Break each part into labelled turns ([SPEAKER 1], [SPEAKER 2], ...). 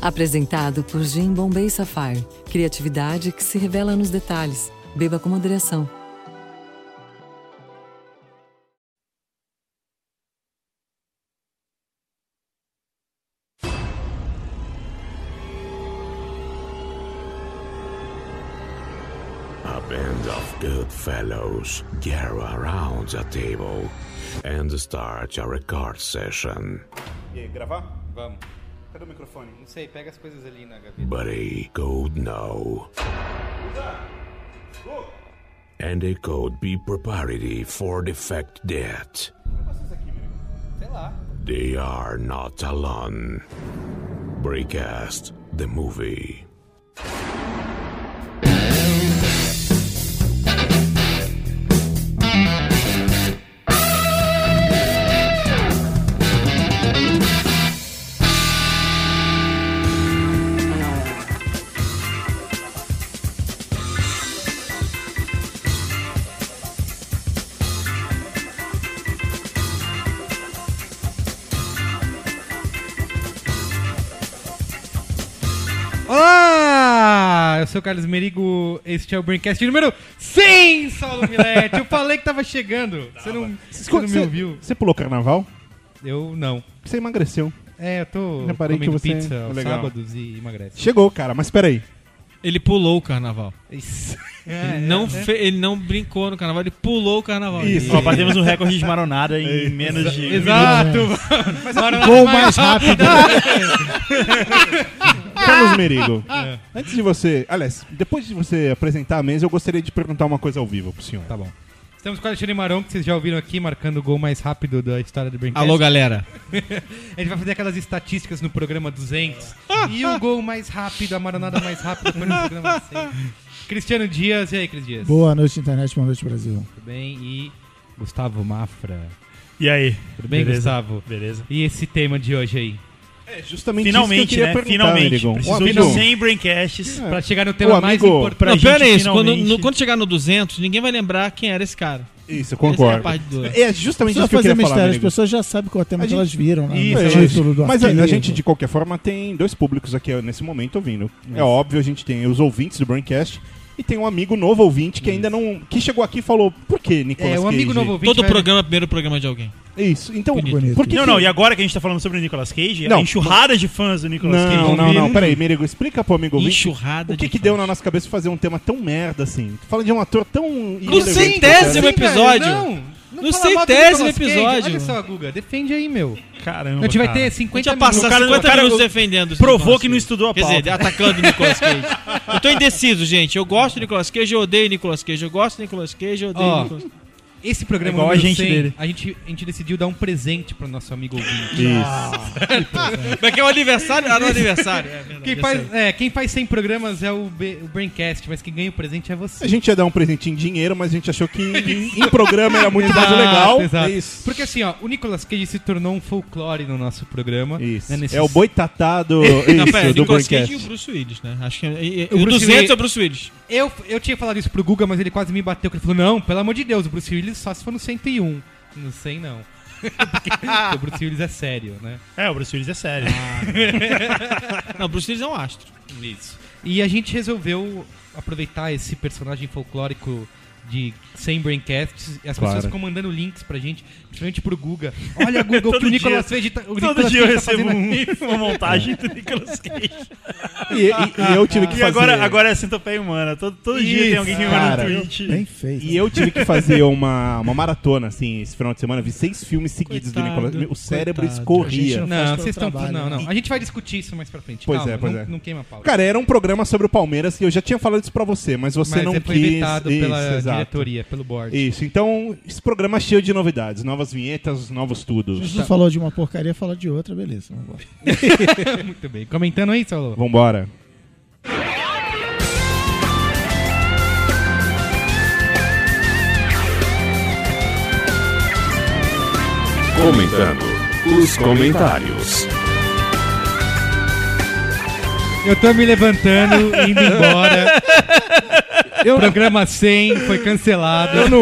[SPEAKER 1] Apresentado por Jim Bombay Sapphire. Criatividade que se revela nos detalhes. Beba com moderação.
[SPEAKER 2] A band of good fellows gather around a table and start a record session.
[SPEAKER 3] E aí, gravar?
[SPEAKER 4] Vamos.
[SPEAKER 3] Cadê o microfone?
[SPEAKER 4] Não sei, pega as coisas ali na gaveta.
[SPEAKER 2] Buddy could know, and they could be prepared for the fact that
[SPEAKER 4] Sei lá.
[SPEAKER 2] they are not alone. Breakcast the movie.
[SPEAKER 4] Olá! Eu sou o Carlos Merigo, este é o Braincast número 100, Saulo Milete. Eu falei que tava chegando. Você não, você não me ouviu?
[SPEAKER 5] Você pulou carnaval?
[SPEAKER 4] Eu não.
[SPEAKER 5] Você emagreceu.
[SPEAKER 4] É, eu tô
[SPEAKER 5] Reparei
[SPEAKER 4] comendo
[SPEAKER 5] que você-
[SPEAKER 4] pizza aos
[SPEAKER 5] Legal.
[SPEAKER 4] sábados e emagrece.
[SPEAKER 5] Chegou, cara, mas peraí.
[SPEAKER 6] Ele pulou o carnaval.
[SPEAKER 4] Isso.
[SPEAKER 6] ele, não fe- ele não brincou no carnaval, ele pulou o carnaval.
[SPEAKER 5] Isso.
[SPEAKER 7] Ó, batemos um recorde de maronada em menos de.
[SPEAKER 4] Exato. Mas
[SPEAKER 5] Gol mais
[SPEAKER 4] Ah, tá
[SPEAKER 5] rápido. Carlos Merigo,
[SPEAKER 4] É.
[SPEAKER 5] antes de você. Aliás, depois de você apresentar a mesa, eu gostaria de perguntar uma coisa ao vivo pro senhor.
[SPEAKER 4] Tá bom. Estamos com o Alexandre Maron, que vocês já ouviram aqui, marcando o gol mais rápido da história do Braincast.
[SPEAKER 6] Alô, galera.
[SPEAKER 4] A gente vai fazer aquelas estatísticas no programa 200. e o gol mais rápido, a maronada mais rápida foi no programa 100. Cristiano Dias, e aí, Cris Dias?
[SPEAKER 8] Boa noite, internet. Boa noite, Brasil.
[SPEAKER 4] Tudo bem? E Gustavo Mafra.
[SPEAKER 7] E aí?
[SPEAKER 4] Tudo bem,
[SPEAKER 7] Beleza?
[SPEAKER 4] Gustavo?
[SPEAKER 7] Beleza.
[SPEAKER 4] E esse tema de hoje aí?
[SPEAKER 5] É justamente isso que eu
[SPEAKER 7] Finalmente,
[SPEAKER 5] queria
[SPEAKER 7] né?
[SPEAKER 5] perguntar,
[SPEAKER 7] Finalmente.
[SPEAKER 5] Merigo.
[SPEAKER 7] Precisou
[SPEAKER 5] Ó,
[SPEAKER 7] de
[SPEAKER 5] amigo, É.
[SPEAKER 7] 100 braincasts.
[SPEAKER 4] Pra chegar no tema
[SPEAKER 5] Ô,
[SPEAKER 4] mais
[SPEAKER 5] amigo,
[SPEAKER 4] importante.
[SPEAKER 7] pra
[SPEAKER 6] não,
[SPEAKER 7] gente
[SPEAKER 6] pera aí, isso, quando,
[SPEAKER 7] finalmente-
[SPEAKER 6] no- quando chegar no 200, ninguém vai lembrar quem era esse cara.
[SPEAKER 5] Isso, eu
[SPEAKER 6] Essa é a
[SPEAKER 5] concordo.
[SPEAKER 6] parte do...
[SPEAKER 5] É justamente
[SPEAKER 8] Só
[SPEAKER 5] isso que eu
[SPEAKER 8] fazer
[SPEAKER 5] queria
[SPEAKER 8] mistério,
[SPEAKER 5] falar,
[SPEAKER 8] as
[SPEAKER 5] Merigo.
[SPEAKER 8] pessoas já sabem qual é o tema
[SPEAKER 5] A
[SPEAKER 8] que
[SPEAKER 5] gente-
[SPEAKER 8] elas viram, né?
[SPEAKER 5] Isso,
[SPEAKER 8] No
[SPEAKER 5] é isso.
[SPEAKER 8] título do
[SPEAKER 5] Mas a, a
[SPEAKER 8] arquivo.
[SPEAKER 5] gente, de qualquer forma, tem dois públicos aqui ó, nesse momento ouvindo. É óbvio, a gente tem os ouvintes do Braincast e tem um amigo novo ouvinte que ainda não. que chegou aqui e falou: por que, Nicolas?
[SPEAKER 4] É, um amigo
[SPEAKER 5] Cage?"
[SPEAKER 4] novo ouvinte.
[SPEAKER 6] Todo
[SPEAKER 4] vai-
[SPEAKER 6] programa é o primeiro programa de alguém.
[SPEAKER 5] Isso, então.
[SPEAKER 8] Bonito.
[SPEAKER 5] Por que
[SPEAKER 7] Não,
[SPEAKER 5] que-
[SPEAKER 7] não, e agora que a gente tá falando sobre o Nicolas Cage,
[SPEAKER 5] Não.
[SPEAKER 7] a enxurrada de fãs do Nicolas Cage.
[SPEAKER 5] Não, não, não, peraí, Merigo, explica pro amigo ouvinte
[SPEAKER 6] Enxurrada
[SPEAKER 5] o que
[SPEAKER 6] de
[SPEAKER 5] que
[SPEAKER 6] fãs.
[SPEAKER 5] deu na nossa cabeça fazer um tema tão merda assim. Tu fala de um ator tão...
[SPEAKER 6] No
[SPEAKER 5] irrelevante,
[SPEAKER 6] centésimo
[SPEAKER 5] cara.
[SPEAKER 4] Sim, velho,
[SPEAKER 6] episódio.
[SPEAKER 4] Não, não
[SPEAKER 6] No
[SPEAKER 4] fala mal do
[SPEAKER 6] centésimo
[SPEAKER 4] Nicolas Cage.
[SPEAKER 6] episódio.
[SPEAKER 4] Olha só, Guga, defende aí, meu.
[SPEAKER 7] Caramba.
[SPEAKER 4] a gente vai
[SPEAKER 7] cara.
[SPEAKER 4] ter
[SPEAKER 6] A gente
[SPEAKER 4] 50
[SPEAKER 6] ia passar
[SPEAKER 4] minutos.
[SPEAKER 7] cara-
[SPEAKER 6] 50
[SPEAKER 7] o cara-
[SPEAKER 6] minutos
[SPEAKER 7] o-
[SPEAKER 6] defendendo. o
[SPEAKER 7] provou
[SPEAKER 6] Nicolas
[SPEAKER 7] que não
[SPEAKER 6] Cage.
[SPEAKER 7] estudou a
[SPEAKER 6] Quer dizer,
[SPEAKER 7] pauta.
[SPEAKER 6] atacando o Nicolas Cage. Eu tô indeciso, gente. Eu gosto do Nicolas Cage, eu odeio o Nicolas Cage. Eu gosto do Nicolas Cage, eu odeio
[SPEAKER 4] Ó,
[SPEAKER 6] o Nicolas Cage.
[SPEAKER 4] Esse programa
[SPEAKER 7] É igual
[SPEAKER 4] número
[SPEAKER 7] a gente
[SPEAKER 4] 100,
[SPEAKER 7] dele.
[SPEAKER 4] A gente, a gente decidiu dar um presente pro nosso amigo ouvinte.
[SPEAKER 5] Isso.
[SPEAKER 6] Mas que é o aniversário? Ah, não é aniversário. É verdade,
[SPEAKER 4] Quem
[SPEAKER 6] eu sei.
[SPEAKER 4] faz, é, quem faz 100 programas é o, B- o Braincast, mas quem ganha o presente é você.
[SPEAKER 5] A gente ia dar um presente em dinheiro, mas a gente achou que em, em programa era muito mais
[SPEAKER 4] Exato,
[SPEAKER 5] legal.
[SPEAKER 4] exato.
[SPEAKER 5] É isso.
[SPEAKER 4] Porque assim, ó, o Nicolas Cage se tornou um folclore no nosso programa.
[SPEAKER 5] Isso.
[SPEAKER 4] né, nesses-
[SPEAKER 5] É o boitatá do,
[SPEAKER 6] Não,
[SPEAKER 5] isso,
[SPEAKER 6] pera,
[SPEAKER 5] do
[SPEAKER 6] Nicolas Cage e o
[SPEAKER 5] Braincast.
[SPEAKER 6] Bruce Willis, né? Acho que é- e- e-
[SPEAKER 4] O
[SPEAKER 6] o
[SPEAKER 4] Bruce
[SPEAKER 6] 200
[SPEAKER 4] Willis-
[SPEAKER 6] é o Bruce Willis.
[SPEAKER 4] Eu, eu tinha falado isso pro Guga, mas ele quase me bateu, que ele falou, não, pelo amor de Deus, o Bruce Willis só se for no 101. Não sei não. Porque
[SPEAKER 6] Ah.
[SPEAKER 4] o Bruce Willis é sério, né?
[SPEAKER 7] É, o Bruce Willis é sério.
[SPEAKER 4] Ah.
[SPEAKER 6] Não, Bruce Willis é um astro.
[SPEAKER 4] Isso. E a gente resolveu aproveitar esse personagem folclórico de 100 braincasts, e as
[SPEAKER 5] Claro.
[SPEAKER 4] pessoas ficam mandando links pra gente, principalmente pro Guga. Olha, Guga, o que o
[SPEAKER 7] Todo
[SPEAKER 4] Nicolas
[SPEAKER 7] dia-
[SPEAKER 4] fez de ta- o
[SPEAKER 7] Todo
[SPEAKER 4] Nicolas
[SPEAKER 7] dia eu
[SPEAKER 4] Cage tá
[SPEAKER 7] recebo
[SPEAKER 4] fazendo
[SPEAKER 7] um-
[SPEAKER 4] aqui.
[SPEAKER 7] uma montagem do Nicolas Cage.
[SPEAKER 5] É. E, e- e eu tive que
[SPEAKER 7] E
[SPEAKER 5] fazer...
[SPEAKER 7] agora, agora é centopeia humana. Todo, todo dia tem
[SPEAKER 4] Isso,
[SPEAKER 7] alguém que me manda
[SPEAKER 5] cara.
[SPEAKER 7] um tweet.
[SPEAKER 8] Bem feito.
[SPEAKER 5] E eu tive que fazer uma, uma maratona, assim, esse final de semana. Vi seis filmes seguidos do
[SPEAKER 6] Coitado,
[SPEAKER 5] Nicolas. Meu, O cérebro
[SPEAKER 6] coitado.
[SPEAKER 5] escorria.
[SPEAKER 8] A gente
[SPEAKER 4] Não,
[SPEAKER 8] faz
[SPEAKER 4] vocês
[SPEAKER 8] pelo
[SPEAKER 4] estão.
[SPEAKER 8] trabalho,
[SPEAKER 4] Não,
[SPEAKER 8] né?
[SPEAKER 4] não. A gente vai discutir isso mais pra frente.
[SPEAKER 5] Pois
[SPEAKER 4] Calma,
[SPEAKER 5] é, pois
[SPEAKER 4] não,
[SPEAKER 5] é.
[SPEAKER 4] não queima a pauta.
[SPEAKER 5] Cara, era um programa sobre o Palmeiras e eu já tinha falado isso pra você, mas você
[SPEAKER 4] Mas
[SPEAKER 5] não
[SPEAKER 4] é, foi
[SPEAKER 5] quis.
[SPEAKER 4] vetado pela
[SPEAKER 5] exato.
[SPEAKER 4] diretoria, pelo board.
[SPEAKER 5] Isso, então, esse programa é cheio de novidades, novas vinhetas, novos
[SPEAKER 8] A
[SPEAKER 5] tudos.
[SPEAKER 8] gente não Tá. falou de uma porcaria, falou de outra, beleza. Vambora.
[SPEAKER 4] Muito bem. Comentando aí, Saulo.
[SPEAKER 5] Vambora.
[SPEAKER 2] Comentando os comentários.
[SPEAKER 4] Eu tô me levantando, indo embora.
[SPEAKER 5] Eu,
[SPEAKER 4] Programa 100 foi cancelado.
[SPEAKER 5] eu não.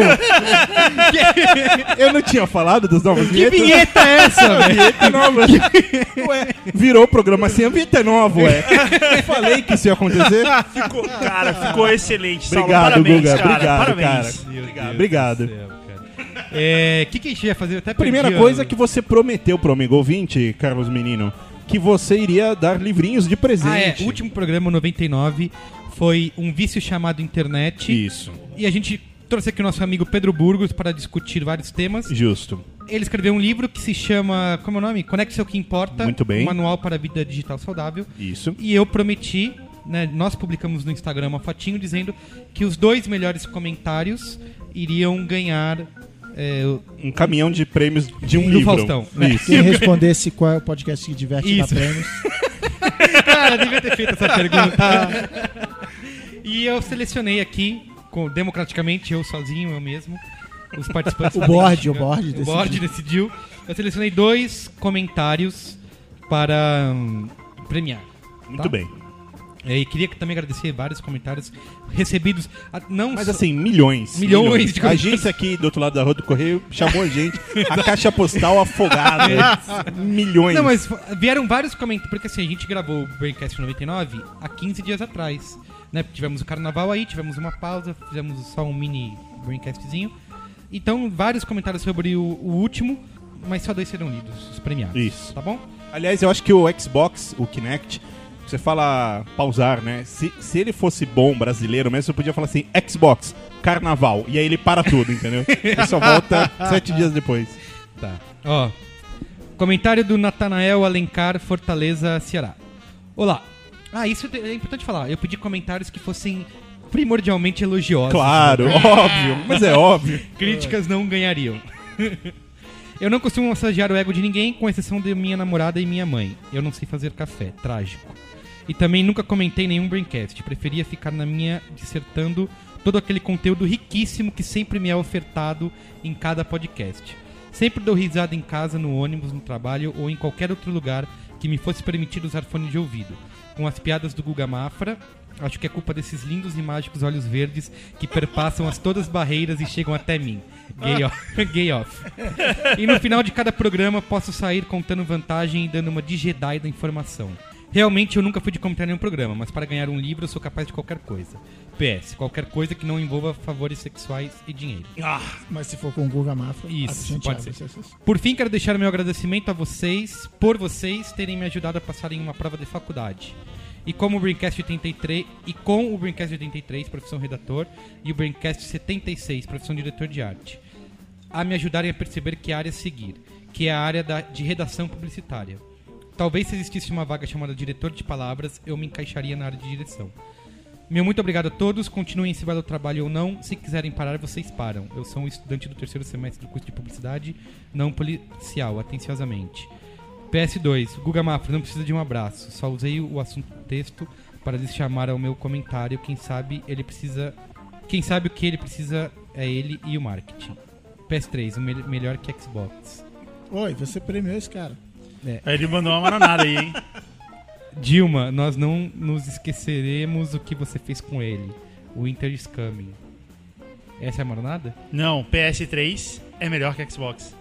[SPEAKER 5] eu não tinha falado dos novos
[SPEAKER 4] Que
[SPEAKER 5] vinhetas.
[SPEAKER 4] vinheta é essa, velho?
[SPEAKER 5] vinheta nova. ué, virou o programa assim, sem a vinheta nova, ué. Eu falei que isso ia acontecer.
[SPEAKER 7] Ficou, cara, ficou excelente. Saulo.
[SPEAKER 5] Obrigado,
[SPEAKER 7] parabéns,
[SPEAKER 5] Guga.
[SPEAKER 7] cara.
[SPEAKER 5] Obrigado,
[SPEAKER 7] parabéns.
[SPEAKER 5] cara.
[SPEAKER 7] Obrigado.
[SPEAKER 5] Obrigado.
[SPEAKER 4] o É, que, que a gente ia fazer? Eu Até perdi
[SPEAKER 5] Primeira
[SPEAKER 4] a- Ah,
[SPEAKER 5] coisa é que você prometeu pro amigo ouvinte, Carlos Menino, que você iria dar livrinhos
[SPEAKER 4] Ah,
[SPEAKER 5] de
[SPEAKER 4] é.
[SPEAKER 5] presente.
[SPEAKER 4] O último programa, o 99, foi um vício chamado internet.
[SPEAKER 5] Isso,
[SPEAKER 4] E a gente trouxe aqui o nosso amigo Pedro Burgos para discutir vários temas.
[SPEAKER 5] justo.
[SPEAKER 4] Ele escreveu um livro que se chama, como é o nome? Conecte-se ao que importa.
[SPEAKER 5] Muito bem.
[SPEAKER 4] Um manual para a vida digital saudável.
[SPEAKER 5] Isso.
[SPEAKER 4] E eu prometi, né, nós publicamos no Instagram uma fotinho dizendo que os dois melhores comentários iriam ganhar é, o-
[SPEAKER 5] Um caminhão de prêmios de um
[SPEAKER 4] Do
[SPEAKER 5] livro.
[SPEAKER 4] Faustão, né?
[SPEAKER 5] Isso.
[SPEAKER 8] Quem respondesse qual é o podcast que diverte e dá
[SPEAKER 4] Isso.
[SPEAKER 8] prêmios.
[SPEAKER 4] Cara, Ah, devia ter feito essa pergunta. e eu selecionei aqui, com- democraticamente, eu sozinho, eu mesmo, os participantes.
[SPEAKER 8] O
[SPEAKER 4] sabem
[SPEAKER 8] board,
[SPEAKER 4] que-
[SPEAKER 8] o board
[SPEAKER 4] O board decidiu. Eu selecionei dois comentários para hum, premiar. tá?
[SPEAKER 5] Muito bem.
[SPEAKER 4] É, E queria também agradecer vários comentários recebidos, a- não
[SPEAKER 5] Mas
[SPEAKER 4] só-
[SPEAKER 5] assim, milhões.
[SPEAKER 4] Milhões de
[SPEAKER 5] A
[SPEAKER 4] coisas.
[SPEAKER 5] agência aqui do outro lado da rua do Correio chamou a gente. a caixa postal afogada. milhões.
[SPEAKER 4] né? Não, mas fo- vieram vários comentários, porque assim, a gente gravou o Braincast 99 há 15 dias atrás, né? Tivemos o carnaval aí, tivemos uma pausa, fizemos só um mini Braincastzinho. Então, vários comentários sobre o, o último, mas só dois serão lidos, os premiados.
[SPEAKER 5] Isso.
[SPEAKER 4] Tá bom?
[SPEAKER 5] Aliás, eu acho que o Xbox, o Kinect, você fala pausar, né? Se, se ele fosse bom brasileiro mesmo, você podia falar assim, Xbox, carnaval. E aí ele para tudo, entendeu? Ele só volta sete dias depois.
[SPEAKER 4] Tá. Ó. Comentário do Natanael Alencar, Fortaleza, Ceará. Olá. Ah, isso é importante falar. Eu pedi comentários que fossem primordialmente elogiosos.
[SPEAKER 5] Claro, óbvio. Mas é óbvio.
[SPEAKER 4] Críticas não ganhariam. Eu não costumo massagear o ego de ninguém, com exceção de minha namorada e minha mãe. Eu não sei fazer café, trágico. E também nunca comentei nenhum braincast. Preferia ficar na minha dissertando todo aquele conteúdo riquíssimo que sempre me é ofertado em cada podcast. Sempre dou risada em casa, no ônibus, no trabalho ou em qualquer outro lugar que me fosse permitido usar fone de ouvido. Com as piadas do Guga Mafra, acho que é culpa desses lindos e mágicos olhos verdes que perpassam as todas barreiras e chegam até mim. Gay off. Gay off. E no final de cada programa posso sair contando vantagem e dando uma de Jedi da informação. Realmente eu nunca fui de comentar nenhum programa, mas para ganhar um livro eu sou capaz de qualquer coisa. PS, qualquer coisa que não envolva favores sexuais e dinheiro.
[SPEAKER 8] Ah, Mas se for com o Guga Mafra,
[SPEAKER 4] Isso,
[SPEAKER 8] a gente
[SPEAKER 4] pode
[SPEAKER 8] abre
[SPEAKER 4] ser.
[SPEAKER 8] esse acesso.
[SPEAKER 4] Por fim, quero deixar meu agradecimento a vocês por vocês terem me ajudado a passar em uma prova de faculdade. E como o Braincast 83 e com o Braincast 83, profissão redator, e o Braincast 76, profissão diretor de arte, a me ajudarem a perceber que área seguir, que é a área da- de redação publicitária. Talvez se existisse uma vaga chamada diretor de palavras, eu me encaixaria na área de direção. Meu muito obrigado a todos. Continuem esse belo trabalho ou não. Se quiserem parar, vocês param. Eu sou um estudante do terceiro semestre do curso de publicidade, não policial, atenciosamente. PS2. Guga Mafra, não precisa de um abraço. Só usei o assunto do texto para lhes chamar ao meu comentário. Quem sabe ele precisa. Quem sabe o que ele precisa é ele e o marketing. PS3, o me- melhor que Xbox.
[SPEAKER 8] Oi, você premiou esse cara.
[SPEAKER 4] É.
[SPEAKER 7] Aí ele mandou uma maranada aí, hein?
[SPEAKER 4] Dilma, nós não nos esqueceremos o que você fez com ele. O Inter is coming. Essa é a maronada?
[SPEAKER 7] Não, PS3 é melhor que Xbox.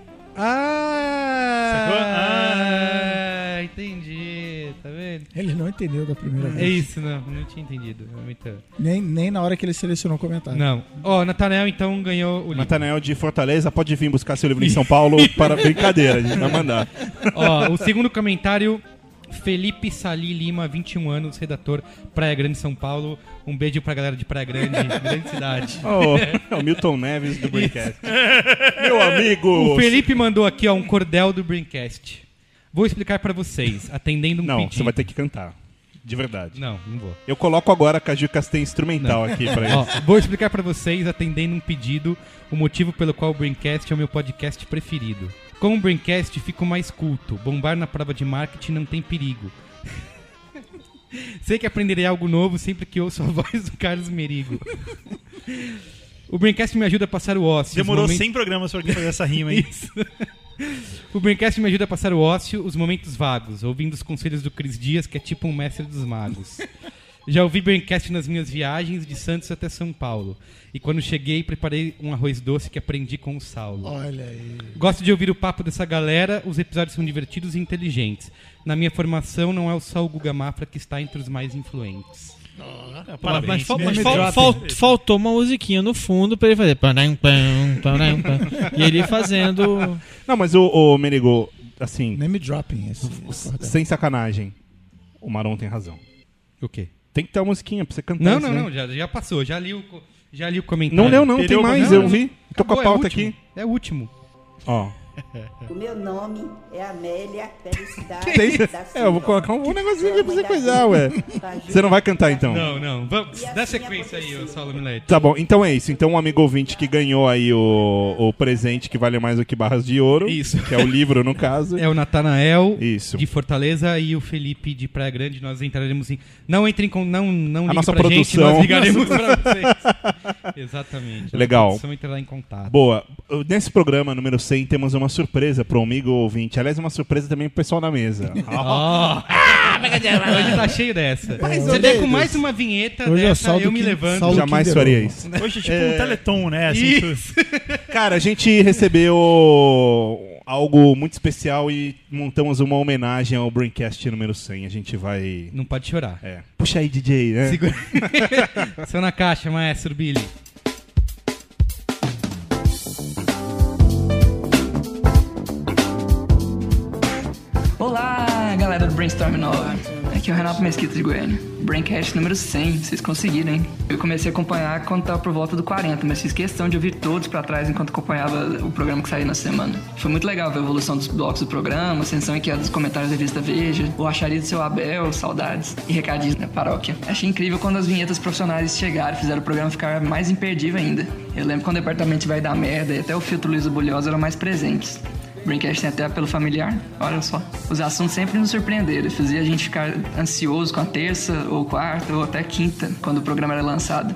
[SPEAKER 7] Sacou?
[SPEAKER 4] Ah, entendi, tá vendo?
[SPEAKER 8] Ele não né? entendeu da primeira
[SPEAKER 4] É
[SPEAKER 8] vez.
[SPEAKER 4] isso, não, não tinha entendido. É muito-
[SPEAKER 8] Nem, nem na hora que ele selecionou o comentário.
[SPEAKER 4] Não. Ó, Nathanael então ganhou o livro.
[SPEAKER 5] Natanael Tá. de Fortaleza, pode vir buscar seu livro em São Paulo para brincadeira, a gente vai mandar.
[SPEAKER 4] Ó, o segundo comentário, Felipe Sali Lima, 21 anos, redator Praia Grande, São Paulo. Um beijo pra galera de Praia Grande, grande cidade.
[SPEAKER 5] Oh, é o Milton Neves do Braincast. Meu amigo!
[SPEAKER 4] O Felipe mandou aqui, ó, um cordel do Braincast. Vou explicar pra vocês, atendendo um
[SPEAKER 5] Não,
[SPEAKER 4] pedido.
[SPEAKER 5] você vai ter que cantar. De verdade.
[SPEAKER 4] Não, não vou.
[SPEAKER 5] Eu coloco agora a Caju Castanha instrumental aqui pra ele.
[SPEAKER 4] Ó, vou explicar pra vocês, atendendo um pedido, o motivo pelo qual o Braincast é o meu podcast preferido. Com o Braincast fico mais culto. Bombar na prova de marketing não tem perigo. Sei que aprenderei algo novo sempre que ouço a voz do Carlos Merigo. O Braincast me ajuda a passar o ócio. os
[SPEAKER 7] Demorou
[SPEAKER 4] momentos-
[SPEAKER 7] 100 programas pra alguém fazer essa rima, hein?
[SPEAKER 4] o Braincast me ajuda a passar o ócio, os momentos vagos, ouvindo os conselhos do Cris Dias, que é tipo um mestre dos magos. Já ouvi Braincast nas minhas viagens de Santos até São Paulo. E quando cheguei, preparei um arroz doce que aprendi com o Saulo.
[SPEAKER 8] Olha aí.
[SPEAKER 4] Gosto de ouvir o papo dessa galera, os episódios são divertidos e inteligentes. Na minha formação, não é só o Guga Mafra que está entre os mais influentes.
[SPEAKER 6] Mas, mas fal- mas
[SPEAKER 8] Name
[SPEAKER 6] fal-
[SPEAKER 8] dropping.
[SPEAKER 6] fal- faltou uma musiquinha no fundo pra ele fazer. panam, pam,
[SPEAKER 4] Né?
[SPEAKER 6] panam,
[SPEAKER 4] Então,
[SPEAKER 6] pam. E ele fazendo.
[SPEAKER 5] Não, mas o, o Merigo, assim,
[SPEAKER 8] Name dropping esse. é esse cordão.
[SPEAKER 5] sem sacanagem, o Maron tem razão.
[SPEAKER 4] O quê?
[SPEAKER 5] Tem que ter uma musiquinha pra você cantar
[SPEAKER 4] Não,
[SPEAKER 5] isso,
[SPEAKER 4] não,
[SPEAKER 5] né?
[SPEAKER 4] não, já, já passou, já li o, co- já li o comentário.
[SPEAKER 5] Não leu, não,
[SPEAKER 7] Perdeu
[SPEAKER 5] tem
[SPEAKER 7] o
[SPEAKER 5] mais,
[SPEAKER 7] programa.
[SPEAKER 5] eu vi. Tô com
[SPEAKER 4] Acabou,
[SPEAKER 5] a pauta
[SPEAKER 4] é o último,
[SPEAKER 5] aqui.
[SPEAKER 4] É o último.
[SPEAKER 5] Ó.
[SPEAKER 9] O meu nome é Amélia Felicidade.
[SPEAKER 5] Tem-
[SPEAKER 9] da
[SPEAKER 5] É, eu
[SPEAKER 9] Silva.
[SPEAKER 5] vou colocar um negocinho aqui pra você
[SPEAKER 9] Sou mãe da
[SPEAKER 5] coisar,
[SPEAKER 9] Silva,
[SPEAKER 5] ué.
[SPEAKER 9] da Ju-
[SPEAKER 5] Você não vai cantar então?
[SPEAKER 4] Não, não, vamos,
[SPEAKER 9] E assim
[SPEAKER 4] dá sequência aí,
[SPEAKER 9] aconteceu.
[SPEAKER 4] ô Saulo Milete.
[SPEAKER 5] Tá bom, então é isso. Então um amigo ouvinte que ganhou aí o, o presente que vale mais do que barras de ouro.
[SPEAKER 4] Isso.
[SPEAKER 5] Que é o livro, no caso.
[SPEAKER 4] É o Natanael
[SPEAKER 5] Isso.
[SPEAKER 4] de Fortaleza e o Felipe de Praia Grande. Nós entraremos em. Não entrem com. Não, não
[SPEAKER 5] A
[SPEAKER 4] ligue
[SPEAKER 5] nossa
[SPEAKER 4] pra gente,
[SPEAKER 5] produção.
[SPEAKER 4] nós ligaremos pra vocês. Exatamente.
[SPEAKER 5] Legal.
[SPEAKER 4] A produção entrará em contato.
[SPEAKER 5] Boa. Nesse programa número 100 temos uma surpresa pro amigo ouvinte. Aliás, uma surpresa também pro pessoal na mesa.
[SPEAKER 4] Ah, Hoje tá cheio dessa.
[SPEAKER 8] ô,
[SPEAKER 4] Você der com
[SPEAKER 8] Deus.
[SPEAKER 4] mais uma vinheta
[SPEAKER 5] né?
[SPEAKER 8] Hoje é
[SPEAKER 5] Tá
[SPEAKER 4] dessa,
[SPEAKER 8] saldo
[SPEAKER 4] Tá eu me
[SPEAKER 8] que-
[SPEAKER 4] levanto.
[SPEAKER 8] saldo-
[SPEAKER 5] Jamais
[SPEAKER 8] Kinder
[SPEAKER 5] faria
[SPEAKER 8] Ovo.
[SPEAKER 5] isso.
[SPEAKER 7] Hoje é tipo um teleton, né? Assim, tu-
[SPEAKER 5] Cara, a gente recebeu algo muito especial e montamos uma homenagem ao Braincast número 100. A gente vai...
[SPEAKER 4] Não pode chorar.
[SPEAKER 5] É. Puxa aí, DJ, né?
[SPEAKER 4] Segura. Só na caixa, maestro Billy.
[SPEAKER 10] Olá, galera do Brainstorm 9. Aqui é o Renato Mesquita de Goiânia. Braincast número 100, vocês conseguiram, hein? Eu comecei a acompanhar quando tava por volta do 40, mas fiz questão de ouvir todos pra trás enquanto acompanhava o programa que saía na semana. Foi muito legal ver a evolução dos blocos do programa, a ascensão e queda dos comentários da revista Veja, o acharia do seu Abel, saudades e recadinhos na paróquia. Achei incrível quando as vinhetas profissionais chegaram e fizeram o programa ficar mais imperdível ainda. Eu lembro quando o departamento vai dar merda e até o filtro Luiz Bulhosa eram mais presentes. Braincast tem até apelo familiar, olha só. Os assuntos sempre nos surpreenderam, fazia a gente ficar ansioso com a terça, ou quarta, ou até quinta, quando o programa era lançado.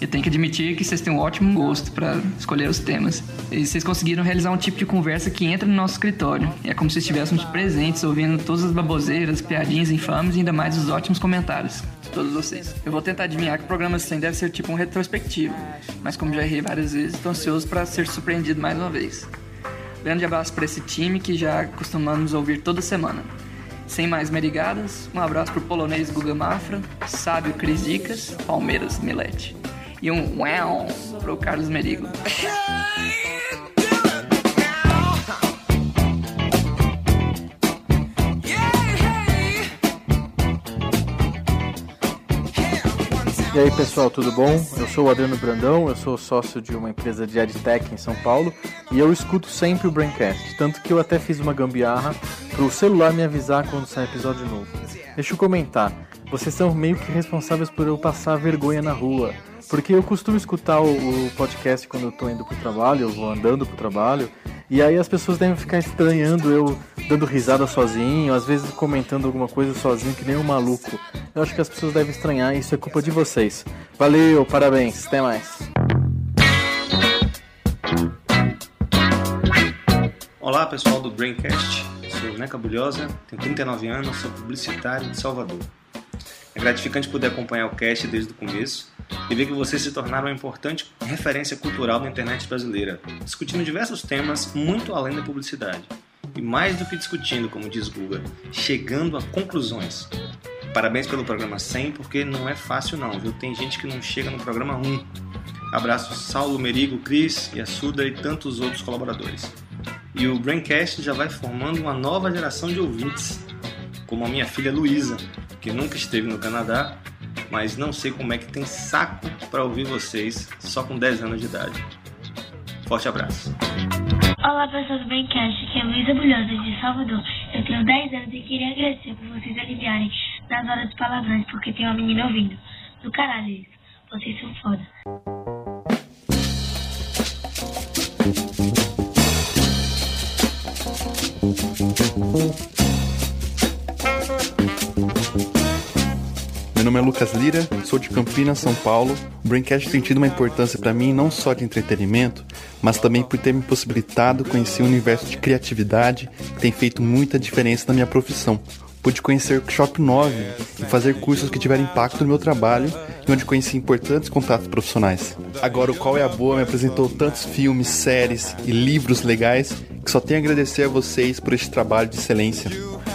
[SPEAKER 10] Eu tenho que admitir que vocês têm um ótimo gosto para escolher os temas. E vocês conseguiram realizar um tipo de conversa que entra no nosso escritório. É como se estivéssemos presentes, ouvindo todas as baboseiras, piadinhas infames e ainda mais os ótimos comentários de todos vocês. Eu vou tentar adivinhar que o programa 100 deve ser tipo um retrospectivo, mas como já errei várias vezes, estou ansioso para ser surpreendido mais uma vez. Grande abraço para esse time que já costumamos ouvir toda semana. Sem mais merigadas, um abraço pro polonês Guga Mafra, sábio Cris Dicas, Palmeiras Milete. E um uau pro Carlos Merigo.
[SPEAKER 11] E aí pessoal, tudo bom? Eu sou o Adriano Brandão, eu sou sócio de uma empresa de AdTech em São Paulo e eu escuto sempre o Braincast, tanto que eu até fiz uma gambiarra para o celular me avisar quando sai episódio novo. Deixa eu comentar, vocês são meio que responsáveis por eu passar vergonha na rua, porque eu costumo escutar o, o podcast quando eu tô indo pro trabalho, eu vou andando pro trabalho, e aí as pessoas devem ficar estranhando eu dando risada sozinho, às vezes comentando alguma coisa sozinho que nem um maluco. Eu acho que as pessoas devem estranhar, isso é culpa de vocês. Valeu, parabéns, até mais.
[SPEAKER 12] Olá pessoal do Braincast, sou o Neca Bulhosa, tenho 39 anos, sou publicitário de Salvador. É gratificante poder acompanhar o cast desde o começo e ver que vocês se tornaram uma importante referência cultural da internet brasileira, discutindo diversos temas muito além da publicidade. E mais do que discutindo, como diz Guga, chegando a conclusões. Parabéns pelo programa 100, porque não é fácil não, viu? Tem gente que não chega no programa 1. Abraço Saulo, Merigo, Cris, Yassuda e tantos outros colaboradores. E o Braincast já vai formando uma nova geração de ouvintes, como a minha filha Luísa, que nunca esteve no Canadá, mas não sei como é que tem saco para ouvir vocês só com 10 anos de idade. Forte abraço.
[SPEAKER 10] Olá, pessoas do Braincast. Aqui é Luísa Bulhosa, de Salvador. Eu tenho 10 anos e queria agradecer por vocês aliviarem nas horas de palavrões, porque tem uma menina ouvindo. Do caralho, isso. Vocês são foda.
[SPEAKER 11] Meu nome é Lucas Lira, sou de Campinas, São Paulo. O Braincast tem tido uma importância para mim não só de entretenimento, mas também por ter me possibilitado conhecer um universo de criatividade que tem feito muita diferença na minha profissão.
[SPEAKER 13] pude conhecer o Workshop 9 e fazer cursos que tiveram impacto no meu trabalho e onde conheci importantes contatos profissionais. Agora, o Qual é a Boa me apresentou tantos filmes, séries e livros legais que só tenho a agradecer a vocês por este trabalho de excelência.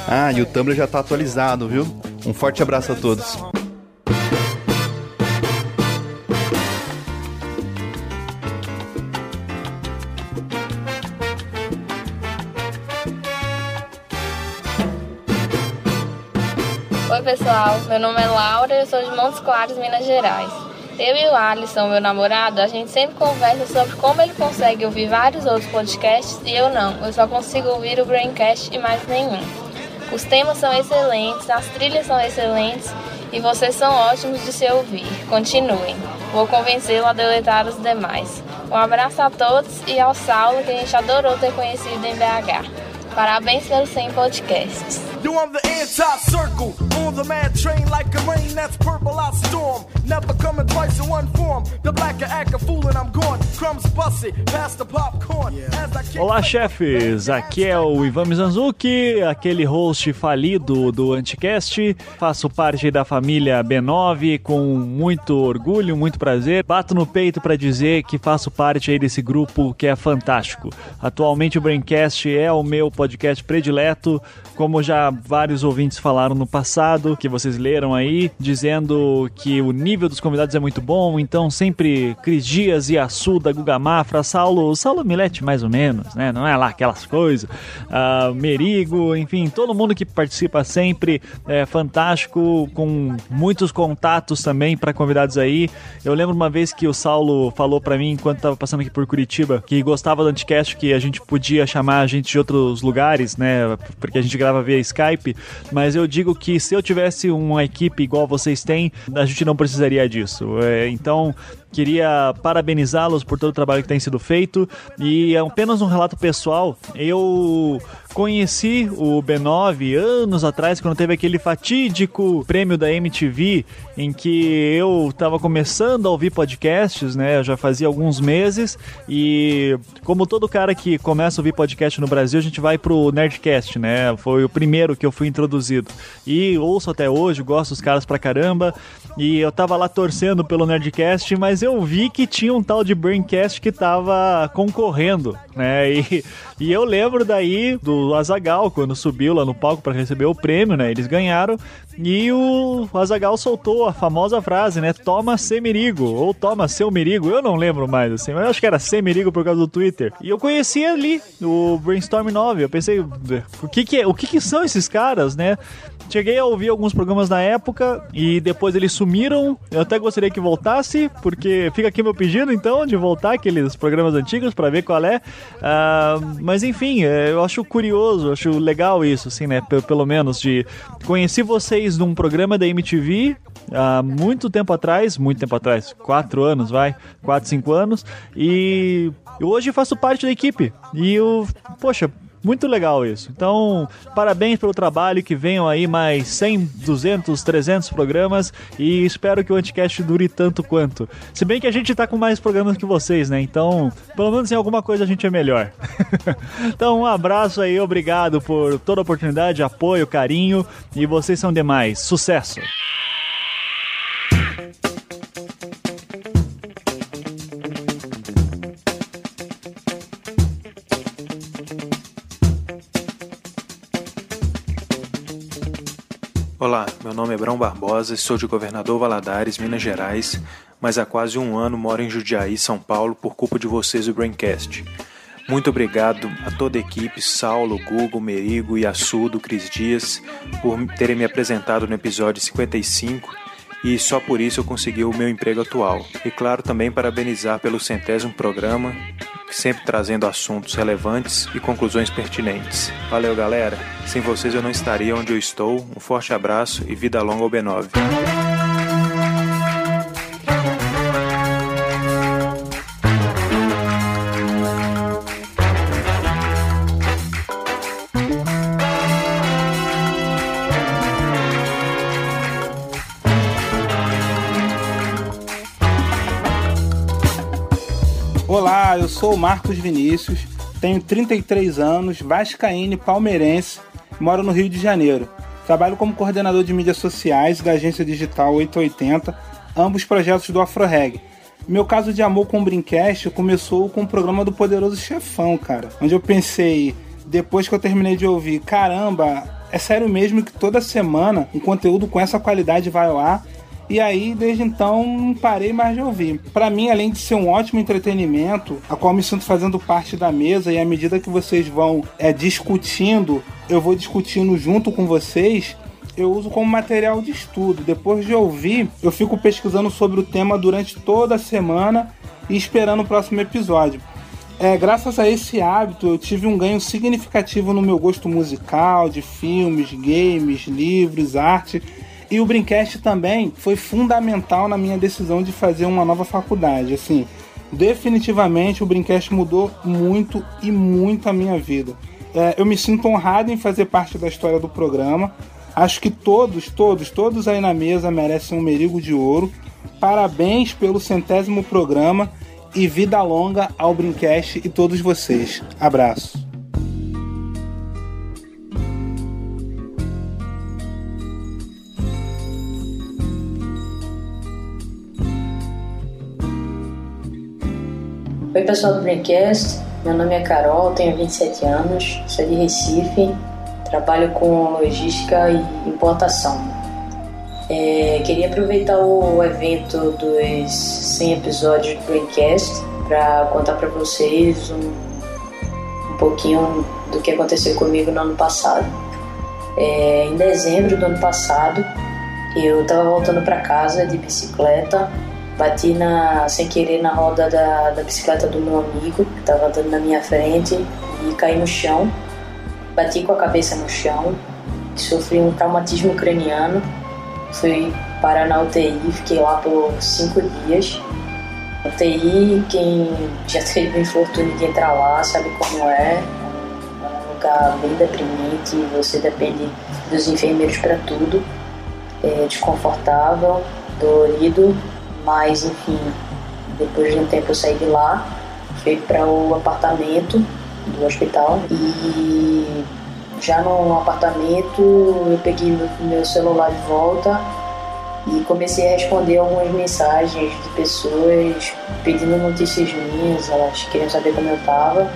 [SPEAKER 13] Ah, e o Tumblr já está atualizado, viu? Um forte abraço a todos.
[SPEAKER 14] Oi, pessoal. Meu nome é Laura e eu sou de Montes Claros, Minas Gerais. Eu e o Alisson, meu namorado, a gente sempre conversa sobre como ele consegue ouvir vários outros podcasts e eu não. Eu só consigo ouvir o Braincast e mais nenhum. Os temas são excelentes, as trilhas são excelentes e vocês são ótimos de se ouvir. Continuem. Vou convencê-lo a deletar os demais. Um abraço a todos e ao Saulo, que a gente adorou ter conhecido em BH. Parabéns pelos 100 podcasts.
[SPEAKER 15] You on the inside circle, on the mad train like a rain that's purple I storm. Never coming twice in one form. The blacker act a fool and I'm gone. Crumbs bussy, past the popcorn. As I kick
[SPEAKER 16] Olá, chefes! Aqui é o Ivan Mizanzuki, aquele host falido do Anticast. Faço parte da família B9 com muito orgulho, muito prazer. Bato no peito para dizer que faço parte aí desse grupo que é fantástico. Atualmente o Braincast é o meu podcast predileto, como já vários ouvintes falaram no passado, que vocês leram aí, dizendo que o nível dos convidados é muito bom, então sempre Cris Dias e Assuda, Guga Mafra, Saulo, Saulo Milete mais ou menos, né? Não é lá aquelas coisas. Ah, Merigo, enfim, todo mundo que participa sempre é fantástico, com muitos contatos também para convidados aí. Eu lembro uma vez que o Saulo falou para mim enquanto tava passando aqui por Curitiba, que gostava do Anticast, que a gente podia chamar a gente de outros lugares, né? Porque a gente grava via Skype, mas eu digo que se eu tivesse uma equipe igual vocês têm, a gente não precisaria disso. É, então, queria parabenizá-los por todo o trabalho que tem sido feito e apenas um relato pessoal, eu conheci o B9 anos atrás quando teve aquele fatídico prêmio da MTV em que eu estava começando a ouvir podcasts, né, já fazia alguns meses e como todo cara que começa a ouvir podcast no Brasil, a gente vai pro Nerdcast, né? Foi o primeiro que eu fui introduzido. E ouço até hoje, gosto dos caras pra caramba e eu tava lá torcendo pelo Nerdcast, mas eu vi que tinha um tal de Braincast que tava concorrendo, né? E, e eu lembro daí do Azagal, quando subiu lá no palco para receber o prêmio, né? Eles ganharam. E o Azagal soltou a famosa frase, né? Toma Semirigo, ou toma seu Mirigo, eu não lembro mais, assim, mas eu acho que era Semirigo por causa do Twitter. E eu conheci ali o Brainstorm 9. Eu pensei, o que que, é, o que, que são esses caras, né? Cheguei a ouvir alguns programas na época e depois eles sumiram. Eu até gostaria que voltasse, porque fica aqui meu pedido então de voltar aqueles programas antigos para ver qual é. Ah, mas enfim, é, eu acho curioso, acho legal isso, assim, né? P pelo menos de conheci vocês num programa da MTV há muito tempo atrás, muito tempo atrás, quatro anos, vai, quatro, cinco anos, e hoje faço parte da equipe. E eu, poxa, muito legal isso. Então, parabéns pelo trabalho, que venham aí mais 100, 200, 300 programas e espero que o Anticast dure tanto quanto. Se bem que a gente tá com mais programas que vocês, né? Então, pelo menos em alguma coisa a gente é melhor. então, um abraço aí, obrigado por toda a oportunidade, apoio, carinho e vocês são demais. Sucesso!
[SPEAKER 17] Olá, meu nome é Brão Barbosa, sou de Governador Valadares, Minas Gerais, mas há quase um ano moro em Judiaí, São Paulo, por culpa de vocês do Braincast. Muito obrigado a toda a equipe, Saulo, Gugo, Merigo, Yassudo, Cris Dias, por terem me apresentado no episódio 55 e só por isso eu consegui o meu emprego atual. E claro, também parabenizar pelo centésimo programa, sempre trazendo assuntos relevantes e conclusões pertinentes. Valeu, galera! Sem vocês eu não estaria onde eu estou. Um forte abraço e vida longa ao B9.
[SPEAKER 18] Olá, eu sou o Marcos Vinícius, tenho 33 anos, vascaíno e palmeirense, moro no Rio de Janeiro. Trabalho como coordenador de mídias sociais da agência digital 880, ambos projetos do AfroReg. Meu caso de amor com o Brincast começou com o programa do Poderoso Chefão, cara. Onde eu pensei, depois que eu terminei de ouvir, caramba, é sério mesmo que toda semana um conteúdo com essa qualidade vai ao ar? E aí, desde então, não parei mais de ouvir. Para mim, além de ser um ótimo entretenimento, a qual me sinto fazendo parte da mesa, e à medida que vocês vão é, discutindo, eu vou discutindo junto com vocês, eu uso como material de estudo. Depois de ouvir, eu fico pesquisando sobre o tema durante toda a semana e esperando o próximo episódio. É, graças a esse hábito, eu tive um ganho significativo no meu gosto musical, de filmes, games, livros, arte. E o Brincast também foi fundamental na minha decisão de fazer uma nova faculdade. Assim, definitivamente o Brincast mudou muito e muito a minha vida. É, eu me sinto honrado em fazer parte da história do programa. Acho que todos, todos, todos aí na mesa merecem um merigo de ouro. Parabéns pelo centésimo programa e vida longa ao Brincast e todos vocês. Abraço.
[SPEAKER 19] Oi, pessoal do Braincast. Meu nome é Carol, tenho 27 anos, sou de Recife, trabalho com logística e importação. É, queria aproveitar o evento dos 100 episódios do Braincast para contar para vocês um, um pouquinho do que aconteceu comigo no ano passado. É, em dezembro do ano passado, eu estava voltando para casa de bicicleta bati na, sem querer na roda da, da bicicleta do meu amigo, que estava andando na minha frente, e caí no chão. Bati com a cabeça no chão, sofri um traumatismo craniano, fui parar na UTI, fiquei lá por cinco dias. UTI, quem já teve o infortúnio de entrar lá sabe como é, é um lugar bem deprimente, você depende dos enfermeiros para tudo, é desconfortável, dolorido, mas enfim, depois de um tempo eu saí de lá, fui para o apartamento do hospital e já no apartamento eu peguei meu, meu celular de volta e comecei a responder algumas mensagens de pessoas pedindo notícias minhas, elas queriam saber como eu estava.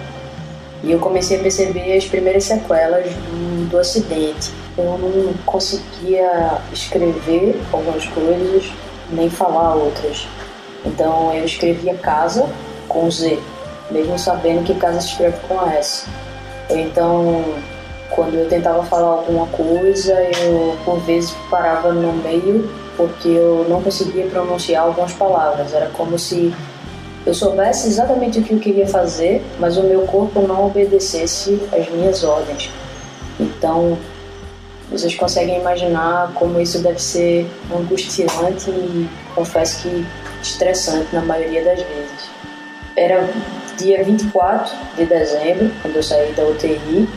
[SPEAKER 19] E eu comecei a perceber as primeiras sequelas do, do acidente. Eu não conseguia escrever algumas coisas, nem falar outras. Então eu escrevia casa com Z, mesmo sabendo que casa se escreve com S. Ou então, quando eu tentava falar alguma coisa, eu por vezes parava no meio porque eu não conseguia pronunciar algumas palavras. Era como se eu soubesse exatamente o que eu queria fazer, mas o meu corpo não obedecesse às minhas ordens. Então, vocês conseguem imaginar como isso deve ser angustiante e confesso que estressante na maioria das vezes. Era dia 24 de dezembro, quando eu saí da UTI,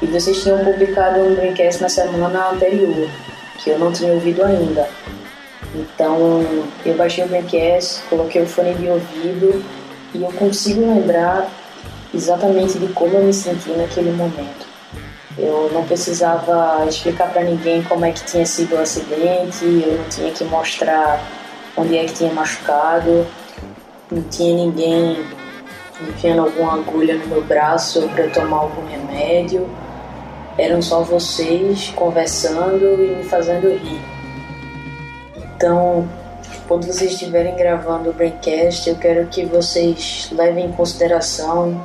[SPEAKER 19] e vocês tinham publicado um Dreamcast na semana anterior, que eu não tinha ouvido ainda. Então eu baixei o Dreamcast, coloquei o fone de ouvido e eu consigo lembrar exatamente de como eu me senti naquele momento. Eu não precisava explicar para ninguém como é que tinha sido o acidente, eu não tinha que mostrar onde é que tinha machucado, não tinha ninguém enfiando alguma agulha no meu braço para eu tomar algum remédio. Eram só vocês conversando e me fazendo rir. Então, quando vocês estiverem gravando o Braincast, eu quero que vocês levem em consideração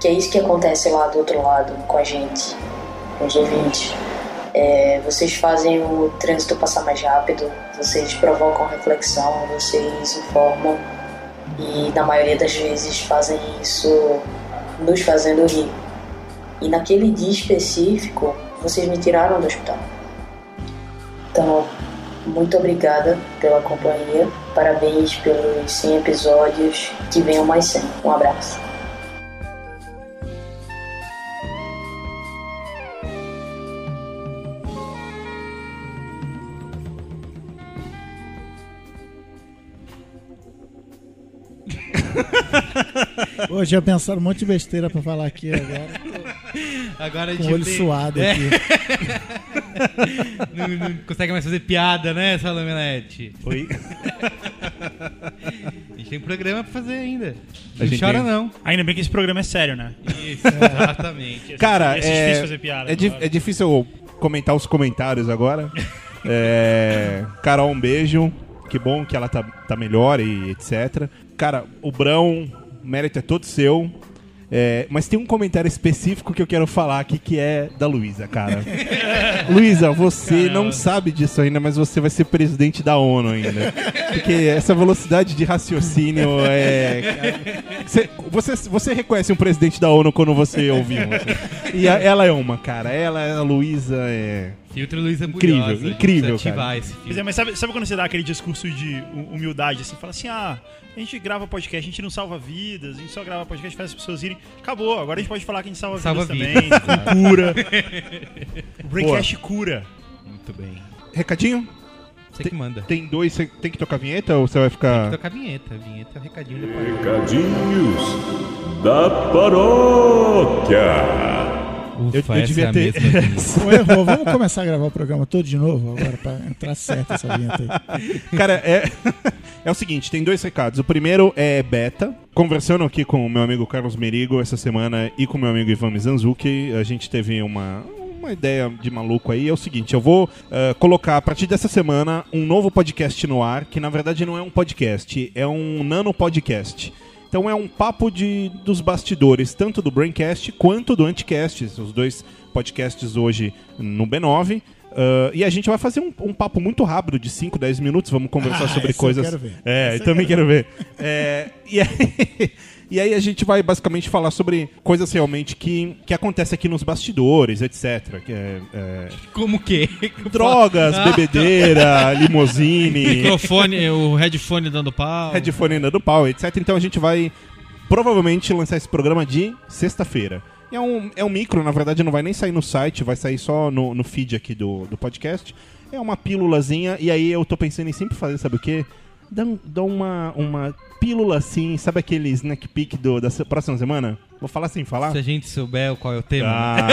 [SPEAKER 19] que é isso que acontece lá do outro lado com a gente com os ouvintes. É, vocês fazem o trânsito passar mais rápido, vocês provocam reflexão, vocês informam e, na maioria das vezes, fazem isso nos fazendo rir. E naquele dia específico, vocês me tiraram do hospital. Então, muito obrigada pela companhia, parabéns pelos 100 episódios, que venham mais 100. Um abraço.
[SPEAKER 8] Hoje já pensaram um monte de besteira pra falar aqui agora.
[SPEAKER 4] Agora a
[SPEAKER 8] Com
[SPEAKER 4] gente
[SPEAKER 8] o olho
[SPEAKER 4] tem-
[SPEAKER 8] suado
[SPEAKER 4] É.
[SPEAKER 8] aqui.
[SPEAKER 4] não, não consegue mais fazer piada, né, Salaminete?
[SPEAKER 5] Oi.
[SPEAKER 4] A gente tem programa pra fazer ainda. Não chora, não.
[SPEAKER 7] Ainda bem que esse programa é sério, né?
[SPEAKER 4] Isso, exatamente.
[SPEAKER 5] Cara, é,
[SPEAKER 7] difícil fazer piada. né?
[SPEAKER 5] é, di- é difícil eu comentar os comentários agora. É, Carol, um beijo. Que bom que ela tá, tá melhor e etc. Cara, o Brão, o mérito é todo seu. É, mas tem um comentário específico que eu quero falar aqui que é da Luísa, cara. Luísa, você não sabe disso ainda, mas você vai ser presidente da ONU ainda. Porque essa velocidade de raciocínio é. Cê- Você, você reconhece um presidente da ONU quando você ouviu. assim. E a- ela é uma, cara. Ela, a Luísa, é.
[SPEAKER 4] Filtro Luísa
[SPEAKER 5] Incrível,
[SPEAKER 4] Bulhosa, gente.
[SPEAKER 5] incrível,
[SPEAKER 4] Precisa
[SPEAKER 5] cara.
[SPEAKER 4] ativar esse filtro.
[SPEAKER 7] Pois é, mas sabe, sabe quando você dá aquele discurso de hu- humildade, assim, fala assim, ah, a gente grava podcast, a gente não salva vidas, a gente só grava podcast, faz as pessoas irem. Acabou, agora a gente pode falar que a gente salva,
[SPEAKER 4] Salva
[SPEAKER 7] vidas,
[SPEAKER 4] vidas.
[SPEAKER 7] também, com cura. o Breakcast cura.
[SPEAKER 4] Muito bem.
[SPEAKER 5] Recadinho?
[SPEAKER 4] Você
[SPEAKER 5] Tem-
[SPEAKER 4] que manda.
[SPEAKER 5] Tem dois, você tem que tocar a vinheta ou você vai ficar.
[SPEAKER 4] Toca a vinheta, a vinheta é o recadinho da parada.
[SPEAKER 2] Recadinhos da paróquia.
[SPEAKER 4] Ufa, essa é a mesma
[SPEAKER 8] Pô, errou. Vamos começar a gravar o programa todo de novo agora pra entrar certo essa vinheta aí.
[SPEAKER 5] Cara, é, é o seguinte, tem dois recados. O primeiro é beta. Conversando aqui com o meu amigo Carlos Merigo essa semana e com o meu amigo Ivan Mizanzuki, a gente teve uma, uma ideia de maluco aí. É o seguinte, eu vou eh, colocar a partir dessa semana um novo podcast no ar, que na verdade não é um podcast, é um nano podcast. Então é um papo de, dos bastidores, tanto do Braincast quanto do Anticast, os dois podcasts hoje no B9. Ah, e a gente vai fazer um, um papo muito rápido, de 5, 10 minutos, vamos conversar
[SPEAKER 8] Ah,
[SPEAKER 5] sobre
[SPEAKER 8] essa eu
[SPEAKER 5] coisas.
[SPEAKER 8] quero ver.
[SPEAKER 5] É,
[SPEAKER 8] Essa
[SPEAKER 5] eu
[SPEAKER 8] eu
[SPEAKER 5] também
[SPEAKER 8] quero
[SPEAKER 5] quero ver. É, e, aí, e aí a gente vai basicamente falar sobre coisas realmente que, que acontecem aqui nos bastidores, etc. Que é- é-
[SPEAKER 4] Como que?
[SPEAKER 5] drogas,
[SPEAKER 6] Ah,
[SPEAKER 5] bebedeira, limousine.
[SPEAKER 6] Microfone, é o headphone dando pau.
[SPEAKER 5] Headphone ainda do pau, etc. Então a gente vai provavelmente lançar esse programa de sexta-feira. E É um, é um micro, na verdade não vai nem sair no site, vai sair só no, no feed aqui do, do podcast. É uma pílulazinha, e aí eu tô pensando em sempre fazer, sabe o quê? Dá, um- dá uma, uma pílula assim, sabe aquele snack peek do, da se- próxima semana? Vou falar sem falar?
[SPEAKER 4] Se a gente souber qual é o tema.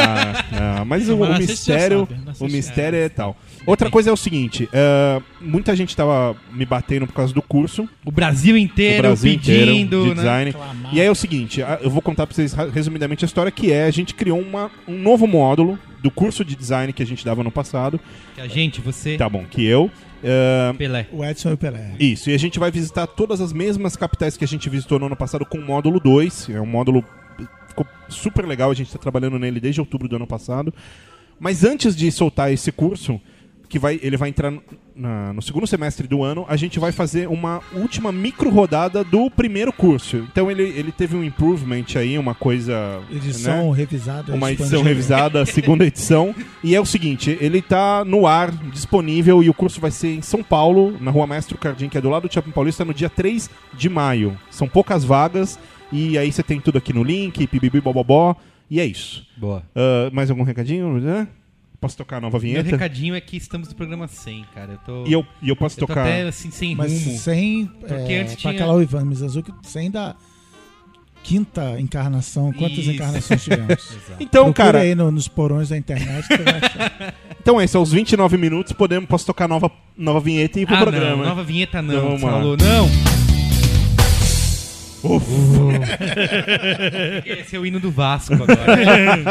[SPEAKER 5] Ah, ah, mas o, o
[SPEAKER 4] Mas vocês já
[SPEAKER 5] mistério,
[SPEAKER 4] sabem, mas
[SPEAKER 5] o
[SPEAKER 4] vocês já-
[SPEAKER 5] mistério é tal. Outra coisa é o seguinte, ah, muita gente tava me batendo por causa do curso.
[SPEAKER 4] O Brasil inteiro pedindo,
[SPEAKER 5] de
[SPEAKER 4] né?
[SPEAKER 5] design. E aí é o seguinte, ah, eu vou contar pra vocês ra- resumidamente a história que é, a gente criou uma- um novo módulo do curso de design que a gente dava no passado.
[SPEAKER 4] Que a gente, você.
[SPEAKER 5] Tá bom, que eu. eh,
[SPEAKER 4] Pelé.
[SPEAKER 8] O Edson e o Pelé.
[SPEAKER 5] Isso, e a gente vai visitar todas as mesmas capitais que a gente visitou no ano passado com o módulo 2. É um módulo ficou super legal, a gente está trabalhando nele desde outubro do ano passado. Mas antes de soltar esse curso, que vai, ele vai entrar na- no segundo semestre do ano, a gente vai fazer uma última micro rodada do primeiro curso. Então ele, ele teve um improvement aí, uma coisa.
[SPEAKER 8] Edição
[SPEAKER 5] né?
[SPEAKER 8] revisada.
[SPEAKER 5] Uma edição
[SPEAKER 8] expandida.
[SPEAKER 5] revisada, a segunda edição. E é o seguinte, ele tá no ar, disponível, e o curso vai ser em São Paulo, na Rua Mestre Cardim, que é do lado do Shopping Paulista, no dia 3 de maio. São poucas vagas, e aí você tem tudo aqui no link, pibibi, bobobó, e é isso.
[SPEAKER 4] Boa.
[SPEAKER 5] Ah, mais algum recadinho? né? Posso tocar a nova
[SPEAKER 4] Meu
[SPEAKER 5] vinheta?
[SPEAKER 4] recadinho é que estamos no programa 100, cara. Eu tô...
[SPEAKER 5] E eu- e eu posso
[SPEAKER 4] tô
[SPEAKER 5] tocar-
[SPEAKER 4] até, assim, sem
[SPEAKER 8] Mas
[SPEAKER 4] rumo.
[SPEAKER 8] sem.
[SPEAKER 4] Porque
[SPEAKER 8] É,
[SPEAKER 4] antes
[SPEAKER 8] pra
[SPEAKER 4] tinha...
[SPEAKER 8] calar o Ivan Mizanzuki, sem da quinta encarnação. Quantas
[SPEAKER 4] Isso.
[SPEAKER 8] encarnações tivemos?
[SPEAKER 4] Exato.
[SPEAKER 5] Então,
[SPEAKER 8] Procura
[SPEAKER 5] cara-
[SPEAKER 8] aí no- nos porões da internet que você vai achar.
[SPEAKER 5] Então é isso, aos 29 minutos podemos, posso tocar a nova, nova vinheta e ir pro
[SPEAKER 4] ah,
[SPEAKER 5] programa.
[SPEAKER 4] não. Nova vinheta não.
[SPEAKER 5] Então,
[SPEAKER 4] você
[SPEAKER 5] vamos lá.
[SPEAKER 4] falou, não.
[SPEAKER 5] Ufa.
[SPEAKER 4] Esse é o hino do Vasco agora.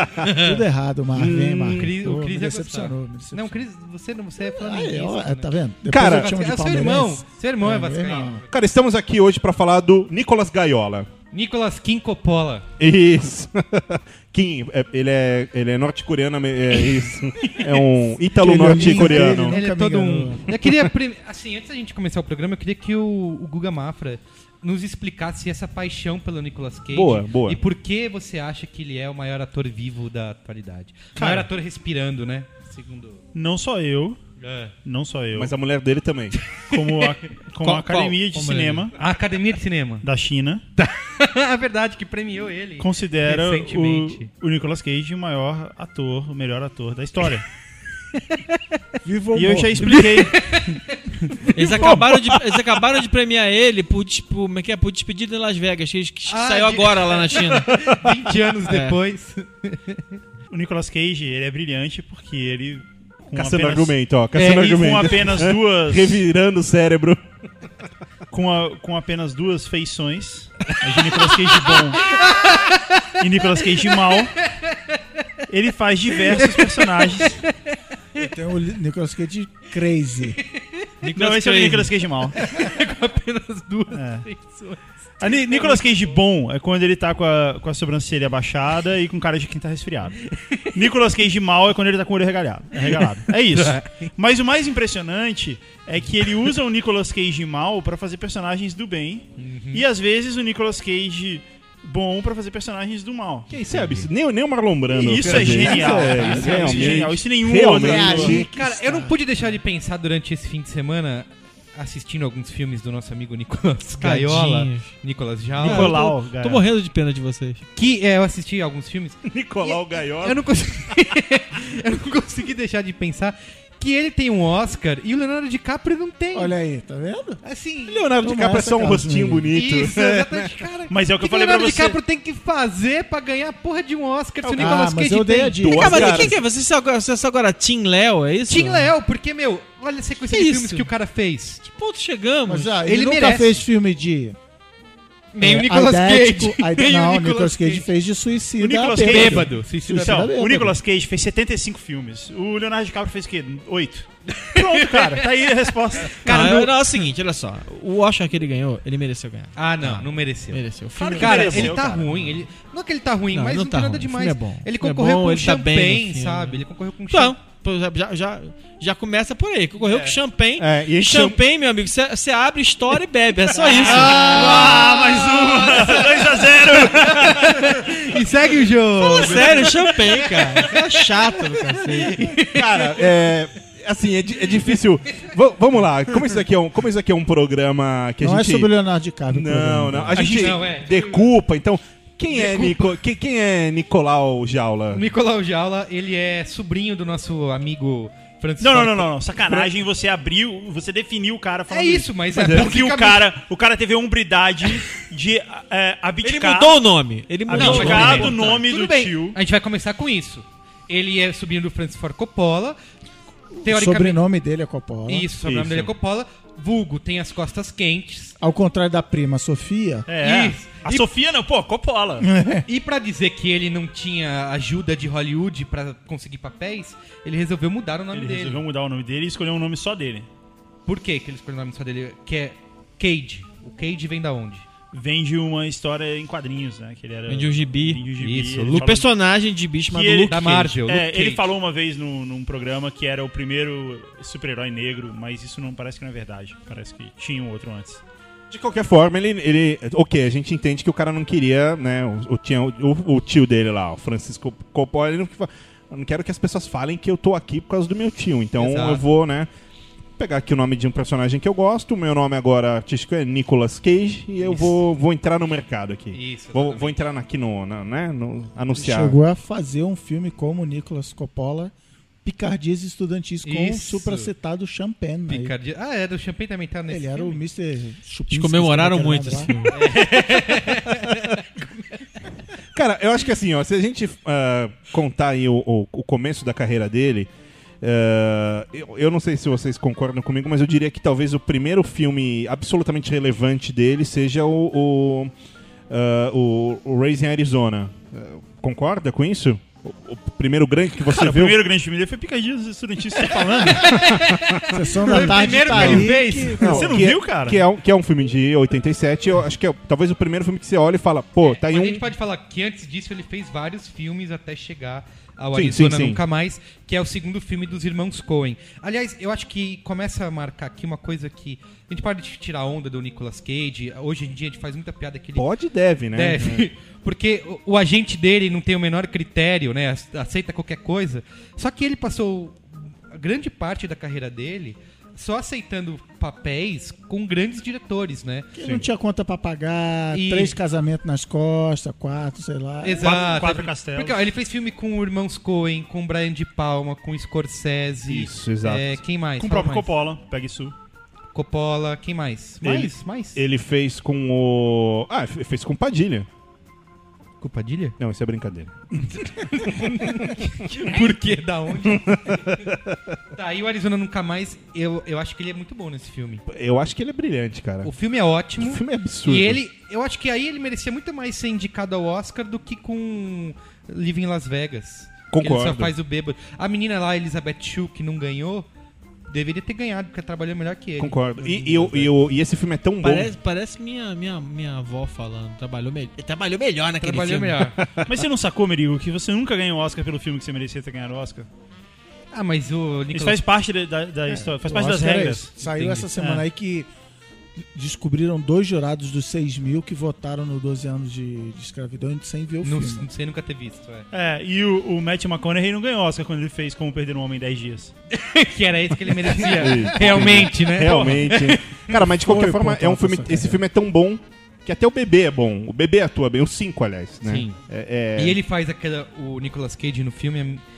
[SPEAKER 8] Tudo errado, Marvin,
[SPEAKER 5] Hum.
[SPEAKER 8] hein, Marvin?
[SPEAKER 4] O Cris,
[SPEAKER 8] Pô,
[SPEAKER 4] o
[SPEAKER 8] me
[SPEAKER 4] Cris ia gostar.
[SPEAKER 8] decepcionou, me
[SPEAKER 4] Não, Cris, você não você é
[SPEAKER 8] Aí,
[SPEAKER 4] flamenguista.
[SPEAKER 8] ó,
[SPEAKER 4] né?
[SPEAKER 8] tá vendo? Depois
[SPEAKER 5] Cara-
[SPEAKER 8] eu te chamo de
[SPEAKER 4] É seu
[SPEAKER 8] palmeirense.
[SPEAKER 4] irmão. Seu irmão é,
[SPEAKER 8] meu
[SPEAKER 4] vascaíno.
[SPEAKER 5] Cara, estamos aqui hoje para falar do Nicolas Gaiola.
[SPEAKER 4] Nicolas Kim Coppola.
[SPEAKER 5] Isso. Kim, é- ele é, ele é norte-coreano, ame- é isso. É um
[SPEAKER 8] Aquele olhinho
[SPEAKER 5] ítalo-norte-coreano.
[SPEAKER 8] dele,
[SPEAKER 4] Ele é
[SPEAKER 8] Nunca me
[SPEAKER 4] todo um.
[SPEAKER 8] enganou.
[SPEAKER 4] Eu queria, prim- assim, antes da gente começar o programa, eu queria que o, o Guga Mafra nos explicasse essa paixão pelo Nicolas Cage.
[SPEAKER 5] Boa, boa.
[SPEAKER 4] E por que você acha que ele é o maior ator vivo da atualidade? O
[SPEAKER 7] Cara.
[SPEAKER 4] maior ator respirando, né? Segundo.
[SPEAKER 7] Não só eu,
[SPEAKER 4] É.
[SPEAKER 7] não só eu,
[SPEAKER 5] Mas a mulher dele também.
[SPEAKER 7] como a, como
[SPEAKER 4] Qual-
[SPEAKER 7] a Academia
[SPEAKER 4] qual-
[SPEAKER 7] de
[SPEAKER 4] qual mulher?
[SPEAKER 7] Cinema
[SPEAKER 4] A Academia de Cinema.
[SPEAKER 7] da China
[SPEAKER 4] é verdade, que premiou ele.
[SPEAKER 7] considera
[SPEAKER 4] recentemente.
[SPEAKER 7] o, o Nicolas Cage o maior ator, o melhor ator da história.
[SPEAKER 8] Vivo ou
[SPEAKER 7] e eu
[SPEAKER 8] morto.
[SPEAKER 7] já expliquei.
[SPEAKER 6] Eles acabaram, de, eles acabaram de premiar ele por, tipo, como é que é? Por despedida em Las Vegas, que, que
[SPEAKER 4] Ah,
[SPEAKER 6] saiu
[SPEAKER 4] de-
[SPEAKER 6] agora lá na China.
[SPEAKER 4] 20 anos
[SPEAKER 6] É.
[SPEAKER 4] depois.
[SPEAKER 7] O Nicolas Cage, ele é brilhante porque ele com
[SPEAKER 5] Caçando
[SPEAKER 7] apenas-
[SPEAKER 5] argumento, ó. Caçando
[SPEAKER 7] É, e
[SPEAKER 5] argumento.
[SPEAKER 7] com apenas duas...
[SPEAKER 5] Revirando o cérebro.
[SPEAKER 7] com, a- com apenas duas feições. A de Nicolas Cage bom e Nicolas Cage mal. Ele faz diversos personagens.
[SPEAKER 8] Tem o Li- Nicolas Cage crazy.
[SPEAKER 7] Não, esse é o Nicolas Cage mal.
[SPEAKER 4] com apenas duas
[SPEAKER 7] É.
[SPEAKER 4] feições.
[SPEAKER 7] A Ni- Nicolas Cage bom é quando ele tá com a, com a sobrancelha abaixada e com cara de quem tá resfriado. Nicolas Cage mal é quando ele tá com o olho regalado. regalado. É isso. Mas o mais impressionante é que ele usa o Nicolas Cage mal pra fazer personagens do bem e às vezes o Nicolas Cage bom pra fazer personagens do mal.
[SPEAKER 5] Que isso é absurdo. Nem, nem o Marlon Brando.
[SPEAKER 7] Isso
[SPEAKER 5] quer
[SPEAKER 7] é
[SPEAKER 5] dizer,
[SPEAKER 7] genial.
[SPEAKER 5] isso é-
[SPEAKER 7] cara. Isso é
[SPEAKER 5] realmente-
[SPEAKER 7] genial. Isso nenhum
[SPEAKER 5] realmente.
[SPEAKER 7] outro.
[SPEAKER 4] Cara, eu não pude deixar de pensar durante esse fim de semana assistindo alguns filmes do nosso amigo Nicolas Gaiola,
[SPEAKER 6] Gadinhos.
[SPEAKER 4] Nicolas Jaula.
[SPEAKER 6] Nicolau, Tô- tô Gaiola. morrendo de pena de vocês.
[SPEAKER 4] Que é, eu assisti alguns filmes.
[SPEAKER 5] Nicolau Gaiola.
[SPEAKER 4] Eu não consegui Eu não consegui deixar de pensar que ele tem um Oscar e o Leonardo DiCaprio não tem.
[SPEAKER 8] Olha aí, tá vendo?
[SPEAKER 4] Assim,
[SPEAKER 5] Leonardo DiCaprio é só um rostinho bonito.
[SPEAKER 4] Isso, exatamente, cara.
[SPEAKER 5] Mas é o que eu falei pra
[SPEAKER 4] Leonardo
[SPEAKER 5] você. É
[SPEAKER 4] DiCaprio tem que fazer pra ganhar a porra de um Oscar se o
[SPEAKER 6] Ah,
[SPEAKER 4] Nicolas
[SPEAKER 6] mas
[SPEAKER 4] Cage
[SPEAKER 6] eu dei
[SPEAKER 4] tem.
[SPEAKER 6] a dica. Duas Cara, mas caras. quem que é? Você só agora, você só agora Tim Léo, é isso?
[SPEAKER 4] Tim Léo, porque, meu, olha a sequência
[SPEAKER 6] Que
[SPEAKER 4] de
[SPEAKER 6] isso?
[SPEAKER 4] filmes que o cara fez.
[SPEAKER 6] Que ponto chegamos?
[SPEAKER 8] Mas, ah, ele, nunca fez filme de.
[SPEAKER 4] Nem o
[SPEAKER 8] é,
[SPEAKER 4] Nicolas
[SPEAKER 8] aidético,
[SPEAKER 4] Cage.
[SPEAKER 8] aid-
[SPEAKER 4] Nem o
[SPEAKER 8] Não, o
[SPEAKER 4] Nicolas
[SPEAKER 8] Nicolas Cage
[SPEAKER 4] Cage.
[SPEAKER 8] fez de suicida.
[SPEAKER 7] O Nicolas Cage.
[SPEAKER 8] bêbado.
[SPEAKER 7] Então,
[SPEAKER 8] Suicida
[SPEAKER 7] o
[SPEAKER 8] bêbado.
[SPEAKER 7] Nicolas Cage fez 75 filmes. O Leonardo DiCaprio fez o quê? 8. Pronto, cara. Tá aí a resposta.
[SPEAKER 6] Cara,
[SPEAKER 7] não-
[SPEAKER 6] não, é o seguinte, olha só. O Oscar que ele ganhou, ele mereceu ganhar.
[SPEAKER 4] Ah, não, não mereceu.
[SPEAKER 6] Mereceu. O
[SPEAKER 4] Claro
[SPEAKER 6] filme-
[SPEAKER 4] que Cara, mereceu, ele tá cara. ruim, ele- Não é que ele tá ruim, mas não
[SPEAKER 6] tá
[SPEAKER 4] tem nada
[SPEAKER 6] ruim, o
[SPEAKER 4] demais.
[SPEAKER 6] filme É bom.
[SPEAKER 4] Ele
[SPEAKER 6] O filme
[SPEAKER 4] concorreu
[SPEAKER 6] é bom,
[SPEAKER 4] com
[SPEAKER 6] ele tá bem no
[SPEAKER 4] champanhe,
[SPEAKER 6] filme.
[SPEAKER 4] sabe? Ele concorreu com
[SPEAKER 6] Então, pô, já- já, já, já começa por aí. Concorreu com champanhe.
[SPEAKER 4] É, e
[SPEAKER 6] e
[SPEAKER 4] esse cham-
[SPEAKER 6] champanhe, meu amigo, você abre história e bebe. É só isso.
[SPEAKER 4] Ah, mais uma.
[SPEAKER 7] 2 a 0.
[SPEAKER 4] E segue o jogo.
[SPEAKER 6] Fala sério, champanhe, cara. É chato do cacete.
[SPEAKER 5] Cara, é. Assim, é, di- é difícil. V- vamos lá, como isso, aqui é um, como isso aqui é um programa que
[SPEAKER 8] Não
[SPEAKER 5] a
[SPEAKER 8] é
[SPEAKER 5] gente.
[SPEAKER 8] sobre o Leonardo DiCaprio. o
[SPEAKER 5] Não,
[SPEAKER 8] programa. né?
[SPEAKER 5] não. A gente
[SPEAKER 4] não, é.
[SPEAKER 5] decupa, então. Quem é,
[SPEAKER 4] Decupa.
[SPEAKER 5] Nico, que- quem é Nicolau Jaula?
[SPEAKER 4] O Nicolau Jaula, ele é sobrinho do nosso amigo Francisco.
[SPEAKER 7] Não, não, não, não, não. Sacanagem, você abriu, você definiu o cara falando.
[SPEAKER 4] É isso, mas é
[SPEAKER 7] Porque o
[SPEAKER 4] basicamente-
[SPEAKER 7] cara, o cara teve a hombridade de é, abdicar. Ah,
[SPEAKER 4] Ele mudou o nome.
[SPEAKER 6] Ele
[SPEAKER 4] Não, mas
[SPEAKER 7] abdicar
[SPEAKER 4] é
[SPEAKER 7] do nome
[SPEAKER 4] Tudo
[SPEAKER 7] do
[SPEAKER 4] bem,
[SPEAKER 7] tio.
[SPEAKER 4] A gente vai começar com isso. Ele é sobrinho do Francis Ford Coppola.
[SPEAKER 8] O
[SPEAKER 4] Teoricamente.
[SPEAKER 8] sobrenome dele é Coppola.
[SPEAKER 4] Isso, o sobrenome dele é Coppola. Vulgo tem as costas quentes.
[SPEAKER 8] Ao contrário da prima, Sofia.
[SPEAKER 7] É.
[SPEAKER 4] Isso.
[SPEAKER 7] A
[SPEAKER 4] E-
[SPEAKER 7] Sofia não, pô, Coppola.
[SPEAKER 8] É.
[SPEAKER 4] E pra dizer que ele não tinha ajuda de Hollywood pra conseguir papéis, ele resolveu mudar o nome
[SPEAKER 7] Ele
[SPEAKER 4] dele.
[SPEAKER 7] resolveu mudar o nome dele e escolheu um nome só dele.
[SPEAKER 4] Por que que ele escolheu o nome só dele? Que é Cage. O Cage vem da onde?
[SPEAKER 7] Vem de uma história em quadrinhos, né? Que ele era.
[SPEAKER 6] Vem de um gibi.
[SPEAKER 7] Vem de um gibi.
[SPEAKER 6] Isso,
[SPEAKER 7] Ele
[SPEAKER 6] o
[SPEAKER 7] falou-
[SPEAKER 6] personagem de bicho
[SPEAKER 7] Que
[SPEAKER 6] chamado
[SPEAKER 7] ele-
[SPEAKER 6] Luke
[SPEAKER 7] é,
[SPEAKER 6] Cage.
[SPEAKER 7] ele falou uma vez num, num programa que era o primeiro super-herói negro, mas isso não parece que não é verdade. Parece que tinha um outro antes.
[SPEAKER 5] De qualquer forma, ele, ele. Ok, a gente entende que o cara não queria, né? O, o, tinha- o- o tio dele lá, o Francisco Coppola, ele não, fa- eu não quero que as pessoas falem que eu tô aqui por causa do meu tio. Então
[SPEAKER 4] Exato.
[SPEAKER 5] eu vou, né? Pegar aqui o nome de um personagem que eu gosto. O meu nome agora artístico é Nicolas Cage e eu vou, vou entrar no mercado aqui.
[SPEAKER 4] Isso,
[SPEAKER 5] vou, vou entrar aqui no. na- né, no anunciar.
[SPEAKER 8] Chegou a fazer um filme como o Nicolas Coppola, Picardias Estudantis, com o
[SPEAKER 4] Isso.
[SPEAKER 8] supracetado Champagne. aí.
[SPEAKER 4] Picardia. Ah, é, do Champagne também tá nesse
[SPEAKER 8] Ele era o
[SPEAKER 4] filme.
[SPEAKER 8] Mr. Chupins.
[SPEAKER 6] Eles comemoraram muito esse
[SPEAKER 7] assim.
[SPEAKER 6] filme.
[SPEAKER 5] Cara, eu acho que assim, ó, se a gente ah, contar aí o, o- o começo da carreira dele, ah, eu, eu não sei se vocês concordam comigo, mas eu diria que talvez o primeiro filme absolutamente relevante dele seja o, o, ah, o- o Raising Arizona. Ah, concorda com isso? O, o primeiro grande que você
[SPEAKER 7] Cara,
[SPEAKER 5] viu?
[SPEAKER 7] o primeiro grande filme dele foi Picadinho dos Estudantistas que tá falando.
[SPEAKER 8] Sessão
[SPEAKER 7] Foi
[SPEAKER 8] da
[SPEAKER 7] o
[SPEAKER 8] tarde.
[SPEAKER 7] primeiro
[SPEAKER 8] tá
[SPEAKER 7] que
[SPEAKER 8] aí.
[SPEAKER 7] ele fez. Você não
[SPEAKER 5] que é-
[SPEAKER 7] viu, cara?
[SPEAKER 5] Que é, um, que é um filme de 87, eu acho que é talvez o primeiro filme que você olha e fala, pô, tá aí
[SPEAKER 4] Mas
[SPEAKER 5] um
[SPEAKER 4] a gente pode falar que antes disso ele fez vários filmes até chegar ao
[SPEAKER 5] Sim,
[SPEAKER 4] Arizona
[SPEAKER 5] sim, sim.
[SPEAKER 4] Nunca Mais, que é o segundo filme dos irmãos Coen. Aliás, eu acho que começa a marcar aqui uma coisa que a gente pode tirar onda do Nicolas Cage. Hoje em dia a gente faz muita piada que ele
[SPEAKER 5] Pode e deve, né?
[SPEAKER 4] Deve. Porque o, o agente dele não tem o menor critério, né? Ace- Aceita qualquer coisa. Só que ele passou a grande parte da carreira dele só aceitando papéis com grandes diretores, né?
[SPEAKER 8] Ele não tinha conta pra pagar,
[SPEAKER 4] E-
[SPEAKER 8] três casamentos nas costas, quatro, sei lá.
[SPEAKER 4] Exato. é Porque, ó, ele fez filme com o Irmãos Coen, com o Brian de Palma, com o Scorsese.
[SPEAKER 5] Isso, exato.
[SPEAKER 4] É, quem mais?
[SPEAKER 7] Com o
[SPEAKER 4] Fala
[SPEAKER 7] próprio
[SPEAKER 4] mais.
[SPEAKER 7] Coppola, Peggy Sue.
[SPEAKER 4] Coppola, quem mais? Mais, mais.
[SPEAKER 5] Ele fez com o. Ah, fe- fez com Padilha.
[SPEAKER 4] Marco Padilha?
[SPEAKER 5] Não, isso é brincadeira.
[SPEAKER 4] Por quê? Da onde? tá, e o Arizona Nunca Mais, eu, eu acho que ele é muito bom nesse filme.
[SPEAKER 5] Eu acho que ele é brilhante, cara.
[SPEAKER 4] O filme é ótimo.
[SPEAKER 5] O filme é absurdo.
[SPEAKER 4] E ele, eu acho que aí ele merecia muito mais ser indicado ao Oscar do que com Live em Las Vegas.
[SPEAKER 5] Concordo.
[SPEAKER 4] Que Ele só faz o bêbado. A menina lá, Elizabeth Chu, que não ganhou, deveria ter ganhado, porque ela trabalhou melhor que ele.
[SPEAKER 5] Concordo. E, e, o- e o- e esse filme é tão bom.
[SPEAKER 6] Parece, parece minha, minha, minha avó falando. Trabalhou, me... trabalhou melhor naquele
[SPEAKER 7] Trabalhou
[SPEAKER 6] filme.
[SPEAKER 7] melhor. Mas você não sacou, Merigo, que você nunca ganhou um Oscar pelo filme que você merecia ter ganhado Oscar?
[SPEAKER 4] Ah, mas o Nicolas-
[SPEAKER 7] Isso faz parte da, da- da
[SPEAKER 4] É,
[SPEAKER 7] história, faz
[SPEAKER 8] Eu
[SPEAKER 7] parte das
[SPEAKER 8] acho que era
[SPEAKER 7] regras.
[SPEAKER 8] isso. Saiu
[SPEAKER 7] Entendi.
[SPEAKER 8] essa semana
[SPEAKER 7] É.
[SPEAKER 8] aí que descobriram dois jurados dos 6 mil que votaram no 12 anos de, de escravidão e sem ver o
[SPEAKER 4] Não,
[SPEAKER 8] filme.
[SPEAKER 4] não sei nunca ter visto, é.
[SPEAKER 7] É, e o, o Matt McConaughey não ganhou Oscar quando ele fez Como Perder um Homem em 10 Dias.
[SPEAKER 4] que era esse que ele merecia.
[SPEAKER 5] Isso.
[SPEAKER 4] Realmente, né?
[SPEAKER 5] Realmente. Cara, mas de qualquer forma,
[SPEAKER 6] tá
[SPEAKER 5] é um filme, esse filme é tão bom que até o bebê é bom. O bebê atua bem, o 5, aliás. Né?
[SPEAKER 4] Sim.
[SPEAKER 5] É- é-
[SPEAKER 4] E ele faz aquela. O Nicolas Cage no filme. é-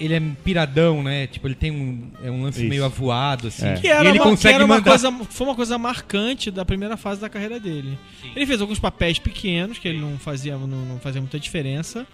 [SPEAKER 4] ele é piradão, né? Tipo, ele tem um, é um lance
[SPEAKER 5] Isso.
[SPEAKER 4] meio avoado, assim.
[SPEAKER 5] É.
[SPEAKER 6] Que era,
[SPEAKER 4] e ele
[SPEAKER 6] uma, que
[SPEAKER 4] consegue
[SPEAKER 6] era uma
[SPEAKER 4] mandar.
[SPEAKER 6] coisa, foi uma coisa marcante da primeira fase da carreira dele. Ele fez alguns papéis pequenos que ele não fazia, não, não fazia muita diferença.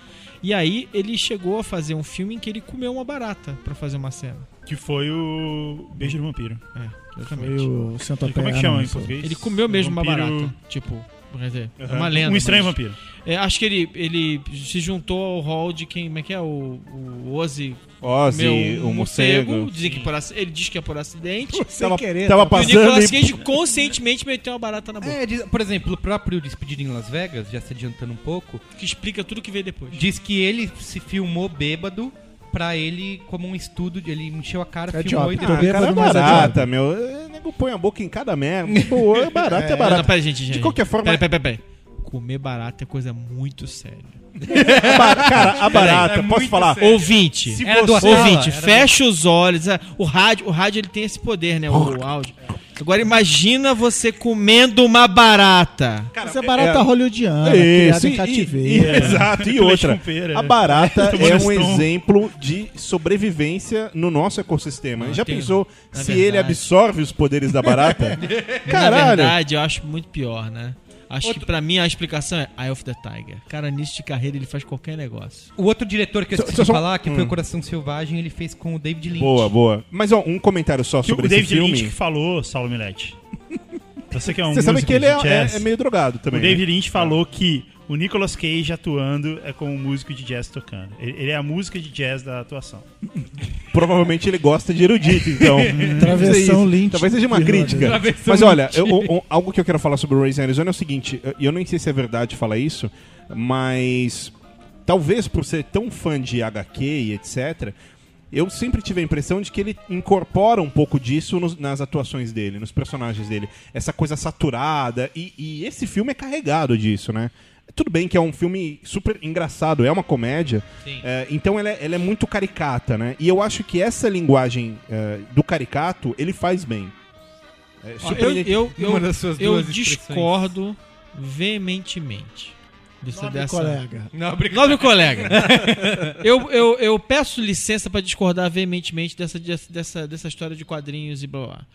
[SPEAKER 6] E aí ele chegou a fazer um filme em que ele comeu uma barata pra fazer uma cena.
[SPEAKER 7] Que foi o Beijo do Vampiro.
[SPEAKER 6] É,
[SPEAKER 7] exatamente.
[SPEAKER 8] Foi o Centopeia,
[SPEAKER 7] Como é que chama
[SPEAKER 8] não,
[SPEAKER 7] em
[SPEAKER 4] né?
[SPEAKER 8] isso.
[SPEAKER 7] português?
[SPEAKER 6] Ele comeu mesmo uma
[SPEAKER 7] Vampiro-
[SPEAKER 6] barata. Tipo, quer dizer, é
[SPEAKER 7] Aham.
[SPEAKER 6] uma lenda.
[SPEAKER 7] Um estranho
[SPEAKER 6] mas-
[SPEAKER 7] vampiro.
[SPEAKER 6] É, acho que ele, ele se juntou ao hall de quem. Como é que é? O, o Ozzy.
[SPEAKER 5] Ozzy,
[SPEAKER 6] comeu
[SPEAKER 5] o morcego.
[SPEAKER 6] Dizem que por ac- ele diz que é por acidente.
[SPEAKER 5] Sem Tava- querer, tava tá?
[SPEAKER 6] E o Nicolas
[SPEAKER 5] passando e-
[SPEAKER 6] Cage conscientemente meteu uma barata na boca.
[SPEAKER 4] É, diz- por exemplo, o próprio Despedido em Las Vegas, já se adiantando um pouco,
[SPEAKER 6] que explica tudo que veio depois.
[SPEAKER 4] Diz que ele se filmou bêbado pra ele, como um estudo, de- ele encheu a cara,
[SPEAKER 5] É
[SPEAKER 4] filmou
[SPEAKER 5] idiota.
[SPEAKER 4] e
[SPEAKER 5] Ah, cara, é barata, meu. É, nego põe a boca em cada merda. Pô, é barata, é,
[SPEAKER 6] É,
[SPEAKER 5] barata.
[SPEAKER 6] não, pera, gente, gente.
[SPEAKER 5] De qualquer forma...
[SPEAKER 6] Pera, pera, pera, pera. Comer barata é coisa muito séria.
[SPEAKER 5] É Ba- cara, a barata,
[SPEAKER 6] Peraí.
[SPEAKER 5] posso falar?
[SPEAKER 6] Ouvinte,
[SPEAKER 5] Se
[SPEAKER 6] Era do
[SPEAKER 5] você-
[SPEAKER 6] Acela, ouvinte,
[SPEAKER 5] era do-
[SPEAKER 6] fecha os olhos. ah, O rádio, o rádio ele tem esse poder, né? O, o áudio. Agora imagina você comendo uma barata.
[SPEAKER 8] Essa é barata hollywoodiana,
[SPEAKER 5] Isso,
[SPEAKER 8] criada em
[SPEAKER 5] e-
[SPEAKER 8] cativeiro.
[SPEAKER 5] e- e- exato, e
[SPEAKER 8] Leite
[SPEAKER 5] outra.
[SPEAKER 8] com pera.
[SPEAKER 5] A barata
[SPEAKER 8] Tomando
[SPEAKER 5] é um
[SPEAKER 8] Stone.
[SPEAKER 5] exemplo de sobrevivência no nosso ecossistema.
[SPEAKER 6] Ah,
[SPEAKER 5] Já
[SPEAKER 6] tem-
[SPEAKER 5] pensou
[SPEAKER 6] na
[SPEAKER 5] se ele
[SPEAKER 6] verdade.
[SPEAKER 5] absorve os poderes da barata?
[SPEAKER 6] Na
[SPEAKER 5] Caralho!
[SPEAKER 6] verdade, eu acho muito pior, né? Acho que pra mim a explicação é Eye of the Tiger. Cara, nisso de carreira ele faz qualquer negócio.
[SPEAKER 4] O outro diretor que eu
[SPEAKER 6] Só-
[SPEAKER 4] esqueci
[SPEAKER 6] só-
[SPEAKER 4] de
[SPEAKER 6] só-
[SPEAKER 4] falar, que foi
[SPEAKER 6] Hum.
[SPEAKER 4] o Coração Selvagem, ele fez com o David Lynch.
[SPEAKER 5] Boa, boa. Mas ó, um comentário só
[SPEAKER 7] Que o
[SPEAKER 5] sobre esse
[SPEAKER 7] David
[SPEAKER 5] filme.
[SPEAKER 7] Lynch que falou, Saulo Milete. Você que é um
[SPEAKER 5] Você sabe
[SPEAKER 7] músico
[SPEAKER 5] que ele
[SPEAKER 7] de
[SPEAKER 5] é-
[SPEAKER 7] jazz.
[SPEAKER 5] é- é meio drogado também,
[SPEAKER 7] O David
[SPEAKER 5] né?
[SPEAKER 7] Lynch falou que o Nicolas Cage atuando é como um músico de jazz tocando. Ele ele é a música de jazz da atuação.
[SPEAKER 5] Provavelmente ele gosta de erudito, então.
[SPEAKER 7] Travessão
[SPEAKER 5] Não sei isso.
[SPEAKER 7] Lynch,
[SPEAKER 5] Talvez seja uma
[SPEAKER 7] Fernandes.
[SPEAKER 5] crítica.
[SPEAKER 7] Travessão
[SPEAKER 5] Mas olha,
[SPEAKER 7] Lynch.
[SPEAKER 5] eu- eu- Um, algo que eu quero falar sobre o Raising Arizona é o seguinte, e eu nem sei se é verdade falar isso, mas talvez por ser tão fã de HQ e etc., eu sempre tive a impressão de que ele incorpora um pouco disso nos- nas atuações dele, nos personagens dele. Essa coisa saturada, e, e esse filme é carregado disso, né? Tudo bem que é um filme super engraçado, é uma comédia, é, então ela é, ela é muito caricata, né? E eu acho que essa linguagem é, do caricato ele faz bem. É,
[SPEAKER 6] Ó, eu
[SPEAKER 5] surpreendente.
[SPEAKER 6] eu, eu,
[SPEAKER 4] Uma das suas
[SPEAKER 6] eu
[SPEAKER 4] duas
[SPEAKER 6] discordo veementemente. Dessa,
[SPEAKER 4] Nobre
[SPEAKER 6] dessa-
[SPEAKER 4] colega.
[SPEAKER 6] Nobre,
[SPEAKER 4] Nobre-
[SPEAKER 6] colega. eu, eu, eu peço licença para discordar veementemente dessa, dessa, dessa história de quadrinhos e blá blá, blá.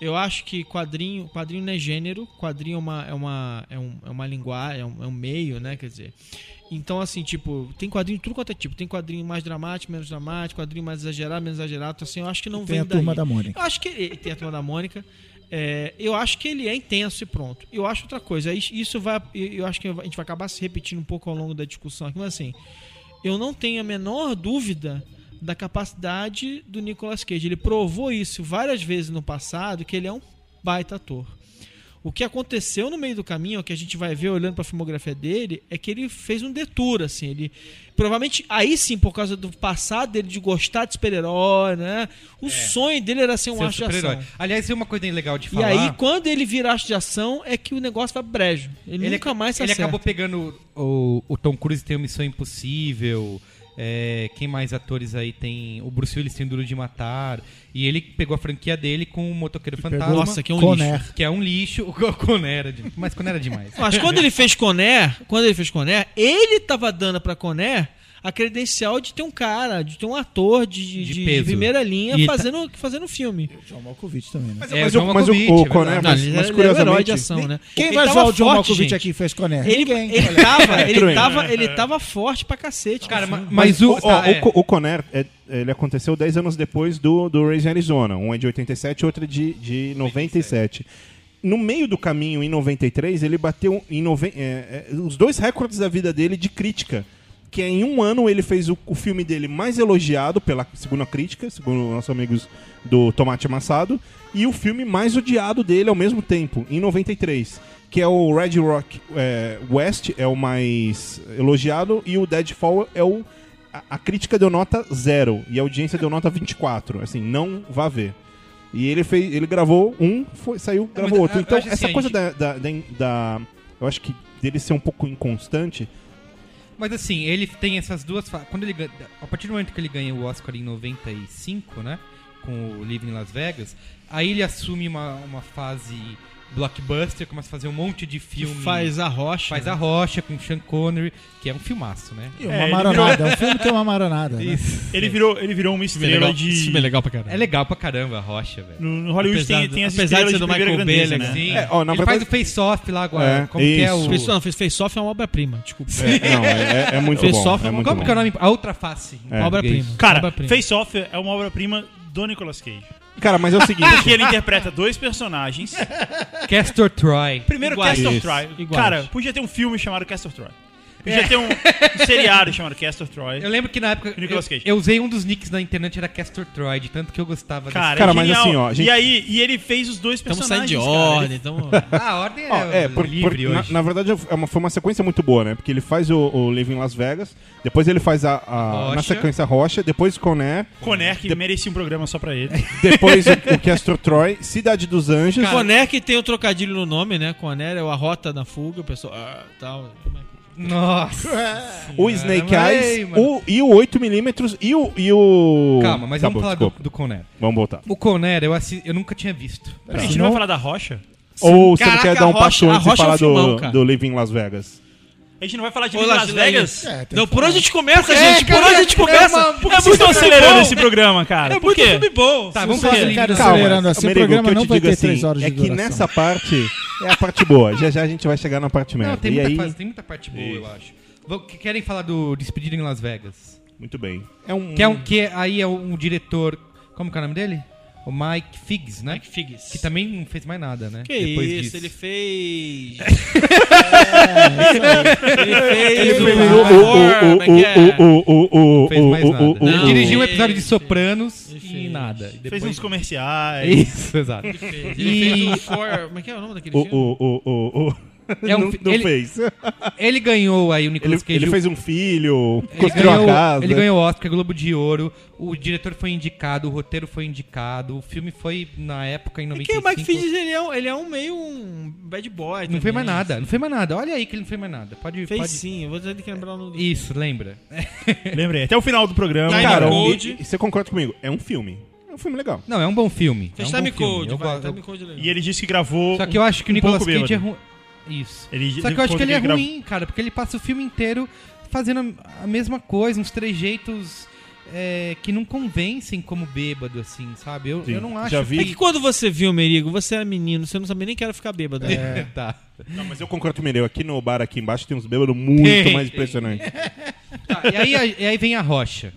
[SPEAKER 6] Eu acho que quadrinho, quadrinho não é gênero, quadrinho é uma, é uma, é um, é uma linguagem, é um, é um meio, né? Quer dizer. Então, assim, tipo, tem quadrinho de tudo quanto é tipo. Tem quadrinho mais dramático, menos dramático, quadrinho mais exagerado, menos exagerado. Então, assim, eu acho que não
[SPEAKER 8] Tem
[SPEAKER 6] vem
[SPEAKER 8] a Turma
[SPEAKER 6] daí.
[SPEAKER 8] da Mônica.
[SPEAKER 6] Eu acho que ele tem a turma da Mônica. É, eu acho que ele é intenso e pronto. Eu acho outra coisa. is- Isso vai. Eu acho que a gente vai acabar se repetindo um pouco ao longo da discussão aqui, mas assim, eu não tenho a menor dúvida da capacidade do Nicolas Cage. Ele provou isso várias vezes no passado, que ele é um baita ator. O que aconteceu no meio do caminho, o que a gente vai ver olhando para a filmografia dele, é que ele fez um detour, assim. Ele provavelmente aí sim, por causa do passado dele de gostar de super-herói, né? O sonho dele era ser um
[SPEAKER 4] É. Ser um
[SPEAKER 6] astro de
[SPEAKER 4] super-herói.
[SPEAKER 6] ação.
[SPEAKER 4] Aliás, é uma coisa legal de
[SPEAKER 6] E
[SPEAKER 4] falar.
[SPEAKER 6] aí, quando ele vira astro de ação, é que o negócio vai pro brejo. Ele,
[SPEAKER 4] Ele
[SPEAKER 6] nunca
[SPEAKER 4] ac-
[SPEAKER 6] mais tá se
[SPEAKER 4] ele
[SPEAKER 6] acerta.
[SPEAKER 4] acabou pegando o, o Tom Cruise tem o Missão Impossível. é, quem mais atores aí tem? O Bruce Willis tem Duro de Matar. E ele pegou a franquia dele com o Motoqueiro
[SPEAKER 6] pegou-
[SPEAKER 4] Fantasma.
[SPEAKER 6] Nossa, que é um Conair. lixo.
[SPEAKER 4] Que é um lixo. O Conner é demais. Mas Conner é demais.
[SPEAKER 6] Mas quando ele fez Coné, quando ele fez Coné, ele tava dando pra Coné a credencial de ter um cara, de ter um ator de, de- de- de
[SPEAKER 4] peso.
[SPEAKER 6] primeira linha
[SPEAKER 4] E tá-
[SPEAKER 6] fazendo, fazendo filme.
[SPEAKER 8] John Malkovich também, né?
[SPEAKER 6] Mas,
[SPEAKER 4] É, mas o John o- mas o- Malkovich, o- é verdade. né,
[SPEAKER 6] não,
[SPEAKER 4] mas-
[SPEAKER 6] ele
[SPEAKER 4] mas
[SPEAKER 6] era- ele era um
[SPEAKER 4] curiosamente-
[SPEAKER 6] herói de ação, né?
[SPEAKER 8] Quem
[SPEAKER 6] Ele
[SPEAKER 8] vai
[SPEAKER 6] tava
[SPEAKER 8] zoar o John
[SPEAKER 6] forte,
[SPEAKER 8] Malkovich
[SPEAKER 6] gente.
[SPEAKER 8] aqui que fez Conecta?
[SPEAKER 6] Ele,
[SPEAKER 8] Ninguém.
[SPEAKER 6] ele,
[SPEAKER 4] É
[SPEAKER 6] tava, ele,
[SPEAKER 5] Truman.
[SPEAKER 6] tava, ele tava forte pra cacete. Cara,
[SPEAKER 5] Mas, o,
[SPEAKER 4] tá,
[SPEAKER 5] ó, o, Co- o Conner, é, ele aconteceu 10 anos depois do, do Raising Arizona. Um é de 87, outro é de, de 97. No meio do caminho, em 93, ele bateu em noven- é, é, os dois recordes da vida dele de crítica. Que é, em um ano ele fez o, o filme dele mais elogiado, pela, segundo a crítica, segundo nossos amigos do Tomate Amassado, e o filme mais odiado dele ao mesmo tempo, em 93. Que é o Red Rock é, West, é o mais elogiado, e o Deadfall é o a, a crítica deu nota zero e a audiência deu nota 24. Assim, não vá ver. E ele fez, ele gravou um, foi, saiu,
[SPEAKER 4] mas
[SPEAKER 5] gravou outro.
[SPEAKER 4] eu
[SPEAKER 5] Então,
[SPEAKER 4] acho assim,
[SPEAKER 5] essa
[SPEAKER 4] a
[SPEAKER 5] coisa
[SPEAKER 4] gente-
[SPEAKER 5] da, da, da- da- Eu acho que dele ser um pouco inconstante.
[SPEAKER 4] Mas assim, ele tem essas duas. fa- Quando ele ganha- a partir do momento que ele ganha o Oscar em 95, né? Com o Living em Las Vegas, aí ele assume uma, uma fase blockbuster, começa a fazer um monte de filme.
[SPEAKER 6] faz a rocha,
[SPEAKER 4] Faz
[SPEAKER 6] né?
[SPEAKER 4] a rocha com Sean Connery, que é um filmaço, né?
[SPEAKER 8] E uma maronada. É um filme que é uma maronada. né?
[SPEAKER 4] Isso.
[SPEAKER 7] Ele virou, ele virou uma
[SPEAKER 4] Esse filme
[SPEAKER 7] estrela
[SPEAKER 4] legal-
[SPEAKER 7] de.
[SPEAKER 4] esse filme é legal pra caramba. É
[SPEAKER 7] É
[SPEAKER 4] legal pra caramba a rocha, velho.
[SPEAKER 7] No- no Hollywood Apesar tem- do- tem essa apesar de estrela ser de do primeira Michael Bay, grandeza, ele é né? assim.
[SPEAKER 4] Sim.
[SPEAKER 7] É, ó, na
[SPEAKER 4] ele
[SPEAKER 7] verdade-
[SPEAKER 4] faz o face-off lá agora.
[SPEAKER 7] É,
[SPEAKER 4] como que é o...
[SPEAKER 6] Face, não, Face- Face Off é uma obra-prima, desculpa.
[SPEAKER 5] É, não, é- é- é muito
[SPEAKER 6] Face
[SPEAKER 5] bom,
[SPEAKER 6] Off
[SPEAKER 5] é muito
[SPEAKER 6] uma-
[SPEAKER 5] bom.
[SPEAKER 4] Como que é o nome? A outra face.
[SPEAKER 5] É.
[SPEAKER 6] Obra-prima.
[SPEAKER 7] Cara,
[SPEAKER 6] Obra-prima.
[SPEAKER 7] Face Off é uma obra-prima do Nicolas Cage.
[SPEAKER 5] Cara, mas é o seguinte.
[SPEAKER 7] que ele interpreta dois personagens.
[SPEAKER 4] Castor Troy.
[SPEAKER 7] Primeiro,
[SPEAKER 4] Iguais.
[SPEAKER 7] Cast of
[SPEAKER 4] Isso.
[SPEAKER 7] Troy.
[SPEAKER 4] Iguais.
[SPEAKER 7] Cara, podia ter um filme chamado Cast of Troy. Podia
[SPEAKER 4] É.
[SPEAKER 7] ter um, um seriado chamado Cast of Troy.
[SPEAKER 4] Eu lembro que na época eu,
[SPEAKER 7] Nicolas Cage.
[SPEAKER 4] eu usei um dos nicks na internet, era Castor Troy, de tanto que eu gostava
[SPEAKER 7] Cara,
[SPEAKER 4] desse-
[SPEAKER 7] é genial.
[SPEAKER 5] assim,
[SPEAKER 7] E aí, e ele fez os dois
[SPEAKER 4] Tamo
[SPEAKER 7] personagens.
[SPEAKER 4] saindo Tá de
[SPEAKER 7] cara.
[SPEAKER 4] ordem,
[SPEAKER 7] Ele-
[SPEAKER 4] tamo-
[SPEAKER 7] Ah,
[SPEAKER 4] A ordem é,
[SPEAKER 5] Ó, é, por- por-
[SPEAKER 4] livre
[SPEAKER 5] na,
[SPEAKER 4] hoje.
[SPEAKER 5] na verdade é uma, foi uma sequência muito boa, né? Porque ele faz o, o Live em Las Vegas, depois ele faz a, a-
[SPEAKER 7] Rocha.
[SPEAKER 5] na sequência Rocha, depois Conner,
[SPEAKER 7] Conner, que merecia um programa só pra ele.
[SPEAKER 5] depois o, o Castro Troy, Cidade dos Anjos.
[SPEAKER 6] Cara, Coné que tem o trocadilho no nome, né? Coné é o a rota na fuga, o pessoal. Ah, tal.
[SPEAKER 4] Nossa.
[SPEAKER 8] É.
[SPEAKER 5] o Snake
[SPEAKER 4] Senhora,
[SPEAKER 5] Eyes,
[SPEAKER 4] ei, mano.
[SPEAKER 5] o, e o 8mm e o, e o.
[SPEAKER 4] Calma, mas
[SPEAKER 5] Tá
[SPEAKER 4] vamos
[SPEAKER 5] bom,
[SPEAKER 4] falar do,
[SPEAKER 5] desculpa.
[SPEAKER 4] do Conner.
[SPEAKER 5] Vamos voltar.
[SPEAKER 4] O Conner, eu, assi- eu nunca tinha visto.
[SPEAKER 7] A gente não vai falar da Rocha?
[SPEAKER 5] Ou
[SPEAKER 7] Sim.
[SPEAKER 5] você não
[SPEAKER 7] Caraca,
[SPEAKER 5] quer dar
[SPEAKER 7] a
[SPEAKER 5] um passo
[SPEAKER 7] Rocha- a
[SPEAKER 5] antes e
[SPEAKER 7] Rocha é um
[SPEAKER 5] falar
[SPEAKER 7] filmão,
[SPEAKER 5] do,
[SPEAKER 7] cara.
[SPEAKER 5] do Live em Las Vegas?
[SPEAKER 7] A gente não vai falar de
[SPEAKER 6] Ô,
[SPEAKER 7] Las
[SPEAKER 6] Las Vegas.
[SPEAKER 7] Vegas?
[SPEAKER 6] É, tem Não, que por falar. onde a gente começa,
[SPEAKER 4] É,
[SPEAKER 6] gente? Por onde a gente começa?
[SPEAKER 7] Por
[SPEAKER 6] É
[SPEAKER 7] que vocês estão
[SPEAKER 6] muito filme
[SPEAKER 7] acelerando
[SPEAKER 6] bom.
[SPEAKER 7] esse programa, cara?
[SPEAKER 6] É
[SPEAKER 7] Por
[SPEAKER 6] muito
[SPEAKER 7] quê?
[SPEAKER 6] filme bom. Tá, vamos
[SPEAKER 7] Por quê?
[SPEAKER 6] falar do Living Las
[SPEAKER 5] Calma,
[SPEAKER 8] acelerando assim, o
[SPEAKER 5] Merigo,
[SPEAKER 8] programa
[SPEAKER 5] que eu
[SPEAKER 8] não
[SPEAKER 5] te
[SPEAKER 8] vai
[SPEAKER 5] digo
[SPEAKER 8] ter três horas de
[SPEAKER 5] É que
[SPEAKER 8] duração.
[SPEAKER 5] nessa parte é a parte boa. Já já a gente vai chegar na parte merda.
[SPEAKER 4] Não, tem
[SPEAKER 5] e
[SPEAKER 4] muita,
[SPEAKER 5] aí,
[SPEAKER 4] fase- tem muita parte boa, eu acho. Vou- que- Querem falar do Despedido em Las Vegas?
[SPEAKER 5] Muito bem. É um-
[SPEAKER 4] Que, é um, que é- aí é um diretor... Como que é o nome dele? O Mike Figgs, né? Mike
[SPEAKER 6] Figgs.
[SPEAKER 4] Que também não fez mais nada, né?
[SPEAKER 6] Que
[SPEAKER 4] Depois
[SPEAKER 6] isso,
[SPEAKER 4] disso.
[SPEAKER 6] ele fez.
[SPEAKER 4] Ele
[SPEAKER 6] Ele fez.
[SPEAKER 4] fez
[SPEAKER 6] o-
[SPEAKER 4] o-
[SPEAKER 6] o-
[SPEAKER 4] o-
[SPEAKER 6] como é que é?
[SPEAKER 4] Fez mais nada. Ele
[SPEAKER 5] o-
[SPEAKER 4] dirigiu um
[SPEAKER 5] o-
[SPEAKER 4] episódio de Sopranos e nada. E
[SPEAKER 7] Fez
[SPEAKER 4] depois-
[SPEAKER 7] uns comerciais.
[SPEAKER 4] Isso, exato.
[SPEAKER 7] Ele fez-
[SPEAKER 6] ele
[SPEAKER 4] E-
[SPEAKER 6] fez o For- como é que é o nome daquele
[SPEAKER 5] O, o, o, o, o-
[SPEAKER 4] É um
[SPEAKER 5] não,
[SPEAKER 4] fi-
[SPEAKER 5] não
[SPEAKER 4] ele-
[SPEAKER 5] fez.
[SPEAKER 4] Ele ganhou aí o Nicolas
[SPEAKER 5] Ele,
[SPEAKER 4] Cage.
[SPEAKER 5] ele fez um filho,
[SPEAKER 4] Ele
[SPEAKER 5] construiu
[SPEAKER 4] ganhou,
[SPEAKER 5] a casa.
[SPEAKER 4] ele ganhou Oscar, Globo de Ouro, o diretor foi indicado, o roteiro foi indicado, o filme foi, na época, em
[SPEAKER 6] É Que
[SPEAKER 4] 95...
[SPEAKER 6] o Mike Fidges, ele é, um, ele é um meio um bad boy.
[SPEAKER 4] Não
[SPEAKER 6] também,
[SPEAKER 4] fez mais nada,
[SPEAKER 6] assim.
[SPEAKER 4] não fez mais nada. Olha aí que ele não fez mais nada. Pode,
[SPEAKER 6] Fez
[SPEAKER 4] pode...
[SPEAKER 6] sim, eu vou ter que é lembrar o nome do
[SPEAKER 4] Isso, lembra.
[SPEAKER 7] Lembrei, até o final do programa.
[SPEAKER 5] Cara, um
[SPEAKER 6] Code.
[SPEAKER 5] e- e você concorda comigo? É um filme. É um filme legal.
[SPEAKER 4] Não, é um bom filme. é
[SPEAKER 6] Fez
[SPEAKER 4] um
[SPEAKER 6] Time
[SPEAKER 4] bom filme.
[SPEAKER 6] Code,
[SPEAKER 4] Eu
[SPEAKER 6] vai,
[SPEAKER 4] gosto-
[SPEAKER 6] Time Code é legal.
[SPEAKER 7] E ele disse que gravou.
[SPEAKER 4] Só que eu acho que o
[SPEAKER 7] um
[SPEAKER 4] Nicolas
[SPEAKER 7] pouco
[SPEAKER 4] Cage é ruim.
[SPEAKER 7] bêbado.
[SPEAKER 4] Isso.
[SPEAKER 7] Ele-
[SPEAKER 4] Só que eu acho que ele é
[SPEAKER 7] gravou-
[SPEAKER 4] ruim, cara, porque ele passa o filme inteiro fazendo a mesma coisa, uns trejeitos é, que não convencem como bêbado, assim, sabe? Eu, eu não acho
[SPEAKER 6] É que quando você viu, Merigo, você era menino, você não sabia nem que era ficar bêbado.
[SPEAKER 4] É, tá.
[SPEAKER 5] Não, mas eu concordo com o Mireu. Aqui no bar, aqui embaixo, tem uns bêbados muito
[SPEAKER 4] Tem,
[SPEAKER 5] mais
[SPEAKER 4] tem.
[SPEAKER 5] impressionantes.
[SPEAKER 4] Tá, e, aí, a- e aí vem a Rocha.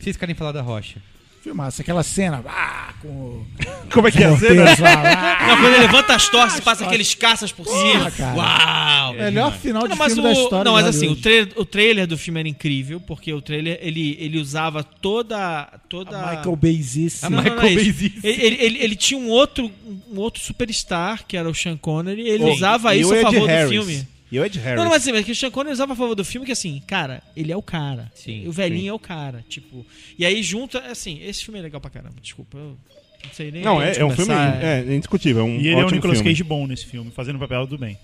[SPEAKER 4] Vocês querem falar da Rocha?
[SPEAKER 8] Filmaço, aquela cena. Ah, com o.
[SPEAKER 6] Tá.
[SPEAKER 5] Como é que é a
[SPEAKER 8] Meu
[SPEAKER 5] cena?
[SPEAKER 8] Deus, ah, ah.
[SPEAKER 6] né? Não, quando ele levanta as torces e passa aqueles caças por cima.
[SPEAKER 8] cara.
[SPEAKER 6] Uau!
[SPEAKER 8] É Melhor demais. final de
[SPEAKER 6] Não, mas
[SPEAKER 8] filme
[SPEAKER 6] o-
[SPEAKER 8] da história né,
[SPEAKER 6] Não, mas
[SPEAKER 8] de
[SPEAKER 6] assim, o
[SPEAKER 8] Hollywood.
[SPEAKER 6] trailer, o trailer do filme era incrível, porque o trailer, ele, ele usava toda... toda...
[SPEAKER 8] A Michael Bayzice.
[SPEAKER 6] A
[SPEAKER 8] A Michael Bayzice.
[SPEAKER 6] é Ele, ele- ele- ele tinha um outro, um outro superstar, que era o Sean Connery, e ele
[SPEAKER 5] Pô,
[SPEAKER 6] usava
[SPEAKER 5] e
[SPEAKER 6] isso
[SPEAKER 5] o
[SPEAKER 6] a
[SPEAKER 5] Ed
[SPEAKER 6] favor
[SPEAKER 5] Harris?
[SPEAKER 6] do filme.
[SPEAKER 5] E o Ed Harris?
[SPEAKER 6] Não, não, mas assim, mas que o Sean Connery usava a favor do filme, que assim, cara, ele é o cara.
[SPEAKER 4] Sim,
[SPEAKER 6] o velhinho
[SPEAKER 4] sim.
[SPEAKER 6] é o cara, tipo... E aí junta, assim, esse filme é legal pra caramba, desculpa, eu... Não sei nem
[SPEAKER 5] Não,
[SPEAKER 6] onde
[SPEAKER 5] é, é um filme
[SPEAKER 6] começar,
[SPEAKER 5] é, indiscutível. É um
[SPEAKER 7] E ele é o
[SPEAKER 5] ótimo
[SPEAKER 7] Nicolas
[SPEAKER 5] filme.
[SPEAKER 7] Cage bom nesse filme, fazendo o papel do bem.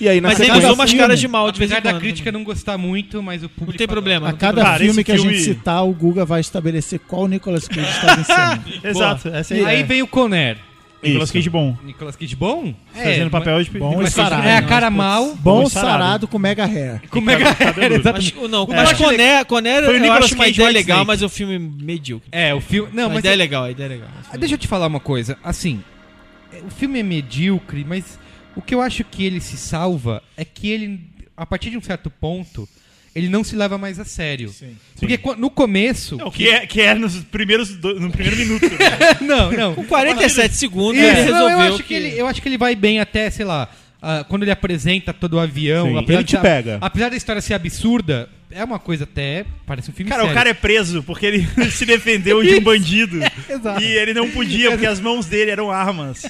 [SPEAKER 5] E aí, na
[SPEAKER 6] Mas ele
[SPEAKER 5] sequência-
[SPEAKER 6] usou umas caras de mal de vez em
[SPEAKER 4] Apesar da
[SPEAKER 6] quando né?
[SPEAKER 4] crítica não gostar muito, É, mas o público...
[SPEAKER 6] Não tem problema.
[SPEAKER 8] A
[SPEAKER 6] não tem
[SPEAKER 8] cada
[SPEAKER 6] problema.
[SPEAKER 8] filme que a gente citar,
[SPEAKER 4] Tá é
[SPEAKER 8] o Guga vai estabelecer qual Nicolas Cage está vencendo.
[SPEAKER 4] Aí vem o Conner.
[SPEAKER 7] é Nicolas
[SPEAKER 4] Isso.
[SPEAKER 7] Cage bom.
[SPEAKER 4] Nicolas Cage bom?
[SPEAKER 7] Fazendo papel de-
[SPEAKER 4] É, bom
[SPEAKER 7] Nicolas
[SPEAKER 4] e
[SPEAKER 7] Cage
[SPEAKER 4] sarado.
[SPEAKER 7] bom.
[SPEAKER 4] É a cara
[SPEAKER 7] Mas,
[SPEAKER 4] mal.
[SPEAKER 7] putz,
[SPEAKER 8] Bom sarado com mega hair.
[SPEAKER 4] Com mega hair, exatamente.
[SPEAKER 6] Mas, não,
[SPEAKER 4] O
[SPEAKER 6] mas
[SPEAKER 4] Batman-
[SPEAKER 6] Coné, Coné
[SPEAKER 4] Foi o
[SPEAKER 6] eu
[SPEAKER 4] Nicolas
[SPEAKER 6] acho uma
[SPEAKER 4] Cage
[SPEAKER 6] ideia
[SPEAKER 4] White
[SPEAKER 6] legal,
[SPEAKER 4] Snake.
[SPEAKER 6] mas é um filme medíocre.
[SPEAKER 4] É, o filme. Não,
[SPEAKER 6] A
[SPEAKER 4] mas
[SPEAKER 6] ideia
[SPEAKER 4] é-
[SPEAKER 6] é legal, a ideia é legal.
[SPEAKER 4] Ah, Deixa eu te falar uma coisa. Assim, é, o filme é medíocre, mas o que eu acho que ele se salva é que ele, a partir de um certo ponto, ele não se leva mais a sério. Porque quan- no começo.
[SPEAKER 7] O que é, que é nos primeiros do- no primeiro minuto. né?
[SPEAKER 4] não, não.
[SPEAKER 7] Com 47
[SPEAKER 6] segundos,
[SPEAKER 4] Isso,
[SPEAKER 7] ele
[SPEAKER 4] não, eu
[SPEAKER 7] resolveu
[SPEAKER 4] acho que...
[SPEAKER 7] que-
[SPEAKER 4] ele, eu acho que ele vai bem até, sei lá, ah, quando ele apresenta todo o avião.
[SPEAKER 7] Sim,
[SPEAKER 4] apesar
[SPEAKER 7] ele te
[SPEAKER 4] da-
[SPEAKER 7] pega.
[SPEAKER 4] Apesar da história ser absurda, é uma coisa até. Parece um filme
[SPEAKER 7] Cara, o
[SPEAKER 4] sério.
[SPEAKER 7] cara é preso porque ele se defendeu de um bandido.
[SPEAKER 4] exato.
[SPEAKER 7] e ele não podia porque as mãos dele eram armas.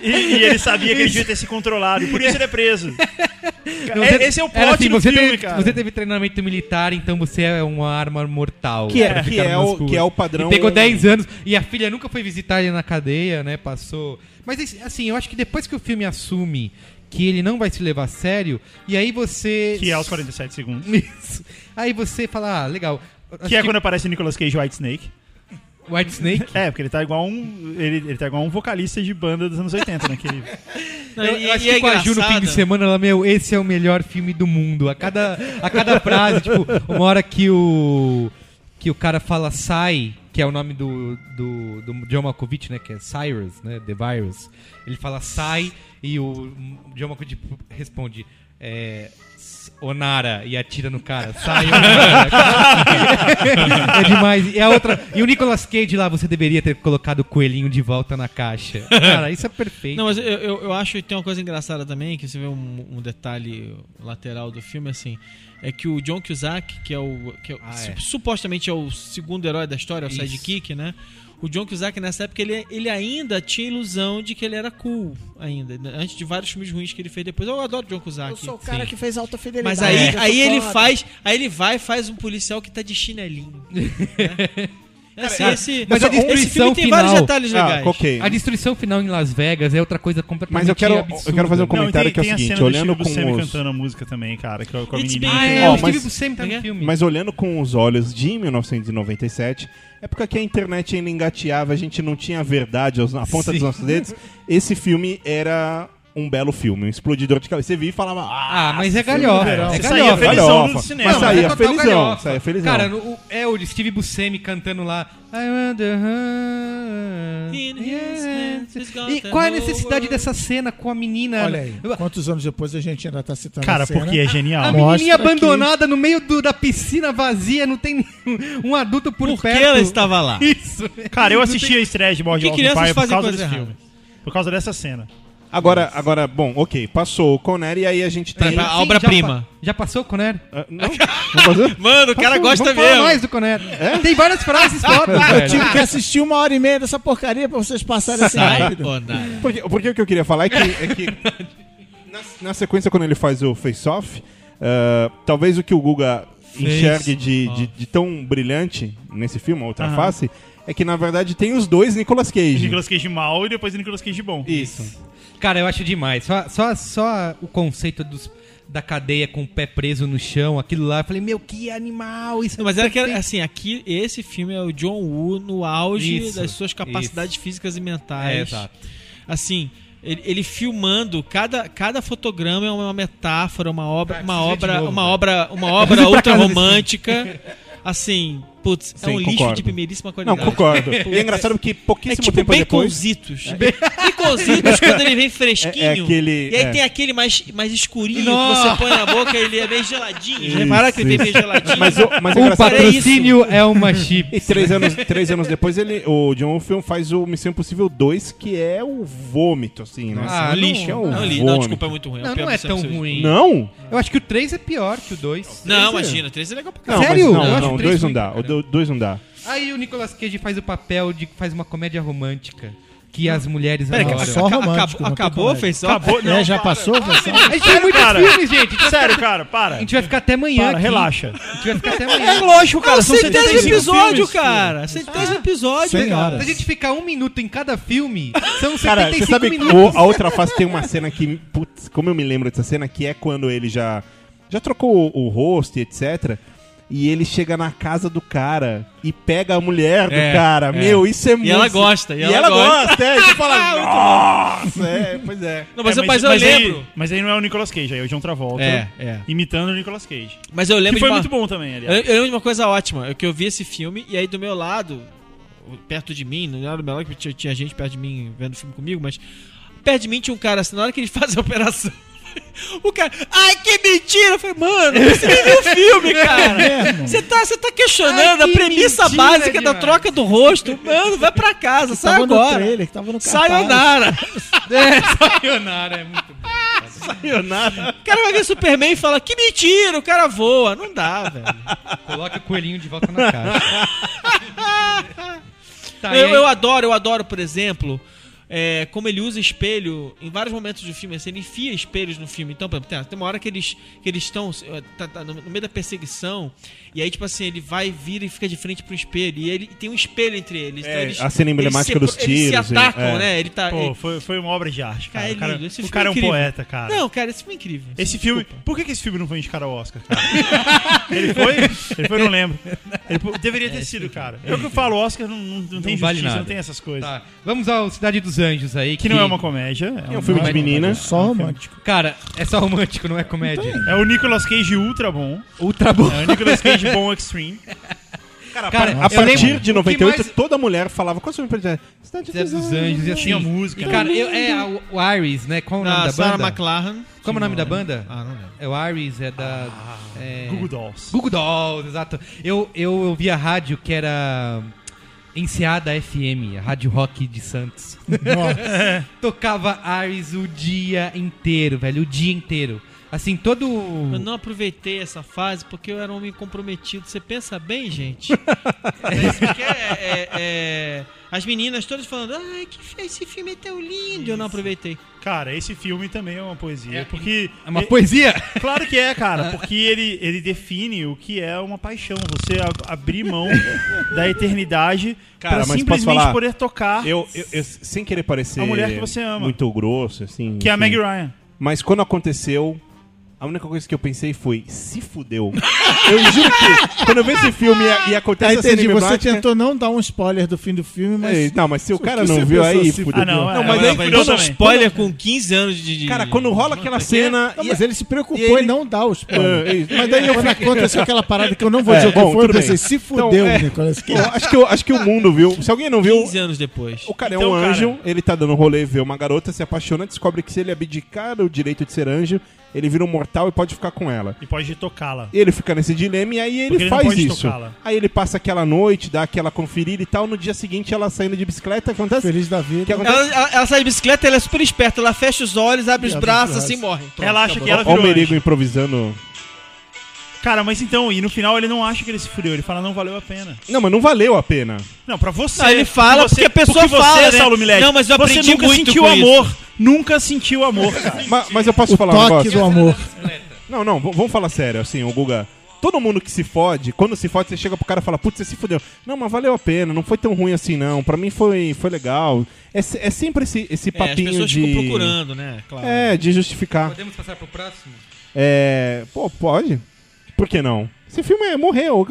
[SPEAKER 7] E, e ele sabia que ele
[SPEAKER 4] Isso.
[SPEAKER 7] devia ter se controlado. E por isso ele é preso.
[SPEAKER 4] Não,
[SPEAKER 7] É-
[SPEAKER 4] você-
[SPEAKER 7] Esse é o
[SPEAKER 4] era assim,
[SPEAKER 7] plot do
[SPEAKER 4] você
[SPEAKER 7] filme,
[SPEAKER 4] teve,
[SPEAKER 7] cara.
[SPEAKER 4] Você teve treinamento militar, então você é uma arma mortal.
[SPEAKER 5] Que é-
[SPEAKER 4] pra
[SPEAKER 5] que
[SPEAKER 4] ficar
[SPEAKER 5] é
[SPEAKER 4] numas
[SPEAKER 5] o-
[SPEAKER 4] ruas.
[SPEAKER 5] que é o padrão-
[SPEAKER 4] E pegou 10 anos e a filha nunca foi visitar ele na cadeia, né? Passou. Mas esse- assim, eu acho que depois que o filme assume que ele não vai se levar a sério, e aí você.
[SPEAKER 7] Que é aos 47 segundos.
[SPEAKER 4] Isso. Aí você fala, ah, legal. Acho
[SPEAKER 7] Que é quando aparece o Nicolas Cage White Snake.
[SPEAKER 4] White Snake?
[SPEAKER 7] É, porque ele tá igual um. Ele, ele tá igual um vocalista de banda dos anos 80, né? Que-
[SPEAKER 4] Eu, eu acho
[SPEAKER 7] é
[SPEAKER 4] que com a Ju no fim de semana, ela, meu, esse é o melhor filme do mundo. A cada, a cada frase, tipo, uma hora que o. que o cara fala Sai, que é o nome do, do, do John Malkovich, né? Que é Cyrus, né? The Virus. Ele fala Sai e o John Malkovich tipo, responde. É, "S- Onara e atira no cara. Sai, Onara. é demais. E a outra. E o Nicolas Cage lá, você deveria ter colocado o coelhinho de volta na caixa. Cara, isso é perfeito.
[SPEAKER 6] Não, mas eu, eu, eu acho que tem uma coisa engraçada também, que você vê um, um detalhe lateral do filme, assim, é que o John Cusack, que é o. Que é o-
[SPEAKER 4] Ah,
[SPEAKER 6] su-
[SPEAKER 4] é.
[SPEAKER 6] supostamente é o segundo herói da história, é o
[SPEAKER 4] Isso.
[SPEAKER 6] sidekick, né? O John Cusack, nessa época, ele, ele ainda tinha a ilusão de que ele era cool, ainda. né? Antes de vários filmes ruins que ele fez depois. Eu adoro John Cusack.
[SPEAKER 8] Eu sou o cara que fez alta fidelidade.
[SPEAKER 6] Mas aí,
[SPEAKER 8] eu
[SPEAKER 6] aí
[SPEAKER 8] sou
[SPEAKER 6] ele
[SPEAKER 8] foda.
[SPEAKER 6] faz. Aí ele vai e faz um policial que tá de chinelinho. né? Assim,
[SPEAKER 4] Cara,
[SPEAKER 6] esse,
[SPEAKER 4] mas a
[SPEAKER 6] esse
[SPEAKER 4] destruição
[SPEAKER 6] filme tem
[SPEAKER 4] final,
[SPEAKER 6] vários detalhes
[SPEAKER 4] Ah,
[SPEAKER 6] legais.
[SPEAKER 5] ok.
[SPEAKER 4] A destruição final em Las Vegas é outra coisa completamente
[SPEAKER 5] Mas eu quero- eu
[SPEAKER 4] absurda.
[SPEAKER 5] quero fazer um
[SPEAKER 7] Não, e
[SPEAKER 5] comentário
[SPEAKER 7] tem,
[SPEAKER 5] que é o
[SPEAKER 7] tem a
[SPEAKER 5] seguinte,
[SPEAKER 7] cena do
[SPEAKER 5] olhando
[SPEAKER 7] Steve
[SPEAKER 5] com
[SPEAKER 7] Buscemi
[SPEAKER 5] os-
[SPEAKER 7] cantando a música também, cara, com, a- com a
[SPEAKER 4] It's
[SPEAKER 7] menininha.
[SPEAKER 4] been-
[SPEAKER 7] que-
[SPEAKER 4] Ah, é, o Steve Buscemi tá no filme.
[SPEAKER 5] Mas olhando com os olhos de 1997, época que é a internet ainda engateava, a gente não tinha a verdade aos- na ponta
[SPEAKER 4] Sim.
[SPEAKER 5] dos nossos dedos, esse filme era um belo filme, um explodidor de cabeça. Você via e falava...
[SPEAKER 4] Ah, mas é
[SPEAKER 5] esse filme
[SPEAKER 4] galhofa.
[SPEAKER 5] legal."
[SPEAKER 4] É
[SPEAKER 5] Você saía
[SPEAKER 4] galhofa.
[SPEAKER 5] felizão do Galhofa. cinema. Mas saía
[SPEAKER 4] é total
[SPEAKER 5] felizão,
[SPEAKER 4] galhofa.
[SPEAKER 5] saía felizão.
[SPEAKER 4] Cara, no- o- é o Steve Buscemi cantando lá. I wonder how- E qual é a necessidade dessa cena com a menina?
[SPEAKER 8] Olha aí, quantos anos depois a gente ainda tá citando
[SPEAKER 4] Cara,
[SPEAKER 8] a cena.
[SPEAKER 4] porque é
[SPEAKER 7] genial.
[SPEAKER 4] A menininha abandonada no meio do- da piscina vazia, não tem nenhum- um adulto por,
[SPEAKER 7] que
[SPEAKER 4] perto.
[SPEAKER 7] ela estava lá?
[SPEAKER 4] Isso.
[SPEAKER 7] Cara, eu assisti a estreia de Boardwalk
[SPEAKER 4] Que crianças
[SPEAKER 7] Empire por
[SPEAKER 4] fazem
[SPEAKER 7] causa
[SPEAKER 4] coisa
[SPEAKER 7] desse
[SPEAKER 4] errada.
[SPEAKER 7] filme. Por causa dessa cena.
[SPEAKER 5] Agora, agora, bom, ok, passou o Conner e aí a gente tem...
[SPEAKER 4] Enfim, já pa- Já, passou o Conner?
[SPEAKER 7] Ah,
[SPEAKER 5] não. passou?
[SPEAKER 6] Mano, o
[SPEAKER 4] cara gosta mesmo.
[SPEAKER 5] mais
[SPEAKER 4] é do Conner. Tem várias frases fodas,
[SPEAKER 8] É? Eu
[SPEAKER 5] velho.
[SPEAKER 8] tive que assistir uma hora e meia dessa porcaria pra vocês passarem assim
[SPEAKER 5] Sai,
[SPEAKER 8] rápido.
[SPEAKER 5] Porque, porque o que eu queria falar é que, é que na, na sequência, quando ele faz o face-off, eh, talvez o que o Guga enxergue de, de, de tão brilhante nesse filme, a outra
[SPEAKER 7] Aham.
[SPEAKER 5] face, é que na verdade tem os dois Nicolas Cage.
[SPEAKER 7] Nicolas Cage mal e depois o Nicolas Cage bom.
[SPEAKER 4] Isso. Cara, eu acho demais. Só, só, só o conceito dos, da cadeia com o pé preso no chão, aquilo lá. Eu falei, meu, que animal! Isso é
[SPEAKER 6] Não, mas era que era,
[SPEAKER 4] perfeito.
[SPEAKER 6] assim, aqui esse filme é o John Woo no auge
[SPEAKER 4] Isso,
[SPEAKER 6] das suas capacidades físicas e mentais.
[SPEAKER 4] É, exato.
[SPEAKER 6] Assim, ele, ele filmando cada, cada fotograma é uma metáfora, uma obra,
[SPEAKER 4] Cara,
[SPEAKER 6] uma
[SPEAKER 4] preciso ver de
[SPEAKER 6] obra,
[SPEAKER 4] novo,
[SPEAKER 6] uma
[SPEAKER 5] né?
[SPEAKER 4] velho.
[SPEAKER 6] obra, uma
[SPEAKER 4] Eu
[SPEAKER 5] Tá
[SPEAKER 6] obra
[SPEAKER 4] preciso ir pra
[SPEAKER 6] ultra
[SPEAKER 4] casa desse
[SPEAKER 6] romântica.
[SPEAKER 4] filme.
[SPEAKER 6] Assim, putz, é
[SPEAKER 5] Sim,
[SPEAKER 6] um lixo
[SPEAKER 5] concordo.
[SPEAKER 6] de primeiríssima qualidade.
[SPEAKER 5] Não, concordo.
[SPEAKER 6] Putz.
[SPEAKER 5] E é engraçado porque pouquíssimo
[SPEAKER 6] é tipo
[SPEAKER 5] tempo depois-
[SPEAKER 6] Baconzitos.
[SPEAKER 5] É.
[SPEAKER 6] Baconzitos, quando ele vem fresquinho.
[SPEAKER 5] É- é aquele-
[SPEAKER 6] e aí
[SPEAKER 5] é.
[SPEAKER 6] tem aquele mais, mais escurinho que
[SPEAKER 4] Nossa.
[SPEAKER 6] você põe na boca e ele é bem geladinho.
[SPEAKER 5] Isso,
[SPEAKER 6] Já repara que ele tem
[SPEAKER 5] isso.
[SPEAKER 6] bem geladinho.
[SPEAKER 5] Mas o- mas é
[SPEAKER 4] o
[SPEAKER 5] engraçado-
[SPEAKER 4] patrocínio é uma chip.
[SPEAKER 5] E três anos, três anos depois, ele, o John Film faz o Missão Impossível 2, que é o vômito, assim, né?
[SPEAKER 4] Ah,
[SPEAKER 5] Assim,
[SPEAKER 4] lixo.
[SPEAKER 5] que É o
[SPEAKER 4] Não, li-
[SPEAKER 5] vômito.
[SPEAKER 4] não,
[SPEAKER 6] desculpa, é muito ruim. É o
[SPEAKER 4] Não,
[SPEAKER 6] pior
[SPEAKER 4] não é
[SPEAKER 6] opção
[SPEAKER 4] tão
[SPEAKER 6] que vocês-
[SPEAKER 4] ruim.
[SPEAKER 5] Não?
[SPEAKER 4] Eu acho que o 3 é pior que o 2.
[SPEAKER 6] Não, imagina, três é legal pra
[SPEAKER 5] Não,
[SPEAKER 6] caralho.
[SPEAKER 5] mas
[SPEAKER 4] Sério?
[SPEAKER 5] Não,
[SPEAKER 4] Eu acho
[SPEAKER 5] não, o
[SPEAKER 4] três
[SPEAKER 5] 2 não
[SPEAKER 4] ruim
[SPEAKER 5] dá. O 2 não dá.
[SPEAKER 4] Aí o Nicolas Cage faz o papel de faz uma comédia romântica que as mulheres
[SPEAKER 5] é
[SPEAKER 6] Peraí,
[SPEAKER 4] adoram.
[SPEAKER 6] aca- Só aca- romântico, acabou- não tem acabou, comédia. fez só? Acabou, não,
[SPEAKER 4] É, já
[SPEAKER 6] para.
[SPEAKER 4] passou?
[SPEAKER 6] Para.
[SPEAKER 4] Fez só? A gente tem
[SPEAKER 6] Sério,
[SPEAKER 4] muitos
[SPEAKER 6] cara?
[SPEAKER 4] filmes, gente. A gente vai
[SPEAKER 7] Sério,
[SPEAKER 4] ficar-
[SPEAKER 7] cara, para.
[SPEAKER 4] A gente vai ficar até amanhã.
[SPEAKER 7] Para,
[SPEAKER 4] aqui.
[SPEAKER 7] relaxa.
[SPEAKER 4] A gente vai ficar até amanhã.
[SPEAKER 7] É lógico, cara,
[SPEAKER 4] Não,
[SPEAKER 7] são 75
[SPEAKER 4] episódios,
[SPEAKER 7] filmes.
[SPEAKER 6] cara. Centésimo episódio,
[SPEAKER 5] Cem
[SPEAKER 4] cara.
[SPEAKER 5] horas.
[SPEAKER 4] Se a gente ficar um minuto em cada filme, são 75
[SPEAKER 5] Cara, você sabe que
[SPEAKER 4] minutos.
[SPEAKER 5] o- a outra face tem uma cena que, putz, como eu me lembro dessa cena, que é quando ele já já trocou o, o rosto e etc. E ele chega na casa do cara e pega a mulher do
[SPEAKER 6] É,
[SPEAKER 5] cara.
[SPEAKER 6] é.
[SPEAKER 5] Meu, isso é
[SPEAKER 6] E
[SPEAKER 5] muito.
[SPEAKER 6] ela gosta,
[SPEAKER 5] E, ela gosta, é. E você fala, nossa, é, pois é.
[SPEAKER 6] Não, mas eu- mas eu lembro.
[SPEAKER 7] Aí, mas aí não é o Nicolas Cage, aí é o John Travolta.
[SPEAKER 6] É, é.
[SPEAKER 7] Imitando o Nicolas Cage.
[SPEAKER 6] Mas eu lembro
[SPEAKER 7] Que foi
[SPEAKER 6] de uma-
[SPEAKER 7] muito bom também,
[SPEAKER 6] Eu,
[SPEAKER 7] aliás.
[SPEAKER 6] eu lembro de uma coisa ótima, é que eu vi esse filme e aí do meu lado, perto de mim, não era do meu lado, que tinha, tinha gente perto de mim vendo o filme comigo, mas perto de mim tinha um cara assim, na hora que ele faz a operação. O cara, ai que mentira! Eu falei, mano, você nem viu o filme,
[SPEAKER 7] É
[SPEAKER 6] cara!
[SPEAKER 7] mesmo.
[SPEAKER 6] Você tá, você tá questionando
[SPEAKER 7] Ai,
[SPEAKER 6] a
[SPEAKER 7] que
[SPEAKER 6] premissa
[SPEAKER 7] mentira
[SPEAKER 6] básica da
[SPEAKER 7] demais.
[SPEAKER 6] troca do rosto. Mano, vai pra casa, sai
[SPEAKER 8] tava no
[SPEAKER 6] agora.
[SPEAKER 8] trailer, que tava no cartaz.
[SPEAKER 6] Sayonara! É,
[SPEAKER 7] sayonara, é muito
[SPEAKER 6] Sayonara. O cara vai ver Superman e fala, que mentira, o cara voa. Não dá, velho.
[SPEAKER 4] Coloca o coelhinho de volta na caixa. Tá, e
[SPEAKER 6] eu,
[SPEAKER 4] aí?
[SPEAKER 6] eu adoro, eu adoro, por exemplo, é, como ele usa espelho em vários momentos do filme. assim, ele enfia espelhos no filme. Então, por exemplo, tem, tem uma hora que eles que eles estão eh, tá- tá no, no meio da perseguição e aí tipo assim ele vai vira e fica de frente pro espelho e ele e tem um espelho entre eles. Então,
[SPEAKER 7] É,
[SPEAKER 6] eles
[SPEAKER 5] a cena emblemática dos
[SPEAKER 6] eles se, Eles se
[SPEAKER 5] tiros, hein?
[SPEAKER 6] atacam,
[SPEAKER 5] É.
[SPEAKER 6] né? Ele tá.
[SPEAKER 7] Pô,
[SPEAKER 6] ele-
[SPEAKER 7] foi, foi uma obra de arte, cara.
[SPEAKER 6] Cara, é
[SPEAKER 7] o cara,
[SPEAKER 6] lindo. Esse
[SPEAKER 7] o
[SPEAKER 6] filme
[SPEAKER 7] cara é
[SPEAKER 6] é
[SPEAKER 7] um
[SPEAKER 6] incrível.
[SPEAKER 7] poeta, cara.
[SPEAKER 6] Não, cara, esse filme é incrível.
[SPEAKER 7] Esse filme. Por que, que esse filme não foi indicado ao Oscar, cara? ele foi? Ele foi, eu não lembro. Ele po- deveria ter sido, cara. É o que eu falo, Oscar não, não, não tem justiça, não tem essas coisas.
[SPEAKER 4] Tá, Vamos ao Cidade dos Anjos aí.
[SPEAKER 7] Que não é uma comédia, é um filme de menina.
[SPEAKER 8] Só romântico.
[SPEAKER 4] Cara, é só romântico, não é comédia.
[SPEAKER 7] É o Nicolas Cage ultra bom.
[SPEAKER 4] Ultra bom.
[SPEAKER 7] É o Nicolas Cage bom extreme.
[SPEAKER 5] Cara,
[SPEAKER 7] Cara,
[SPEAKER 5] a
[SPEAKER 7] eu
[SPEAKER 5] partir
[SPEAKER 7] lembro-
[SPEAKER 5] de
[SPEAKER 7] o que
[SPEAKER 5] 98,
[SPEAKER 7] mais-
[SPEAKER 5] toda mulher falava qual é o seu nome pra Cidade
[SPEAKER 4] Cidade dos Anjos e assim.
[SPEAKER 7] Tinha música. né?
[SPEAKER 4] E, cara, eu- é a- o Iris, né? Qual é o nome
[SPEAKER 6] Ah,
[SPEAKER 4] da
[SPEAKER 6] Sarah
[SPEAKER 4] banda?
[SPEAKER 6] McLaren.
[SPEAKER 4] Como é o nome da
[SPEAKER 6] Não,
[SPEAKER 4] banda?
[SPEAKER 6] Ah, não lembro.
[SPEAKER 4] É o Iris, é da. é...
[SPEAKER 7] Google Dolls.
[SPEAKER 4] Google Dolls, exato. Eu, eu ouvia rádio que era. Enseada FM, a Rádio Rock de Santos.
[SPEAKER 7] Nossa.
[SPEAKER 4] Tocava Iris o dia inteiro, velho. O dia inteiro. Assim, todo.
[SPEAKER 6] Eu não aproveitei essa fase porque eu era um homem comprometido. Você pensa bem, gente? Isso aqui é- é- é- As meninas todas falando, ai, que fi- esse filme é tão lindo. Eu não aproveitei.
[SPEAKER 7] Cara, esse filme também é uma poesia. porque
[SPEAKER 4] é uma poesia?
[SPEAKER 7] Claro que é, cara. Porque ele, ele define o que é uma paixão. Você a- abrir mão da eternidade pra simplesmente poder tocar.
[SPEAKER 5] Eu, eu- eu, sem querer parecer
[SPEAKER 7] A mulher que você ama.
[SPEAKER 5] muito grosso, assim.
[SPEAKER 7] Que é a
[SPEAKER 5] enfim.
[SPEAKER 7] Meg Ryan.
[SPEAKER 5] Mas quando aconteceu, a única coisa que eu pensei foi: se fudeu. eu juro que quando eu vejo esse filme e, e acontece assim,
[SPEAKER 8] Aí
[SPEAKER 5] a cena
[SPEAKER 8] entendi, Tá você
[SPEAKER 5] emblemática-
[SPEAKER 8] tentou não dar um spoiler do fim do filme, mas.
[SPEAKER 5] Ei, não, mas se o
[SPEAKER 8] Isso
[SPEAKER 5] cara
[SPEAKER 8] que
[SPEAKER 5] não
[SPEAKER 8] você
[SPEAKER 5] viu
[SPEAKER 8] pensou
[SPEAKER 5] aí,
[SPEAKER 8] se
[SPEAKER 5] fudeu.
[SPEAKER 8] Ah, não,
[SPEAKER 5] não,
[SPEAKER 8] é,
[SPEAKER 5] mas
[SPEAKER 8] mas
[SPEAKER 5] aí
[SPEAKER 8] vai
[SPEAKER 5] fudeu
[SPEAKER 8] dar
[SPEAKER 5] também.
[SPEAKER 6] Spoiler com 15 anos de.
[SPEAKER 5] Cara, quando rola aquela cena.
[SPEAKER 8] Não, mas ele se preocupou em não dar o spoiler.
[SPEAKER 5] É, é isso.
[SPEAKER 8] mas daí eu
[SPEAKER 5] Quando
[SPEAKER 8] quando aconteceu aquela parada que eu não vou
[SPEAKER 5] É,
[SPEAKER 8] dizer o que
[SPEAKER 5] bom,
[SPEAKER 8] foi, eu
[SPEAKER 5] tudo bem.
[SPEAKER 8] pensei, assim, se
[SPEAKER 5] Então,
[SPEAKER 8] fudeu, né?
[SPEAKER 5] é,
[SPEAKER 8] Nicolas Cage.
[SPEAKER 5] eu acho, que, eu- acho que o mundo viu. Se alguém não viu.
[SPEAKER 6] 15 anos depois.
[SPEAKER 5] O cara é
[SPEAKER 6] Então,
[SPEAKER 5] um
[SPEAKER 6] cara-
[SPEAKER 5] anjo, ele tá dando um rolê, vê uma garota, se apaixona, descobre que se ele abdicar o direito de ser anjo, ele vira um mortal e pode ficar com ela.
[SPEAKER 7] E pode tocá-la.
[SPEAKER 5] Ele fica nesse dilema e aí ele
[SPEAKER 7] Porque ele não
[SPEAKER 5] faz
[SPEAKER 7] pode
[SPEAKER 5] isso.
[SPEAKER 7] tocá-la.
[SPEAKER 5] Aí ele passa aquela noite, dá aquela conferida e tal. No dia seguinte, ela saindo de bicicleta, acontece.
[SPEAKER 8] Feliz da vida.
[SPEAKER 5] Que
[SPEAKER 6] Ela,
[SPEAKER 5] acontece?
[SPEAKER 6] ela- ela sai de bicicleta, ela é super esperta. Ela fecha os olhos, abre os braços, assim morre.
[SPEAKER 7] Ela acha que ela
[SPEAKER 5] Ó, o
[SPEAKER 7] virou
[SPEAKER 5] Merigo improvisando.
[SPEAKER 7] Cara, mas então, e no final ele não acha que ele se fudeu. Ele fala, não valeu a pena.
[SPEAKER 5] Não, mas não valeu a pena.
[SPEAKER 7] Não, pra você.
[SPEAKER 6] Não, ele fala
[SPEAKER 7] Você-
[SPEAKER 6] porque a pessoa
[SPEAKER 7] porque
[SPEAKER 6] fala,
[SPEAKER 7] Você,
[SPEAKER 6] né?
[SPEAKER 7] Saulo Milete,
[SPEAKER 6] Não, mas eu aprendi
[SPEAKER 7] você nunca
[SPEAKER 6] muito
[SPEAKER 7] sentiu
[SPEAKER 6] com
[SPEAKER 7] amor. Nunca sentiu amor, cara.
[SPEAKER 5] Mas, mas eu posso falar um
[SPEAKER 8] toque
[SPEAKER 5] negócio?
[SPEAKER 8] do amor.
[SPEAKER 5] Não, não, v- vamos falar sério, assim, o Guga. Todo mundo que se fode, quando se fode, você chega pro cara e fala, putz, você se fodeu. Não, mas valeu a pena, não foi tão ruim assim, não. Pra mim foi, foi legal. É, se- é sempre esse, esse
[SPEAKER 6] É, as
[SPEAKER 5] papinho
[SPEAKER 6] pessoas
[SPEAKER 5] de...
[SPEAKER 6] ficam procurando, né? Claro.
[SPEAKER 5] É, de justificar.
[SPEAKER 4] Podemos passar pro próximo?
[SPEAKER 5] É... Pô, pode? Por que não? Esse filme é, morreu.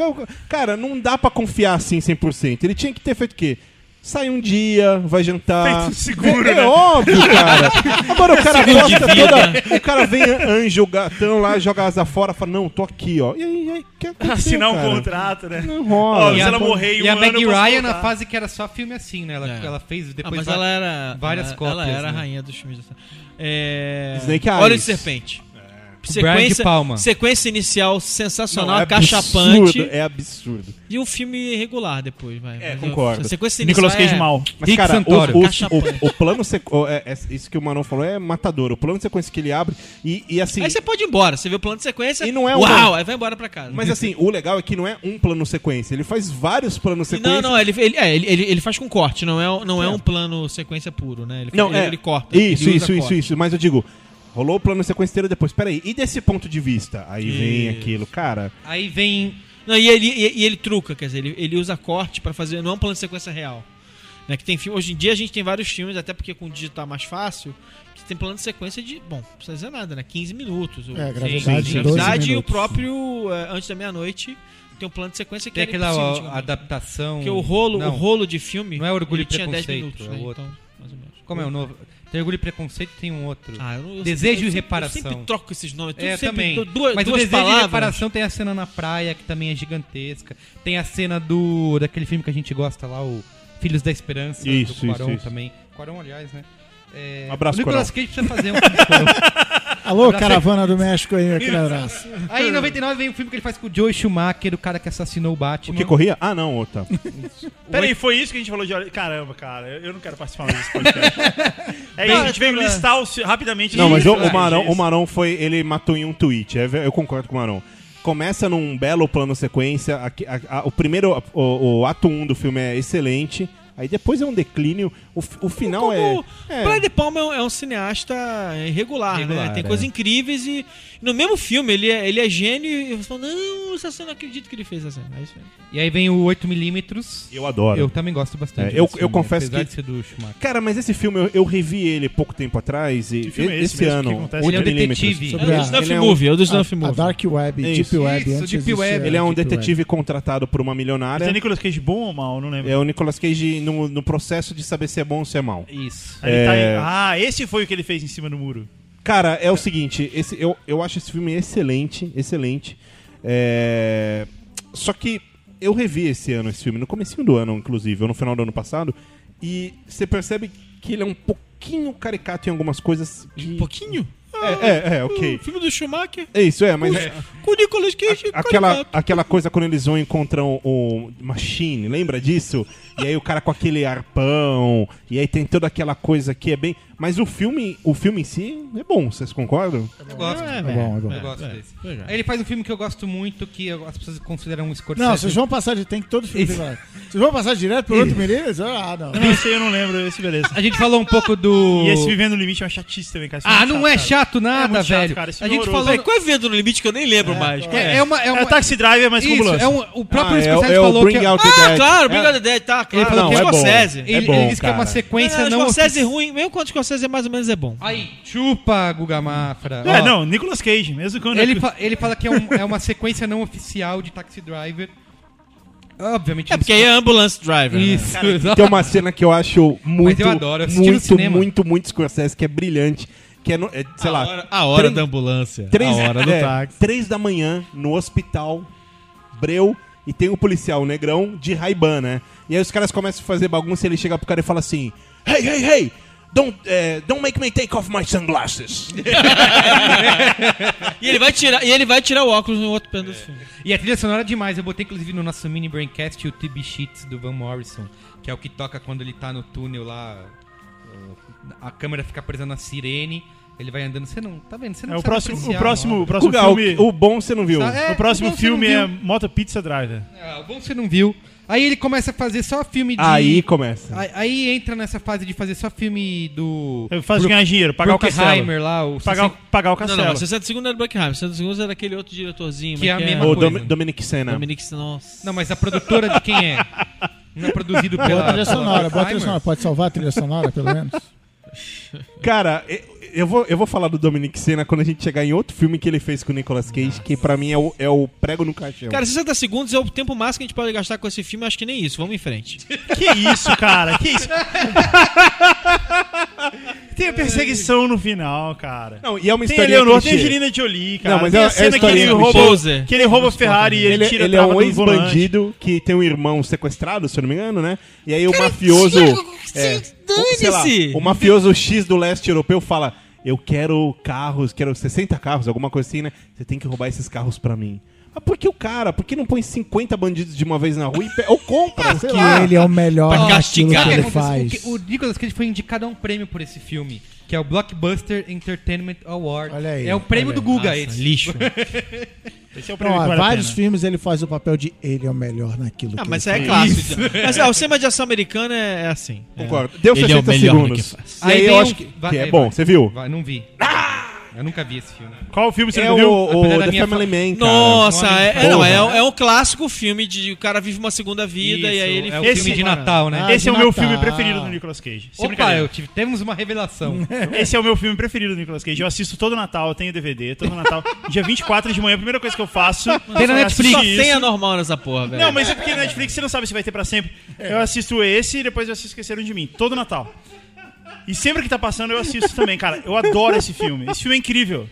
[SPEAKER 5] Cara, não dá pra confiar assim 100%. Ele tinha que ter feito o quê? Sai um dia, vai jantar.
[SPEAKER 7] Feito seguro,
[SPEAKER 5] é, é
[SPEAKER 7] né? É
[SPEAKER 5] óbvio, cara. Agora o cara
[SPEAKER 7] Seguro de
[SPEAKER 5] gosta
[SPEAKER 7] vida.
[SPEAKER 5] toda. O cara vem anjo, gatão lá, joga asa fora, fala, não, tô aqui, ó. E aí, aí que aconteceu,
[SPEAKER 7] Assinar um
[SPEAKER 5] cara?
[SPEAKER 7] contrato, né?
[SPEAKER 5] Não rola.
[SPEAKER 7] Ó, se ela morrer em
[SPEAKER 4] e
[SPEAKER 7] um
[SPEAKER 4] a
[SPEAKER 7] ano,
[SPEAKER 4] Meg
[SPEAKER 7] eu posso
[SPEAKER 4] Ryan na
[SPEAKER 7] voltar. É.
[SPEAKER 4] fase que era só filme assim, né? Ela, ela fez depois
[SPEAKER 6] Ah, mas
[SPEAKER 4] va-
[SPEAKER 6] ela era
[SPEAKER 4] várias
[SPEAKER 6] ela,
[SPEAKER 4] cópias.
[SPEAKER 6] Ela era a
[SPEAKER 4] né?
[SPEAKER 6] rainha dos filmes dessa. É...
[SPEAKER 4] Snake Eyes.
[SPEAKER 6] Olho de serpente.
[SPEAKER 4] Brian de
[SPEAKER 6] Sequência,
[SPEAKER 4] Palma.
[SPEAKER 6] sequência inicial sensacional,
[SPEAKER 5] É. Não, é
[SPEAKER 6] cachapante.
[SPEAKER 5] absurdo, é absurdo.
[SPEAKER 6] E um filme irregular depois, vai.
[SPEAKER 5] É,
[SPEAKER 6] Mas
[SPEAKER 5] concordo.
[SPEAKER 6] A sequência inicial
[SPEAKER 7] Nicolas Cage
[SPEAKER 6] é...
[SPEAKER 7] mal.
[SPEAKER 5] Mas, cara, o, o-
[SPEAKER 6] Cachapante.
[SPEAKER 5] o- o plano sequ... o- é- é- Isso que o Manon falou é matador. O plano de sequência que ele abre e, e assim.
[SPEAKER 6] Aí você pode ir embora. Você vê o plano de sequência.
[SPEAKER 5] E não é
[SPEAKER 6] Uau!
[SPEAKER 5] uma-
[SPEAKER 6] Aí vai embora pra casa.
[SPEAKER 5] Mas assim, o legal é que não é um plano sequência. Ele faz vários planos sequência.
[SPEAKER 6] Não, não, ele, ele, é, ele, ele- ele faz com corte, não é, não é um plano sequência puro, né? Ele,
[SPEAKER 5] Não,
[SPEAKER 6] ele,
[SPEAKER 5] é.
[SPEAKER 6] ele corta.
[SPEAKER 5] Isso,
[SPEAKER 6] ele usa
[SPEAKER 5] isso, isso,
[SPEAKER 6] corte.
[SPEAKER 5] isso. Mas eu digo, rolou o plano sequência inteiro depois. Peraí, e desse ponto de vista? Aí vem
[SPEAKER 6] Isso.
[SPEAKER 5] aquilo, cara.
[SPEAKER 4] Aí vem.
[SPEAKER 6] Não, e ele, e, e ele truca, quer dizer, ele, ele usa corte pra fazer. Não é um plano de sequência real. Né, que tem filme, hoje em dia a gente tem vários filmes, até porque com o digital é mais fácil, que tem plano de sequência de. Bom, não precisa dizer nada, né? 15 minutos. ou-
[SPEAKER 8] É,
[SPEAKER 6] Sim,
[SPEAKER 8] gravidade,
[SPEAKER 6] sim,
[SPEAKER 8] 12
[SPEAKER 6] gravidade e o
[SPEAKER 8] minutos.
[SPEAKER 6] próprio é, Antes da Meia-Noite tem um plano de sequência que
[SPEAKER 4] Tem
[SPEAKER 6] era
[SPEAKER 4] aquela
[SPEAKER 6] impossível,
[SPEAKER 4] ó,
[SPEAKER 6] antigamente.
[SPEAKER 4] adaptação.
[SPEAKER 6] Porque o rolo,
[SPEAKER 4] Não.
[SPEAKER 6] o rolo de filme.
[SPEAKER 4] Não é orgulho e
[SPEAKER 6] ele tinha 10
[SPEAKER 4] preconceito.
[SPEAKER 6] minutos,
[SPEAKER 4] é
[SPEAKER 6] né?
[SPEAKER 4] o outro.
[SPEAKER 6] Então, mais ou menos.
[SPEAKER 4] Como é o novo? Tem orgulho e preconceito tem um outro.
[SPEAKER 6] Ah, eu não- eu
[SPEAKER 4] desejo
[SPEAKER 6] sempre- eu
[SPEAKER 4] e reparação.
[SPEAKER 6] sempre troco esses nomes, eu
[SPEAKER 4] É,
[SPEAKER 6] sempre dou
[SPEAKER 4] também.
[SPEAKER 6] duas-
[SPEAKER 4] Mas
[SPEAKER 6] duas
[SPEAKER 4] o é desejo
[SPEAKER 6] palavras.
[SPEAKER 4] e reparação tem a cena na praia que também é gigantesca. Tem a cena do daquele filme que a gente gosta lá, o Filhos da Esperança
[SPEAKER 5] Isso,
[SPEAKER 4] do
[SPEAKER 5] isso,
[SPEAKER 4] Quaron
[SPEAKER 5] isso.
[SPEAKER 4] também. Quaron, aliás, né? É,
[SPEAKER 5] Um abraço,
[SPEAKER 4] o Nicolas
[SPEAKER 5] Quaron.
[SPEAKER 4] Cage precisa fazer um filme de Quaron.
[SPEAKER 8] Alô,
[SPEAKER 4] Abraço aí.
[SPEAKER 8] caravana do México aí, aquele abraço.
[SPEAKER 4] Aí em 99 vem o filme que ele faz com o Joe Schumacher, o cara que assassinou o Batman.
[SPEAKER 5] Que corria? Ah, não, outra.
[SPEAKER 7] Peraí, foi isso que a gente falou de óleo. Caramba, cara, eu eu não quero participar mais desse podcast. é isso, a gente veio listar os- rapidamente.
[SPEAKER 5] Não, mas
[SPEAKER 7] Isso,
[SPEAKER 5] o,
[SPEAKER 7] cara,
[SPEAKER 5] o, Marão,
[SPEAKER 7] isso.
[SPEAKER 5] o Marão foi. Ele matou em um tweet. é ver- eu concordo com o Marão. Começa num belo plano sequência. aqui- a- a- o primeiro. O, o ato 1 do filme é excelente. Aí depois é um declínio. O, fi- o final é.
[SPEAKER 6] Como o Brian De Palma é um, é um cineasta irregular, né?
[SPEAKER 5] Regular,
[SPEAKER 6] Tem
[SPEAKER 5] é.
[SPEAKER 6] coisas incríveis e no mesmo filme ele é, ele é gênio e você fala, não, essa cena, não acredito que ele fez essa cena. É isso aí.
[SPEAKER 4] E aí vem o 8mm.
[SPEAKER 5] Eu adoro.
[SPEAKER 4] Eu também gosto bastante.
[SPEAKER 5] É, eu,
[SPEAKER 4] desse
[SPEAKER 5] eu
[SPEAKER 4] filme,
[SPEAKER 5] confesso
[SPEAKER 4] apesar
[SPEAKER 5] que.
[SPEAKER 4] de ser do Schumacher.
[SPEAKER 5] Cara, mas esse filme eu, eu revi ele pouco tempo atrás. E,
[SPEAKER 4] filme é
[SPEAKER 5] e-
[SPEAKER 4] esse
[SPEAKER 5] esse
[SPEAKER 4] mesmo? O que
[SPEAKER 5] ano.
[SPEAKER 4] acontece? Ele é um
[SPEAKER 5] 8 milímetros.
[SPEAKER 4] detetive.
[SPEAKER 5] Sobre
[SPEAKER 4] É o
[SPEAKER 5] a-
[SPEAKER 4] Snuff
[SPEAKER 5] ele um-
[SPEAKER 4] Movie, é o do Snuff
[SPEAKER 8] A- a Movie. Dark Web, Deep
[SPEAKER 5] Isso.
[SPEAKER 8] Web, Isso, antes Deep disso Web. era
[SPEAKER 5] Ele é um
[SPEAKER 8] Deep Web.
[SPEAKER 5] detetive contratado por uma milionária.
[SPEAKER 7] Mas é Nicolas Cage bom ou mal? Não lembro.
[SPEAKER 5] É o Nicolas Cage no, no processo de saber se é bom ou se é mal.
[SPEAKER 4] Isso.
[SPEAKER 7] Aí tá aí.
[SPEAKER 5] É.
[SPEAKER 7] Ah, esse foi o que ele fez em cima do muro.
[SPEAKER 5] Cara, é o seguinte, esse, eu, eu acho esse filme excelente, excelente. É, Só que eu revi esse ano esse filme, no comecinho do ano, inclusive, ou no final do ano passado, e você percebe que ele é um pouquinho caricato em algumas coisas. Um
[SPEAKER 6] pouquinho?
[SPEAKER 5] É, é, é, ok.
[SPEAKER 6] O filme do Schumacher.
[SPEAKER 5] É isso, é, mas.
[SPEAKER 6] Com o Nicolas Cage.
[SPEAKER 5] Aquela,
[SPEAKER 6] caricato.
[SPEAKER 5] aquela coisa quando eles vão e encontram o Machine, lembra disso? E aí o cara com aquele arpão, e aí tem toda aquela coisa que é bem. Mas o filme, o filme em si é bom, vocês concordam?
[SPEAKER 4] Eu gosto.
[SPEAKER 8] É, é bom, é bom.
[SPEAKER 4] Eu gosto
[SPEAKER 8] É,
[SPEAKER 4] desse.
[SPEAKER 8] é.
[SPEAKER 4] Aí ele faz um filme que eu gosto muito, que eu- as pessoas consideram um Scorsese.
[SPEAKER 8] Não, vocês vão passar de. Tem que todos os filmes
[SPEAKER 4] Isso.
[SPEAKER 8] agora. Vocês vão passar direto pro outro Mirinhas? Ah, não.
[SPEAKER 7] Eu não sei, eu não lembro. Esse beleza.
[SPEAKER 4] A gente falou um pouco do...
[SPEAKER 7] E esse Vivendo no Limite é uma chatice também, cara. Esse
[SPEAKER 4] Ah,
[SPEAKER 7] filme
[SPEAKER 4] não é chato
[SPEAKER 7] É
[SPEAKER 4] nada,
[SPEAKER 7] muito chato,
[SPEAKER 4] velho.
[SPEAKER 7] cara, esse
[SPEAKER 4] a
[SPEAKER 7] filme
[SPEAKER 4] gente
[SPEAKER 7] horroroso.
[SPEAKER 4] falou...
[SPEAKER 7] Peraí,
[SPEAKER 6] Qual é o Vendo no Limite que eu nem lembro mais? cara?
[SPEAKER 4] É, é uma, é uma...
[SPEAKER 7] É Taxi Driver, mas com
[SPEAKER 4] Isso,
[SPEAKER 7] ambulância.
[SPEAKER 4] é um- O próprio
[SPEAKER 7] Ah, é o-
[SPEAKER 4] Scorsese
[SPEAKER 7] é o
[SPEAKER 4] falou
[SPEAKER 7] Bring
[SPEAKER 4] que...
[SPEAKER 7] Out
[SPEAKER 4] Ah,
[SPEAKER 7] the Dead.
[SPEAKER 6] Claro, Brigada Dead, tá, claro.
[SPEAKER 4] Ele falou
[SPEAKER 6] Não,
[SPEAKER 4] que
[SPEAKER 6] é
[SPEAKER 4] é
[SPEAKER 6] bom.
[SPEAKER 4] Scorsese.
[SPEAKER 6] É
[SPEAKER 4] Ele,
[SPEAKER 6] bom,
[SPEAKER 4] ele disse que é uma
[SPEAKER 6] cara.
[SPEAKER 4] sequência não...
[SPEAKER 6] Scorsese ruim, mesmo quando Scorsese mais ou menos é bom.
[SPEAKER 4] Aí, chupa, Guga Mafra.
[SPEAKER 7] É,
[SPEAKER 4] Ó,
[SPEAKER 7] não, Nicolas Cage, mesmo quando.
[SPEAKER 4] Ele, fa- ele fala que é, um- é uma sequência não oficial de Taxi Driver. Obviamente.
[SPEAKER 6] É porque aí é Ambulance Driver.
[SPEAKER 4] Isso,
[SPEAKER 6] né?
[SPEAKER 4] exato.
[SPEAKER 5] Tem uma cena que eu acho muito,
[SPEAKER 4] eu adoro, eu assisti no
[SPEAKER 5] muito,
[SPEAKER 4] cinema.
[SPEAKER 5] muito, muito Scorsese, que é brilhante. Que é, no- é, sei lá.
[SPEAKER 6] hora- a hora da ambulância,
[SPEAKER 5] Três,
[SPEAKER 6] a hora do
[SPEAKER 5] é,
[SPEAKER 6] táxi.
[SPEAKER 5] Três da manhã, no hospital, breu, e tem o policial, o negrão, de Ray-Ban, né? E aí os caras começam a fazer bagunça e ele chega pro cara e fala assim: Hey, hey, hey! Don't, eh, don't make me take off my sunglasses.
[SPEAKER 6] E ele vai tirar, e ele vai tirar o óculos no outro pêndulo do filme.
[SPEAKER 4] E a trilha sonora é demais. Eu botei, inclusive, no nosso mini braincast o TB Sheets do Van Morrison, que é o que toca quando ele tá no túnel lá. uh, A câmera fica presa na sirene. Ele vai andando. Você não. Tá vendo? Você não
[SPEAKER 7] É, o
[SPEAKER 4] sabe
[SPEAKER 7] próximo-
[SPEAKER 4] apreciar
[SPEAKER 7] o próximo-
[SPEAKER 4] obra.
[SPEAKER 7] o próximo Guga, filme-
[SPEAKER 5] o- o bom você não viu.
[SPEAKER 4] É,
[SPEAKER 7] o próximo
[SPEAKER 4] o bom você
[SPEAKER 7] filme
[SPEAKER 4] não
[SPEAKER 7] é
[SPEAKER 4] viu.
[SPEAKER 7] Moto Pizza Driver.
[SPEAKER 4] Ah, o bom você não viu. Aí ele começa a fazer só filme de.
[SPEAKER 5] Aí começa.
[SPEAKER 4] Aí, aí entra nessa fase de fazer só filme do.
[SPEAKER 7] Faz
[SPEAKER 4] Bru-
[SPEAKER 7] ganhar dinheiro, pagar o Castelo.
[SPEAKER 4] Bruckheimer lá, o.
[SPEAKER 7] pagar, o- pagar o Castelo.
[SPEAKER 6] Não, não, 60 segundos era o Black Hammer, 60 segundos era aquele outro diretorzinho.
[SPEAKER 4] Que é a
[SPEAKER 6] mas
[SPEAKER 4] mesma
[SPEAKER 5] O
[SPEAKER 4] coisa.
[SPEAKER 5] Dom- Dominic Senna.
[SPEAKER 6] Dominic Senna, nossa.
[SPEAKER 4] Não, mas a produtora de quem é? Não é produzido pela.
[SPEAKER 8] Boa
[SPEAKER 4] pela
[SPEAKER 8] trilha sonora, boa trilha
[SPEAKER 4] Bruckheimer?
[SPEAKER 8] sonora. Pode salvar a trilha sonora, pelo menos?
[SPEAKER 5] Cara, eu- eu vou, eu vou falar do Dominic Senna quando a gente chegar em outro filme que ele fez com o Nicolas Cage, que pra mim é o, é o prego no caixão.
[SPEAKER 6] Cara, 60 segundos é o tempo máximo que a gente pode gastar com esse filme, acho que nem isso. Vamos em frente.
[SPEAKER 7] Que isso, cara? Que isso? Tem a perseguição no final, cara.
[SPEAKER 5] Não, e é uma
[SPEAKER 7] tem
[SPEAKER 5] historinha
[SPEAKER 7] Eleanor, tem
[SPEAKER 5] clichê.
[SPEAKER 7] Angelina Jolie, cara.
[SPEAKER 5] Não, mas
[SPEAKER 7] tem
[SPEAKER 5] é-
[SPEAKER 7] a
[SPEAKER 5] é
[SPEAKER 7] cena que,
[SPEAKER 5] historinha
[SPEAKER 7] ele
[SPEAKER 5] clichê.
[SPEAKER 7] rouba,
[SPEAKER 5] Poser.
[SPEAKER 7] que ele rouba a Ferrari e ele, tira
[SPEAKER 5] ele
[SPEAKER 7] a
[SPEAKER 5] é
[SPEAKER 7] trava
[SPEAKER 5] um
[SPEAKER 7] do volante.
[SPEAKER 5] ex-bandido que tem um irmão sequestrado, se eu não me engano, né? E aí o mafioso. é, o, sei lá,
[SPEAKER 6] dane-se.
[SPEAKER 5] o mafioso X do leste europeu fala: Eu quero carros, quero 60 carros, alguma coisa assim, né? Você tem que roubar esses carros pra mim. Mas por que o cara? Por que não põe 50 bandidos de uma vez na rua e pe- ou compra? sei
[SPEAKER 8] Que
[SPEAKER 5] lá.
[SPEAKER 8] ele é o melhor
[SPEAKER 5] Pra
[SPEAKER 8] naquilo
[SPEAKER 5] castigar.
[SPEAKER 8] que ele
[SPEAKER 4] Sabe o que
[SPEAKER 8] faz.
[SPEAKER 4] aconteceu? O, que- o Nicolas Cage foi indicado a um prêmio por esse filme, que é o Blockbuster Entertainment Award. Olha aí. É o prêmio do
[SPEAKER 8] olha aí.
[SPEAKER 4] Guga
[SPEAKER 8] Nossa,
[SPEAKER 4] esse.
[SPEAKER 8] lixo.
[SPEAKER 7] Esse é o
[SPEAKER 8] Não,
[SPEAKER 7] prêmio
[SPEAKER 8] ó,
[SPEAKER 7] que vale a
[SPEAKER 8] vários
[SPEAKER 7] pena.
[SPEAKER 8] filmes ele faz o papel de ele é o melhor naquilo
[SPEAKER 6] Ah,
[SPEAKER 8] que
[SPEAKER 6] mas isso aí
[SPEAKER 8] ele
[SPEAKER 6] é
[SPEAKER 8] faz.
[SPEAKER 6] clássico. Mas ah, o cinema de ação americana é, é assim.
[SPEAKER 5] Concordo.
[SPEAKER 6] É.
[SPEAKER 5] Deu
[SPEAKER 6] Ele é o
[SPEAKER 5] 60
[SPEAKER 6] melhor no que
[SPEAKER 5] segundos.
[SPEAKER 6] faz.
[SPEAKER 5] E aí,
[SPEAKER 4] vem
[SPEAKER 5] eu
[SPEAKER 4] um-
[SPEAKER 5] acho que,
[SPEAKER 4] vai-
[SPEAKER 5] que é
[SPEAKER 4] é,
[SPEAKER 5] bom,
[SPEAKER 4] vai.
[SPEAKER 5] você viu? Ah!
[SPEAKER 4] Vai, não vi. Eu nunca vi esse filme.
[SPEAKER 5] Qual o filme
[SPEAKER 6] você
[SPEAKER 5] é
[SPEAKER 6] nunca viu?
[SPEAKER 5] O,
[SPEAKER 4] Apesar
[SPEAKER 5] o
[SPEAKER 4] da
[SPEAKER 5] The
[SPEAKER 4] minha fa-
[SPEAKER 5] Family Man, cara.
[SPEAKER 6] Nossa, é, é, não,
[SPEAKER 5] Porra.
[SPEAKER 6] é, um- é um clássico filme de o cara vive uma segunda vida e aí ele
[SPEAKER 4] é o filme de Natal, né?
[SPEAKER 7] Esse é o meu filme preferido do Nicolas Cage. Sem
[SPEAKER 4] Opa,
[SPEAKER 7] brincadeira.
[SPEAKER 4] eu tive, temos uma revelação.
[SPEAKER 7] Esse é o meu filme preferido do Nicolas Cage. Eu assisto todo Natal, eu tenho DVD, todo Natal. Dia 24 de manhã, a primeira coisa que eu faço.
[SPEAKER 6] Tem na
[SPEAKER 7] eu assisto
[SPEAKER 6] Netflix. Só
[SPEAKER 7] isso.
[SPEAKER 6] senha normal nessa porra, velho.
[SPEAKER 7] Não, mas é porque na Netflix você não sabe se vai ter pra sempre.
[SPEAKER 6] É.
[SPEAKER 7] Eu assisto esse e depois vocês esqueceram de mim. Todo Natal. E sempre que tá passando eu assisto também, cara. Eu adoro esse filme. Esse filme é incrível.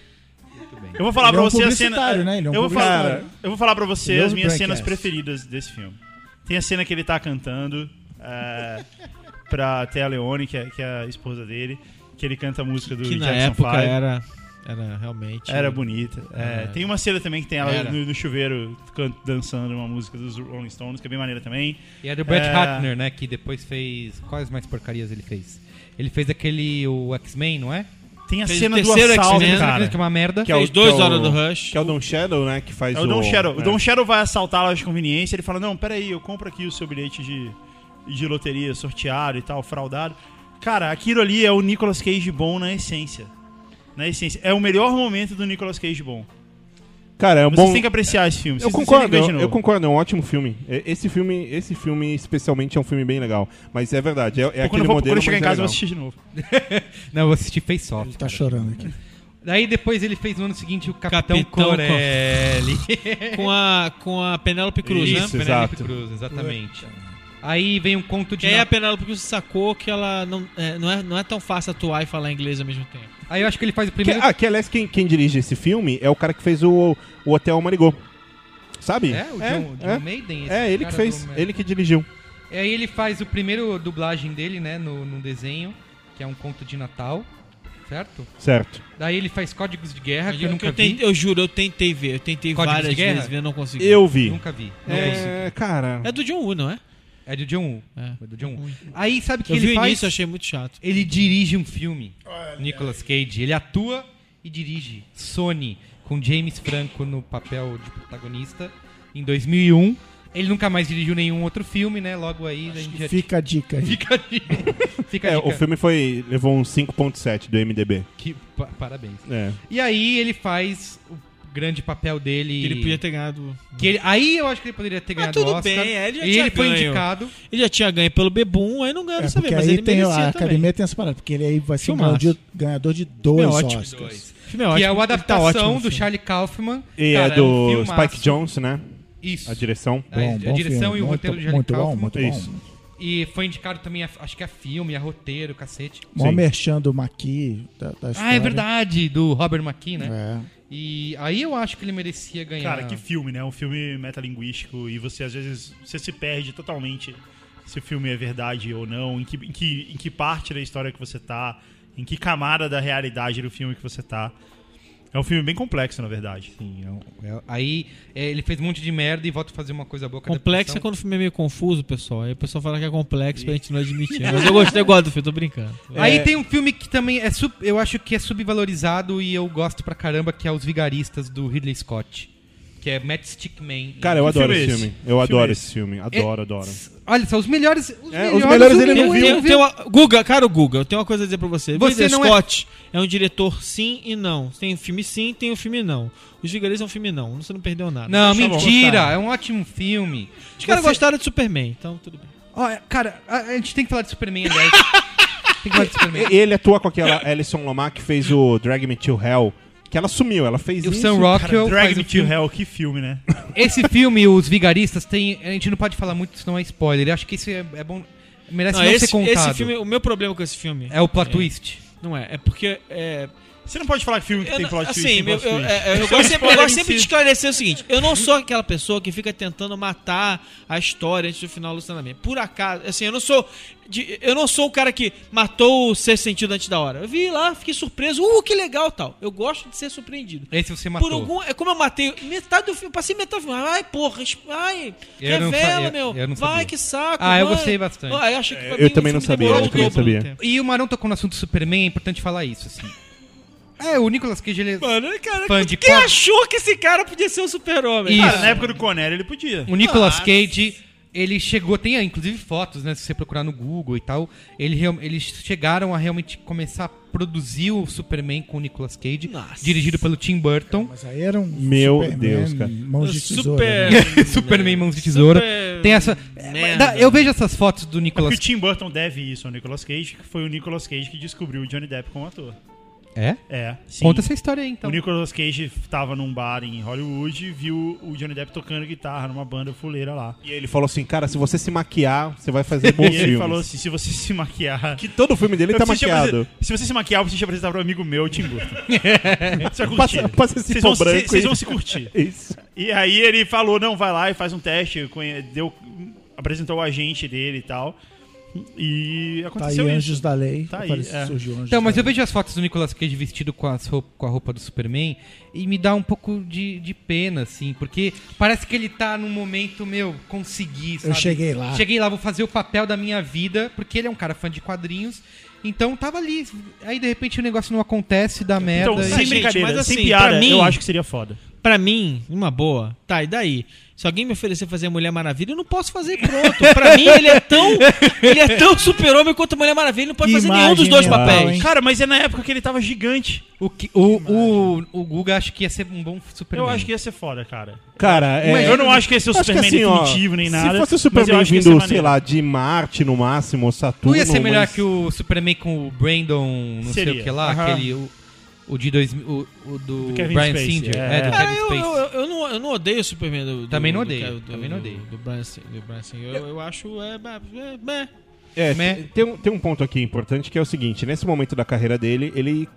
[SPEAKER 7] Eu vou falar
[SPEAKER 8] Ele
[SPEAKER 7] pra
[SPEAKER 8] é um
[SPEAKER 7] você a cena.
[SPEAKER 8] publicitário, né? Ele é um
[SPEAKER 7] eu, vou falar,
[SPEAKER 8] publicitário.
[SPEAKER 7] eu vou falar pra você
[SPEAKER 8] Ele é um
[SPEAKER 7] as minhas cenas
[SPEAKER 8] broadcast.
[SPEAKER 7] preferidas desse filme. Tem a cena que ele tá cantando é, pra Thea Leone, que é, que é a esposa dele, que ele canta a música do
[SPEAKER 6] Que na
[SPEAKER 7] Jackson
[SPEAKER 6] época
[SPEAKER 7] Five.
[SPEAKER 6] era- era realmente-
[SPEAKER 7] Era bonita. É,
[SPEAKER 6] É.
[SPEAKER 7] Tem uma cena também que tem ela
[SPEAKER 6] Era.
[SPEAKER 7] no, no chuveiro can- dançando uma música dos Rolling Stones, que é bem maneira também.
[SPEAKER 4] E é do Brett Ratner, né? Que depois fez. Quais mais porcarias ele fez? Ele fez aquele. O X-Men, não é?
[SPEAKER 7] Tem a
[SPEAKER 4] Fez
[SPEAKER 7] cena
[SPEAKER 4] o
[SPEAKER 7] do
[SPEAKER 4] terceiro
[SPEAKER 7] assalto,
[SPEAKER 4] X-Men,
[SPEAKER 7] cara.
[SPEAKER 4] Que é uma merda.
[SPEAKER 7] Que é o- Fez dois que é o- Hora do
[SPEAKER 6] Rush.
[SPEAKER 5] Que é o Don Shadow, né? Que faz
[SPEAKER 7] É o Don Shadow. O
[SPEAKER 5] é.
[SPEAKER 7] Don Shadow vai assaltar a loja de conveniência. Ele fala: Não, peraí, eu compro aqui o seu bilhete de, de loteria sorteado e tal, fraudado. Cara, aquilo ali é o Nicolas Cage bom na essência. Na essência. É o melhor momento do Nicolas Cage bom.
[SPEAKER 5] Cara, é um
[SPEAKER 7] Vocês
[SPEAKER 5] bom.
[SPEAKER 7] têm que apreciar esse filme.
[SPEAKER 5] Eu
[SPEAKER 7] Vocês têm que
[SPEAKER 5] concordo,
[SPEAKER 7] ver de
[SPEAKER 5] eu,
[SPEAKER 7] novo.
[SPEAKER 5] eu concordo, é um ótimo filme. E- Esse filme, esse filme especialmente é um filme bem legal, mas é verdade, é, é
[SPEAKER 7] quando
[SPEAKER 5] aquele
[SPEAKER 7] eu vou-
[SPEAKER 5] modelo
[SPEAKER 7] quando eu chegar
[SPEAKER 5] mas
[SPEAKER 7] em casa, eu
[SPEAKER 5] é
[SPEAKER 7] vou assistir de novo.
[SPEAKER 4] Não, eu vou assistir Face Off.
[SPEAKER 8] Ele tá chorando aqui.
[SPEAKER 4] Daí depois ele fez no ano seguinte o Capitão, Corelli.
[SPEAKER 6] com a com a Penélope Cruz, né?
[SPEAKER 4] Isso, exato. Cruz, exatamente. Aí vem um conto de
[SPEAKER 6] Que aí
[SPEAKER 4] Natal.
[SPEAKER 6] a Penélope Cruz sacou que ela não é, não, é, não é tão fácil atuar e falar inglês ao mesmo tempo.
[SPEAKER 4] Aí eu acho que ele faz o
[SPEAKER 5] Que, ah, que aliás, quem, quem dirige esse filme é o cara que fez o, o Hotel Marigot. Sabe?
[SPEAKER 4] É, o John- John Maiden, esse
[SPEAKER 5] É, ele
[SPEAKER 4] cara
[SPEAKER 5] que fez,
[SPEAKER 4] do-
[SPEAKER 5] ele que dirigiu.
[SPEAKER 4] E aí ele faz o primeiro dublagem dele, né, no, no desenho, que é um conto de Natal, certo?
[SPEAKER 5] Certo.
[SPEAKER 4] Daí ele faz Códigos de Guerra, que eu
[SPEAKER 7] é
[SPEAKER 6] eu,
[SPEAKER 4] nunca
[SPEAKER 6] eu
[SPEAKER 4] vi.
[SPEAKER 6] tentei- eu juro, eu tentei ver. Eu tentei
[SPEAKER 4] Códigos de
[SPEAKER 6] várias
[SPEAKER 4] Guerra?
[SPEAKER 6] vezes ver, não consegui.
[SPEAKER 5] Eu vi.
[SPEAKER 4] Nunca vi. Não
[SPEAKER 5] É, cara.
[SPEAKER 6] É do John Woo, não é?
[SPEAKER 4] É do John Woo.
[SPEAKER 6] É.
[SPEAKER 4] do John Woo. Aí sabe o que
[SPEAKER 6] eu
[SPEAKER 4] ele
[SPEAKER 6] vi o
[SPEAKER 4] faz?
[SPEAKER 6] início, achei muito chato.
[SPEAKER 4] Ele dirige um filme. Nicolas Cage. Ele atua e dirige Sony, com James Franco no papel de protagonista, em 2001. Ele nunca mais dirigiu nenhum outro filme, né? Logo aí... a gente já-
[SPEAKER 8] Fica a dica aí.
[SPEAKER 4] Fica a dica. Fica a
[SPEAKER 5] É,
[SPEAKER 4] dica.
[SPEAKER 5] o filme foi levou um 5.7 do MDB.
[SPEAKER 4] Que pa- parabéns.
[SPEAKER 5] É.
[SPEAKER 4] E aí ele faz o grande papel dele.
[SPEAKER 6] Que ele podia ter ganhado.
[SPEAKER 4] Que ele- aí eu acho que ele poderia ter
[SPEAKER 6] Mas
[SPEAKER 4] ganhado
[SPEAKER 6] Ah, tudo
[SPEAKER 4] o Oscar.
[SPEAKER 6] bem, é, ele já
[SPEAKER 4] e
[SPEAKER 6] tinha
[SPEAKER 4] ele foi
[SPEAKER 6] ganho.
[SPEAKER 4] indicado.
[SPEAKER 6] Ele já tinha ganho pelo Bebum, aí não ganhou
[SPEAKER 8] É,
[SPEAKER 6] dessa vez,
[SPEAKER 8] porque
[SPEAKER 6] mas
[SPEAKER 8] aí
[SPEAKER 6] ele
[SPEAKER 8] tem,
[SPEAKER 6] merecia
[SPEAKER 8] a
[SPEAKER 6] também.
[SPEAKER 8] academia tem essa parada, porque ele aí vai ser um
[SPEAKER 6] Filmaço.
[SPEAKER 8] ganhador, ganhador de dois
[SPEAKER 6] Filme é ótimo.
[SPEAKER 8] Oscars.
[SPEAKER 4] Que
[SPEAKER 6] ótimo,
[SPEAKER 4] é uma
[SPEAKER 6] ele tá
[SPEAKER 4] adaptação
[SPEAKER 6] ótimo,
[SPEAKER 4] do Charlie Kaufman.
[SPEAKER 5] E
[SPEAKER 4] Cara,
[SPEAKER 5] é
[SPEAKER 4] um
[SPEAKER 5] do
[SPEAKER 4] filmaço.
[SPEAKER 5] Spike Jones, né?
[SPEAKER 4] Isso.
[SPEAKER 5] A direção.
[SPEAKER 4] A, a direção e o roteiro do Charlie
[SPEAKER 8] muito
[SPEAKER 4] Kaufman.
[SPEAKER 8] bom, muito bom.
[SPEAKER 5] Isso.
[SPEAKER 4] E foi indicado também, a- acho que a filme, a roteiro, cacete.
[SPEAKER 8] Mó merchan do Maqui da, da
[SPEAKER 4] Ah, é
[SPEAKER 8] história. É.
[SPEAKER 4] verdade, do Robert McKee, né?
[SPEAKER 7] É.
[SPEAKER 4] E aí eu acho que ele merecia ganhar.
[SPEAKER 7] Cara, que filme, né? Um filme metalinguístico e você às vezes você se perde totalmente se o filme é verdade ou não, em que, em que, em que parte da história que você tá, em que camada da realidade do filme que você tá. É um filme bem complexo, na verdade.
[SPEAKER 4] Sim, é um- é- aí é, ele fez um monte de merda e volta a fazer uma coisa boa. com a
[SPEAKER 6] Complexo é quando o filme é meio confuso, pessoal. Aí o pessoal fala que é complexo pra gente não admitir. né? Mas eu gostei, eu gosto do filme, tô brincando. É.
[SPEAKER 4] Aí tem um filme que também é sub- eu acho que é subvalorizado e eu gosto pra caramba, que é Os Vigaristas do Ridley Scott, que é Matt Stickman.
[SPEAKER 5] Cara, eu
[SPEAKER 4] Que
[SPEAKER 5] adoro
[SPEAKER 4] filme é
[SPEAKER 5] esse filme. Eu adoro esse filme. Adoro,
[SPEAKER 4] É-
[SPEAKER 5] adoro.
[SPEAKER 4] Olha só, os melhores, os
[SPEAKER 5] É,
[SPEAKER 4] melhores,
[SPEAKER 5] os melhores
[SPEAKER 4] o
[SPEAKER 5] ele não
[SPEAKER 4] Ridley
[SPEAKER 5] viu.
[SPEAKER 4] Scott
[SPEAKER 6] Eu tenho uma- Guga, cara, o Guga, eu tenho uma coisa a dizer pra você.
[SPEAKER 4] Você
[SPEAKER 6] Você
[SPEAKER 4] não é-
[SPEAKER 6] Scott é... um diretor sim e não. Tem um filme sim, tem um filme não. Os Vigaristas é um filme não. Você não perdeu nada.
[SPEAKER 4] Não,
[SPEAKER 6] Deixa eu
[SPEAKER 4] mentira,
[SPEAKER 6] gostar.
[SPEAKER 4] é um ótimo filme.
[SPEAKER 6] Os caras
[SPEAKER 4] Você-
[SPEAKER 6] gostaram de Superman, então tudo bem.
[SPEAKER 4] Olha, cara, a, a gente tem que falar de Superman, aliás. tem que falar de Superman.
[SPEAKER 5] E- Ele atua com aquela Alison Lomax que fez o Drag Me to Hell, que ela sumiu, ela fez
[SPEAKER 4] E o
[SPEAKER 5] isso.
[SPEAKER 4] Sam Rockwell
[SPEAKER 5] Drag
[SPEAKER 4] faz
[SPEAKER 5] Me
[SPEAKER 4] o
[SPEAKER 5] to
[SPEAKER 4] filme.
[SPEAKER 7] Hell, que filme, né?
[SPEAKER 4] É. Esse filme, Os Vigaristas, tem. A gente não pode falar muito, senão é spoiler. Eu acho que esse é, é bom. Merece
[SPEAKER 6] Não,
[SPEAKER 4] não
[SPEAKER 6] esse,
[SPEAKER 4] ser contado.
[SPEAKER 6] esse filme, o meu problema com esse filme
[SPEAKER 4] É o plot twist.
[SPEAKER 6] Não é, é porque é,
[SPEAKER 7] Você não pode falar que filme que
[SPEAKER 6] Eu
[SPEAKER 7] tem
[SPEAKER 6] não-
[SPEAKER 7] plot twist.
[SPEAKER 6] assim,
[SPEAKER 7] tem
[SPEAKER 6] meu-
[SPEAKER 7] plot
[SPEAKER 6] eu-
[SPEAKER 7] twist.
[SPEAKER 6] é, eu
[SPEAKER 7] Isso é um
[SPEAKER 6] gosto sempre, eu
[SPEAKER 7] spoiler
[SPEAKER 6] gosto
[SPEAKER 7] em
[SPEAKER 6] sempre de
[SPEAKER 7] si.
[SPEAKER 6] esclarecer o seguinte: eu não sou aquela pessoa que fica tentando matar a história antes do final do lançamento. Por acaso, assim, eu não sou. de- eu não sou o cara que matou o sexto sentido antes da hora. Eu vi lá, fiquei surpreso. Uh, que legal tal. Eu gosto de ser surpreendido.
[SPEAKER 4] Esse você matou.
[SPEAKER 6] Por algum. É como eu matei metade do filme, passei metade do filme. Ai, porra, es- ai,
[SPEAKER 4] Eu não
[SPEAKER 6] revela,
[SPEAKER 4] sa- eu-
[SPEAKER 6] meu.
[SPEAKER 4] eu não
[SPEAKER 6] vai,
[SPEAKER 4] sabia.
[SPEAKER 6] que saco.
[SPEAKER 4] Ah, eu
[SPEAKER 6] vai.
[SPEAKER 4] gostei bastante.
[SPEAKER 6] Ah, eu achei que pra
[SPEAKER 5] Eu
[SPEAKER 6] mim
[SPEAKER 5] também
[SPEAKER 6] o
[SPEAKER 5] não
[SPEAKER 6] filme
[SPEAKER 5] sabia,
[SPEAKER 6] demorou
[SPEAKER 5] eu também não
[SPEAKER 6] o dobro do
[SPEAKER 5] sabia.
[SPEAKER 6] tempo.
[SPEAKER 4] E o Marão tocou no assunto do Superman, é importante falar isso, assim. É, o Nicolas Cage, ele é
[SPEAKER 6] Mano, cara,
[SPEAKER 4] fã de
[SPEAKER 6] quem
[SPEAKER 4] pop.
[SPEAKER 6] achou que esse cara podia ser o super-homem? Ah,
[SPEAKER 4] Isso.
[SPEAKER 7] Cara, na época do Conner ele podia.
[SPEAKER 4] O Nicolas Cage, ele chegou, tem ah, inclusive fotos, né? Se você procurar no Google e tal, ele, real- eles chegaram a realmente começar a produzir o Superman com o Nicolas Cage, dirigido pelo Tim Burton.
[SPEAKER 8] Mas aí era um
[SPEAKER 5] Meu
[SPEAKER 8] Superman,
[SPEAKER 5] Deus, cara.
[SPEAKER 8] Mãos de
[SPEAKER 4] Super-
[SPEAKER 8] tesoura. né?
[SPEAKER 4] Superman, mãos de tesoura.
[SPEAKER 7] Super-
[SPEAKER 4] Tem essa.
[SPEAKER 7] Merda.
[SPEAKER 4] Eu vejo essas fotos do
[SPEAKER 7] É porque
[SPEAKER 4] Nicolas
[SPEAKER 7] o Tim Burton deve isso ao Nicolas Cage, que foi o Nicolas Cage que descobriu o Johnny Depp como ator.
[SPEAKER 4] É?
[SPEAKER 7] É.
[SPEAKER 4] Conta essa história aí, então.
[SPEAKER 7] O Nicolas Cage tava num bar em Hollywood e viu o Johnny Depp tocando guitarra numa banda fuleira lá.
[SPEAKER 5] E ele falou assim, cara, se você se maquiar, você vai fazer bons
[SPEAKER 7] e ele
[SPEAKER 5] filmes.
[SPEAKER 7] falou assim: se você se maquiar. Que
[SPEAKER 5] todo filme dele tá maquiado.
[SPEAKER 7] Se você se maquiar, eu preciso te apresentar pro amigo meu, o Tim Burton. Você vai
[SPEAKER 5] Passa-
[SPEAKER 7] curtir.
[SPEAKER 5] passa esse
[SPEAKER 7] Vocês vão
[SPEAKER 5] pó
[SPEAKER 7] se-
[SPEAKER 5] branco
[SPEAKER 7] Vocês
[SPEAKER 5] aí.
[SPEAKER 7] vão se curtir.
[SPEAKER 5] Isso.
[SPEAKER 7] E aí ele falou: não, vai lá e faz um teste. conhe- Deu, apresentou o agente dele e tal. E
[SPEAKER 8] Tá
[SPEAKER 7] aconteceu
[SPEAKER 8] aí
[SPEAKER 7] isso.
[SPEAKER 8] Anjos da Lei.
[SPEAKER 7] Tá aí,
[SPEAKER 8] aparece-
[SPEAKER 7] é.
[SPEAKER 8] surgiu Anjos
[SPEAKER 4] Então, mas
[SPEAKER 8] da
[SPEAKER 4] eu vejo as fotos do Nicolas Cage vestido com, as roupa, com a roupa do Superman e me dá um pouco de, de pena, assim, porque parece que ele tá num momento, meu, consegui, sabe?
[SPEAKER 8] cheguei lá.
[SPEAKER 4] Cheguei lá, vou fazer o papel da minha vida, porque ele é um cara fã de quadrinhos, então tava ali. Aí, de repente, o negócio não acontece, dá merda.
[SPEAKER 7] Então,
[SPEAKER 4] e-
[SPEAKER 7] sem brincadeira,
[SPEAKER 6] mas assim,
[SPEAKER 7] sem piada,
[SPEAKER 6] pra mim-
[SPEAKER 7] eu acho que seria foda.
[SPEAKER 6] Pra mim, uma boa. Tá, e daí? Se alguém me oferecer fazer Mulher Maravilha, eu não posso fazer, pronto. Pra mim, ele é tão. Ele é tão super-homem quanto Mulher Maravilha, ele não pode fazer nenhum dos dois papéis.
[SPEAKER 7] Cara, mas é na época que ele tava gigante.
[SPEAKER 4] O, que, o, o, o Guga acho que ia ser um bom Superman.
[SPEAKER 7] Eu acho que ia ser foda, cara.
[SPEAKER 5] Cara, é-
[SPEAKER 7] Mas eu não acho que ia ser o
[SPEAKER 5] Acho que
[SPEAKER 7] Superman
[SPEAKER 5] assim, ó,
[SPEAKER 7] definitivo nem nada.
[SPEAKER 5] Se fosse o
[SPEAKER 7] mas eu
[SPEAKER 5] Superman
[SPEAKER 7] acho que ia ser
[SPEAKER 5] vindo, sei
[SPEAKER 7] maneiro.
[SPEAKER 5] lá, de Marte no máximo, ou Saturno...
[SPEAKER 4] Não ia ser melhor
[SPEAKER 5] mas-
[SPEAKER 4] que o Superman com o Brandon, não sei
[SPEAKER 7] Seria.
[SPEAKER 4] o que lá,
[SPEAKER 7] Aham.
[SPEAKER 4] aquele. O, o de dois, o, o do,
[SPEAKER 7] Do Kevin
[SPEAKER 4] Brian
[SPEAKER 7] Spacey,
[SPEAKER 4] Singer.
[SPEAKER 7] é.
[SPEAKER 4] É, do
[SPEAKER 7] Cara,
[SPEAKER 4] Kevin
[SPEAKER 6] Eu,
[SPEAKER 4] Spacey.
[SPEAKER 6] eu, eu não, eu não odeio o Superman do, do-
[SPEAKER 4] Também não
[SPEAKER 6] do-
[SPEAKER 4] odeio,
[SPEAKER 6] do-
[SPEAKER 4] também não odeio.
[SPEAKER 6] Do, do Brian Singer. do Brian Singer. Eu, eu acho. É, é, é,
[SPEAKER 5] É, tem- tem, um, tem um ponto aqui importante que é o seguinte: nesse momento da carreira dele, ele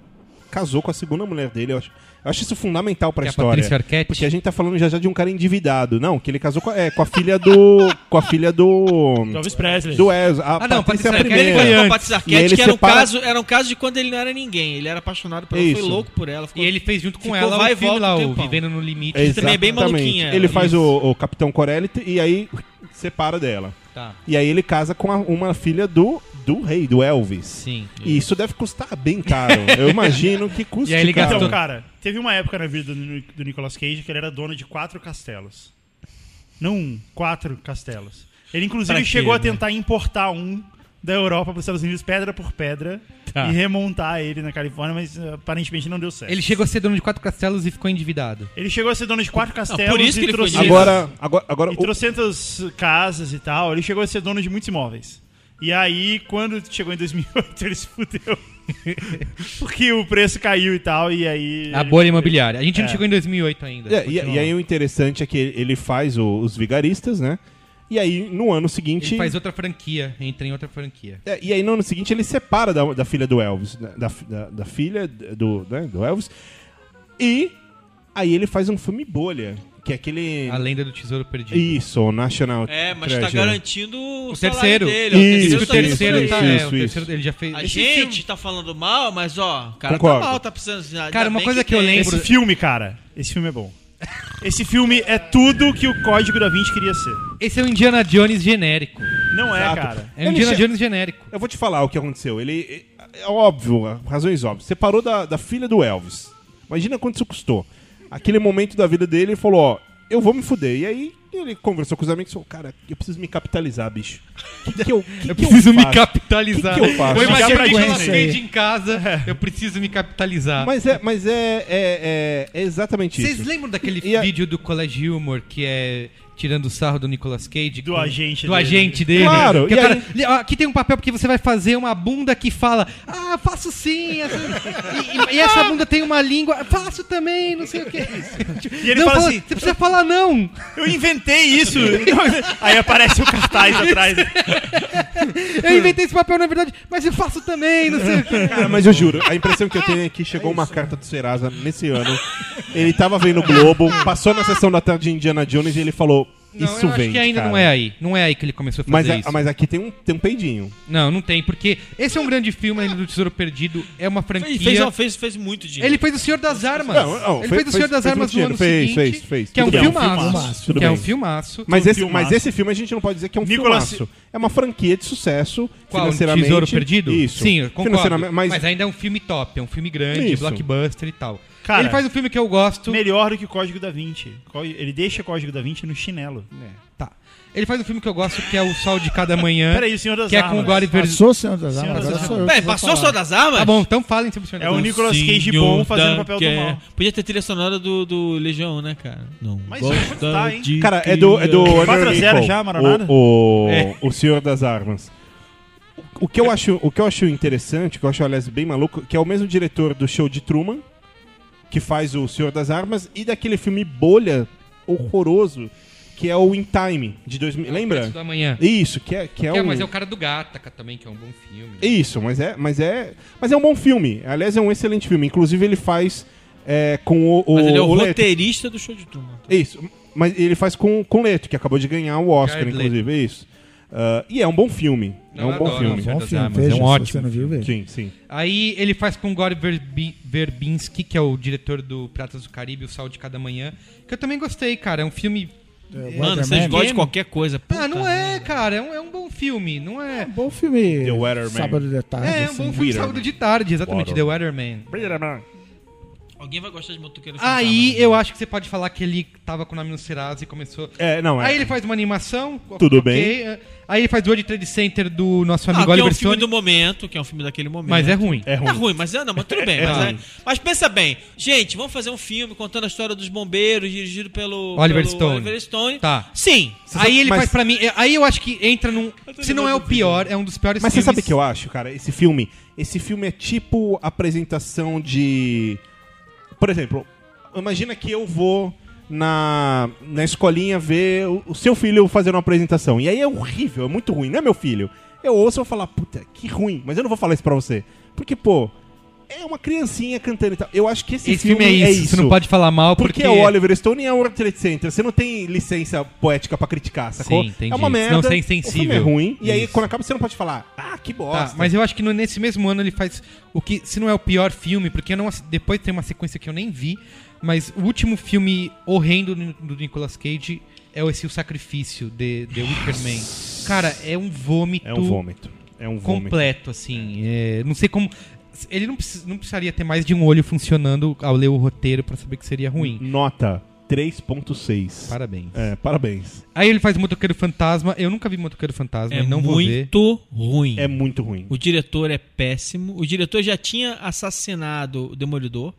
[SPEAKER 5] casou com a segunda mulher dele. Eu acho, eu acho isso fundamental pra
[SPEAKER 4] Que é a
[SPEAKER 5] história.
[SPEAKER 4] Patrícia Arquette.
[SPEAKER 5] Porque a gente tá falando já já de um cara endividado. Não, que ele casou com, a- é, com a filha do. com a filha do.
[SPEAKER 7] Do Elvis Presley.
[SPEAKER 5] Do Elvis. A
[SPEAKER 6] Ah, não,
[SPEAKER 5] Patrícia é
[SPEAKER 6] Patrícia
[SPEAKER 5] a
[SPEAKER 6] Arquette. Ele
[SPEAKER 5] primeira.
[SPEAKER 6] casou com a
[SPEAKER 5] E
[SPEAKER 6] Patrícia
[SPEAKER 5] aí
[SPEAKER 6] Arquette,
[SPEAKER 5] ele
[SPEAKER 6] que era um,
[SPEAKER 5] separa-
[SPEAKER 6] caso, era um caso de quando ele não era ninguém. Ele era apaixonado por ela, foi
[SPEAKER 5] Isso.
[SPEAKER 6] louco por ela. ficou-
[SPEAKER 4] E ele fez junto com
[SPEAKER 6] ficou
[SPEAKER 4] ela
[SPEAKER 6] vai
[SPEAKER 4] o
[SPEAKER 6] e
[SPEAKER 4] filme
[SPEAKER 6] volta
[SPEAKER 4] lá,
[SPEAKER 6] um
[SPEAKER 4] o
[SPEAKER 6] tempão.
[SPEAKER 4] Vivendo no Limite.
[SPEAKER 5] Exatamente.
[SPEAKER 6] também é bem maluquinha.
[SPEAKER 5] Ele faz
[SPEAKER 6] Isso.
[SPEAKER 5] o, o Capitão Corelli e aí separa dela.
[SPEAKER 4] Tá.
[SPEAKER 5] E aí ele casa com a- uma filha do, do rei, do Elvis.
[SPEAKER 4] Sim.
[SPEAKER 5] E isso deve custar bem caro. Eu imagino que custe caro.
[SPEAKER 7] Então, cara, teve uma época na vida do, Ni- do Nicolas Cage que ele era dono de quatro castelos. Não um, quatro castelos. Ele, inclusive,
[SPEAKER 4] Pra quê,
[SPEAKER 7] chegou a
[SPEAKER 4] né?
[SPEAKER 7] tentar importar um da Europa para os Estados Unidos, pedra por pedra,
[SPEAKER 4] Tá.
[SPEAKER 7] e remontar ele na Califórnia, mas eh, aparentemente não deu certo.
[SPEAKER 4] Ele chegou a ser dono de quatro castelos e ficou endividado.
[SPEAKER 7] Ele chegou a ser dono de quatro castelos
[SPEAKER 4] Ah, por isso
[SPEAKER 7] e
[SPEAKER 4] que ele foi
[SPEAKER 7] trouxe...
[SPEAKER 4] diretor. Agora-
[SPEAKER 5] agora, agora
[SPEAKER 7] E trocentas casas e tal. Ele chegou a ser dono de muitos imóveis. E aí, quando chegou em 2008, ele se fudeu. Porque o preço caiu e tal, e aí...
[SPEAKER 4] A bolha imobiliária. A gente
[SPEAKER 6] é.
[SPEAKER 4] não chegou em 2008 ainda.
[SPEAKER 5] É, e,
[SPEAKER 4] Continua.
[SPEAKER 5] e aí o interessante é que ele ele faz o- os vigaristas, né? E aí no ano seguinte.
[SPEAKER 4] Ele faz outra franquia, entra em outra franquia.
[SPEAKER 5] É, e aí no ano seguinte ele separa da, da filha do Elvis, né, da, fi- da- da filha do, né, do Elvis. E aí ele faz um filme bolha, que é aquele.
[SPEAKER 4] A Lenda do Tesouro Perdido.
[SPEAKER 5] Isso, o National.
[SPEAKER 6] É, mas tá
[SPEAKER 5] Treasure.
[SPEAKER 6] garantindo
[SPEAKER 4] então.
[SPEAKER 6] o,
[SPEAKER 4] O
[SPEAKER 6] salário
[SPEAKER 4] terceiro.
[SPEAKER 6] dele. ó,
[SPEAKER 5] Isso,
[SPEAKER 4] Diz que o
[SPEAKER 6] salário
[SPEAKER 4] terceiro
[SPEAKER 6] dele.
[SPEAKER 4] tá.
[SPEAKER 5] isso,
[SPEAKER 4] é,
[SPEAKER 5] isso,
[SPEAKER 4] o terceiro
[SPEAKER 5] isso.
[SPEAKER 4] ele já fez.
[SPEAKER 6] A
[SPEAKER 4] Esse
[SPEAKER 6] gente
[SPEAKER 4] filme-
[SPEAKER 6] tá falando mal, mas ó, o cara
[SPEAKER 7] Concordo.
[SPEAKER 6] tá mal, tá precisando. ainda
[SPEAKER 4] Cara, uma
[SPEAKER 6] bem
[SPEAKER 4] coisa que eu
[SPEAKER 6] tem.
[SPEAKER 4] lembro-
[SPEAKER 7] Esse filme, cara. Esse filme é bom. Esse filme é tudo que o Código da Vinci queria ser.
[SPEAKER 4] Esse é o Indiana Jones genérico.
[SPEAKER 7] Não é,
[SPEAKER 5] Exato.
[SPEAKER 7] cara.
[SPEAKER 4] É um Indiana
[SPEAKER 5] che-
[SPEAKER 4] Jones genérico.
[SPEAKER 5] Eu vou te falar o que aconteceu. Ele. É é óbvio, razões óbvias. Separou da, da filha do Elvis. Imagina quanto isso custou. Aquele momento da vida dele, ele falou: Ó, eu vou me fuder. E aí ele conversou com os amigos e falou: Cara, eu preciso me capitalizar, bicho. O que, que eu, que
[SPEAKER 4] Eu
[SPEAKER 5] que
[SPEAKER 4] preciso me
[SPEAKER 5] faço?
[SPEAKER 4] capitalizar.
[SPEAKER 5] Que que eu faço?
[SPEAKER 4] Vou
[SPEAKER 5] Chegar
[SPEAKER 4] imaginar
[SPEAKER 5] pra
[SPEAKER 4] o Nicolas
[SPEAKER 5] Disney.
[SPEAKER 4] Cage em casa.
[SPEAKER 7] É.
[SPEAKER 4] Eu preciso me capitalizar.
[SPEAKER 5] Mas é, mas é, é, é- é exatamente isso.
[SPEAKER 4] Vocês lembram daquele vídeo do College Humor que é tirando o sarro do Nicolas Cage?
[SPEAKER 7] Do
[SPEAKER 4] com-
[SPEAKER 7] agente
[SPEAKER 4] do
[SPEAKER 7] dele.
[SPEAKER 4] agente dele.
[SPEAKER 5] Claro,
[SPEAKER 4] Que
[SPEAKER 5] e
[SPEAKER 4] o cara-
[SPEAKER 5] aí-
[SPEAKER 4] Li- ó, Aqui tem um papel porque você vai fazer uma bunda que fala. Ah, faço sim. essa- e, e- e
[SPEAKER 15] Ah!
[SPEAKER 4] essa bunda tem uma língua. Faço também, não sei o que.
[SPEAKER 7] E ele
[SPEAKER 4] não,
[SPEAKER 7] fala assim,
[SPEAKER 4] Você precisa falar não.
[SPEAKER 7] Eu inventei isso. Aí aparece o cartaz atrás.
[SPEAKER 4] Eu inventei esse papel, na verdade, mas eu faço também, não sei o que.
[SPEAKER 5] Cara, mas eu juro, a impressão que eu tenho é que chegou uma carta do Serasa nesse ano. Ele tava vendo o Globo, passou na sessão da tarde de Indiana Jones e ele falou: Isso
[SPEAKER 4] eu acho
[SPEAKER 5] vem.
[SPEAKER 4] que ainda não é aí. Não é aí que ele começou a fazer
[SPEAKER 5] Mas, a-
[SPEAKER 4] isso.
[SPEAKER 5] mas aqui tem um, tem um peidinho.
[SPEAKER 4] Não, não tem, porque esse é um grande filme ainda do Tesouro Perdido, é uma franquia.
[SPEAKER 6] Ele fez, fez, fez muito dinheiro.
[SPEAKER 4] Ele fez o Senhor das Armas.
[SPEAKER 5] Não, não,
[SPEAKER 4] ele
[SPEAKER 5] fez-
[SPEAKER 4] fez, o Senhor
[SPEAKER 5] fez-
[SPEAKER 4] das
[SPEAKER 5] fez
[SPEAKER 4] Armas
[SPEAKER 5] muito
[SPEAKER 4] no ano
[SPEAKER 5] dinheiro, fez,
[SPEAKER 4] seguinte,
[SPEAKER 5] fez, fez.
[SPEAKER 4] que é um
[SPEAKER 5] Tudo bem, é um filmaço,
[SPEAKER 4] filmaço.
[SPEAKER 5] tudo
[SPEAKER 4] Que é um
[SPEAKER 5] bem.
[SPEAKER 4] filmaço.
[SPEAKER 5] Mas
[SPEAKER 4] Um
[SPEAKER 5] esse,
[SPEAKER 4] filmaço.
[SPEAKER 5] mas esse filme a gente não pode dizer que é um
[SPEAKER 4] Nicolas-
[SPEAKER 5] filmaço. É uma franquia de sucesso
[SPEAKER 4] Qual, Um
[SPEAKER 5] financeiramente.
[SPEAKER 4] Tesouro Perdido?
[SPEAKER 5] Isso.
[SPEAKER 4] Sim, eu concordo.
[SPEAKER 5] Financeiramente,
[SPEAKER 4] Mas...
[SPEAKER 5] mas,
[SPEAKER 4] ainda é um filme top, é um filme grande,
[SPEAKER 5] Isso.
[SPEAKER 4] blockbuster e tal.
[SPEAKER 7] Cara,
[SPEAKER 4] ele faz um filme que eu gosto.
[SPEAKER 7] Melhor do que o Código da Vinci. Co- É, Ele deixa o Código da Vinci no chinelo.
[SPEAKER 4] Tá. Ele faz um filme que eu gosto, que é O Sol de Cada Manhã.
[SPEAKER 7] Peraí, o Senhor das
[SPEAKER 4] Que é com o
[SPEAKER 7] Armas.
[SPEAKER 4] Glória Ver...
[SPEAKER 8] Passou o Senhor das Armas, agora sou eu que Bem, vou passou o falar. Senhor
[SPEAKER 6] das Armas?
[SPEAKER 4] Tá bom, então falem sobre o Senhor das
[SPEAKER 7] É o
[SPEAKER 4] Armas. é-
[SPEAKER 7] Nicolas Cage bom fazendo o papel do mal.
[SPEAKER 6] Podia ter trilha sonora do, do Legião, né, cara? Não. Mas
[SPEAKER 7] isso tá, hein?
[SPEAKER 5] Cara, é do. É do Under
[SPEAKER 6] 4 a 0
[SPEAKER 5] Equal,
[SPEAKER 6] já, Maranada?
[SPEAKER 5] O, o,
[SPEAKER 6] É.
[SPEAKER 5] o Senhor das Armas. O que, eu acho, o que eu acho interessante, que eu acho, aliás, bem maluco, que é o mesmo diretor do show de Truman, que faz o Senhor das Armas, e daquele filme Bolha horroroso, que é o In Time, de 2000. Lembra?
[SPEAKER 4] Preço do Amanhã.
[SPEAKER 5] Isso, que é, que é,
[SPEAKER 4] Que é,
[SPEAKER 5] um...
[SPEAKER 4] Mas é o cara do Gataca também, que é um bom filme.
[SPEAKER 5] Isso, mas é, mas é, mas é um bom filme. Aliás, é um excelente filme. Inclusive, ele faz é, com o, o
[SPEAKER 6] Mas ele é o
[SPEAKER 5] Leto.
[SPEAKER 6] roteirista do show de Truman.
[SPEAKER 5] Isso, mas ele faz com com o Leto, que acabou de ganhar o Oscar,
[SPEAKER 6] Jared Leto.
[SPEAKER 5] inclusive. é Isso. Ah, e é um bom filme.
[SPEAKER 4] Não,
[SPEAKER 5] é um
[SPEAKER 4] eu
[SPEAKER 5] bom
[SPEAKER 4] adoro
[SPEAKER 5] filme.
[SPEAKER 4] O Senhor
[SPEAKER 5] Bom
[SPEAKER 4] das
[SPEAKER 5] filme,
[SPEAKER 4] Armas, é um
[SPEAKER 5] veja, se
[SPEAKER 4] ótimo
[SPEAKER 5] você não viu,
[SPEAKER 4] filme.
[SPEAKER 5] veja. Sim, sim.
[SPEAKER 4] Aí ele faz com o Gore Verbi- Verbinski, que é o diretor do Pratas do Caribe, O Sal de Cada Manhã, que eu também gostei, cara. É um filme.
[SPEAKER 6] Mano, vocês
[SPEAKER 8] é
[SPEAKER 6] gostam de qualquer coisa.
[SPEAKER 4] Ah, não é, cara. É um, é um bom filme. Não é.
[SPEAKER 8] um Bom filme.
[SPEAKER 4] The
[SPEAKER 5] Weatherman.
[SPEAKER 8] Sábado de tarde.
[SPEAKER 4] É, é um
[SPEAKER 8] assim.
[SPEAKER 4] bom filme sábado de tarde, exatamente. The Weatherman.
[SPEAKER 6] Alguém vai gostar de motoqueiro
[SPEAKER 4] Aí
[SPEAKER 6] né?
[SPEAKER 4] eu acho que você pode falar que ele tava com o nome no Serasa e começou.
[SPEAKER 5] É, não, é.
[SPEAKER 4] Aí ele faz uma animação.
[SPEAKER 5] Tudo
[SPEAKER 4] ok,
[SPEAKER 5] bem.
[SPEAKER 4] é. Aí ele faz o World Trade Center do nosso amigo
[SPEAKER 6] ah, que é um
[SPEAKER 4] Oliver
[SPEAKER 6] filme
[SPEAKER 4] Stone.
[SPEAKER 6] do momento, que é um filme daquele momento.
[SPEAKER 4] Mas é ruim. É
[SPEAKER 6] É
[SPEAKER 4] ruim.
[SPEAKER 6] ruim, mas, é- não, mas tudo bem.
[SPEAKER 4] É
[SPEAKER 6] mas, é-
[SPEAKER 4] ruim.
[SPEAKER 6] mas pensa bem. Gente, vamos fazer um filme contando a história dos bombeiros, dirigido pelo
[SPEAKER 4] Oliver
[SPEAKER 6] pelo
[SPEAKER 4] Stone.
[SPEAKER 6] Oliver Stone.
[SPEAKER 4] Tá.
[SPEAKER 6] Sim.
[SPEAKER 4] Aí ele faz pra mim. é, Aí eu acho que entra num. Se não é o pior, é um dos piores
[SPEAKER 5] Mas você
[SPEAKER 4] filmes.
[SPEAKER 5] sabe o que eu acho, cara? Esse filme, esse filme é tipo apresentação de, por exemplo, imagina que eu vou na, na escolinha ver o, o seu filho fazendo uma apresentação. E aí é horrível, é muito ruim, não é meu filho? Eu ouço e vou falar, puta, que ruim, mas eu não vou falar isso pra você. Porque, pô, é uma criancinha cantando e tal. Eu acho que esse,
[SPEAKER 4] Esse filme é isso, você não pode falar mal,
[SPEAKER 5] porque...
[SPEAKER 4] porque-
[SPEAKER 5] é o Oliver Stone e é o World Trade Center. Você não tem licença poética pra criticar, sacou?
[SPEAKER 4] Sim, entendi.
[SPEAKER 5] É uma merda,
[SPEAKER 4] Senão você é
[SPEAKER 5] o filme é
[SPEAKER 4] insensível.
[SPEAKER 5] ruim, e aí
[SPEAKER 4] Isso.
[SPEAKER 5] quando acaba você não pode falar, ah, que bosta.
[SPEAKER 4] Tá, mas eu acho que no- nesse mesmo ano ele faz o que, se não é o pior filme, porque eu não ass- depois tem uma sequência que eu nem vi, mas o último filme horrendo do, do Nicolas Cage é esse O Sacrifício, de The Wicker Man. Cara, é um vômito.
[SPEAKER 5] É um vômito. É um vômito.
[SPEAKER 4] Completo, assim. é, não sei como. Ele não, precis- não precisaria ter mais de um olho funcionando ao ler o roteiro pra saber que seria ruim.
[SPEAKER 5] Nota 3.6.
[SPEAKER 4] Parabéns.
[SPEAKER 5] É, parabéns.
[SPEAKER 4] Aí ele faz Motoqueiro Fantasma. Eu nunca vi Motoqueiro Fantasma
[SPEAKER 6] É
[SPEAKER 4] e não vou ver.
[SPEAKER 6] muito ruim.
[SPEAKER 5] É muito ruim.
[SPEAKER 6] O diretor é péssimo. O diretor já tinha assassinado o Demolidor.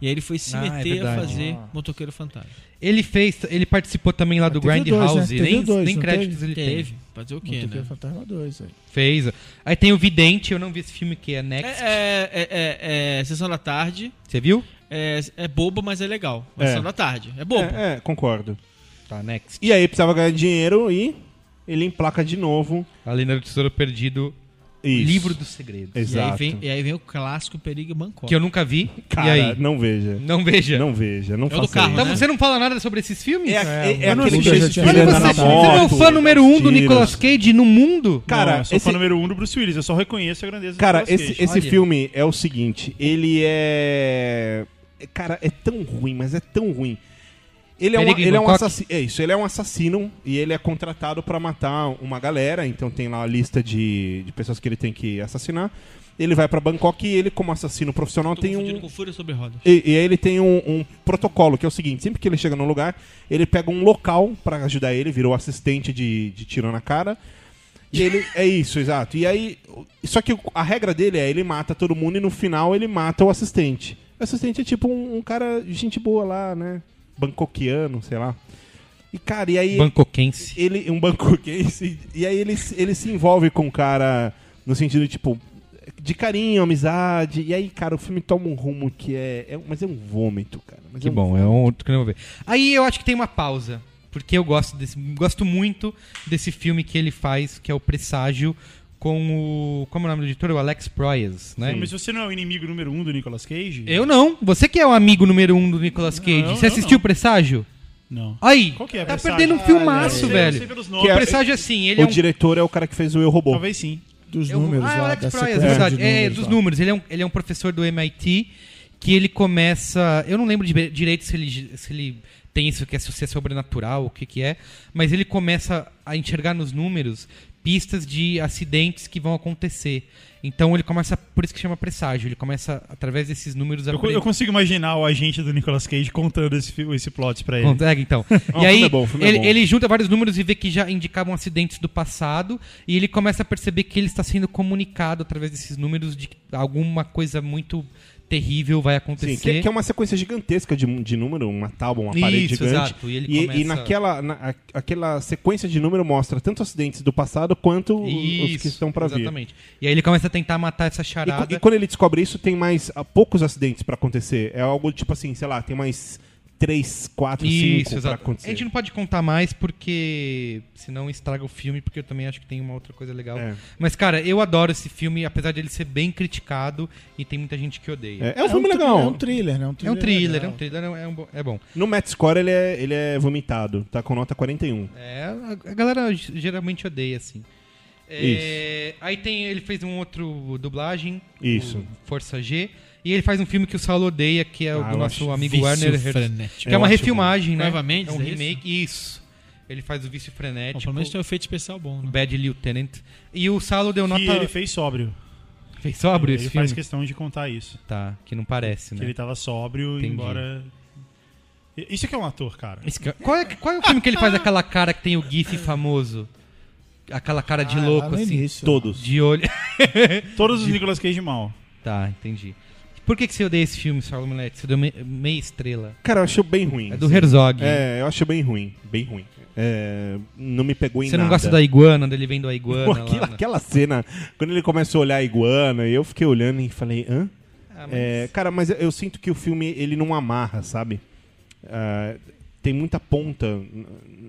[SPEAKER 6] E aí ele foi se
[SPEAKER 4] Ah, é
[SPEAKER 6] meter a
[SPEAKER 4] verdade.
[SPEAKER 6] fazer Motoqueiro Fantasma.
[SPEAKER 4] Ele fez, ele participou também
[SPEAKER 5] Ah,
[SPEAKER 4] lá do
[SPEAKER 6] Mas teve
[SPEAKER 4] Grindhouse,
[SPEAKER 6] dois, né? Teve
[SPEAKER 4] nem,
[SPEAKER 6] dois,
[SPEAKER 4] nem
[SPEAKER 6] não
[SPEAKER 4] créditos
[SPEAKER 6] teve?
[SPEAKER 4] ele
[SPEAKER 6] Teve.
[SPEAKER 4] tem.
[SPEAKER 6] Fazer o quê,
[SPEAKER 8] Motoqueiro
[SPEAKER 6] né?
[SPEAKER 8] Fantasma 2, aí.
[SPEAKER 4] Fez. Aí tem o Vidente, eu não vi esse filme que é Next.
[SPEAKER 6] É, é, é, é, é Sessão da Tarde.
[SPEAKER 4] Você viu?
[SPEAKER 6] É, é bobo, mas é legal. Mas
[SPEAKER 5] É.
[SPEAKER 6] Sessão da Tarde. É bobo.
[SPEAKER 5] É, é, concordo.
[SPEAKER 4] Tá, next.
[SPEAKER 5] E aí precisava ganhar dinheiro e ele emplaca de novo.
[SPEAKER 4] A Lenda do Tesouro Perdido,
[SPEAKER 5] Isso.
[SPEAKER 4] Livro dos Segredos.
[SPEAKER 5] Exato.
[SPEAKER 6] E aí vem, e aí vem o clássico Perigo Bangkok.
[SPEAKER 4] Que eu nunca vi.
[SPEAKER 5] Cara,
[SPEAKER 4] e aí?
[SPEAKER 5] não veja.
[SPEAKER 4] Não veja.
[SPEAKER 5] Não veja, não
[SPEAKER 4] É o do
[SPEAKER 5] faça
[SPEAKER 4] carro,
[SPEAKER 5] isso.
[SPEAKER 4] Então você não fala nada sobre esses filmes? É,
[SPEAKER 5] é- é aquele que
[SPEAKER 4] Olha
[SPEAKER 5] Shakespeare
[SPEAKER 4] você,
[SPEAKER 5] anda na
[SPEAKER 4] você não é o
[SPEAKER 5] moto,
[SPEAKER 4] fã número um do
[SPEAKER 5] tiros.
[SPEAKER 4] Nicolas Cage no mundo?
[SPEAKER 7] Cara, eu sou
[SPEAKER 5] esse-
[SPEAKER 7] fã número um do Bruce Willis, eu só reconheço a grandeza
[SPEAKER 5] Cara,
[SPEAKER 7] do Nicolas
[SPEAKER 5] esse,
[SPEAKER 7] Cage.
[SPEAKER 5] esse
[SPEAKER 7] Olha.
[SPEAKER 5] filme é o seguinte, ele é... Cara, é tão ruim, mas é tão ruim. Ele é, um,
[SPEAKER 4] Perigo em
[SPEAKER 5] ele é um
[SPEAKER 4] Bangkok?
[SPEAKER 5] assassino. É isso, ele é um assassino e ele é contratado pra matar uma galera, então tem lá a lista de, de pessoas que ele tem que assassinar. Ele vai pra Bangkok e ele, como assassino profissional, tem um.
[SPEAKER 6] Confundido com Fúria sobre Rodas.
[SPEAKER 5] E, e aí ele tem um, um protocolo, que é o seguinte, sempre que ele chega num lugar, ele pega um local pra ajudar ele, virou assistente de, de tiro na cara. E ele. É isso, exato. E aí. Só que a regra dele é ele mata todo mundo e no final ele mata o assistente. O assistente é tipo um, um cara, gente boa lá, né? Bancoquiano, sei lá. E, cara, e aí.
[SPEAKER 4] Bancoquense.
[SPEAKER 5] Ele, um bancoquense. E aí ele, se- ele se envolve com o cara no sentido, tipo, de carinho, amizade. E aí, cara, o filme toma um rumo que é. é um- mas é um vômito, cara. Mas
[SPEAKER 4] Que
[SPEAKER 5] é um
[SPEAKER 4] bom, é um outro que eu não vou ver. Aí eu acho que tem uma pausa, porque eu gosto desse, gosto muito desse filme que ele faz, que é o Presságio com o, como é o nome do editor, o Alex Proyas, né?
[SPEAKER 7] Sim, mas você não é o inimigo número um do Nicolas Cage?
[SPEAKER 4] Eu não. Você que é o amigo número um do Nicolas Cage.
[SPEAKER 7] eu-
[SPEAKER 4] Você
[SPEAKER 7] eu
[SPEAKER 4] assistiu
[SPEAKER 7] não.
[SPEAKER 4] o Presságio?
[SPEAKER 7] Não.
[SPEAKER 4] Aí,
[SPEAKER 7] Qual que é,
[SPEAKER 4] tá
[SPEAKER 7] Presságio?
[SPEAKER 4] perdendo um
[SPEAKER 7] Ah,
[SPEAKER 4] filmaço,
[SPEAKER 7] não, eu sei, eu
[SPEAKER 4] velho.
[SPEAKER 7] sei pelos
[SPEAKER 4] Que
[SPEAKER 7] nomes.
[SPEAKER 4] é- o Presságio, assim, ele
[SPEAKER 5] o
[SPEAKER 4] é um...
[SPEAKER 5] diretor é o cara que fez o Eu Robô.
[SPEAKER 7] Talvez sim.
[SPEAKER 8] Dos
[SPEAKER 4] é um-
[SPEAKER 8] números
[SPEAKER 4] ah, é o
[SPEAKER 8] lá,
[SPEAKER 4] Alex
[SPEAKER 8] da
[SPEAKER 4] Proyas,
[SPEAKER 8] sequência
[SPEAKER 4] verdade.
[SPEAKER 8] de
[SPEAKER 4] É,
[SPEAKER 8] números
[SPEAKER 4] dos
[SPEAKER 8] lá.
[SPEAKER 4] números. Ele é, um, ele é um professor do MIT que ele começa... Eu não lembro de- direito se ele, se ele tem isso que é, se é sobrenatural, o que que é. Mas ele começa a enxergar nos números pistas de acidentes que vão acontecer. Então ele começa, por isso que chama presságio, ele começa através desses números
[SPEAKER 7] Eu, co- eu consigo imaginar o agente do Nicolas Cage contando esse, fi- esse plot pra ele.
[SPEAKER 4] Consegue, então.
[SPEAKER 7] Não,
[SPEAKER 4] e aí,
[SPEAKER 7] o filme é bom, o filme é
[SPEAKER 4] ele,
[SPEAKER 7] bom.
[SPEAKER 4] ele junta vários números e vê que já indicavam acidentes do passado. E ele começa a perceber que ele está sendo comunicado através desses números de que alguma coisa muito terrível vai acontecer.
[SPEAKER 5] Sim, que, que é uma sequência gigantesca de, de número, uma tábua, uma
[SPEAKER 4] Isso,
[SPEAKER 5] parede gigante.
[SPEAKER 4] exato, e ele
[SPEAKER 5] e,
[SPEAKER 4] começa-
[SPEAKER 5] naquela na- a- aquela sequência de número mostra tanto acidentes do passado quanto os que estão pra vir.
[SPEAKER 4] Exatamente. E aí ele começa a tentar matar essa
[SPEAKER 5] E qu-
[SPEAKER 4] charada.
[SPEAKER 5] E, quando ele descobre isso, tem mais ah, poucos acidentes pra acontecer. É algo tipo assim, sei lá, tem mais 3, 4, 5 pra
[SPEAKER 4] exato.
[SPEAKER 5] acontecer.
[SPEAKER 4] A gente não pode contar mais porque senão estraga o filme, porque eu também acho que tem uma outra coisa legal.
[SPEAKER 5] É.
[SPEAKER 4] Mas, cara, eu adoro esse filme, apesar de ele ser bem criticado e tem muita gente que odeia.
[SPEAKER 5] É, é um É um filme tri- legal. é um
[SPEAKER 8] thriller, né? Um
[SPEAKER 4] é um
[SPEAKER 8] thriller
[SPEAKER 4] thriller, é
[SPEAKER 8] legal.
[SPEAKER 4] um thriller, é um- é um bo- é bom.
[SPEAKER 5] No Metascore ele é, ele é vomitado, tá com nota 41.
[SPEAKER 4] É, a- a galera g- geralmente odeia, assim. É, Aí tem, ele fez um outro dublagem,
[SPEAKER 5] Isso.
[SPEAKER 4] o Força G, e ele faz um filme que o Saulo odeia, que é o
[SPEAKER 6] Ah,
[SPEAKER 4] do
[SPEAKER 6] eu
[SPEAKER 4] nosso
[SPEAKER 6] acho
[SPEAKER 4] amigo
[SPEAKER 6] vício
[SPEAKER 4] Werner Herzog,
[SPEAKER 6] frenético.
[SPEAKER 4] que é uma
[SPEAKER 6] Eu acho
[SPEAKER 4] refilmagem,
[SPEAKER 6] bom.
[SPEAKER 4] né?
[SPEAKER 6] Noiva Mendes,
[SPEAKER 4] é um
[SPEAKER 6] é isso?
[SPEAKER 4] remake, isso. Ele faz o Vício Frenético.
[SPEAKER 6] pelo menos tem um efeito especial bom, né?
[SPEAKER 4] Bad Lieutenant. E o Saulo deu
[SPEAKER 7] Que
[SPEAKER 4] nota...
[SPEAKER 7] ele fez sóbrio.
[SPEAKER 4] Fez sóbrio
[SPEAKER 7] ele
[SPEAKER 4] esse
[SPEAKER 7] faz
[SPEAKER 4] filme?
[SPEAKER 7] questão de contar isso.
[SPEAKER 4] Tá, que não parece, né?
[SPEAKER 7] Que ele tava sóbrio,
[SPEAKER 4] Entendi.
[SPEAKER 7] embora... Isso que é um ator, cara.
[SPEAKER 4] Esse ca- Qual é, qual é o filme que ele faz aquela cara que tem o GIF famoso? Aquela cara de
[SPEAKER 7] Ah, lá
[SPEAKER 4] louco,
[SPEAKER 7] no
[SPEAKER 4] assim.
[SPEAKER 7] início.
[SPEAKER 5] Todos.
[SPEAKER 4] De olho.
[SPEAKER 7] Todos os Nicolas Cage mal.
[SPEAKER 4] Tá, entendi. Por que, que você odeia esse filme, Saulo Milete? Você deu me- meia estrela.
[SPEAKER 5] Cara, eu acho bem ruim.
[SPEAKER 4] É do Herzog.
[SPEAKER 5] É, eu acho bem ruim, bem ruim. É, não me pegou em
[SPEAKER 4] Você não
[SPEAKER 5] nada.
[SPEAKER 4] gosta da iguana, dele vendo a iguana
[SPEAKER 5] Pô,
[SPEAKER 4] lá,
[SPEAKER 5] aquela,
[SPEAKER 4] né?
[SPEAKER 5] aquela cena, quando ele começou a olhar a iguana, eu fiquei olhando e falei, hã?
[SPEAKER 4] Ah, mas-
[SPEAKER 5] É, cara, mas eu, eu sinto que o filme, ele não amarra, sabe? Ah, tem muita ponta, n- n-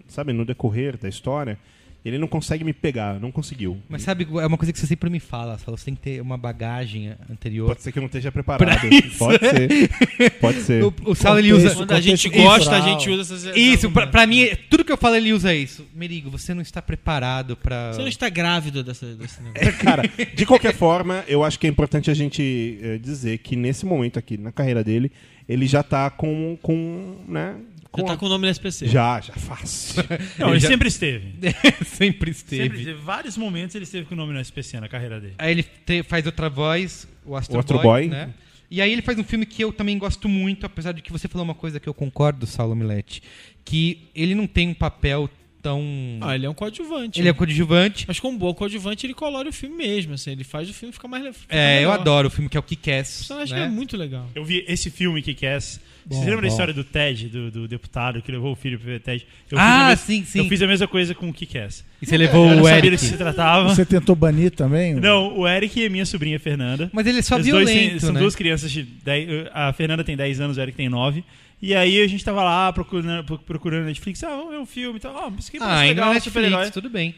[SPEAKER 5] sabe, no decorrer da história. Ele não consegue me pegar, não conseguiu.
[SPEAKER 4] Mas sabe, é uma coisa que você sempre me fala, Saulo. Você tem que ter uma bagagem anterior.
[SPEAKER 5] Pode ser que eu não esteja preparado.
[SPEAKER 4] pra isso.
[SPEAKER 5] Pode ser. Pode ser.
[SPEAKER 4] O, o Saulo, ele usa...
[SPEAKER 6] Contexto, Quando a gente contexto gosta, cultural. a gente usa essas-
[SPEAKER 4] Isso, pra, pra mim, tudo que eu falo, ele usa isso. Merigo, você não está preparado pra...
[SPEAKER 6] Você não está grávido dessa, desse
[SPEAKER 5] É,
[SPEAKER 6] negócio.
[SPEAKER 5] Cara, de qualquer forma, eu acho que é importante a gente eh, dizer que nesse momento aqui, na carreira dele, ele já tá com. com né?
[SPEAKER 6] Já tá com o nome no SPC.
[SPEAKER 5] Já, já fácil.
[SPEAKER 7] Não, ele, sempre esteve.
[SPEAKER 4] É, sempre esteve.
[SPEAKER 7] Sempre esteve. Vários momentos ele esteve com o nome no SPC na carreira dele.
[SPEAKER 4] Aí ele te- faz outra voz, o Astro,
[SPEAKER 5] O Astro
[SPEAKER 4] Boy,
[SPEAKER 5] Boy.
[SPEAKER 4] né? E aí ele faz um filme que eu também gosto muito, apesar de que você falou uma coisa que eu concordo, Saulo Milete, que ele não tem um papel tão...
[SPEAKER 6] Ah, ele é um coadjuvante.
[SPEAKER 4] Ele é
[SPEAKER 6] né?
[SPEAKER 4] coadjuvante.
[SPEAKER 6] Mas com um bom coadjuvante, ele colore o filme mesmo, assim. Ele faz o filme ficar mais... ficar
[SPEAKER 4] É, eu
[SPEAKER 6] melhor.
[SPEAKER 4] adoro o filme que é o
[SPEAKER 6] O
[SPEAKER 4] Kick-Ass,
[SPEAKER 6] personagem
[SPEAKER 4] né?
[SPEAKER 6] é muito legal.
[SPEAKER 7] Eu vi esse filme que quer. Vocês
[SPEAKER 6] Bom,
[SPEAKER 7] lembram da
[SPEAKER 6] bom.
[SPEAKER 7] história do Ted, do, do deputado que levou o filho pro ver Ted? Eu
[SPEAKER 4] Ah,
[SPEAKER 7] fiz a
[SPEAKER 4] sim, sim.
[SPEAKER 7] Eu fiz a mesma coisa com o que quer.
[SPEAKER 4] E você levou
[SPEAKER 7] eu
[SPEAKER 4] o
[SPEAKER 7] não sabia
[SPEAKER 4] Eric.
[SPEAKER 7] do que se tratava.
[SPEAKER 8] Você tentou banir também?
[SPEAKER 7] Não, o Eric e a minha sobrinha Fernanda.
[SPEAKER 4] Mas ele é só
[SPEAKER 7] Os dois têm-
[SPEAKER 4] violento,
[SPEAKER 7] São
[SPEAKER 4] né?
[SPEAKER 7] duas crianças de 10. A Fernanda tem 10 anos, o Eric tem 9. E aí a gente tava lá procurando, procurando Netflix. Ah, vamos ver um filme e tal. Ah, mas que
[SPEAKER 4] Ah, ainda
[SPEAKER 7] legal,
[SPEAKER 4] na
[SPEAKER 7] super-herói.
[SPEAKER 4] Netflix, tudo bem.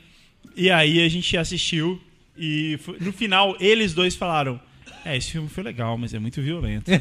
[SPEAKER 7] E aí a gente assistiu e fo- no final eles dois falaram: É, esse filme foi legal, mas é muito violento.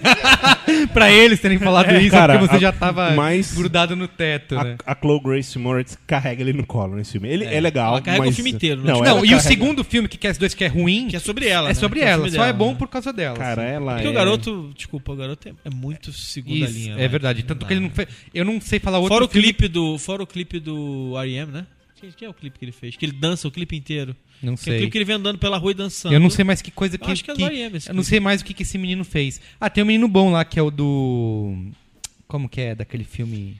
[SPEAKER 4] Pra eles terem falado
[SPEAKER 7] É,
[SPEAKER 4] isso,
[SPEAKER 7] cara,
[SPEAKER 4] é porque você
[SPEAKER 7] a-
[SPEAKER 4] já tava
[SPEAKER 5] mas-
[SPEAKER 4] grudado no teto,
[SPEAKER 5] A,
[SPEAKER 4] né?
[SPEAKER 5] a Chloe Grace Moritz carrega ele no colo nesse filme. Ele é, legal.
[SPEAKER 4] Ela carrega
[SPEAKER 5] mas...
[SPEAKER 4] o filme inteiro, né?
[SPEAKER 5] Não,
[SPEAKER 4] Não, é
[SPEAKER 5] ela
[SPEAKER 4] e o
[SPEAKER 5] carrega-
[SPEAKER 4] segundo filme, que é as dois, que é ruim... Que
[SPEAKER 6] é sobre
[SPEAKER 4] É
[SPEAKER 6] ela, né?
[SPEAKER 4] sobre
[SPEAKER 6] Que é o
[SPEAKER 4] ela,
[SPEAKER 6] filme
[SPEAKER 4] só é
[SPEAKER 6] dela,
[SPEAKER 4] bom
[SPEAKER 6] né?
[SPEAKER 4] por causa dela. assim.
[SPEAKER 5] Cara, ela
[SPEAKER 6] Porque
[SPEAKER 5] é-
[SPEAKER 6] o garoto, desculpa, o garoto é, é muito segunda
[SPEAKER 4] Isso,
[SPEAKER 6] linha.
[SPEAKER 4] é
[SPEAKER 6] né?
[SPEAKER 4] verdade. Tanto que ele não fez- eu não sei falar outro
[SPEAKER 6] fora o
[SPEAKER 4] filme-
[SPEAKER 6] clipe do Fora o clipe do R.E.M., né? Quem, quem é o clipe que ele fez? Que ele dança o clipe inteiro.
[SPEAKER 4] Não
[SPEAKER 6] Que é
[SPEAKER 4] sei.
[SPEAKER 6] o clipe que ele vem andando pela rua e dançando.
[SPEAKER 4] Eu não sei mais que coisa
[SPEAKER 6] Eu
[SPEAKER 4] que.
[SPEAKER 6] acho que é do
[SPEAKER 4] que-
[SPEAKER 6] R.E.M. esse
[SPEAKER 4] Eu não
[SPEAKER 6] clipe.
[SPEAKER 4] sei mais o que, que esse menino fez. Ah, tem um menino bom lá que é o do. Como que é? Daquele filme.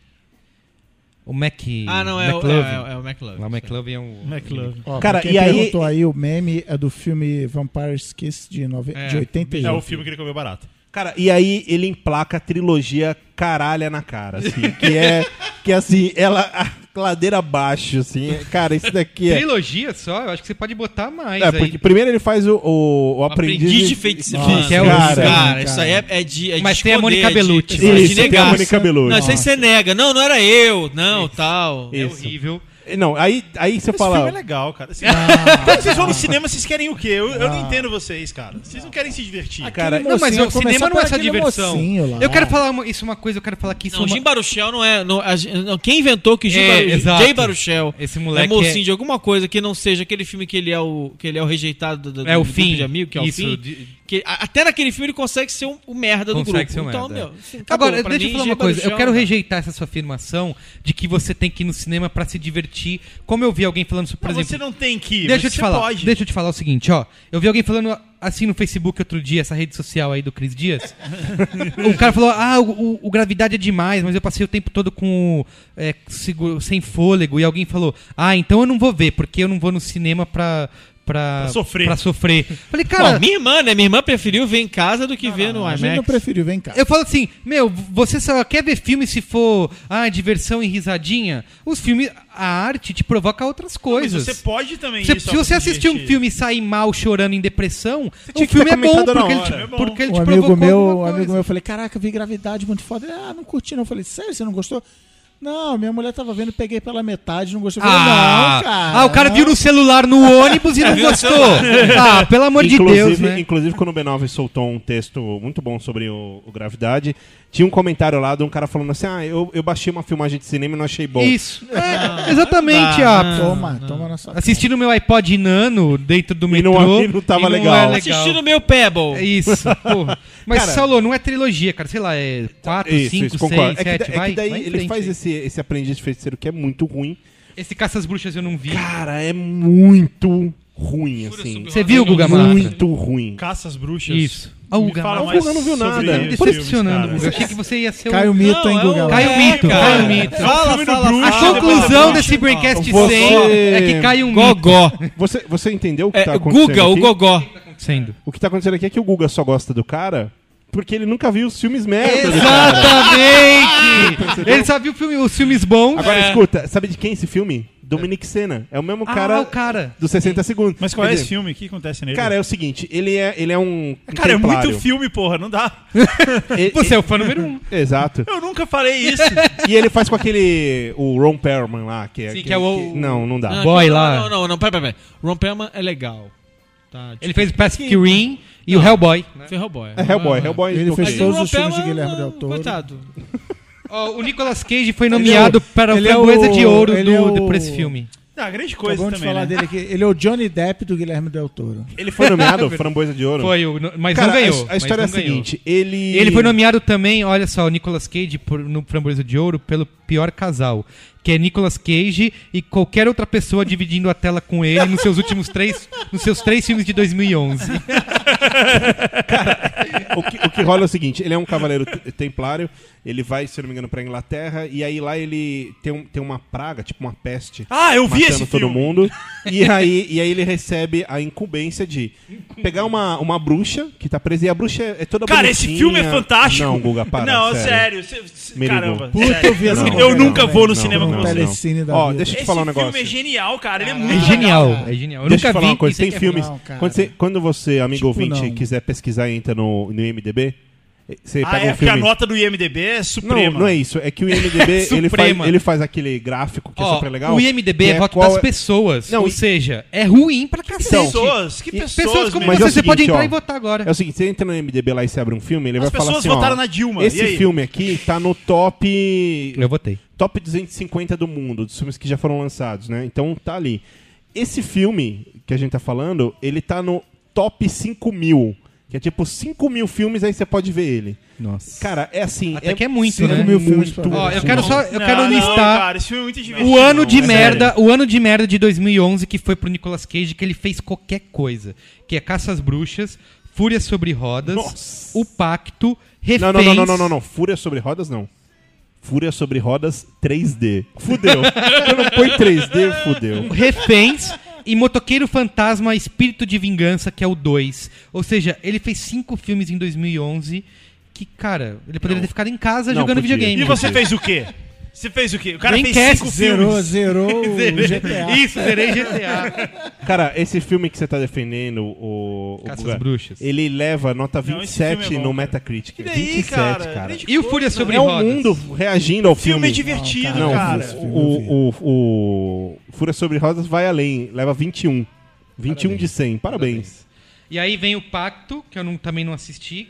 [SPEAKER 4] O Mac.
[SPEAKER 6] Ah, não, é o-
[SPEAKER 4] McLovin.
[SPEAKER 6] é o- é o McLovin,
[SPEAKER 4] Lá, o
[SPEAKER 6] sim.
[SPEAKER 4] McLovin é o.
[SPEAKER 7] McLovin.
[SPEAKER 8] Ó,
[SPEAKER 4] Cara,
[SPEAKER 8] pra quem
[SPEAKER 4] e aí-
[SPEAKER 8] perguntou aí, o meme é do filme Vampire's Kiss de, nove... de 81.
[SPEAKER 7] É o filme que ele comeu barato.
[SPEAKER 5] Cara, e aí ele emplaca a trilogia caralha na cara, assim, que é que assim, ela a ladeira abaixo, assim. Cara, isso daqui é
[SPEAKER 4] Trilogia só? Eu acho que você pode botar mais.
[SPEAKER 5] É,
[SPEAKER 4] aí.
[SPEAKER 5] porque primeiro ele faz o, o, o aprendiz,
[SPEAKER 6] Aprendiz de feiticeiro.
[SPEAKER 5] Que,
[SPEAKER 6] Que é o-
[SPEAKER 5] cara,
[SPEAKER 6] cara, isso aí é, é de. É de
[SPEAKER 4] Mas tem a
[SPEAKER 6] esconder,
[SPEAKER 4] Mônica
[SPEAKER 6] é de-
[SPEAKER 4] Bellucci.
[SPEAKER 6] é de- é de
[SPEAKER 5] Isso, tem a
[SPEAKER 6] negar.
[SPEAKER 5] Mônica Bellucci.
[SPEAKER 6] Não, isso aí você nega. Não, não era eu. Não, tal. É
[SPEAKER 5] Isso.
[SPEAKER 4] horrível.
[SPEAKER 5] Não, aí, aí você
[SPEAKER 7] Esse
[SPEAKER 5] fala.
[SPEAKER 7] filme é legal, cara. Assim,
[SPEAKER 5] Ah.
[SPEAKER 7] quando vocês vão no cinema, vocês querem o quê? Eu, eu não entendo vocês, cara. Vocês não querem se
[SPEAKER 5] Ah,
[SPEAKER 7] divertir. Ah,
[SPEAKER 4] Cara, não, mas o cinema não é só diversão. Eu quero falar uma- isso é uma coisa, eu quero falar que isso
[SPEAKER 6] Não,
[SPEAKER 4] é uma...
[SPEAKER 6] Jim Baruchel não é. Não, a- não, quem inventou que Jim,
[SPEAKER 4] É,
[SPEAKER 6] Baruchel-
[SPEAKER 4] exato.
[SPEAKER 6] Jay Baruchel
[SPEAKER 4] Esse moleque
[SPEAKER 6] é mocinho
[SPEAKER 4] é-
[SPEAKER 6] de alguma coisa que não seja aquele filme que ele é o, que ele é o rejeitado do, do-
[SPEAKER 4] É o
[SPEAKER 6] do
[SPEAKER 4] fim.
[SPEAKER 6] grupo de amigo, que é
[SPEAKER 4] Isso,
[SPEAKER 6] o fim.
[SPEAKER 4] de-
[SPEAKER 6] Que, a- até naquele filme ele consegue ser um- o merda do
[SPEAKER 4] Consegue
[SPEAKER 6] grupo.
[SPEAKER 4] ser um
[SPEAKER 6] então,
[SPEAKER 4] merda,
[SPEAKER 6] meu.
[SPEAKER 4] é.
[SPEAKER 6] assim, acabou.
[SPEAKER 4] Agora,
[SPEAKER 6] Pra
[SPEAKER 4] deixa eu
[SPEAKER 6] mim,
[SPEAKER 4] falar
[SPEAKER 6] Jay
[SPEAKER 4] uma coisa. Eu
[SPEAKER 6] Baruchel
[SPEAKER 4] quero
[SPEAKER 6] não dá.
[SPEAKER 4] rejeitar essa sua afirmação de que você tem que ir no cinema pra se divertir. Como eu vi alguém falando sobre, por
[SPEAKER 7] Não,
[SPEAKER 4] exemplo...
[SPEAKER 7] você não tem que ir,
[SPEAKER 4] Deixa
[SPEAKER 7] você
[SPEAKER 4] eu te falar.
[SPEAKER 7] pode.
[SPEAKER 4] Deixa eu te falar o seguinte, ó. Eu vi alguém falando ah, assim no Facebook outro dia, essa rede social aí do Cris Dias. o cara falou: ah, o, o- o gravidade é demais, mas eu passei o tempo todo com o, é, seguro- sem fôlego. E alguém falou: ah, então eu não vou ver, porque eu não vou no cinema pra. Pra,
[SPEAKER 6] Pra sofrer.
[SPEAKER 4] pra sofrer. Falei, cara.
[SPEAKER 6] Cara, minha irmã, né? Minha irmã preferiu ver em casa do que ver no
[SPEAKER 8] A gente não
[SPEAKER 6] IMAX.
[SPEAKER 8] preferiu, vem cá.
[SPEAKER 4] Eu falo assim, meu, você só quer ver filme se for ah, diversão e risadinha? Os filmes, a arte te provoca outras coisas.
[SPEAKER 7] você pode também
[SPEAKER 4] Você-
[SPEAKER 7] ir só
[SPEAKER 4] se você
[SPEAKER 7] pra se
[SPEAKER 4] assistir um
[SPEAKER 7] divertir.
[SPEAKER 4] filme e sair mal chorando em depressão, o
[SPEAKER 7] tinha que
[SPEAKER 4] filme é
[SPEAKER 7] ter
[SPEAKER 4] bom
[SPEAKER 7] comentado na
[SPEAKER 4] porque ele te,
[SPEAKER 7] hora. É bom.
[SPEAKER 4] porque ele
[SPEAKER 8] um
[SPEAKER 4] te
[SPEAKER 8] amigo
[SPEAKER 4] provocou.
[SPEAKER 8] meu,
[SPEAKER 4] alguma
[SPEAKER 8] um
[SPEAKER 4] coisa.
[SPEAKER 8] amigo meu, eu falei, caraca, vi gravidade muito foda. Ele, ah, não curti não. Eu falei, sério, você não gostou? Não, minha mulher tava vendo, peguei pela metade, não gostou. Eu falei,
[SPEAKER 4] Ah,
[SPEAKER 8] não, cara.
[SPEAKER 4] ah, o cara viu no celular no ônibus e não gostou. Ah, pelo amor de Deus, né?
[SPEAKER 5] Inclusive, quando o B9 soltou um texto muito bom sobre o, o Gravidade, tinha um comentário lá de um cara falando assim: Ah, eu, eu baixei uma filmagem de cinema e não achei bom.
[SPEAKER 4] Isso. É, exatamente,
[SPEAKER 5] Ah,
[SPEAKER 4] ah,
[SPEAKER 8] Toma, toma na sua cara.
[SPEAKER 4] Assistindo meu iPod Nano dentro do metrô.
[SPEAKER 5] não- e não tava legal.
[SPEAKER 4] é
[SPEAKER 5] Assistindo
[SPEAKER 6] meu Pebble.
[SPEAKER 4] É isso, porra. Mas,
[SPEAKER 5] Cara-
[SPEAKER 4] Saulo, não é trilogia, cara. Sei lá, é 4, 5, 6,
[SPEAKER 5] É
[SPEAKER 4] 7,
[SPEAKER 5] que, da- é
[SPEAKER 4] vai.
[SPEAKER 5] que daí
[SPEAKER 4] vai em
[SPEAKER 5] ele
[SPEAKER 4] frente
[SPEAKER 5] faz
[SPEAKER 4] aí.
[SPEAKER 5] esse, esse aprendiz de feiticeiro que é muito ruim.
[SPEAKER 4] Esse Caça às Bruxas eu não vi.
[SPEAKER 5] Cara, é muito ruim, assim.
[SPEAKER 4] Você viu, Guga Mafra?
[SPEAKER 5] Muito ruim.
[SPEAKER 7] Caça às bruxas.
[SPEAKER 4] Isso. Ah, o Guga
[SPEAKER 7] fala
[SPEAKER 4] Mafra.
[SPEAKER 7] mais
[SPEAKER 4] O Guga não viu
[SPEAKER 7] sobre
[SPEAKER 4] nada.
[SPEAKER 7] esses
[SPEAKER 4] Impressionando, Guga.
[SPEAKER 7] filmes, cara.
[SPEAKER 4] Eu achei que você ia ser um- o-
[SPEAKER 8] Cai o mito, hein, Guga? Lá.
[SPEAKER 4] Cai o mito,
[SPEAKER 8] cara.
[SPEAKER 4] cai o mito.
[SPEAKER 8] Fala,
[SPEAKER 4] É o filme do
[SPEAKER 8] fala,
[SPEAKER 4] Bruce.
[SPEAKER 8] fala.
[SPEAKER 4] A conclusão desse Braincast 100 é que cai um mito.
[SPEAKER 5] Gogó. Você, você entendeu o que
[SPEAKER 4] É,
[SPEAKER 5] tá
[SPEAKER 4] o
[SPEAKER 5] acontecendo
[SPEAKER 4] Guga, o
[SPEAKER 5] aqui?
[SPEAKER 4] Gogó. Sendo.
[SPEAKER 5] O que tá acontecendo aqui é que o Guga só gosta do cara porque ele nunca viu os filmes merda. do cara.
[SPEAKER 4] Exatamente! Ele só viu o filme- os filmes bons.
[SPEAKER 5] Agora
[SPEAKER 4] É.
[SPEAKER 5] escuta, sabe de quem é esse filme? Dominic Senna. É o mesmo
[SPEAKER 4] Ah,
[SPEAKER 5] cara,
[SPEAKER 4] o cara.
[SPEAKER 5] dos 60 segundos.
[SPEAKER 7] Mas qual
[SPEAKER 5] Quer
[SPEAKER 7] é esse
[SPEAKER 5] dizer,
[SPEAKER 7] filme? O que acontece nele?
[SPEAKER 5] Cara, é o seguinte, ele é, ele é um. um
[SPEAKER 7] Cara, é
[SPEAKER 5] templário.
[SPEAKER 7] muito filme, porra, não dá.
[SPEAKER 4] Você é o fã número um.
[SPEAKER 5] Exato.
[SPEAKER 7] Eu nunca falei isso.
[SPEAKER 5] E ele faz com aquele. O Ron Perlman lá, que é.
[SPEAKER 6] Sim,
[SPEAKER 5] aquele
[SPEAKER 6] que é o-
[SPEAKER 5] que- Não, não dá.
[SPEAKER 6] Não, não, Não, não, não, pera, pera, pera. Ron Perlman é legal. Tá,
[SPEAKER 4] Ele fez o Pacific Rim e o Hellboy.
[SPEAKER 6] Foi Hellboy.
[SPEAKER 5] É Hellboy, Hellboy.
[SPEAKER 8] Ele
[SPEAKER 5] ok.
[SPEAKER 8] fez todos os
[SPEAKER 6] Ron
[SPEAKER 8] filmes de
[SPEAKER 6] Perlman,
[SPEAKER 8] Guilherme Del Toro.
[SPEAKER 6] Coitado.
[SPEAKER 4] Ó, o Nicolas Cage foi nomeado para a
[SPEAKER 8] ele é
[SPEAKER 4] framboesa de ouro
[SPEAKER 8] ele
[SPEAKER 4] do,
[SPEAKER 8] é o-
[SPEAKER 4] do- por esse filme.
[SPEAKER 7] Ah, grande coisa
[SPEAKER 8] Acabamos de
[SPEAKER 7] também, né?
[SPEAKER 8] falar dele aqui. Ele é o Johnny Depp do Guilherme Del Toro.
[SPEAKER 5] Ele foi nomeado Framboesa de Ouro?
[SPEAKER 4] Foi, o- mas
[SPEAKER 5] Cara,
[SPEAKER 4] não ganhou.
[SPEAKER 5] a- A história é a
[SPEAKER 4] mas não ganhou.
[SPEAKER 5] seguinte: ele.
[SPEAKER 4] Ele foi nomeado também, olha só, o Nicolas Cage por- no Framboesa de Ouro pelo pior casal, que é Nicolas Cage e qualquer outra pessoa dividindo a tela com ele nos seus últimos três, nos seus três filmes de 2011.
[SPEAKER 5] o, que, o que rola é o seguinte: ele é um cavaleiro te- templário, ele vai, se eu não me engano, pra Inglaterra, e aí lá ele tem, um- tem uma praga, tipo uma peste.
[SPEAKER 7] Ah, eu vi
[SPEAKER 5] matando
[SPEAKER 7] esse
[SPEAKER 5] todo
[SPEAKER 7] filme.
[SPEAKER 5] mundo. E aí, e aí ele recebe a incumbência de pegar uma, uma bruxa que tá presa, e a bruxa é é toda
[SPEAKER 7] Cara, esse
[SPEAKER 5] bonitinha.
[SPEAKER 7] filme é fantástico.
[SPEAKER 5] Não, Guga, para.
[SPEAKER 7] Não, sério. cê- cê-
[SPEAKER 5] Me ligou.
[SPEAKER 7] caramba.
[SPEAKER 5] Puta,
[SPEAKER 7] sério.
[SPEAKER 5] eu vi essa
[SPEAKER 7] Eu
[SPEAKER 5] novela,
[SPEAKER 7] nunca vou no
[SPEAKER 5] velho.
[SPEAKER 7] cinema
[SPEAKER 5] Não,
[SPEAKER 7] com
[SPEAKER 5] não,
[SPEAKER 7] você.
[SPEAKER 5] Telecine da Ó, vida. deixa eu te falar um negócio.
[SPEAKER 7] Esse filme é genial, cara. Ele é muito
[SPEAKER 4] É genial, é genial. Eu nunca
[SPEAKER 5] Deixa eu te falar
[SPEAKER 4] vi
[SPEAKER 5] uma coisa,
[SPEAKER 4] isso aí
[SPEAKER 5] tem
[SPEAKER 4] que é
[SPEAKER 5] filmes.
[SPEAKER 4] legal, cara.
[SPEAKER 5] quando, você, quando você, amigo
[SPEAKER 4] Tipo,
[SPEAKER 5] ouvinte,
[SPEAKER 4] não.
[SPEAKER 5] quiser pesquisar e entra no, no IMDB, você
[SPEAKER 7] Ah,
[SPEAKER 5] pega
[SPEAKER 7] é
[SPEAKER 5] um
[SPEAKER 7] porque
[SPEAKER 5] filme.
[SPEAKER 7] a nota do IMDB é suprema.
[SPEAKER 5] Não, não é isso. É que o IMDB ele, faz,
[SPEAKER 4] Suprema.
[SPEAKER 5] ele faz aquele gráfico que é
[SPEAKER 4] Ó,
[SPEAKER 5] super legal.
[SPEAKER 4] o IMDB
[SPEAKER 5] que
[SPEAKER 4] é voto
[SPEAKER 5] qual
[SPEAKER 4] das pessoas, ou
[SPEAKER 5] e-
[SPEAKER 4] seja, é ruim pra cacete.
[SPEAKER 7] pessoas, que
[SPEAKER 4] E-
[SPEAKER 7] pessoas,
[SPEAKER 4] como
[SPEAKER 5] Mas
[SPEAKER 4] você,
[SPEAKER 5] é o
[SPEAKER 4] você pode
[SPEAKER 5] seguinte,
[SPEAKER 4] entrar
[SPEAKER 5] ó,
[SPEAKER 4] e votar agora.
[SPEAKER 5] É o seguinte, você entra no MDB lá e você abre um filme, ele
[SPEAKER 7] As
[SPEAKER 5] vai falar
[SPEAKER 7] pessoas
[SPEAKER 5] assim,
[SPEAKER 7] votaram
[SPEAKER 5] ó,
[SPEAKER 7] na Dilma, e
[SPEAKER 5] Esse
[SPEAKER 7] aí?
[SPEAKER 5] filme aqui tá no top...
[SPEAKER 4] Eu votei.
[SPEAKER 5] Top 250 do mundo, dos filmes que já foram lançados, né? Então tá ali. Esse filme que a gente tá falando, ele tá no top 5 mil. Que é tipo 5 mil filmes, aí você pode ver ele.
[SPEAKER 4] Nossa.
[SPEAKER 5] Cara, é assim...
[SPEAKER 4] Até que é muito, né? Ó, eu quero só, eu
[SPEAKER 7] Não,
[SPEAKER 4] quero
[SPEAKER 7] não,
[SPEAKER 4] listar
[SPEAKER 7] cara, esse filme é muito
[SPEAKER 4] o
[SPEAKER 7] divertido,
[SPEAKER 4] ano de
[SPEAKER 7] é
[SPEAKER 4] merda,
[SPEAKER 7] sério.
[SPEAKER 4] o ano de merda de 2011 que foi pro Nicolas Cage que ele fez qualquer coisa, que é Caça às Bruxas, Fúria sobre Rodas, O Pacto, Reféns.
[SPEAKER 5] Não, não, não, não, não, não, não. Fúria sobre rodas, não. Fúria sobre rodas 3D. Fudeu. Quando põe 3D, fudeu.
[SPEAKER 4] Reféns e Motoqueiro Fantasma Espírito de Vingança, que é o 2. Ou seja, ele fez cinco filmes em 2011 que, cara, ele poderia ter ficado em casa
[SPEAKER 7] Não,
[SPEAKER 4] jogando
[SPEAKER 7] podia.
[SPEAKER 4] videogame.
[SPEAKER 7] E você fez o quê? Você fez o quê? O cara
[SPEAKER 4] Dreamcast
[SPEAKER 7] fez cinco
[SPEAKER 4] zerou,
[SPEAKER 7] filmes.
[SPEAKER 8] zerou o
[SPEAKER 7] Zerei.
[SPEAKER 8] GTA.
[SPEAKER 7] Isso, zerei
[SPEAKER 4] GTA.
[SPEAKER 5] Cara, esse filme que você tá defendendo, o. o
[SPEAKER 4] Caça às
[SPEAKER 5] Guga,
[SPEAKER 4] Bruxas.
[SPEAKER 5] Ele leva nota
[SPEAKER 4] Não, esse
[SPEAKER 5] 27
[SPEAKER 4] filme é bom,
[SPEAKER 5] no
[SPEAKER 4] cara.
[SPEAKER 5] Metacritic.
[SPEAKER 4] E daí,
[SPEAKER 5] 27,
[SPEAKER 4] cara?
[SPEAKER 5] cara.
[SPEAKER 4] Grande E o coisa, Fúria né? sobre
[SPEAKER 5] é
[SPEAKER 4] Rodas?
[SPEAKER 5] o mundo reagindo ao
[SPEAKER 7] Filme
[SPEAKER 5] filme.
[SPEAKER 7] é divertido,
[SPEAKER 5] Não,
[SPEAKER 7] cara.
[SPEAKER 5] o- O, o, o Fúria sobre Rodas vai além, leva 21. 21 de 100, parabéns.
[SPEAKER 4] E aí vem o Pacto, que eu não- também não assisti.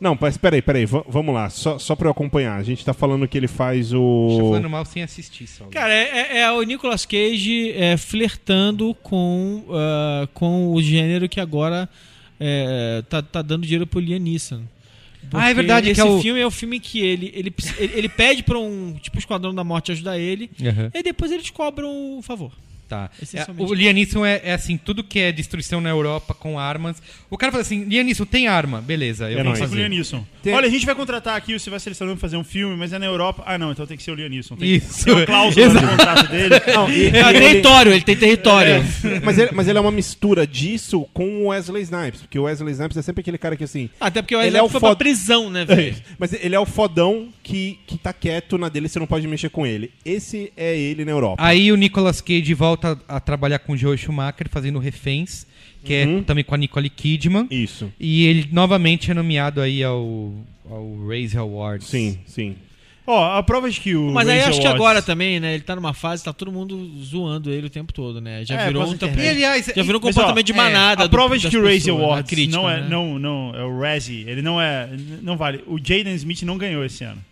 [SPEAKER 5] Não, mas peraí, peraí, va- vamos lá, só, só pra eu acompanhar. A gente tá falando que ele faz
[SPEAKER 4] Tô
[SPEAKER 5] o.
[SPEAKER 4] tá falando mal sem assistir, só.
[SPEAKER 6] Cara, é, é- é o Nicolas Cage é, flertando com, ah, com o gênero que agora é, tá, tá dando dinheiro pro Liam Neeson.
[SPEAKER 4] Ah, é verdade,
[SPEAKER 6] Esse
[SPEAKER 4] que é o-
[SPEAKER 6] filme é o filme que ele, ele, precis- ele, ele pede pra um tipo Esquadrão da Morte ajudar ele,
[SPEAKER 4] Aham.
[SPEAKER 6] e depois eles cobram o favor.
[SPEAKER 4] Tá. É,
[SPEAKER 6] Essencialmente.
[SPEAKER 4] o Lianisson é, é assim, tudo que é destruição na Europa com armas. O cara fala assim, Lianisson, tem arma? Beleza, eu
[SPEAKER 7] É
[SPEAKER 4] vou
[SPEAKER 7] nóis.
[SPEAKER 4] fazer.
[SPEAKER 7] O Lianisson. Olha, a gente vai contratar aqui o Sylvester Stallone pra fazer um filme, mas é na Europa. Ah, não, então tem que ser o Lianisson. Tem
[SPEAKER 4] Isso.
[SPEAKER 7] Tem uma cláusula no
[SPEAKER 4] Exato.
[SPEAKER 7] contrato dele.
[SPEAKER 4] Não, e-
[SPEAKER 7] É
[SPEAKER 5] ele-
[SPEAKER 7] território,
[SPEAKER 6] ele tem território.
[SPEAKER 5] É. Mas, ele, mas ele é uma mistura disso com o Wesley Snipes, porque o Wesley Snipes é sempre aquele cara que assim.
[SPEAKER 6] Até porque o Wesley Snipes foi pra prisão, né, velho?
[SPEAKER 5] É, mas ele é o fodão que, que tá quieto na dele, você não pode mexer com ele. Esse é ele na Europa.
[SPEAKER 4] Aí o Nicolas Cage volta a trabalhar com o Joe Schumacher, fazendo Reféns, que é também com a Nicole Kidman.
[SPEAKER 5] Uhum. Isso.
[SPEAKER 4] E ele novamente é nomeado aí ao, ao Raise Awards.
[SPEAKER 5] Sim, sim.
[SPEAKER 7] Ó, a prova de que o.
[SPEAKER 6] Mas aí
[SPEAKER 7] Razor
[SPEAKER 6] acho que
[SPEAKER 7] Awards-
[SPEAKER 6] agora também, né? Ele tá numa fase, tá todo mundo zoando ele o tempo todo, né? Já
[SPEAKER 7] É,
[SPEAKER 6] virou
[SPEAKER 7] passa
[SPEAKER 6] um tampo-
[SPEAKER 7] internet.
[SPEAKER 6] já virou um
[SPEAKER 7] Mas,
[SPEAKER 6] comportamento
[SPEAKER 7] ó,
[SPEAKER 6] de manada.
[SPEAKER 7] é, a
[SPEAKER 6] do-
[SPEAKER 7] prova de
[SPEAKER 6] das
[SPEAKER 7] que o Razor
[SPEAKER 6] pessoas, né?
[SPEAKER 7] Awards
[SPEAKER 6] Crítica,
[SPEAKER 7] não é,
[SPEAKER 6] né?
[SPEAKER 7] não, não, é o Razzie, ele não é, não vale. O Jaden Smith não ganhou esse ano.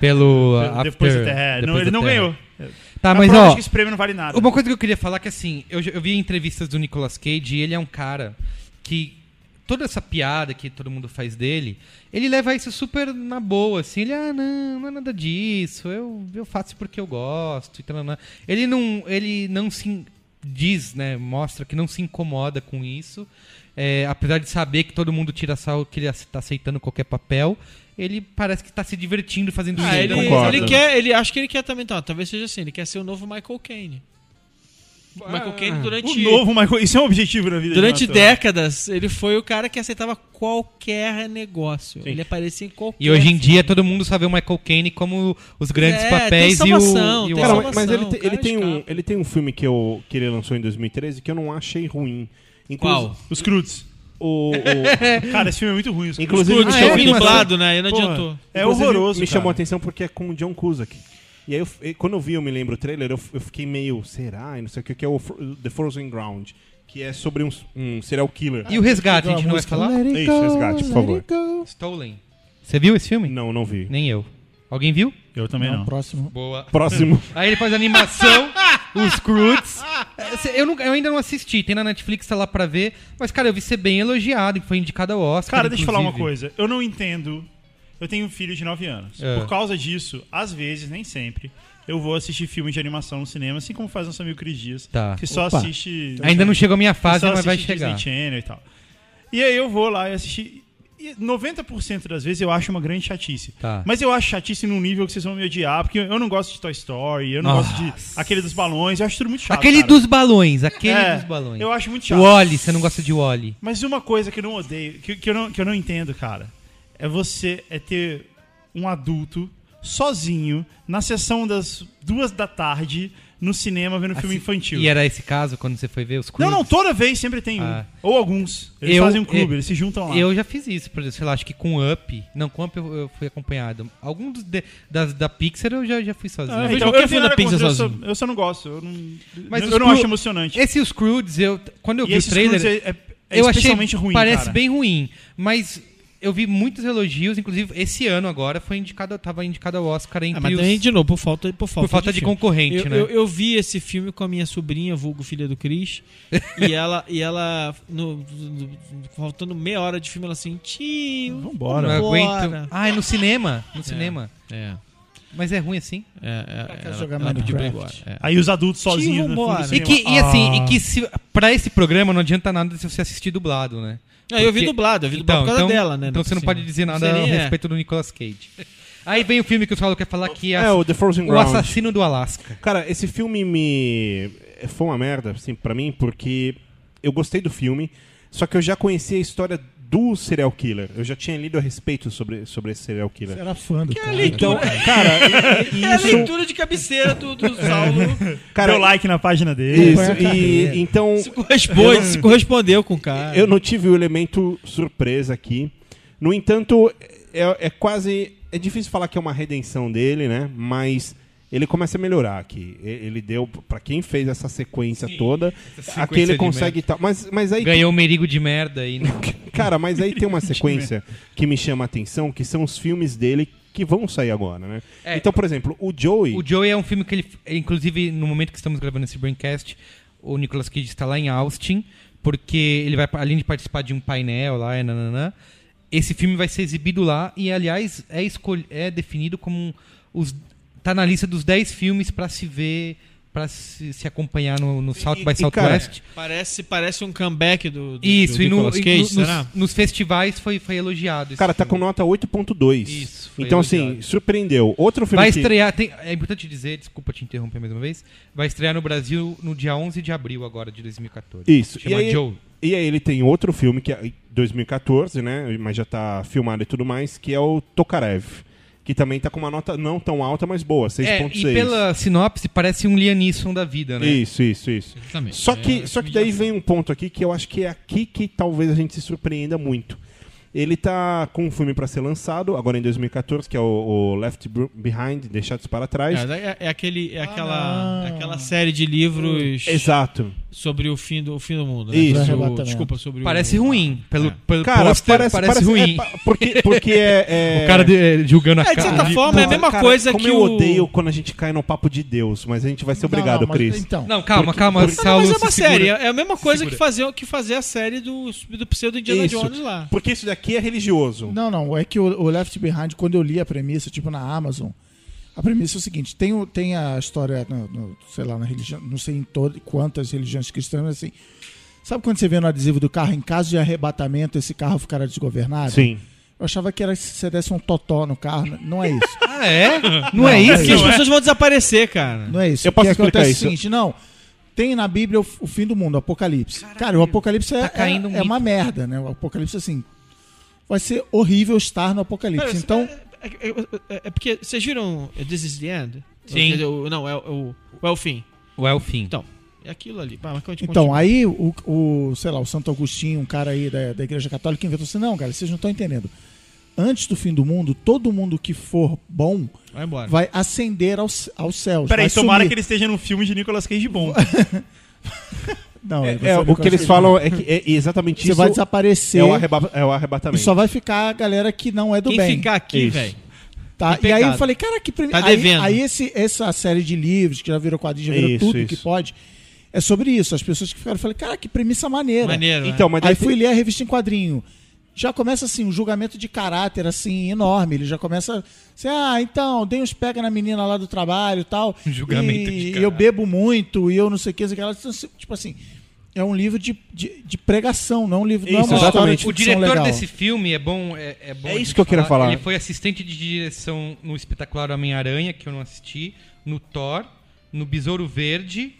[SPEAKER 4] Pelo
[SPEAKER 7] Pelo-
[SPEAKER 4] uh, After...
[SPEAKER 7] depois da Terra. É, não,
[SPEAKER 4] depois
[SPEAKER 7] ele
[SPEAKER 4] da
[SPEAKER 7] não
[SPEAKER 4] Terra.
[SPEAKER 7] ganhou.
[SPEAKER 4] Tá,
[SPEAKER 7] A
[SPEAKER 4] mas
[SPEAKER 7] prova
[SPEAKER 4] ó,
[SPEAKER 7] de que esse prêmio não vale nada.
[SPEAKER 4] Uma coisa que eu queria falar é que assim, eu, já- eu vi entrevistas do Nicolas Cage e ele é um cara que toda essa piada que todo mundo faz dele, ele leva isso super na boa, assim, ele ah, não, não é nada disso, eu, eu faço porque eu gosto e tal, tal, tal. Ele não ele não se in- diz, né, mostra que não se incomoda com isso. é, apesar de saber que todo mundo tira sal que ele está aceitando qualquer papel, ele parece que está se divertindo fazendo
[SPEAKER 6] Ah,
[SPEAKER 4] isso.
[SPEAKER 6] ele,
[SPEAKER 4] Concordo.
[SPEAKER 6] ele quer, ele acho que ele quer também, tá, talvez seja assim, ele quer ser o novo Michael Caine.
[SPEAKER 4] Ah.
[SPEAKER 6] O Michael Caine durante
[SPEAKER 7] O novo Michael, isso é um objetivo na vida
[SPEAKER 6] Durante
[SPEAKER 7] de um ator.
[SPEAKER 6] décadas, ele foi o cara que aceitava qualquer negócio. Ele aparecia em qualquer
[SPEAKER 4] E hoje em dia todo mundo só vê o Michael Caine como os grandes
[SPEAKER 6] É, tem
[SPEAKER 4] papéis
[SPEAKER 6] salvação,
[SPEAKER 4] e o. E o
[SPEAKER 6] tem
[SPEAKER 5] Cara,
[SPEAKER 4] Oscar.
[SPEAKER 5] mas- mas ele, te-
[SPEAKER 6] cara
[SPEAKER 5] ele,
[SPEAKER 6] de
[SPEAKER 5] tem um, ele tem um filme que, eu, que ele lançou em 2013 que eu não achei ruim.
[SPEAKER 6] Qual?
[SPEAKER 7] Os Crudes.
[SPEAKER 5] O, o-
[SPEAKER 7] Cara, esse filme é muito ruim. Os
[SPEAKER 5] Inclusive,
[SPEAKER 7] Crudes.
[SPEAKER 5] me
[SPEAKER 7] Ah, é?
[SPEAKER 5] chamou-
[SPEAKER 7] Eu vi dublado, né? E não adiantou. É
[SPEAKER 5] Inclusive,
[SPEAKER 7] horroroso,
[SPEAKER 5] Me
[SPEAKER 7] cara.
[SPEAKER 5] chamou a atenção porque é com o John Cusack. E aí, eu f- e quando eu vi, eu me lembro o trailer, eu, f- eu fiquei meio, será? E não sei o que, que é o Fro- The Frozen Ground, que é sobre um, s- um serial killer. É
[SPEAKER 4] E o Resgate, a gente não vai falar?
[SPEAKER 5] Isso, Resgate, por favor.
[SPEAKER 4] Stolen. Você viu esse filme?
[SPEAKER 5] Não, não vi.
[SPEAKER 4] Nem eu. Alguém viu?
[SPEAKER 7] Eu também Não, não. próximo.
[SPEAKER 4] Boa.
[SPEAKER 5] Próximo.
[SPEAKER 4] Aí ele faz animação, os Croods. É, cê- Eu, nunca- eu ainda não assisti, tem na Netflix, tá lá pra ver. Mas, cara, eu vi ser bem elogiado, que foi indicado ao Oscar.
[SPEAKER 7] Cara, deixa eu falar uma
[SPEAKER 4] inclusive.
[SPEAKER 7] coisa. Eu não entendo. Eu tenho um filho de 9 anos.
[SPEAKER 4] É.
[SPEAKER 7] Por causa disso, às vezes, nem sempre, eu vou assistir filmes de animação no cinema, assim como faz nosso amigo Cris Dias.
[SPEAKER 4] Tá.
[SPEAKER 7] Que só
[SPEAKER 4] Opa.
[SPEAKER 7] assiste.
[SPEAKER 4] Ainda não chegou a minha
[SPEAKER 7] que
[SPEAKER 4] fase,
[SPEAKER 7] só
[SPEAKER 4] mas vai
[SPEAKER 7] assiste
[SPEAKER 4] chegar.
[SPEAKER 7] Disney Channel e tal. E aí eu vou lá e assisti. E 90% das vezes eu acho uma grande chatice.
[SPEAKER 4] Tá.
[SPEAKER 7] Mas eu acho chatice num nível que vocês vão me odiar, porque eu não gosto de Toy Story, eu não
[SPEAKER 4] Nossa.
[SPEAKER 7] gosto de aquele dos balões, eu acho tudo muito chato.
[SPEAKER 4] Aquele
[SPEAKER 7] Ah, cara.
[SPEAKER 4] dos balões, aquele
[SPEAKER 7] É,
[SPEAKER 4] dos balões.
[SPEAKER 7] Eu acho muito chato.
[SPEAKER 4] O Wally, você não gosta de Wally.
[SPEAKER 7] Mas uma coisa que eu não odeio, que, que eu, não, que eu não entendo, cara, é você é ter um adulto sozinho na sessão das duas da tarde no cinema vendo filme
[SPEAKER 4] Ah,
[SPEAKER 7] infantil.
[SPEAKER 4] Assim, E era esse caso quando você foi ver os
[SPEAKER 7] Não,
[SPEAKER 4] Croods?
[SPEAKER 7] não, toda vez sempre tem um.
[SPEAKER 4] Ah.
[SPEAKER 7] Ou alguns. Eles fazem um clube, eles se juntam lá.
[SPEAKER 4] é, Eu já fiz isso, por exemplo, sei lá, acho que com Up. Não, com Up eu, eu fui acompanhado. Algum dos de- das, da Pixar eu já, já fui sozinho.
[SPEAKER 7] Ah,
[SPEAKER 4] Eu vejo
[SPEAKER 7] então,
[SPEAKER 4] qualquer
[SPEAKER 7] eu
[SPEAKER 4] filme
[SPEAKER 7] não
[SPEAKER 4] da
[SPEAKER 7] era
[SPEAKER 4] Pixar
[SPEAKER 7] contra, eu
[SPEAKER 4] sozinho.
[SPEAKER 7] só- eu só não gosto. Eu não, eu
[SPEAKER 4] os
[SPEAKER 7] não
[SPEAKER 4] Cru-
[SPEAKER 7] acho emocionante.
[SPEAKER 4] Esse e os Crudes, eu, quando eu
[SPEAKER 7] E
[SPEAKER 4] vi o
[SPEAKER 7] esses
[SPEAKER 4] trailer,
[SPEAKER 7] Crudes é- é- é
[SPEAKER 4] eu achei
[SPEAKER 7] especialmente ruim,
[SPEAKER 4] parece
[SPEAKER 7] cara.
[SPEAKER 4] bem ruim, mas eu vi muitos elogios, inclusive esse ano agora foi indicado, tava indicado ao Oscar entre
[SPEAKER 6] Ah, mas
[SPEAKER 4] os
[SPEAKER 6] também, de novo, por falta, por falta,
[SPEAKER 4] por falta de,
[SPEAKER 6] filme.
[SPEAKER 4] concorrente,
[SPEAKER 6] eu,
[SPEAKER 4] né?
[SPEAKER 6] Eu, eu vi esse filme com a minha sobrinha, vulgo filha do Cris, e ela, e ela no- no- no- faltando meia hora de filme, ela assim, tio,
[SPEAKER 4] Não aguento. Ah, é no cinema, no cinema.
[SPEAKER 6] É.
[SPEAKER 4] Mas é ruim assim?
[SPEAKER 6] É, é,
[SPEAKER 4] ela-
[SPEAKER 6] jogar
[SPEAKER 4] ela pediu pra ir
[SPEAKER 6] Minecraft. né?
[SPEAKER 4] embora. É.
[SPEAKER 7] Aí os adultos
[SPEAKER 4] Tio,
[SPEAKER 7] sozinhos no fundo
[SPEAKER 4] vambora.
[SPEAKER 7] do
[SPEAKER 4] E
[SPEAKER 7] cinema.
[SPEAKER 4] que e assim,
[SPEAKER 7] Ah.
[SPEAKER 4] e que se para esse programa não adianta nada se você assistir dublado, né?
[SPEAKER 6] Ah, eu vi dublado, eu vi dublado por causa
[SPEAKER 4] então,
[SPEAKER 6] dela, né,
[SPEAKER 4] Então
[SPEAKER 6] não
[SPEAKER 4] você não
[SPEAKER 6] por
[SPEAKER 4] pode
[SPEAKER 6] cima.
[SPEAKER 4] dizer nada
[SPEAKER 6] Seria-
[SPEAKER 4] a respeito do Nicolas Cage. Aí vem o filme que o Saulo quer falar que é,
[SPEAKER 5] É, o The Frozen
[SPEAKER 4] O
[SPEAKER 5] Ground.
[SPEAKER 4] Assassino do Alasca.
[SPEAKER 5] Cara, esse filme me. Foi uma merda, assim, pra mim, porque eu gostei do filme, só que eu já conhecia a história do serial killer. Eu já tinha lido a respeito sobre, sobre esse serial killer.
[SPEAKER 8] Você era fã do
[SPEAKER 6] É a
[SPEAKER 8] cara.
[SPEAKER 6] leitura.
[SPEAKER 5] Então, cara, e- e
[SPEAKER 6] é a
[SPEAKER 5] isso-
[SPEAKER 6] leitura de cabeceira do, do Saulo.
[SPEAKER 5] Cara,
[SPEAKER 7] Deu like na página dele.
[SPEAKER 5] Isso, e então. Se
[SPEAKER 6] corresponde, se correspondeu com o cara.
[SPEAKER 5] Eu não tive o elemento surpresa aqui. No entanto, é, é quase. É difícil falar que é uma redenção dele, né? Mas ele começa a melhorar aqui. E- Ele deu. pra quem fez essa sequência toda,
[SPEAKER 4] sequência
[SPEAKER 5] aqui ele
[SPEAKER 4] de
[SPEAKER 5] consegue.
[SPEAKER 4] merda.
[SPEAKER 5] Tal, mas, mas aí.
[SPEAKER 4] Ganhou o merigo de merda aí, né?
[SPEAKER 5] Cara, mas aí tem uma sequência que me chama a atenção, que são os filmes dele que vão sair agora, né?
[SPEAKER 4] É.
[SPEAKER 5] Então, por exemplo, o Joey.
[SPEAKER 4] O Joey é um filme que ele. Inclusive, no momento que estamos gravando esse Braincast, o Nicolas Cage está lá em Austin, porque ele vai, além de participar de um painel lá, e nananã, esse filme vai ser exibido lá e, aliás, é, escolh- é definido como um- os. tá na lista dos 10 filmes para se ver pra se, se acompanhar no, no South by
[SPEAKER 6] E, cara,
[SPEAKER 4] Southwest.
[SPEAKER 6] parece, parece um comeback do, do
[SPEAKER 4] Isso,
[SPEAKER 6] do
[SPEAKER 4] e, no,
[SPEAKER 6] Nicolas
[SPEAKER 4] e
[SPEAKER 6] Cage,
[SPEAKER 4] no-
[SPEAKER 6] será?
[SPEAKER 4] nos, nos festivais foi, foi elogiado. esse
[SPEAKER 5] Cara, tá com
[SPEAKER 4] filme.
[SPEAKER 5] nota 8.2.
[SPEAKER 4] Isso, foi
[SPEAKER 5] Então, assim,
[SPEAKER 4] elogiado.
[SPEAKER 5] surpreendeu. Outro filme
[SPEAKER 4] Vai
[SPEAKER 5] que-
[SPEAKER 4] estrear, tem- é importante dizer, desculpa te interromper mais uma vez, vai estrear no Brasil no dia 11 de abril agora de 2014.
[SPEAKER 5] Isso.
[SPEAKER 4] Chama
[SPEAKER 5] e aí,
[SPEAKER 4] Joe.
[SPEAKER 5] E aí ele tem outro filme que é 2014, né? Mas já tá filmado e tudo mais, que é o Tokarev. Que também tá com uma nota não tão alta, mas boa, 6.6.
[SPEAKER 4] É, e pela sinopse parece um Lianisson da vida, né?
[SPEAKER 5] Isso, isso, isso.
[SPEAKER 4] Exatamente.
[SPEAKER 5] Só
[SPEAKER 4] É,
[SPEAKER 5] que,
[SPEAKER 4] é
[SPEAKER 5] só que daí vem um ponto aqui que eu acho que é aqui que talvez a gente se surpreenda muito. Ele tá com um filme para ser lançado agora em 2014, que é o, o Left Bru- Behind, Deixados para
[SPEAKER 4] Ah,
[SPEAKER 5] Trás.
[SPEAKER 6] É, é aquele, é aquela, é aquela série de livros.
[SPEAKER 5] Exato.
[SPEAKER 6] Sobre o fim do, o fim do mundo. Né?
[SPEAKER 5] Isso.
[SPEAKER 6] Sobre o- desculpa, sobre o- É.
[SPEAKER 4] Parece ruim. Pelo, pelo
[SPEAKER 6] Cara,
[SPEAKER 4] pôster,
[SPEAKER 6] parece-
[SPEAKER 4] parece,
[SPEAKER 6] parece-
[SPEAKER 4] ruim.
[SPEAKER 6] é, pa-
[SPEAKER 5] porque- porque é- é-
[SPEAKER 4] O cara de- é, julgando a
[SPEAKER 6] É, de
[SPEAKER 4] cara.
[SPEAKER 6] certa forma, é a mesma coisa
[SPEAKER 5] como
[SPEAKER 6] que
[SPEAKER 5] eu
[SPEAKER 6] o-
[SPEAKER 5] odeio quando a gente cai no papo de Deus, mas a gente vai ser obrigado,
[SPEAKER 6] mas
[SPEAKER 5] Cris.
[SPEAKER 6] então-
[SPEAKER 4] Não, calma, calma,
[SPEAKER 6] Não,
[SPEAKER 4] Saulo.
[SPEAKER 6] mas é
[SPEAKER 4] se
[SPEAKER 6] uma
[SPEAKER 4] segura.
[SPEAKER 6] série. É a mesma
[SPEAKER 4] Se
[SPEAKER 6] coisa que
[SPEAKER 4] segura.
[SPEAKER 6] fazer, que fazer a série do, do pseudo Indiana
[SPEAKER 5] Isso.
[SPEAKER 6] Jones lá.
[SPEAKER 5] Porque isso daqui é religioso.
[SPEAKER 8] Não, não. É que o, o Left Behind, quando eu li a premissa, tipo na Amazon, a premissa é o seguinte: tem, o- tem a história, no, no- sei lá, na religião, não sei em todo, quantas religiões cristãs, mas assim. Sabe quando você vê no adesivo do carro, em caso de arrebatamento, esse carro ficará desgovernado?
[SPEAKER 5] Sim.
[SPEAKER 8] Eu achava que era se você desse um totó no carro. Não é isso.
[SPEAKER 4] Ah, é? Não, é isso?
[SPEAKER 6] Porque as pessoas vão desaparecer, cara.
[SPEAKER 8] Não é isso.
[SPEAKER 6] Eu posso
[SPEAKER 8] O que
[SPEAKER 6] explicar
[SPEAKER 8] acontece
[SPEAKER 6] isso.
[SPEAKER 8] É o seguinte, não. Tem na Bíblia o, o fim do mundo, o Apocalipse. cara, o Apocalipse é,
[SPEAKER 6] tá caindo
[SPEAKER 8] é-
[SPEAKER 6] um
[SPEAKER 8] é uma merda, né? O Apocalipse, assim, vai ser horrível estar no Apocalipse.
[SPEAKER 6] Cara,
[SPEAKER 8] então,
[SPEAKER 6] É, é- é- é porque vocês viram This is the End?
[SPEAKER 4] Sim.
[SPEAKER 6] Quer dizer, o- Não, é o- é o, o é o fim.
[SPEAKER 4] O é o fim.
[SPEAKER 6] Então, é aquilo ali. Pá, mas continua.
[SPEAKER 8] então aí o, o, sei lá, o Santo Agostinho, um cara aí da, da Igreja Católica, inventou assim, não, cara, vocês não estão entendendo. Antes do fim do mundo, todo mundo que for bom
[SPEAKER 6] Vai embora.
[SPEAKER 8] ascender aos, aos céus.
[SPEAKER 7] Peraí,
[SPEAKER 8] vai
[SPEAKER 7] tomara
[SPEAKER 8] sumir.
[SPEAKER 7] que ele esteja num filme de Nicolas Cage bom.
[SPEAKER 8] Não,
[SPEAKER 5] É,
[SPEAKER 8] vai
[SPEAKER 5] é,
[SPEAKER 8] ser
[SPEAKER 5] o que eles
[SPEAKER 8] negócio-
[SPEAKER 5] falam
[SPEAKER 6] assim.
[SPEAKER 5] é que é exatamente
[SPEAKER 8] Você
[SPEAKER 5] isso.
[SPEAKER 8] vai desaparecer.
[SPEAKER 5] É o, arreba- é o arrebatamento.
[SPEAKER 8] E só vai ficar a galera que não é do
[SPEAKER 6] Quem
[SPEAKER 8] bem.
[SPEAKER 6] ficar aqui,
[SPEAKER 8] Isso.
[SPEAKER 6] velho.
[SPEAKER 8] Tá,
[SPEAKER 6] Que
[SPEAKER 8] e aí eu
[SPEAKER 6] pecado.
[SPEAKER 8] falei, cara, que premi-
[SPEAKER 6] Tá
[SPEAKER 8] aí,
[SPEAKER 6] devendo.
[SPEAKER 8] aí esse, essa série de livros que já virou quadrinho, já virou
[SPEAKER 5] Isso,
[SPEAKER 8] tudo
[SPEAKER 5] isso.
[SPEAKER 8] que pode. É sobre isso. As pessoas que ficaram, eu falei, cara, que premissa maneira.
[SPEAKER 5] Maneiro, né? Então, mas
[SPEAKER 8] aí
[SPEAKER 5] daí
[SPEAKER 8] fui
[SPEAKER 5] tem-
[SPEAKER 8] ler a revista em quadrinho. Já começa assim, um julgamento de caráter, assim, enorme. Ele já começa. Assim, ah, então, dei uns pega na menina lá do trabalho e tal.
[SPEAKER 4] Um julgamento
[SPEAKER 8] e,
[SPEAKER 4] de
[SPEAKER 8] e eu bebo muito, e eu não sei o que, não sei o que lá. Então, assim, Tipo assim, é um livro de, de, de pregação, não um livro. não é uma história de
[SPEAKER 4] O
[SPEAKER 8] ficção
[SPEAKER 4] diretor
[SPEAKER 8] legal.
[SPEAKER 4] desse filme é bom. É, é bom
[SPEAKER 5] É
[SPEAKER 4] a
[SPEAKER 5] isso
[SPEAKER 4] gente
[SPEAKER 5] que eu queria falar.
[SPEAKER 4] Ele foi assistente de direção no espetacular Homem-Aranha, que eu não assisti, no Thor, no Besouro Verde.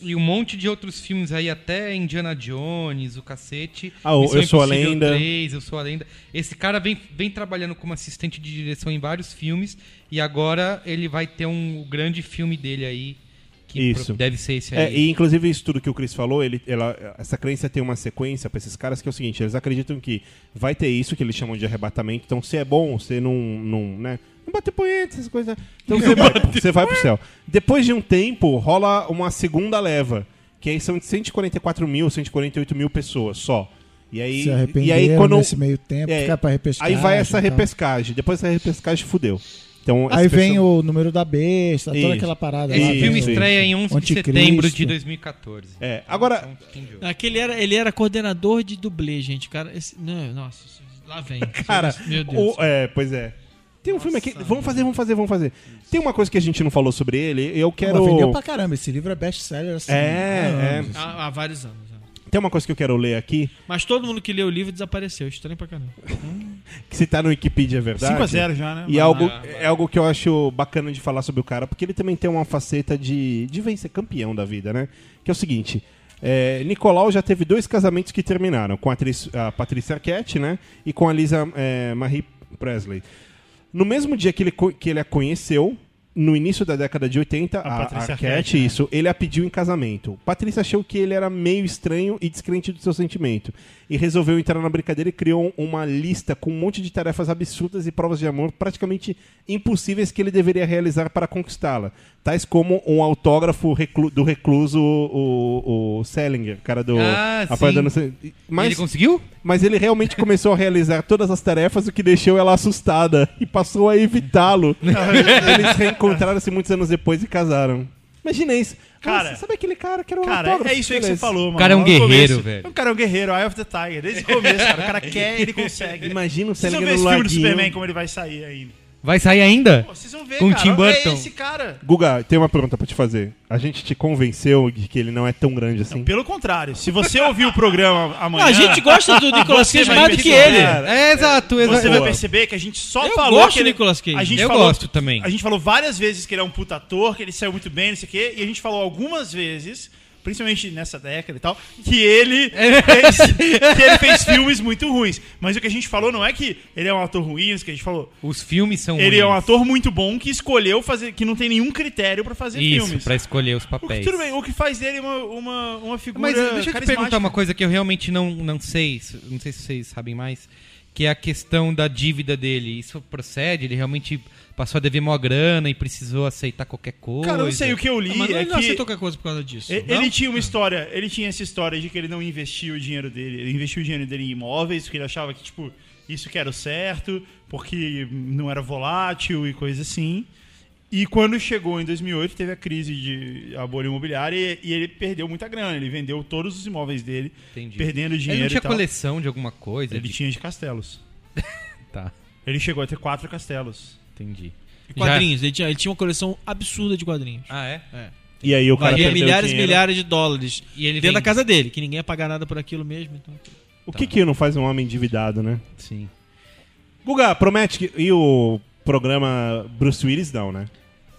[SPEAKER 4] E um monte de outros filmes aí, até Indiana Jones, o cacete.
[SPEAKER 5] Ah, o
[SPEAKER 4] Missão
[SPEAKER 5] Eu Sou a
[SPEAKER 4] Impossível
[SPEAKER 5] Lenda.
[SPEAKER 4] 3, eu sou a lenda. Esse cara vem, vem trabalhando como assistente de direção em vários filmes e agora ele vai ter um grande filme dele aí. Que pro- deve ser esse aí.
[SPEAKER 5] É, e inclusive isso tudo que o Chris falou, ele, ela- essa crença tem uma sequência pra esses caras que é o seguinte, eles acreditam que vai ter isso que eles chamam de arrebatamento, então se é bom, você não, não, né? Não bater punheta, essas coisas. Então você vai, você vai pro céu. Depois de um tempo, rola uma segunda leva, que aí são de 144 mil, 148 mil pessoas só. E aí,
[SPEAKER 8] Se
[SPEAKER 5] e aí
[SPEAKER 8] arrependeram
[SPEAKER 5] quando É,
[SPEAKER 8] nesse meio tempo, ficar pra repescagem
[SPEAKER 5] Aí vai essa
[SPEAKER 8] e tal.
[SPEAKER 5] repescagem. Depois essa repescagem fudeu. Então,
[SPEAKER 8] Aí
[SPEAKER 5] essa
[SPEAKER 8] vem
[SPEAKER 5] pessoa-
[SPEAKER 8] o número da besta, toda aquela parada.
[SPEAKER 4] Esse
[SPEAKER 8] lá,
[SPEAKER 4] filme
[SPEAKER 8] do-
[SPEAKER 4] estreia
[SPEAKER 6] um
[SPEAKER 4] em 11 de
[SPEAKER 8] Anticristo.
[SPEAKER 4] setembro de 2014.
[SPEAKER 5] É,
[SPEAKER 4] Então,
[SPEAKER 5] agora.
[SPEAKER 6] Aquele era, ele era coordenador de dublê, gente. Cara, esse- não, nossa, lá vem.
[SPEAKER 5] Cara,
[SPEAKER 6] meu Deus.
[SPEAKER 5] o- é, pois é. Tem um filme aqui. Vamos fazer, vamos fazer, vamos fazer. Tem uma coisa que a gente não falou sobre ele. Eu quero.
[SPEAKER 8] Pô, vendeu pra caramba. Esse livro é best-seller assim.
[SPEAKER 5] É,
[SPEAKER 4] Ah,
[SPEAKER 5] é.
[SPEAKER 6] Há, há vários anos. né?
[SPEAKER 5] Tem uma coisa que eu quero ler aqui,
[SPEAKER 6] Mas todo mundo que leu o livro desapareceu. Estranho pra caramba.
[SPEAKER 5] que se tá no Wikipedia, é verdade.
[SPEAKER 6] 5 a 0 já, né?
[SPEAKER 5] E
[SPEAKER 6] Ah,
[SPEAKER 5] algo,
[SPEAKER 6] vai.
[SPEAKER 5] é algo que eu acho bacana de falar sobre o cara, porque ele também tem uma faceta de, de vencer campeão da vida, né? Que é o seguinte. É, Nicolau já teve dois casamentos que terminaram, com a, atriz, a Patrícia Arquette, né? E com a Lisa é, Marie Presley. No mesmo dia que ele, co- que ele a conheceu, no início da década de 80, a,
[SPEAKER 7] Patrícia
[SPEAKER 5] Patrícia Arquette,
[SPEAKER 7] Arquette,
[SPEAKER 4] É.
[SPEAKER 7] né?
[SPEAKER 5] isso, ele a pediu em casamento. Patrícia achou que ele era meio estranho e descrente do seu sentimento. E resolveu entrar na brincadeira e criou uma lista com um monte de tarefas absurdas e provas de amor praticamente impossíveis que ele deveria realizar para conquistá-la. Tais como um autógrafo reclu- do recluso, o, o Selinger, cara do...
[SPEAKER 4] Ah,
[SPEAKER 5] a parada
[SPEAKER 4] sim.
[SPEAKER 5] no Sel-
[SPEAKER 4] Ele conseguiu?
[SPEAKER 5] Mas ele realmente começou a realizar todas as tarefas, o que deixou ela assustada e passou a evitá-lo. Eles reencontraram-se muitos anos depois e casaram. Imagina isso.
[SPEAKER 7] Cara,
[SPEAKER 5] sabe aquele cara que era um
[SPEAKER 7] Cara,
[SPEAKER 5] autógrafo?
[SPEAKER 7] é isso aí que você
[SPEAKER 5] Beleza.
[SPEAKER 7] falou, mano.
[SPEAKER 4] cara é um
[SPEAKER 7] Lá no
[SPEAKER 4] guerreiro,
[SPEAKER 7] começo.
[SPEAKER 4] velho.
[SPEAKER 7] O cara é um guerreiro, Eye of the Tiger. Desde o começo, cara. O cara quer, ele consegue.
[SPEAKER 5] Imagina o
[SPEAKER 7] Vocês
[SPEAKER 5] Selinger
[SPEAKER 7] vão ver
[SPEAKER 5] no
[SPEAKER 7] esse filme do
[SPEAKER 5] laguinho.
[SPEAKER 7] Superman, como ele vai sair ainda.
[SPEAKER 4] Vai sair ainda?
[SPEAKER 7] vocês vão ver,
[SPEAKER 4] Com o
[SPEAKER 7] cara.
[SPEAKER 4] Tim
[SPEAKER 7] Olha
[SPEAKER 4] Burton.
[SPEAKER 7] esse cara.
[SPEAKER 5] Guga, tem uma pergunta pra te fazer. A gente te convenceu de que ele não é tão grande assim?
[SPEAKER 7] Pelo contrário, se você ouvir o programa amanhã.
[SPEAKER 5] Não, a gente gosta do Nicolas
[SPEAKER 7] você
[SPEAKER 5] Cage
[SPEAKER 7] vai
[SPEAKER 5] mais do que
[SPEAKER 7] perceber.
[SPEAKER 5] ele.
[SPEAKER 4] É, exato, exato.
[SPEAKER 7] Você vai
[SPEAKER 4] Boa.
[SPEAKER 7] perceber que a gente só
[SPEAKER 4] Eu
[SPEAKER 7] falou.
[SPEAKER 4] gosto
[SPEAKER 7] que
[SPEAKER 4] do
[SPEAKER 7] ele-
[SPEAKER 4] Nicolas Cage.
[SPEAKER 7] A gente
[SPEAKER 4] Eu
[SPEAKER 7] falou,
[SPEAKER 4] gosto também.
[SPEAKER 7] A gente falou várias vezes que ele é um puta ator, que ele saiu muito bem, não sei o quê. E a gente falou algumas vezes. Principalmente nessa década e tal, que ele, fez, que ele fez filmes muito ruins. Mas o que a gente falou não é que ele é um ator ruim, isso que a gente falou.
[SPEAKER 4] Os filmes são
[SPEAKER 7] Ele é um
[SPEAKER 4] ruins.
[SPEAKER 7] ator muito bom que escolheu fazer, que não tem nenhum critério pra fazer
[SPEAKER 4] Isso,
[SPEAKER 7] filmes.
[SPEAKER 4] pra escolher os papéis.
[SPEAKER 7] Tudo bem, o que faz dele uma, uma, uma figura.
[SPEAKER 4] Mas deixa eu te
[SPEAKER 7] carismática.
[SPEAKER 4] perguntar uma coisa que eu realmente não, não sei, se- não sei se vocês sabem mais, que é a questão da dívida dele. Isso procede? Ele realmente passou a dever mó grana e precisou aceitar qualquer coisa?
[SPEAKER 7] Cara, eu não sei o que eu li.
[SPEAKER 6] Não, mas
[SPEAKER 7] é
[SPEAKER 6] ele não
[SPEAKER 7] que
[SPEAKER 6] aceitou qualquer coisa por causa disso,
[SPEAKER 7] E-
[SPEAKER 6] não?
[SPEAKER 7] Ele tinha uma história, ele tinha essa história de que ele não investiu o dinheiro dele, ele investiu o dinheiro dele em imóveis, porque ele achava que, tipo, isso que era o certo, porque não era volátil e coisa assim. E quando chegou em 2008, teve a crise de a bolha imobiliária e, e ele perdeu muita grana. Ele vendeu todos os imóveis dele,
[SPEAKER 4] Entendi.
[SPEAKER 7] perdendo
[SPEAKER 4] Ele
[SPEAKER 7] dinheiro.
[SPEAKER 4] não tinha
[SPEAKER 7] e tal.
[SPEAKER 4] coleção de alguma coisa?
[SPEAKER 7] Ele
[SPEAKER 4] de-
[SPEAKER 7] tinha de castelos.
[SPEAKER 4] Tá.
[SPEAKER 7] Ele chegou a ter quatro castelos.
[SPEAKER 4] Entendi.
[SPEAKER 6] E quadrinhos. né? Ele tinha, ele tinha uma coleção absurda de quadrinhos.
[SPEAKER 4] Ah, é?
[SPEAKER 5] E aí o cara
[SPEAKER 6] Valia
[SPEAKER 5] perdeu
[SPEAKER 6] milhares e
[SPEAKER 5] dinheiro.
[SPEAKER 6] milhares de dólares.
[SPEAKER 4] E ele
[SPEAKER 6] dentro da
[SPEAKER 4] vende.
[SPEAKER 6] casa dele, que ninguém ia pagar nada por aquilo mesmo. Então...
[SPEAKER 5] O que que não faz um homem endividado, né?
[SPEAKER 4] Sim.
[SPEAKER 5] Guga, promete que... E o programa Bruce Willis não, né?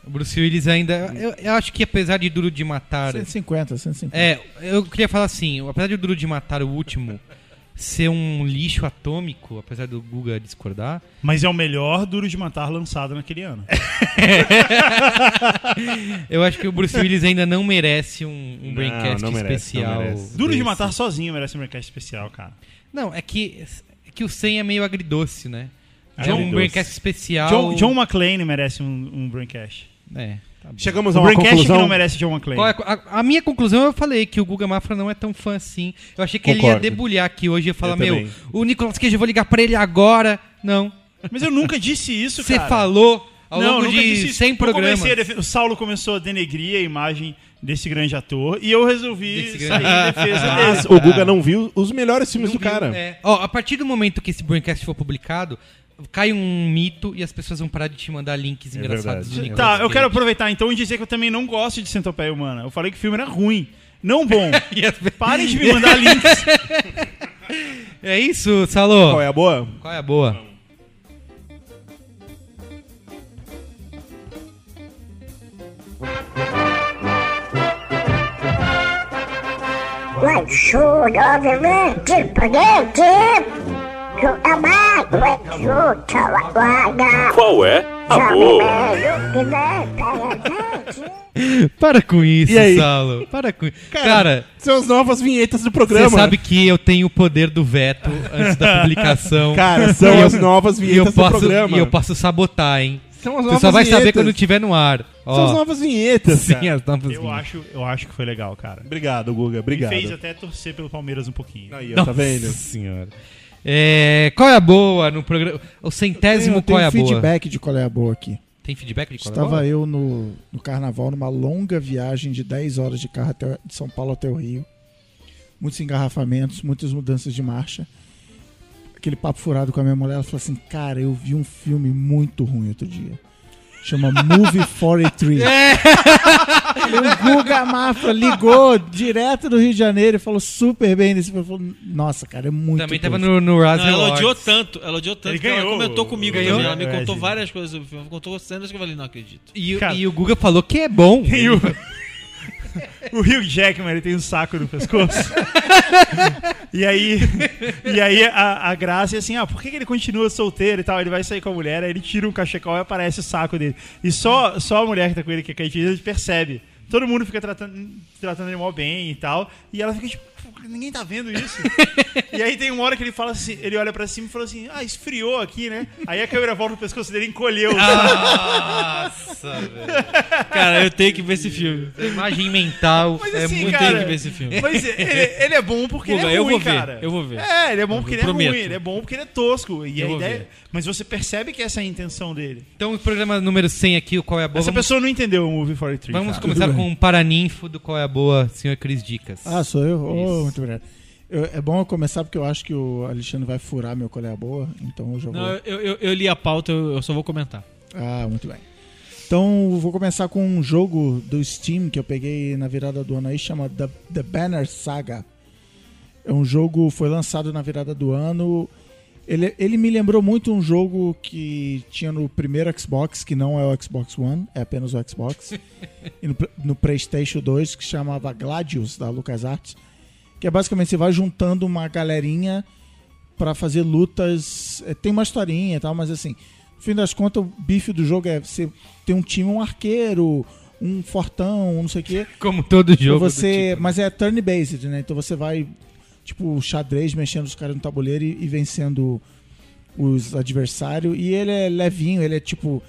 [SPEAKER 4] O Bruce Willis ainda. Eu, eu acho que apesar de Duro de Matar.
[SPEAKER 8] 150, 150.
[SPEAKER 4] É, eu queria falar assim: apesar de o Duro de Matar, o último, ser um lixo atômico, apesar do Guga discordar.
[SPEAKER 7] Mas é o melhor Duro de Matar lançado naquele ano.
[SPEAKER 4] eu acho que o Bruce Willis ainda não merece um, um
[SPEAKER 7] Não,
[SPEAKER 4] Braincast
[SPEAKER 7] não merece, não
[SPEAKER 4] especial.
[SPEAKER 7] merece. Duro de
[SPEAKER 4] desse.
[SPEAKER 7] Matar sozinho merece um Braincast especial, cara.
[SPEAKER 4] Não, é que, é que o 100 é meio agridoce, né? É um
[SPEAKER 7] Agridoce.
[SPEAKER 4] Braincast especial.
[SPEAKER 7] John, John McClane merece um, um Braincast.
[SPEAKER 4] É,
[SPEAKER 5] Chegamos
[SPEAKER 7] o
[SPEAKER 5] a uma
[SPEAKER 7] Braincast
[SPEAKER 5] conclusão.
[SPEAKER 7] que não merece John McClane.
[SPEAKER 4] Qual é a, a- a minha conclusão eu falei que o Guga Mafra não é tão fã assim. Eu achei que ele ia
[SPEAKER 7] Concordo.
[SPEAKER 4] debulhar aqui hoje e ia falar:
[SPEAKER 7] Eu
[SPEAKER 4] Meu,
[SPEAKER 7] também.
[SPEAKER 4] o Nicolas Cage, eu vou ligar pra ele agora. Não.
[SPEAKER 7] Mas eu nunca disse isso,
[SPEAKER 4] Você
[SPEAKER 7] cara.
[SPEAKER 4] falou ao
[SPEAKER 7] Não,
[SPEAKER 4] longo
[SPEAKER 7] eu nunca disse
[SPEAKER 4] de
[SPEAKER 7] isso.
[SPEAKER 4] 100
[SPEAKER 7] Eu
[SPEAKER 4] programas.
[SPEAKER 7] comecei a def- O Saulo começou a denegrir a imagem desse grande ator e eu resolvi
[SPEAKER 4] Desse
[SPEAKER 7] sair
[SPEAKER 4] grande- Ah,
[SPEAKER 7] em defesa
[SPEAKER 5] Mas
[SPEAKER 7] dele.
[SPEAKER 5] Ah, o Guga não viu os melhores filmes do cara.
[SPEAKER 4] É. Ó, a partir do momento que esse Braincast for publicado, cai um mito e as pessoas vão parar de te mandar links engraçados do Nicolas
[SPEAKER 7] Tá, eu
[SPEAKER 4] Cage.
[SPEAKER 7] quero aproveitar então e dizer que eu também não gosto de Centopeia Humana. Eu falei que o filme era ruim, não bom.
[SPEAKER 5] é
[SPEAKER 7] Parem de me mandar links.
[SPEAKER 4] É isso, Salô?
[SPEAKER 5] Qual é a boa?
[SPEAKER 4] Qual é a boa?
[SPEAKER 20] Like shoot of the red spaghetti. To a man with shoot of a waga.
[SPEAKER 2] Qual é a boa?
[SPEAKER 4] Para com isso,
[SPEAKER 5] E aí?
[SPEAKER 4] Saulo. Para com isso. Cara,
[SPEAKER 5] são as novas vinhetas do programa.
[SPEAKER 4] você sabe que eu tenho o poder do veto antes da publicação.
[SPEAKER 5] Cara, são
[SPEAKER 4] E eu-
[SPEAKER 5] as novas
[SPEAKER 4] e eu
[SPEAKER 5] vinhetas do
[SPEAKER 4] posso-
[SPEAKER 5] programa.
[SPEAKER 4] E eu posso sabotar, hein?
[SPEAKER 5] São as
[SPEAKER 4] Você
[SPEAKER 5] novas
[SPEAKER 4] só vai saber
[SPEAKER 5] vinhetas.
[SPEAKER 4] quando tiver no ar.
[SPEAKER 5] São as novas vinhetas,
[SPEAKER 4] Sim,
[SPEAKER 5] cara.
[SPEAKER 4] as novas
[SPEAKER 7] Eu
[SPEAKER 4] vinhetas.
[SPEAKER 7] acho, eu acho que foi legal, cara.
[SPEAKER 5] Obrigado, Guga. Obrigado.
[SPEAKER 7] Me fez até torcer pelo Palmeiras um pouquinho.
[SPEAKER 5] Aí, tá
[SPEAKER 4] Nossa senhora. É, qual é a boa no programa? O centésimo
[SPEAKER 8] Eu tenho
[SPEAKER 4] qual é a
[SPEAKER 8] feedback
[SPEAKER 4] boa?
[SPEAKER 8] de qual é a boa aqui.
[SPEAKER 4] Tem feedback de qual é a
[SPEAKER 8] Estava
[SPEAKER 4] boa?
[SPEAKER 8] eu no, no carnaval, numa longa viagem de 10 horas de carro até, de São Paulo até o Rio. Muitos engarrafamentos, muitas mudanças de marcha. Aquele papo furado com a minha mulher, ela falou assim: Cara, eu vi um filme muito ruim outro dia. Chama Movie 43.
[SPEAKER 4] É.
[SPEAKER 8] o Guga Mafra ligou direto do Rio de Janeiro e falou super bem nesse filme. Eu falei, Nossa, cara, é muito
[SPEAKER 4] Também
[SPEAKER 8] doido."
[SPEAKER 4] tava no, no Razzie
[SPEAKER 6] Não, ela
[SPEAKER 4] Awards.
[SPEAKER 6] odiou tanto, ela odiou tanto
[SPEAKER 4] Ele
[SPEAKER 6] que ela
[SPEAKER 4] ganhou
[SPEAKER 6] comentou
[SPEAKER 4] o-
[SPEAKER 6] comigo
[SPEAKER 4] ganhou?
[SPEAKER 6] também. Ela me
[SPEAKER 4] É,
[SPEAKER 6] contou
[SPEAKER 4] sim.
[SPEAKER 6] várias coisas sobre o filme, contou cenas que eu falei, não acredito.
[SPEAKER 4] E, e o Guga falou que é bom.
[SPEAKER 7] E o... o Hugh Jackman, ele tem um saco no pescoço. e aí, e aí a, a graça é assim, ah, por que que ele continua solteiro e tal? Ele vai sair com a mulher, aí ele tira um cachecol e aparece o saco dele. E só, só a mulher que tá com ele, que é caetista, percebe. Todo mundo fica tratando, tratando ele mal bem e tal. E ela fica tipo, "Pô, ninguém tá vendo isso. e aí tem uma hora que ele fala assim, ele olha pra cima e fala assim, ah, esfriou aqui, né? Aí a câmera volta pro pescoço dele e encolheu.
[SPEAKER 4] Ah, Nossa, velho.
[SPEAKER 6] Cara, eu tenho que ver esse filme.
[SPEAKER 4] Imagem mental.
[SPEAKER 6] Mas
[SPEAKER 4] é
[SPEAKER 6] assim,
[SPEAKER 4] muito
[SPEAKER 6] cara,
[SPEAKER 4] tem que ver esse filme.
[SPEAKER 7] Mas ele, ele é bom porque
[SPEAKER 6] Guga,
[SPEAKER 7] ele é
[SPEAKER 6] eu
[SPEAKER 7] ruim,
[SPEAKER 6] vou ver,
[SPEAKER 7] cara.
[SPEAKER 6] eu vou ver.
[SPEAKER 7] É, ele é bom
[SPEAKER 6] Eu
[SPEAKER 7] porque ele é
[SPEAKER 6] prometo.
[SPEAKER 7] ruim, ele é bom porque ele é tosco. E
[SPEAKER 4] Eu
[SPEAKER 7] a
[SPEAKER 4] vou
[SPEAKER 7] ideia.
[SPEAKER 4] ver.
[SPEAKER 7] Mas você percebe que essa é a intenção dele.
[SPEAKER 4] Então o programa número 100 aqui, o qual é a boa?
[SPEAKER 7] Essa
[SPEAKER 4] vamos-
[SPEAKER 7] pessoa não entendeu o Movie 43.
[SPEAKER 4] Vamos
[SPEAKER 7] cara.
[SPEAKER 4] começar com um paraninfo do qual é a boa, senhor Cris Dicas.
[SPEAKER 8] Ah, sou eu? Oh, muito obrigado. Eu- é bom eu começar porque eu acho que o Alexandre vai furar meu colher boa, então eu já vou.
[SPEAKER 6] Não, eu, eu- eu li a pauta, eu eu só vou comentar.
[SPEAKER 8] Ah, muito bem. Então vou começar com um jogo do Steam que eu peguei na virada do ano aí, chama The, The Banner Saga. É um jogo, foi lançado na virada do ano. Ele, ele me lembrou muito um jogo que tinha no primeiro Xbox, que não é o Xbox One, é apenas o Xbox. e no, Pl- no PlayStation 2, que chamava Gladius, da LucasArts. Que é basicamente você vai juntando uma galerinha pra fazer lutas. É, tem uma historinha e tal, mas assim, no fim das contas, o bife do jogo é você tem um time, um arqueiro, um fortão, um não sei o quê.
[SPEAKER 4] Como todo jogo do
[SPEAKER 6] Tipo,
[SPEAKER 8] Você, Mas é turn-based, né? Então você vai, tipo, xadrez, mexendo os caras no tabuleiro e, e vencendo os adversários. E ele é levinho, ele é tipo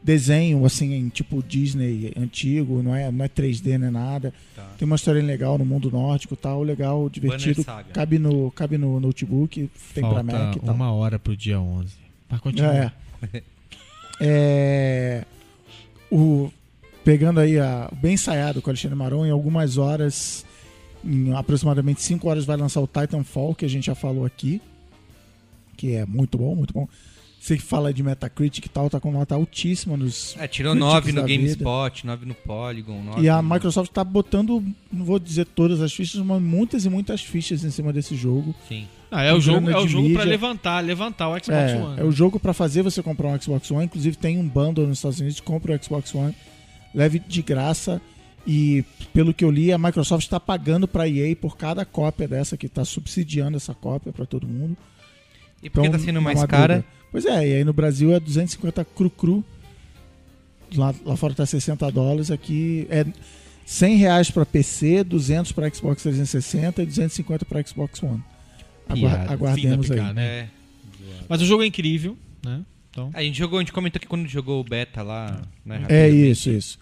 [SPEAKER 8] desenho, assim, em tipo Disney antigo, não é, não é 3D, não é nada.
[SPEAKER 4] Tá.
[SPEAKER 8] Tem uma história legal no mundo nórdico e tal, legal, divertido.
[SPEAKER 6] Saga.
[SPEAKER 8] Cabe no, cabe no notebook, tem pra Mac e
[SPEAKER 6] Falta um
[SPEAKER 8] tal.
[SPEAKER 6] uma hora pro dia 11. Mas Tá, continua.
[SPEAKER 8] É. É, o, pegando aí a, bem ensaiado com o Alexandre Maron, em algumas horas, em aproximadamente 5 horas, vai lançar o Titanfall, que a gente já falou aqui. Que é muito bom, muito bom. Você que fala de Metacritic e tal, tá com nota altíssima nos.
[SPEAKER 4] É, tirou
[SPEAKER 8] críticos
[SPEAKER 4] 9 no
[SPEAKER 8] então, da vida.
[SPEAKER 4] GameSpot, 9 no Polygon, 9
[SPEAKER 8] E a Microsoft tá botando, não vou dizer todas as fichas, mas muitas e muitas fichas em cima desse jogo.
[SPEAKER 4] Sim.
[SPEAKER 6] Ah, é o
[SPEAKER 8] Com
[SPEAKER 6] jogo,
[SPEAKER 8] grana
[SPEAKER 6] é o
[SPEAKER 8] de
[SPEAKER 6] jogo pra
[SPEAKER 8] mídia.
[SPEAKER 6] levantar, levantar o Xbox
[SPEAKER 8] é,
[SPEAKER 6] One. né?
[SPEAKER 8] É o jogo pra fazer você comprar um Xbox One. Inclusive tem um bundle nos Estados Unidos, compra o Xbox One, leve de graça. E pelo que eu li, a Microsoft está pagando para a EA por cada cópia dessa, que está subsidiando essa cópia para todo mundo.
[SPEAKER 4] E por que tá sendo
[SPEAKER 8] é
[SPEAKER 4] mais
[SPEAKER 8] uma
[SPEAKER 4] cara?
[SPEAKER 8] briga. Pois é, e aí no Brasil é 250 cru-cru. Lá, lá fora tá 60 dólares, aqui é 100 reais para PC, 200 para Xbox 360 e 250 para Xbox One. Agua-
[SPEAKER 4] Piada.
[SPEAKER 8] aguardemos
[SPEAKER 4] Fim
[SPEAKER 8] aí.
[SPEAKER 4] da picada. É.
[SPEAKER 6] Mas o jogo é incrível, né? Então,
[SPEAKER 4] A gente jogou, a gente comentou que quando jogou o beta lá, né?
[SPEAKER 8] É
[SPEAKER 4] rapidamente.
[SPEAKER 8] isso, isso.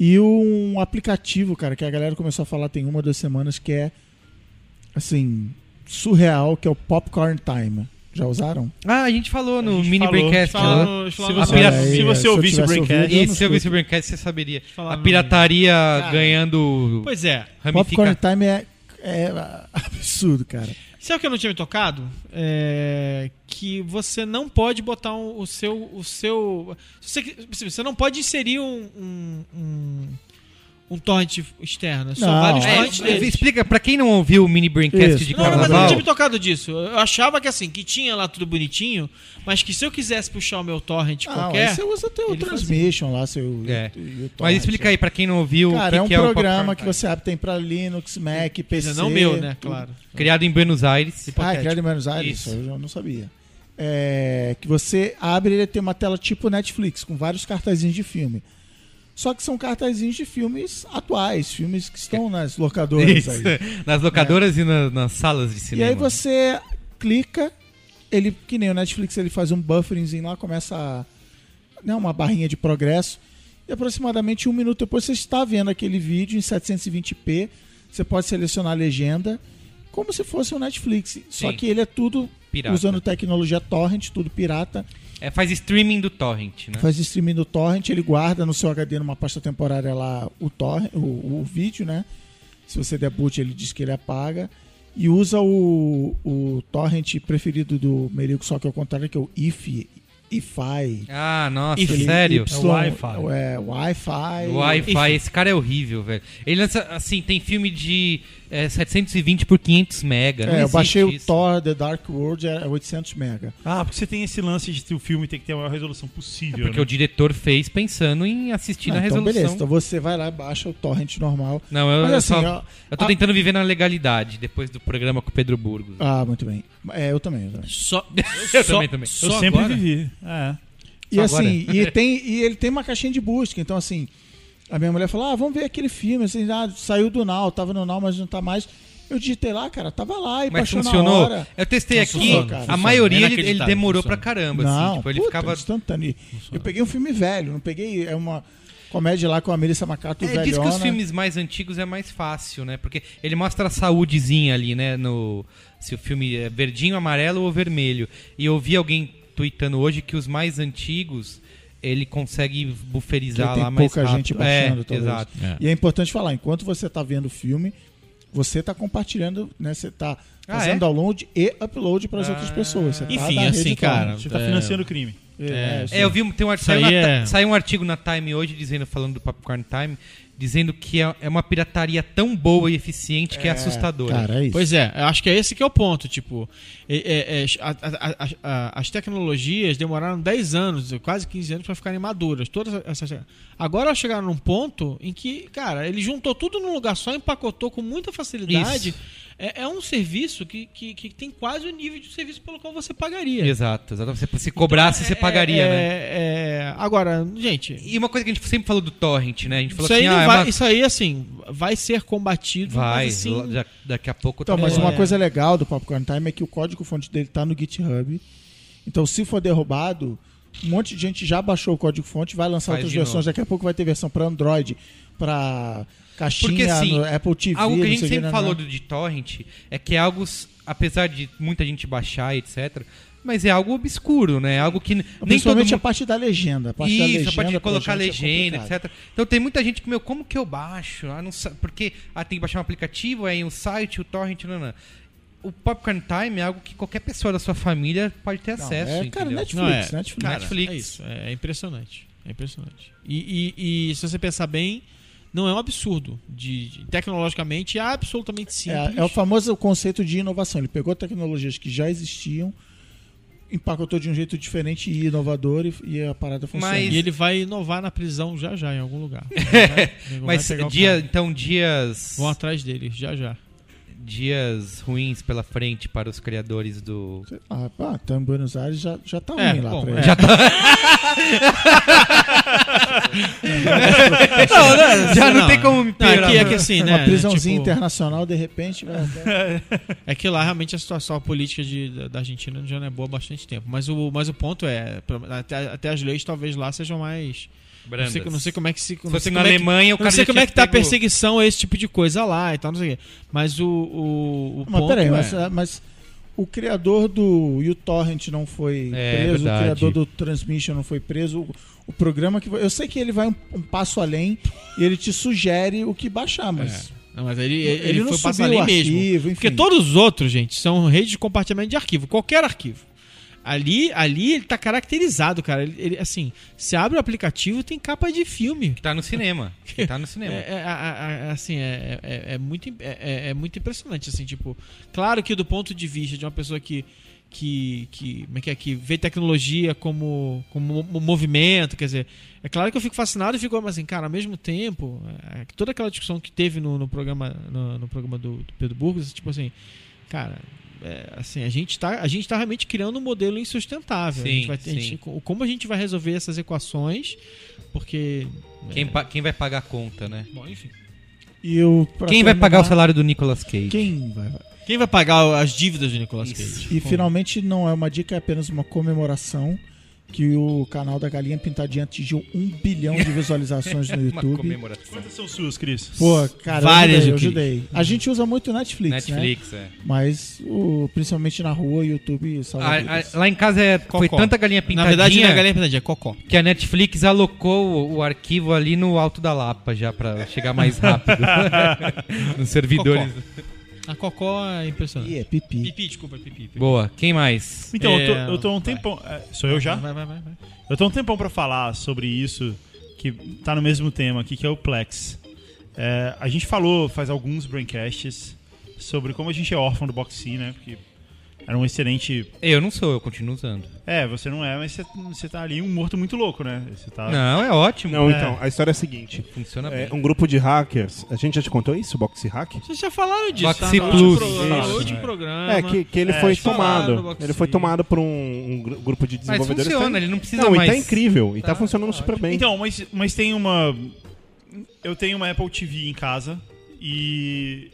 [SPEAKER 8] E um aplicativo, cara, que a galera começou a falar tem uma ou duas semanas que é assim, surreal, que é o Popcorn Time. Já usaram?
[SPEAKER 4] Ah, a gente falou no mini
[SPEAKER 7] falou,
[SPEAKER 4] Braincast. né?
[SPEAKER 7] a gente falou,
[SPEAKER 4] lá.
[SPEAKER 7] a gente falou no-
[SPEAKER 8] é,
[SPEAKER 7] Olha aí, se eu tivesse ouvido, eu
[SPEAKER 4] E
[SPEAKER 7] não
[SPEAKER 4] se eu ouvisse
[SPEAKER 7] escuto.
[SPEAKER 4] o Braincast, você saberia.
[SPEAKER 7] falar
[SPEAKER 4] A
[SPEAKER 7] no-
[SPEAKER 4] pirataria
[SPEAKER 7] Cara,
[SPEAKER 4] ganhando.
[SPEAKER 6] pois é.
[SPEAKER 8] Popcorn
[SPEAKER 4] Ramifica...
[SPEAKER 8] Time é, é absurdo, cara.
[SPEAKER 6] Sabe o que eu não tinha me tocado? É que você não pode botar um- o seu. O seu se você, se você não pode inserir um. um, um um torrent externo. São
[SPEAKER 4] Não.
[SPEAKER 6] vários
[SPEAKER 4] É,
[SPEAKER 6] torrents
[SPEAKER 4] mas
[SPEAKER 6] deles.
[SPEAKER 4] Explica pra quem não ouviu o mini Braincast de
[SPEAKER 6] não, não, mas é um tipo eu não
[SPEAKER 4] carnaval.
[SPEAKER 6] tinha me tocado disso. Eu achava que assim, que tinha lá tudo bonitinho, mas que se eu quisesse puxar o meu torrent
[SPEAKER 8] Ah,
[SPEAKER 6] qualquer.
[SPEAKER 8] aí você usa teu
[SPEAKER 6] ele fazia.
[SPEAKER 8] Transmission lá, seu.
[SPEAKER 4] É.
[SPEAKER 8] e o torrent.
[SPEAKER 4] Mas explica aí pra quem não ouviu
[SPEAKER 8] Cara,
[SPEAKER 4] o
[SPEAKER 8] é
[SPEAKER 4] que,
[SPEAKER 8] um
[SPEAKER 4] que é o
[SPEAKER 8] programa
[SPEAKER 4] Popcorn
[SPEAKER 8] que você abre, tem pra Linux, Mac, PC.
[SPEAKER 6] não meu, né?
[SPEAKER 8] tudo.
[SPEAKER 6] Claro.
[SPEAKER 4] Time. Criado em Buenos Aires.
[SPEAKER 8] Ah, é criado em Buenos Aires?
[SPEAKER 4] Isso.
[SPEAKER 8] Eu já não sabia. É, que você abre ele tem uma tela tipo Netflix, com vários cartazinhos de filme. Só que são cartazinhos de filmes atuais, filmes que estão nas locadoras
[SPEAKER 4] Isso.
[SPEAKER 8] aí.
[SPEAKER 4] Nas locadoras e na- nas salas de
[SPEAKER 8] E
[SPEAKER 4] cinema.
[SPEAKER 8] aí você clica, ele, que nem o Netflix, ele faz um bufferingzinho lá, começa a, né, uma barrinha de progresso. E aproximadamente um minuto depois você está vendo aquele vídeo em 720p. Você pode selecionar a legenda, como se fosse um Netflix. Só
[SPEAKER 4] Sim.
[SPEAKER 8] que ele é tudo
[SPEAKER 4] Pirata.
[SPEAKER 8] usando tecnologia torrent, tudo pirata.
[SPEAKER 4] É, faz streaming do torrent, né?
[SPEAKER 8] Faz streaming do torrent, ele guarda no seu HD numa pasta temporária lá o, torrent, o, o vídeo, né? Se você der boot, ele diz que ele apaga. E usa o, o torrent preferido do Merico, só que ao contrário, que é o IFI. IFI.
[SPEAKER 4] Ah, nossa,
[SPEAKER 8] Aquele
[SPEAKER 4] sério?
[SPEAKER 8] Y,
[SPEAKER 4] É o Wi-Fi.
[SPEAKER 8] É, Wi-Fi.
[SPEAKER 4] O Wi-Fi,
[SPEAKER 8] Enfim.
[SPEAKER 4] esse cara é horrível, velho. Ele lança, assim, tem filme de é, 720 por 500 mega. não
[SPEAKER 8] É, eu
[SPEAKER 4] existe
[SPEAKER 8] baixei o
[SPEAKER 4] isso.
[SPEAKER 8] Thor The Dark World, é 800 mega.
[SPEAKER 7] Ah, porque você tem esse lance de que o filme tem que ter a maior resolução
[SPEAKER 6] É
[SPEAKER 7] possível.
[SPEAKER 4] Porque
[SPEAKER 7] né?
[SPEAKER 4] o diretor fez pensando em assistir na
[SPEAKER 8] Ah, então
[SPEAKER 4] resolução.
[SPEAKER 8] beleza, então você vai lá e baixa o torrent normal.
[SPEAKER 4] Não, eu,
[SPEAKER 8] Mas
[SPEAKER 4] eu
[SPEAKER 8] assim,
[SPEAKER 4] só,
[SPEAKER 8] ó,
[SPEAKER 4] eu tô
[SPEAKER 8] a-
[SPEAKER 4] tentando viver na legalidade depois do programa com o Pedro Burgos.
[SPEAKER 8] Ah, muito bem. É, eu também, eu também.
[SPEAKER 6] Só,
[SPEAKER 4] Eu também, também. Eu sempre vivi.
[SPEAKER 7] É.
[SPEAKER 8] E
[SPEAKER 4] Só
[SPEAKER 8] assim,
[SPEAKER 4] agora.
[SPEAKER 8] e, tem, e ele tem uma caixinha de busca. Então, assim, a minha mulher falou: ah, vamos ver aquele filme. Assim, ah, saiu do Now, tava no Now, mas não tá mais. Eu digitei lá, cara, tava lá e
[SPEAKER 4] Mas
[SPEAKER 8] baixou
[SPEAKER 4] funcionou?
[SPEAKER 8] na hora.
[SPEAKER 4] Eu testei aqui, a maioria ele- ele Inacreditável, demorou funciona. pra caramba, assim,
[SPEAKER 8] Não,
[SPEAKER 4] tipo, ele
[SPEAKER 8] puta,
[SPEAKER 4] ficava-
[SPEAKER 8] instantâneo. Eu peguei um filme velho, não peguei. É uma comédia lá com a Melissa Macato
[SPEAKER 4] É,
[SPEAKER 8] velhona.
[SPEAKER 4] diz que os filmes mais antigos é mais fácil, né? Porque ele mostra a saúdezinha ali, né? No, se o filme é verdinho, amarelo ou vermelho. E eu vi alguém tweetando hoje que os mais antigos ele consegue
[SPEAKER 8] Que
[SPEAKER 4] buferizar
[SPEAKER 8] tem
[SPEAKER 4] lá mais
[SPEAKER 8] pouca
[SPEAKER 4] rápido.
[SPEAKER 8] gente baixando,
[SPEAKER 4] é,
[SPEAKER 8] talvez.
[SPEAKER 4] Exato.
[SPEAKER 8] E é importante falar, enquanto você tá vendo o tá filme, Você está compartilhando, né? Você está
[SPEAKER 7] Ah,
[SPEAKER 8] fazendo
[SPEAKER 7] é?
[SPEAKER 8] download e upload para as
[SPEAKER 4] Ah,
[SPEAKER 8] outras pessoas. Você tá
[SPEAKER 7] Enfim,
[SPEAKER 8] na rede
[SPEAKER 7] assim,
[SPEAKER 8] torrent.
[SPEAKER 7] cara, Você tá é- financiando o crime.
[SPEAKER 8] É,
[SPEAKER 4] É, eu vi um- tem um,
[SPEAKER 7] Isso
[SPEAKER 4] saiu,
[SPEAKER 7] aí
[SPEAKER 4] na-
[SPEAKER 7] é-
[SPEAKER 4] saiu um artigo na Time hoje dizendo, falando do Popcorn Time, dizendo que é, é uma pirataria tão boa e eficiente que é, assustadora.
[SPEAKER 6] Pois é, eu acho que é esse que é o ponto. Tipo, é- é- é, a- a- a- a- as tecnologias demoraram 10 anos, quase 15 anos, para ficarem maduras. Todas essas. Agora elas chegaram num ponto em que, cara, ele juntou tudo num lugar só, empacotou com muita facilidade. É, é um serviço que, que, que tem quase o nível de serviço pelo qual você pagaria.
[SPEAKER 4] Exato, exato. Se, se cobrasse, você pagaria,
[SPEAKER 6] é,
[SPEAKER 4] né?
[SPEAKER 6] é, agora, gente.
[SPEAKER 4] E uma coisa que a gente sempre falou do Torrent, né? A gente falou
[SPEAKER 6] Isso,
[SPEAKER 4] assim,
[SPEAKER 6] aí não
[SPEAKER 4] ah, é
[SPEAKER 6] vai-
[SPEAKER 4] uma-
[SPEAKER 6] isso aí, assim, vai ser combatido.
[SPEAKER 4] vai,
[SPEAKER 6] mas, assim,
[SPEAKER 4] lá- já- daqui a pouco...
[SPEAKER 6] Então,
[SPEAKER 4] tá
[SPEAKER 8] Mas
[SPEAKER 4] bom,
[SPEAKER 8] uma
[SPEAKER 4] né?
[SPEAKER 8] coisa legal do Popcorn Time é que o código-fonte dele tá no GitHub. Então, se for derrubado, um monte de gente já baixou o código-fonte, vai lançar
[SPEAKER 4] Faz
[SPEAKER 8] outras
[SPEAKER 4] de
[SPEAKER 8] versões.
[SPEAKER 4] novo.
[SPEAKER 8] Daqui a pouco vai ter versão para Android, para caixinha,
[SPEAKER 4] Porque assim,
[SPEAKER 8] no Apple TV.
[SPEAKER 4] algo que a
[SPEAKER 8] não
[SPEAKER 4] gente
[SPEAKER 8] sei o
[SPEAKER 4] sempre
[SPEAKER 8] né,
[SPEAKER 4] falou
[SPEAKER 8] né.
[SPEAKER 4] do de torrent é que é algo, s- apesar de muita gente baixar, etc., mas é algo obscuro, né? É Algo que n- nem todo
[SPEAKER 8] Principalmente
[SPEAKER 4] mundo...
[SPEAKER 8] a parte da legenda. A parte
[SPEAKER 4] Isso,
[SPEAKER 8] da
[SPEAKER 4] a
[SPEAKER 8] legenda
[SPEAKER 4] parte de
[SPEAKER 8] pra
[SPEAKER 4] colocar
[SPEAKER 8] gente é
[SPEAKER 4] legenda,
[SPEAKER 8] complicado.
[SPEAKER 4] etc. Então tem muita gente que, meu, como que eu baixo? Ah, não sa- porque ah, tem que baixar um aplicativo, aí o site, o torrent, não, não. O Popcorn Time é algo que qualquer pessoa da sua família pode ter acesso.
[SPEAKER 6] é,
[SPEAKER 4] entendeu?
[SPEAKER 6] cara, Netflix,
[SPEAKER 4] Não,
[SPEAKER 6] Netflix, Cara,
[SPEAKER 4] Netflix.
[SPEAKER 6] É isso, é impressionante. É impressionante. E, e- e se você pensar bem, não é um absurdo. De, de- tecnologicamente é absolutamente simples.
[SPEAKER 8] É, é o famoso conceito de inovação. Ele pegou tecnologias que já existiam, empacotou de um jeito diferente e inovador e, e a parada funciona.
[SPEAKER 6] E ele vai inovar na prisão já já, em algum lugar.
[SPEAKER 4] Mas dia, então dias.
[SPEAKER 6] Vão atrás dele, já já.
[SPEAKER 4] Dias ruins pela frente para os criadores do.
[SPEAKER 8] Ah, pá, tá em Buenos Aires já, já tá
[SPEAKER 4] É,
[SPEAKER 8] ruim lá
[SPEAKER 4] bom,
[SPEAKER 8] pra
[SPEAKER 4] é.
[SPEAKER 8] ele.
[SPEAKER 4] Já tá-
[SPEAKER 6] Não, aqui é que assim, né?
[SPEAKER 8] Uma prisãozinha
[SPEAKER 6] tipo-
[SPEAKER 8] internacional, de repente, vai até-
[SPEAKER 6] É que lá realmente a situação política de- da- da Argentina já não é boa há bastante tempo. Mas o, mas o ponto é, pelo- até, até as leis talvez lá sejam mais. Não
[SPEAKER 4] Brandas.
[SPEAKER 6] sei, não sei como é que se.
[SPEAKER 4] Se
[SPEAKER 6] não
[SPEAKER 4] fosse
[SPEAKER 6] sei
[SPEAKER 4] na
[SPEAKER 6] como é que-
[SPEAKER 4] Alemanha, o
[SPEAKER 6] Não
[SPEAKER 4] cara
[SPEAKER 6] sei
[SPEAKER 4] já
[SPEAKER 6] como é
[SPEAKER 4] tinha
[SPEAKER 6] que tá a
[SPEAKER 4] pego-
[SPEAKER 6] perseguição a esse tipo de coisa lá e tal, não sei o quê. Mas o, o, o
[SPEAKER 8] Mas
[SPEAKER 6] ponto.
[SPEAKER 8] peraí,
[SPEAKER 6] é-
[SPEAKER 8] mas, ah, mas o criador do uTorrent não foi
[SPEAKER 6] É,
[SPEAKER 8] preso,
[SPEAKER 6] verdade.
[SPEAKER 8] o criador do Transmission não foi preso. O, o programa que. Eu sei que ele vai um, um passo além e ele te sugere o que baixar, mas.
[SPEAKER 6] É. Não, mas ele, ele,
[SPEAKER 8] Ele não
[SPEAKER 6] foi passar
[SPEAKER 8] subiu
[SPEAKER 6] ali
[SPEAKER 8] o
[SPEAKER 6] mesmo.
[SPEAKER 8] arquivo,
[SPEAKER 6] Porque
[SPEAKER 8] enfim.
[SPEAKER 6] todos os outros, gente, são redes de compartilhamento de arquivo, qualquer arquivo. Ali, ali ele tá caracterizado, cara. Ele, ele, assim, você abre o aplicativo tem capa de filme. Que
[SPEAKER 4] tá no cinema. que tá no cinema.
[SPEAKER 6] É, é, a- a- assim, é, é, é muito, im- é, é- é muito impressionante, assim, tipo... Claro que do ponto de vista de uma pessoa que... Que, que, como é que, é, que vê tecnologia como, como um movimento, quer dizer, é claro que eu fico fascinado e fico mas assim, cara, ao mesmo tempo, é, que toda aquela discussão que teve no, no programa, no, no programa do, do Pedro Burgos, tipo assim, cara, é, assim, a gente está a gente tá realmente criando um modelo insustentável. A gente
[SPEAKER 4] Sim,
[SPEAKER 6] vai ter- a gente-
[SPEAKER 4] sim.
[SPEAKER 6] co- como a gente vai resolver essas equações, porque...
[SPEAKER 4] Quem, pa- quem vai pagar a conta, né?
[SPEAKER 6] é. Bom, enfim.
[SPEAKER 8] E o, pra
[SPEAKER 4] Quem vai
[SPEAKER 8] terminar-
[SPEAKER 4] pagar o salário do Nicolas Cage?
[SPEAKER 8] Quem vai?
[SPEAKER 6] Quem vai pagar as dívidas do Nicolas Cage?
[SPEAKER 8] E
[SPEAKER 6] Como?
[SPEAKER 8] finalmente não é uma dica, é apenas uma comemoração que o canal da Galinha Pintadinha atingiu um bilhão de visualizações no
[SPEAKER 4] É Uma
[SPEAKER 8] YouTube.
[SPEAKER 4] comemoração.
[SPEAKER 7] Quantas são suas, Cris?
[SPEAKER 8] Pô, cara,
[SPEAKER 7] Várias,
[SPEAKER 8] eu
[SPEAKER 7] eu queria.
[SPEAKER 8] ajudei, eu ajudei. A gente usa muito Netflix,
[SPEAKER 4] Netflix,
[SPEAKER 8] né?
[SPEAKER 4] é.
[SPEAKER 8] Mas o, principalmente na rua, YouTube salva
[SPEAKER 4] A-
[SPEAKER 8] vidas.
[SPEAKER 4] a- Ah, lá em casa é- foi
[SPEAKER 6] Cocó.
[SPEAKER 4] tanta galinha pintadinha.
[SPEAKER 6] Na verdade, não é galinha pintadinha, é cocó.
[SPEAKER 4] Que a Netflix alocou o, o arquivo ali no alto da Lapa já pra chegar mais rápido. Nos servidores.
[SPEAKER 6] A Cocó é impressionante.
[SPEAKER 8] E é pipi.
[SPEAKER 6] Pipi, desculpa, pipi. pipi.
[SPEAKER 4] Boa. Quem mais?
[SPEAKER 7] Então, eu,
[SPEAKER 4] É,
[SPEAKER 7] tô, eu tô um tempão. é, sou eu já?
[SPEAKER 6] Vai, vai, vai, vai.
[SPEAKER 7] Eu tô um tempão pra falar sobre isso, que tá no mesmo tema aqui, que é o Plex. É, a gente falou faz alguns braincasts sobre como a gente é órfão do Boxy, né? Porque era um excelente.
[SPEAKER 4] É, Eu não sou, eu continuo usando.
[SPEAKER 7] É, você não é, mas você, você tá ali um morto muito louco, né? Você tá...
[SPEAKER 4] Não, é ótimo.
[SPEAKER 5] Não,
[SPEAKER 7] É.
[SPEAKER 5] então, a história é a seguinte.
[SPEAKER 4] Funciona
[SPEAKER 5] É,
[SPEAKER 4] bem.
[SPEAKER 5] um grupo de hackers, a gente já te contou isso, Boxy Hack?
[SPEAKER 6] Vocês já falaram disso,
[SPEAKER 4] Boxy
[SPEAKER 6] tá? No
[SPEAKER 4] Plus.
[SPEAKER 6] último pro- no
[SPEAKER 4] Isso.
[SPEAKER 6] último programa.
[SPEAKER 5] É, que, que ele
[SPEAKER 6] É,
[SPEAKER 5] foi
[SPEAKER 6] acho que falaram do
[SPEAKER 5] tomado.
[SPEAKER 6] Boxy.
[SPEAKER 5] Ele foi tomado por um, um gru- grupo de desenvolvedores.
[SPEAKER 7] funciona,
[SPEAKER 5] Tá-
[SPEAKER 7] ele não precisa
[SPEAKER 5] não, e tá
[SPEAKER 7] mais.
[SPEAKER 5] incrível. E tá,
[SPEAKER 7] Tá,
[SPEAKER 5] funcionando super bem.
[SPEAKER 7] Então, mas, mas tem uma. Eu tenho uma Apple TV em casa e.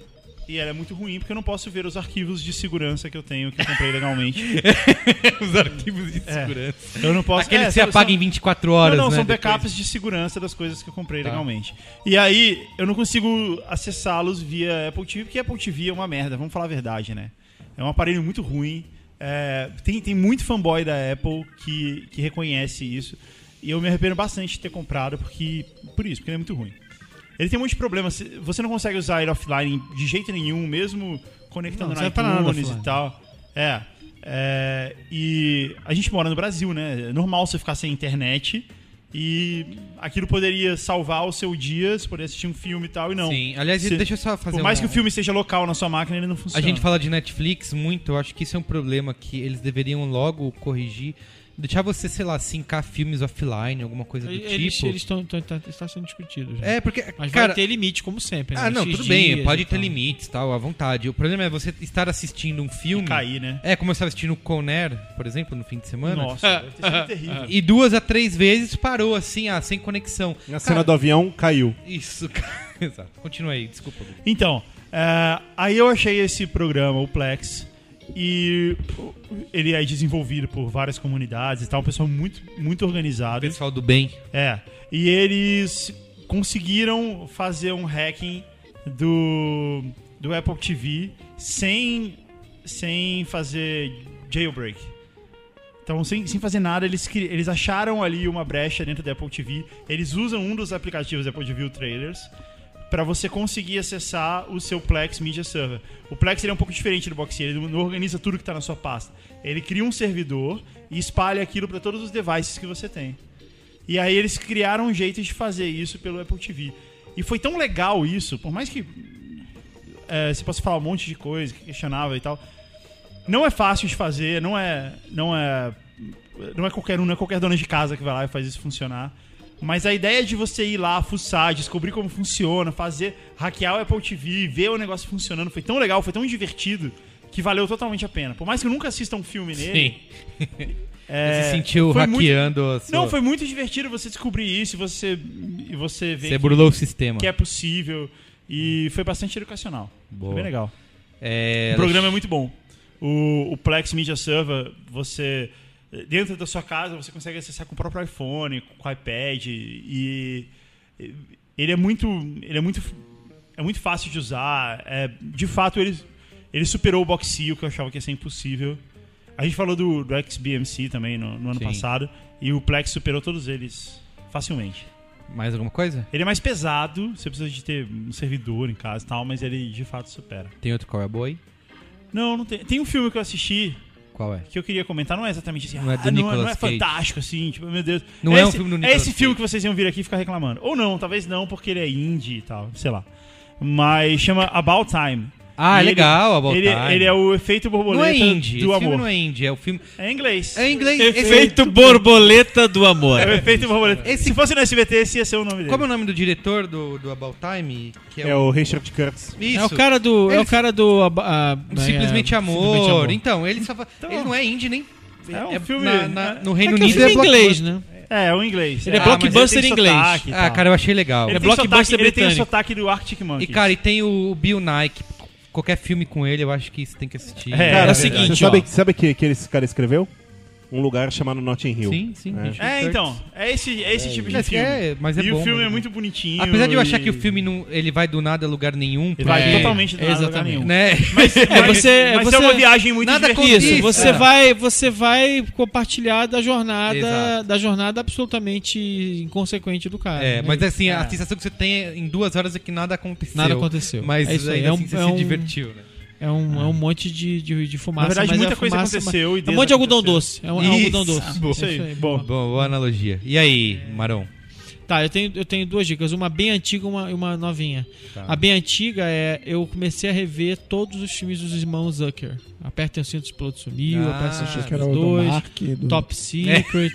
[SPEAKER 7] E ela é muito ruim porque eu não posso ver os arquivos de segurança que eu tenho, que eu comprei legalmente. É.
[SPEAKER 4] os arquivos de segurança.
[SPEAKER 7] Eu não posso é,
[SPEAKER 4] Aquele que você
[SPEAKER 7] são-
[SPEAKER 4] apaga em 24 horas,
[SPEAKER 7] Não, não,
[SPEAKER 4] né,
[SPEAKER 7] são
[SPEAKER 4] depois.
[SPEAKER 7] backups de segurança das coisas que eu comprei
[SPEAKER 4] Tá.
[SPEAKER 7] legalmente. E aí, eu não consigo acessá-los via Apple TV, porque Apple TV é uma merda, vamos falar a verdade, né? É um aparelho muito ruim. é, tem, tem muito fanboy da Apple que, que reconhece isso. E eu me arrependo bastante de ter comprado porque, por isso, porque ele é muito ruim. Ele tem muitos problemas. Você não consegue usar ele offline de jeito nenhum, mesmo conectando
[SPEAKER 6] Não,
[SPEAKER 7] na
[SPEAKER 6] serve pra nada
[SPEAKER 7] iTunes e
[SPEAKER 6] offline.
[SPEAKER 7] tal. É. É, E a gente mora no Brasil, né? É normal você ficar sem internet. E aquilo poderia salvar o seu dia, você poderia assistir um filme e tal, e não.
[SPEAKER 4] Sim, aliás,
[SPEAKER 7] Você-
[SPEAKER 4] deixa eu só fazer
[SPEAKER 7] Por mais
[SPEAKER 4] um-
[SPEAKER 7] que o filme seja local na sua máquina, ele não funciona.
[SPEAKER 4] A gente fala de Netflix muito, eu acho que isso é um problema que eles deveriam logo corrigir. Deixar você, sei lá, sincar filmes offline, alguma coisa do
[SPEAKER 6] Eles
[SPEAKER 4] tipo.
[SPEAKER 6] estão. Está sendo discutido já.
[SPEAKER 4] É, porque.
[SPEAKER 6] Mas
[SPEAKER 4] cara,
[SPEAKER 6] vai ter limite, como sempre. né?
[SPEAKER 4] Ah, não,
[SPEAKER 6] Esses
[SPEAKER 4] tudo
[SPEAKER 6] dias
[SPEAKER 4] bem,
[SPEAKER 6] e
[SPEAKER 4] pode ter
[SPEAKER 6] tal.
[SPEAKER 4] limites tal, à vontade. O problema é você estar assistindo um filme.
[SPEAKER 7] cair, né?
[SPEAKER 4] É, como eu estava assistindo o Conair, por exemplo, no fim de semana.
[SPEAKER 7] Nossa, deve ter sido terrível.
[SPEAKER 4] E duas a três vezes parou assim, ah, sem conexão.
[SPEAKER 5] A cena do avião caiu.
[SPEAKER 4] Isso, cara. Exato. Continua aí, desculpa. Gugu.
[SPEAKER 7] Então, é, aí eu achei esse programa, o Plex, e o- ele é desenvolvido por várias comunidades e tal, um pessoal muito, muito organizado.
[SPEAKER 4] Pessoal do bem.
[SPEAKER 7] É. E eles conseguiram fazer um hacking do, do Apple TV sem, sem fazer jailbreak. Então, sem, sem fazer nada, eles, cri- eles acharam ali uma brecha dentro da Apple TV. Eles usam um dos aplicativos da Apple TV, o Trailers, para você conseguir acessar o seu Plex Media Server. O Plex ele é um pouco diferente do Boxer, ele não organiza tudo que está na sua pasta. Ele cria um servidor e espalha aquilo para todos os devices que você tem. E aí eles criaram um jeito de fazer isso pelo Apple TV. E foi tão legal isso, por mais que é, você possa falar um monte de coisa, que questionava e tal. Não é fácil de fazer, não é, não é, não é qualquer um, não é qualquer dona de casa que vai lá e faz isso funcionar. Mas a ideia de você ir lá, fuçar, descobrir como funciona, fazer, hackear o Apple TV, ver o negócio funcionando, foi tão legal, foi tão divertido, que valeu totalmente a pena. Por mais que eu nunca assista um filme nele,
[SPEAKER 4] Você
[SPEAKER 7] É,
[SPEAKER 4] se sentiu
[SPEAKER 7] foi muito-
[SPEAKER 4] hackeando a sua-
[SPEAKER 7] Não, foi muito divertido você descobrir isso e você, e você ver
[SPEAKER 4] Você
[SPEAKER 7] que-
[SPEAKER 4] burlou o sistema.
[SPEAKER 7] Que é possível. E foi bastante educacional.
[SPEAKER 4] Boa.
[SPEAKER 7] Foi bem legal.
[SPEAKER 4] É,
[SPEAKER 7] o programa é muito bom. O, o Plex Media Server, você. Dentro da sua casa, você consegue acessar com o próprio iPhone, com o iPad. E. e- Ele é muito. Ele é muito. É muito fácil de usar. É, de fato, ele, ele superou o Boxeo, que eu achava que ia ser impossível. A gente falou do, do XBMC também no, no ano
[SPEAKER 4] Sim.
[SPEAKER 7] passado. E o Plex superou todos eles facilmente.
[SPEAKER 4] Mais alguma coisa?
[SPEAKER 7] Ele é mais pesado, você precisa de ter um servidor em casa e tal, mas ele de fato supera.
[SPEAKER 4] Tem outro qual é boa aí?
[SPEAKER 7] Não, não tem. Tem um filme que eu assisti.
[SPEAKER 4] Qual é?
[SPEAKER 7] Que eu queria comentar, não é exatamente assim.
[SPEAKER 4] Não é do
[SPEAKER 7] ah, não,
[SPEAKER 4] Nicolas
[SPEAKER 7] não é
[SPEAKER 4] Cage.
[SPEAKER 7] fantástico, assim, tipo, meu Deus.
[SPEAKER 4] Não é um
[SPEAKER 7] esse-
[SPEAKER 4] filme do
[SPEAKER 7] É
[SPEAKER 4] Nicolas
[SPEAKER 7] esse filme que vocês iam vir aqui e ficar reclamando. Ou não, talvez não, porque ele é indie e tal, sei lá. Mas chama About Time.
[SPEAKER 4] Ah,
[SPEAKER 7] E
[SPEAKER 4] é
[SPEAKER 7] ele-
[SPEAKER 4] legal, About
[SPEAKER 7] ele,
[SPEAKER 4] Time.
[SPEAKER 7] Ele é o efeito borboleta
[SPEAKER 4] Não é indie.
[SPEAKER 7] do
[SPEAKER 4] Esse
[SPEAKER 7] amor.
[SPEAKER 4] filme não é indie, é o filme...
[SPEAKER 7] É em inglês.
[SPEAKER 4] É em inglês.
[SPEAKER 6] Efeito borboleta do amor.
[SPEAKER 7] É o efeito borboleta. Se fosse no SBT, esse ia ser o nome dele.
[SPEAKER 4] Como é o nome do diretor do, do About Time? Que
[SPEAKER 5] É o Richard Curtis.
[SPEAKER 4] Isso.
[SPEAKER 6] É o cara do. É o
[SPEAKER 4] Ele-
[SPEAKER 6] cara do. ab- a-
[SPEAKER 4] Do Simplesmente,
[SPEAKER 6] é,
[SPEAKER 4] amor.
[SPEAKER 6] Simplesmente
[SPEAKER 4] Então, ele só fa- ele não é indie nem.
[SPEAKER 7] É um filme-
[SPEAKER 4] na- na- no
[SPEAKER 7] é
[SPEAKER 4] Reino
[SPEAKER 6] que é
[SPEAKER 4] Unido blockbuster.
[SPEAKER 6] filme inglês, né?
[SPEAKER 7] É, é o inglês.
[SPEAKER 4] Ele é
[SPEAKER 7] Ah,
[SPEAKER 4] blockbuster
[SPEAKER 7] mas ele tem
[SPEAKER 4] em inglês.
[SPEAKER 7] sotaque e
[SPEAKER 4] Ah,
[SPEAKER 7] tal.
[SPEAKER 4] cara, eu achei legal.
[SPEAKER 7] Ele
[SPEAKER 4] É
[SPEAKER 7] tem
[SPEAKER 4] blockbuster
[SPEAKER 7] sotaque- Ele tem o
[SPEAKER 4] britânico.
[SPEAKER 7] sotaque do Arctic
[SPEAKER 4] E
[SPEAKER 7] Monkeys.
[SPEAKER 4] cara, e tem o Bill Nike. Qualquer filme com ele, eu acho que você tem que
[SPEAKER 7] É,
[SPEAKER 6] é,
[SPEAKER 4] assistir. É
[SPEAKER 5] Cara, Você sabe, sabe que, que esse cara escreveu? Um lugar chamado Notting Hill.
[SPEAKER 4] Sim, sim,
[SPEAKER 5] É.
[SPEAKER 7] É, então. É esse, é esse tipo de
[SPEAKER 4] Mas
[SPEAKER 7] filme.
[SPEAKER 4] é- mas é
[SPEAKER 7] e
[SPEAKER 4] bom,
[SPEAKER 7] o filme
[SPEAKER 4] mas
[SPEAKER 7] é
[SPEAKER 4] bom.
[SPEAKER 7] muito bonitinho.
[SPEAKER 4] Apesar de eu achar
[SPEAKER 7] e-
[SPEAKER 4] que o filme não, ele vai do nada a lugar nenhum.
[SPEAKER 7] Ele vai
[SPEAKER 4] porque-
[SPEAKER 7] totalmente do nada a lugar
[SPEAKER 4] Exatamente.
[SPEAKER 7] nenhum.
[SPEAKER 4] Né?
[SPEAKER 7] Mas- É, mas- você- mas é você- uma viagem muito
[SPEAKER 4] nada
[SPEAKER 7] divertida.
[SPEAKER 4] contra
[SPEAKER 6] Isso,
[SPEAKER 7] Isso,
[SPEAKER 6] você
[SPEAKER 7] é.
[SPEAKER 6] vai, você vai compartilhar da jornada,
[SPEAKER 4] Exato.
[SPEAKER 6] da jornada absolutamente inconsequente do cara.
[SPEAKER 4] É,
[SPEAKER 6] né?
[SPEAKER 4] mas assim,
[SPEAKER 6] É.
[SPEAKER 4] a sensação que você tem é, em duas horas é que nada aconteceu.
[SPEAKER 6] Nada aconteceu.
[SPEAKER 4] Mas
[SPEAKER 6] É isso aí,
[SPEAKER 4] ainda
[SPEAKER 6] é um-
[SPEAKER 4] assim você
[SPEAKER 6] é
[SPEAKER 4] se
[SPEAKER 6] um-
[SPEAKER 4] divertiu, né?
[SPEAKER 6] É um, é um monte de, de, de fumaça.
[SPEAKER 7] Na verdade,
[SPEAKER 6] mas
[SPEAKER 7] muita
[SPEAKER 6] é
[SPEAKER 7] coisa
[SPEAKER 6] fumaça,
[SPEAKER 7] aconteceu e
[SPEAKER 6] mas- É um monte de algodão doce. É um é um algodão doce.
[SPEAKER 4] Boa. Isso aí. Bom. boa analogia. E aí, Marão?
[SPEAKER 6] Tá, eu tenho, eu tenho duas dicas, uma bem antiga e uma, e uma novinha.
[SPEAKER 4] Tá.
[SPEAKER 6] A bem antiga é eu comecei a rever todos os filmes dos irmãos Zucker. Apertem os cintos, o piloto sumiu,
[SPEAKER 4] Ah,
[SPEAKER 6] apertem os
[SPEAKER 4] achei
[SPEAKER 6] cintos,
[SPEAKER 4] que era
[SPEAKER 6] piloto
[SPEAKER 4] o do
[SPEAKER 6] dois,
[SPEAKER 4] Mark, do-
[SPEAKER 6] Top Secret.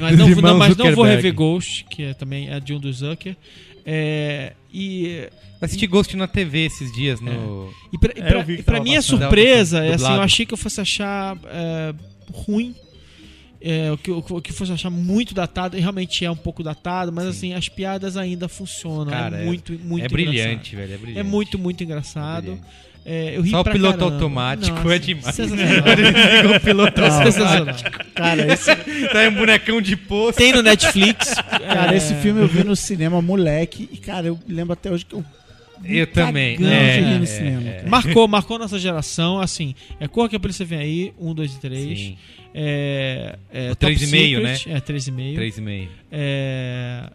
[SPEAKER 6] mas
[SPEAKER 4] Dos
[SPEAKER 6] não,
[SPEAKER 4] irmãos
[SPEAKER 6] não, mas não vou
[SPEAKER 4] Zuckerberg.
[SPEAKER 6] rever Ghost, que é, também é de um dos Zucker. É, e É.
[SPEAKER 4] Assisti Ghost na TV esses dias no.
[SPEAKER 6] e pra, e
[SPEAKER 4] É,
[SPEAKER 6] pra- e pra minha surpresa, é assim, eu achei que eu fosse achar é, ruim. É, o, que, eu- o que eu fosse achar muito datado, e realmente é um pouco datado, mas assim, as piadas ainda funcionam.
[SPEAKER 4] Cara,
[SPEAKER 6] é
[SPEAKER 4] é-
[SPEAKER 6] muito, muito
[SPEAKER 4] é brilhante,
[SPEAKER 6] engraçado.
[SPEAKER 4] velho, é brilhante.
[SPEAKER 6] muito, muito engraçado. É, eu ri
[SPEAKER 4] Só o
[SPEAKER 6] pra
[SPEAKER 4] piloto
[SPEAKER 6] caramba.
[SPEAKER 4] automático
[SPEAKER 6] Nossa,
[SPEAKER 4] é demais.
[SPEAKER 6] sensacional. É
[SPEAKER 4] Ele desliga o piloto
[SPEAKER 6] Não,
[SPEAKER 4] automático.
[SPEAKER 6] Cara, esse-
[SPEAKER 4] Tá aí um bonecão de poço.
[SPEAKER 6] Tem no Netflix.
[SPEAKER 8] Cara, esse
[SPEAKER 4] É.
[SPEAKER 8] filme eu vi no cinema, moleque. E, cara, eu lembro até hoje que eu.
[SPEAKER 4] Eu também.
[SPEAKER 8] Cagão
[SPEAKER 4] É,
[SPEAKER 8] de rir Tá no
[SPEAKER 4] é,
[SPEAKER 8] cinema,
[SPEAKER 4] é.
[SPEAKER 8] cara.
[SPEAKER 6] Marcou, marcou nossa geração, assim. É Corra que a Polícia Vem Aí, 1, 2 e 3.
[SPEAKER 4] Sim.
[SPEAKER 6] É, é,
[SPEAKER 4] O
[SPEAKER 6] Top
[SPEAKER 4] 3,5,
[SPEAKER 6] Secret,
[SPEAKER 4] né?
[SPEAKER 6] É, 3,5.
[SPEAKER 4] 3,5.
[SPEAKER 6] É,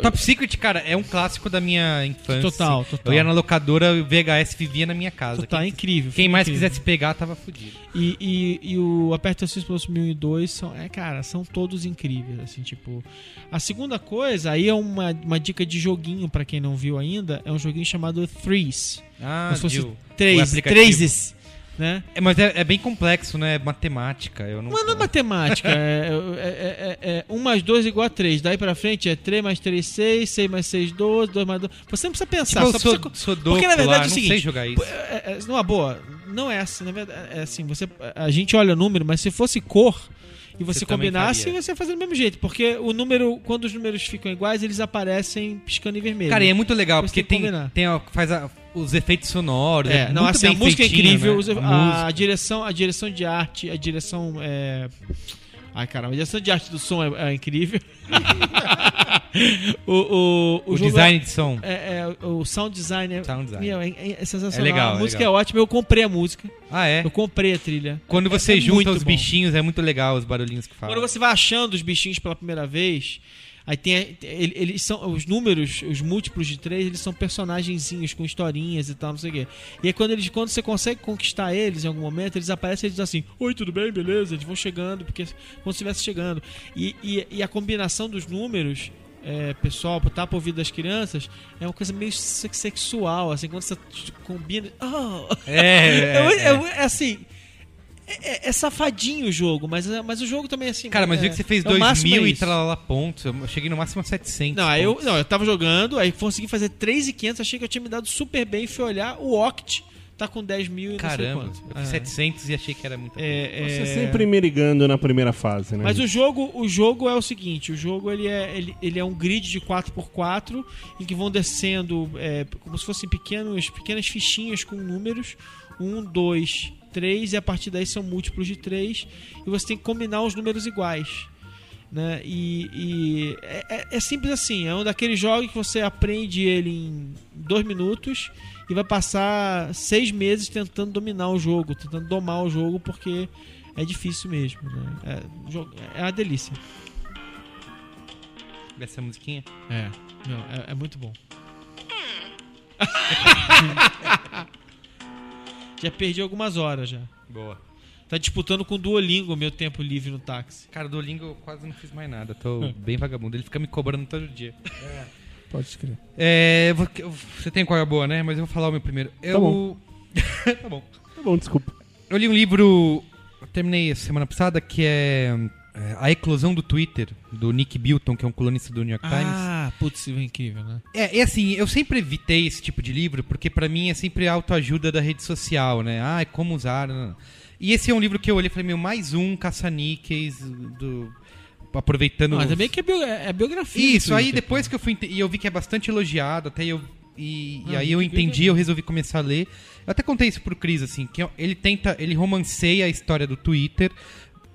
[SPEAKER 4] Top Secret, cara, é um clássico da minha infância. Assim,
[SPEAKER 6] Total, total.
[SPEAKER 4] Eu ia na locadora, o VHS vivia na minha casa.
[SPEAKER 6] Total,
[SPEAKER 4] quem,
[SPEAKER 6] é incrível.
[SPEAKER 4] Quem mais
[SPEAKER 6] incrível.
[SPEAKER 4] quisesse pegar, tava fudido.
[SPEAKER 6] E, e, e o Aperta os Cintos Plus 1002 são, é, cara, são todos incríveis, assim, tipo... A segunda coisa, aí é uma, uma dica de joguinho pra quem não viu ainda, é um joguinho chamado Threes.
[SPEAKER 4] Ah,
[SPEAKER 6] Como se fosse
[SPEAKER 4] viu. O
[SPEAKER 6] Três,
[SPEAKER 4] aplicativo.
[SPEAKER 6] Trêses, né?
[SPEAKER 4] É, mas é, é bem complexo, né? É Matemática. Eu não...
[SPEAKER 6] Mas não é matemática, é, é, é, é, é 1 mais 2 igual a 3. Daí pra frente é 3 mais 3, 6, 6 mais 6, 12, 2 mais 2. Você não precisa pensar,
[SPEAKER 4] Tipo,
[SPEAKER 6] só
[SPEAKER 4] eu sou-
[SPEAKER 6] precisa...
[SPEAKER 4] sou
[SPEAKER 6] Porque na
[SPEAKER 4] doco
[SPEAKER 6] verdade
[SPEAKER 4] lá,
[SPEAKER 6] é o
[SPEAKER 4] não
[SPEAKER 6] seguinte.
[SPEAKER 4] sei jogar isso.
[SPEAKER 6] É, é, numa boa, não é assim, na verdade, é assim, você, a gente olha o número, mas se fosse cor e você,
[SPEAKER 4] Você também
[SPEAKER 6] combinasse,
[SPEAKER 4] faria. né?
[SPEAKER 6] você ia fazer do mesmo jeito. Porque o número, quando os números ficam iguais, eles aparecem piscando em vermelho.
[SPEAKER 4] Cara, e é muito legal,
[SPEAKER 6] Você
[SPEAKER 4] porque
[SPEAKER 6] que
[SPEAKER 4] tem, tem a- faz a- os efeitos sonoros.
[SPEAKER 6] é, não,
[SPEAKER 4] muito
[SPEAKER 6] assim, a
[SPEAKER 4] bem
[SPEAKER 6] música é
[SPEAKER 4] feitinho,
[SPEAKER 6] incrível,
[SPEAKER 4] né?
[SPEAKER 6] os-
[SPEAKER 4] A
[SPEAKER 6] a,
[SPEAKER 4] música.
[SPEAKER 6] direção, a direção de arte, a direção. É... Ai, caramba, a direção de arte do som é, é incrível. o o,
[SPEAKER 4] O
[SPEAKER 6] jogo
[SPEAKER 4] design
[SPEAKER 6] é-
[SPEAKER 4] de som.
[SPEAKER 6] É, é, o sound design é,
[SPEAKER 4] design.
[SPEAKER 6] meu, é- é sensacional.
[SPEAKER 4] É legal,
[SPEAKER 6] a
[SPEAKER 4] é
[SPEAKER 6] música
[SPEAKER 4] legal.
[SPEAKER 6] é ótima, eu comprei a música.
[SPEAKER 4] Ah, é?
[SPEAKER 6] Eu comprei a trilha.
[SPEAKER 4] Quando
[SPEAKER 6] É-
[SPEAKER 4] você
[SPEAKER 6] é
[SPEAKER 4] junta
[SPEAKER 6] muito
[SPEAKER 4] os
[SPEAKER 6] bom.
[SPEAKER 4] bichinhos, é muito legal os barulhinhos que fazem.
[SPEAKER 6] Quando você vai achando os bichinhos pela primeira vez, aí tem. a- ele- Eles são. Os números, os múltiplos de três, eles são personagenzinhos com historinhas e tal, não sei o quê. E aí quando, eles, quando você consegue conquistar eles em algum momento, eles aparecem e dizem assim: Oi, tudo bem, beleza? Eles vão chegando, porque como se estivesse chegando. E, e, e a combinação dos números. É, pessoal, pro tapa ouvido das crianças é uma coisa meio sex- sexual, assim, quando você combina. Oh!
[SPEAKER 4] É,
[SPEAKER 6] é,
[SPEAKER 4] é,
[SPEAKER 6] é assim. É, é- é safadinho o jogo, mas, mas o jogo também é assim.
[SPEAKER 4] Cara, mas viu que você fez
[SPEAKER 6] dois
[SPEAKER 4] 2 mil e tralala pontos. Eu cheguei no máximo a 700.
[SPEAKER 6] Não, aí eu,
[SPEAKER 4] pontos.
[SPEAKER 6] não, eu tava jogando, aí consegui fazer 3,500, achei que eu tinha me dado super bem. Fui olhar, o Oct tá com 10 mil e
[SPEAKER 4] Caramba,
[SPEAKER 6] não sei quanto.
[SPEAKER 4] eu fiz
[SPEAKER 6] É.
[SPEAKER 4] 700 e achei que era muito.
[SPEAKER 6] É,
[SPEAKER 5] Você
[SPEAKER 6] é-
[SPEAKER 5] sempre me ligando na primeira fase, né?
[SPEAKER 6] Mas o jogo, o jogo é o seguinte, o jogo ele é, ele, ele é um grid de 4x4 em que vão descendo é, como se fossem pequenos, pequenas fichinhas com números, 1, 2, 3 e a partir daí são múltiplos de 3 e você tem que combinar os números iguais. Né? E, e é, é- é simples assim, é um daqueles jogos que você aprende ele em dois minutos e vai passar seis meses tentando dominar o jogo, tentando domar o jogo, porque é difícil mesmo. Né? É, jo- é uma delícia.
[SPEAKER 4] Essa musiquinha.
[SPEAKER 6] É, não, é, é muito bom. já perdi algumas horas já.
[SPEAKER 4] Boa.
[SPEAKER 6] Tá disputando com o Duolingo o meu tempo livre no táxi.
[SPEAKER 4] Cara, do Lingo eu quase não fiz mais nada.
[SPEAKER 6] Hum.
[SPEAKER 4] Tô bem vagabundo. Ele fica me cobrando todo dia.
[SPEAKER 8] Pode crer.
[SPEAKER 4] É, eu vou- eu- você tem qual é a boa, né? Mas eu vou falar o meu primeiro. Eu...
[SPEAKER 5] bom.
[SPEAKER 4] tá bom.
[SPEAKER 5] Tá bom, desculpa.
[SPEAKER 4] Eu li um livro, eu terminei essa semana passada, que é é, A Eclosão do Twitter, do Nick Bilton, que é um colunista do New York Times.
[SPEAKER 6] Ah, putz, isso é incrível, né?
[SPEAKER 4] É, e assim, eu sempre evitei esse tipo de livro, porque pra mim é sempre autoajuda da rede social, né? Ah, como usar. né? E esse é um livro que eu olhei e falei, meu, mais um caça-níqueis do. Aproveitando.
[SPEAKER 6] Mas também que é, bio- é- é biografia. do
[SPEAKER 4] Isso, aí
[SPEAKER 6] Twitter, pô.
[SPEAKER 4] depois que eu fui. ente- E eu vi que é bastante elogiado, até eu. E, e
[SPEAKER 6] Ah,
[SPEAKER 4] aí eu
[SPEAKER 6] muito bem,
[SPEAKER 4] entendi,
[SPEAKER 6] né?
[SPEAKER 4] eu resolvi começar a ler. Eu até contei isso pro Cris, assim, que ele tenta. Ele romanceia a história do Twitter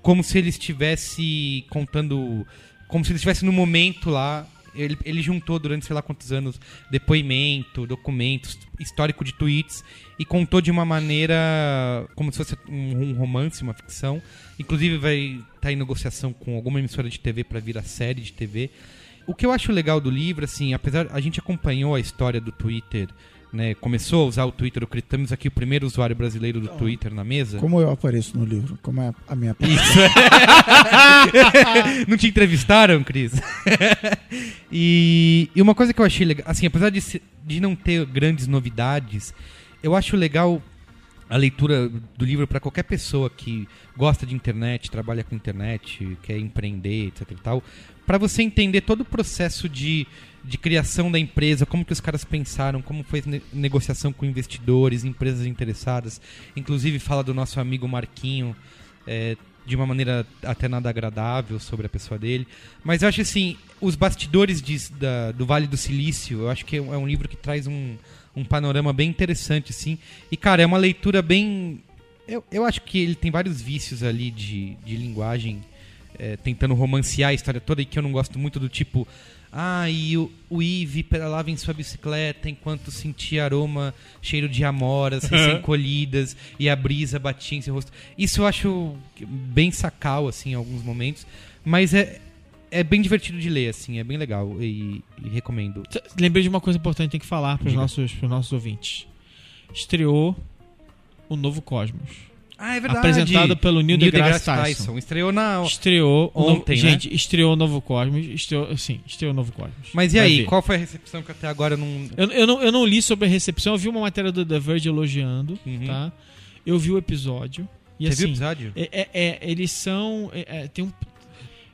[SPEAKER 4] como se ele estivesse contando. Como se ele estivesse no momento lá. Ele, ele juntou durante sei lá quantos anos depoimento, documentos, histórico de tweets e contou de uma maneira como se fosse um, um romance, uma ficção. Inclusive vai estar em negociação com alguma emissora de TV para vir a série de TV. O que eu acho legal do livro, assim, apesar a gente acompanhou a história do Twitter, né? Começou a usar o Twitter, o Cris- temos aqui o primeiro usuário brasileiro do Twitter na mesa.
[SPEAKER 8] Como eu apareço no livro? Como é a minha parte?
[SPEAKER 4] Isso. Não te entrevistaram, Cris? e, e uma coisa que eu achei legal, assim, apesar de, se- de não ter grandes novidades, eu acho legal a leitura do livro para qualquer pessoa que gosta de internet, trabalha com internet, quer empreender, etc e tal, para você entender todo o processo de, de criação da empresa, como que os caras pensaram, como foi a ne- negociação com investidores, empresas interessadas, inclusive fala do nosso amigo Marquinho, é, de uma maneira até nada agradável sobre a pessoa dele. Mas eu acho assim, os bastidores de- da- do Vale do Silício, eu acho que é um é um livro que traz um, um panorama bem interessante, assim. E, cara, é uma leitura bem. Eu, eu acho que ele tem vários vícios ali de, de linguagem, é, tentando romancear a história toda, e que eu não gosto muito do tipo. Ah, e o, o Eve pedalava em sua bicicleta enquanto sentia aroma, cheiro de amoras recém-colhidas e a brisa batia em seu rosto. Isso eu acho bem sacal, assim, em alguns momentos. Mas é, é bem divertido de ler, assim, é bem legal e, e recomendo.
[SPEAKER 6] Lembrei de uma coisa importante que tem que falar para os
[SPEAKER 4] Diga.
[SPEAKER 6] nossos, pros nossos ouvintes. Estreou o novo Cosmos.
[SPEAKER 4] Ah, é verdade.
[SPEAKER 6] Apresentado pelo Neil,
[SPEAKER 4] Neil
[SPEAKER 6] deGrasse
[SPEAKER 4] deGrasse
[SPEAKER 6] Tyson.
[SPEAKER 4] Tyson. Estreou na-
[SPEAKER 6] Estreou
[SPEAKER 4] ontem,
[SPEAKER 6] no-
[SPEAKER 4] né?
[SPEAKER 6] Gente, estreou o novo Cosmos. Estreou, sim, estreou o novo Cosmos.
[SPEAKER 4] Mas e
[SPEAKER 6] Vai
[SPEAKER 4] aí,
[SPEAKER 6] ver.
[SPEAKER 4] qual foi a recepção que até agora eu não.
[SPEAKER 6] Eu, eu não, eu não li sobre a recepção, eu vi uma matéria do The Verge elogiando, tá? Eu vi o episódio. E,
[SPEAKER 4] Uhum. Você
[SPEAKER 6] assim,
[SPEAKER 4] viu o episódio?
[SPEAKER 6] É, é- é- eles são. É, é, tem um,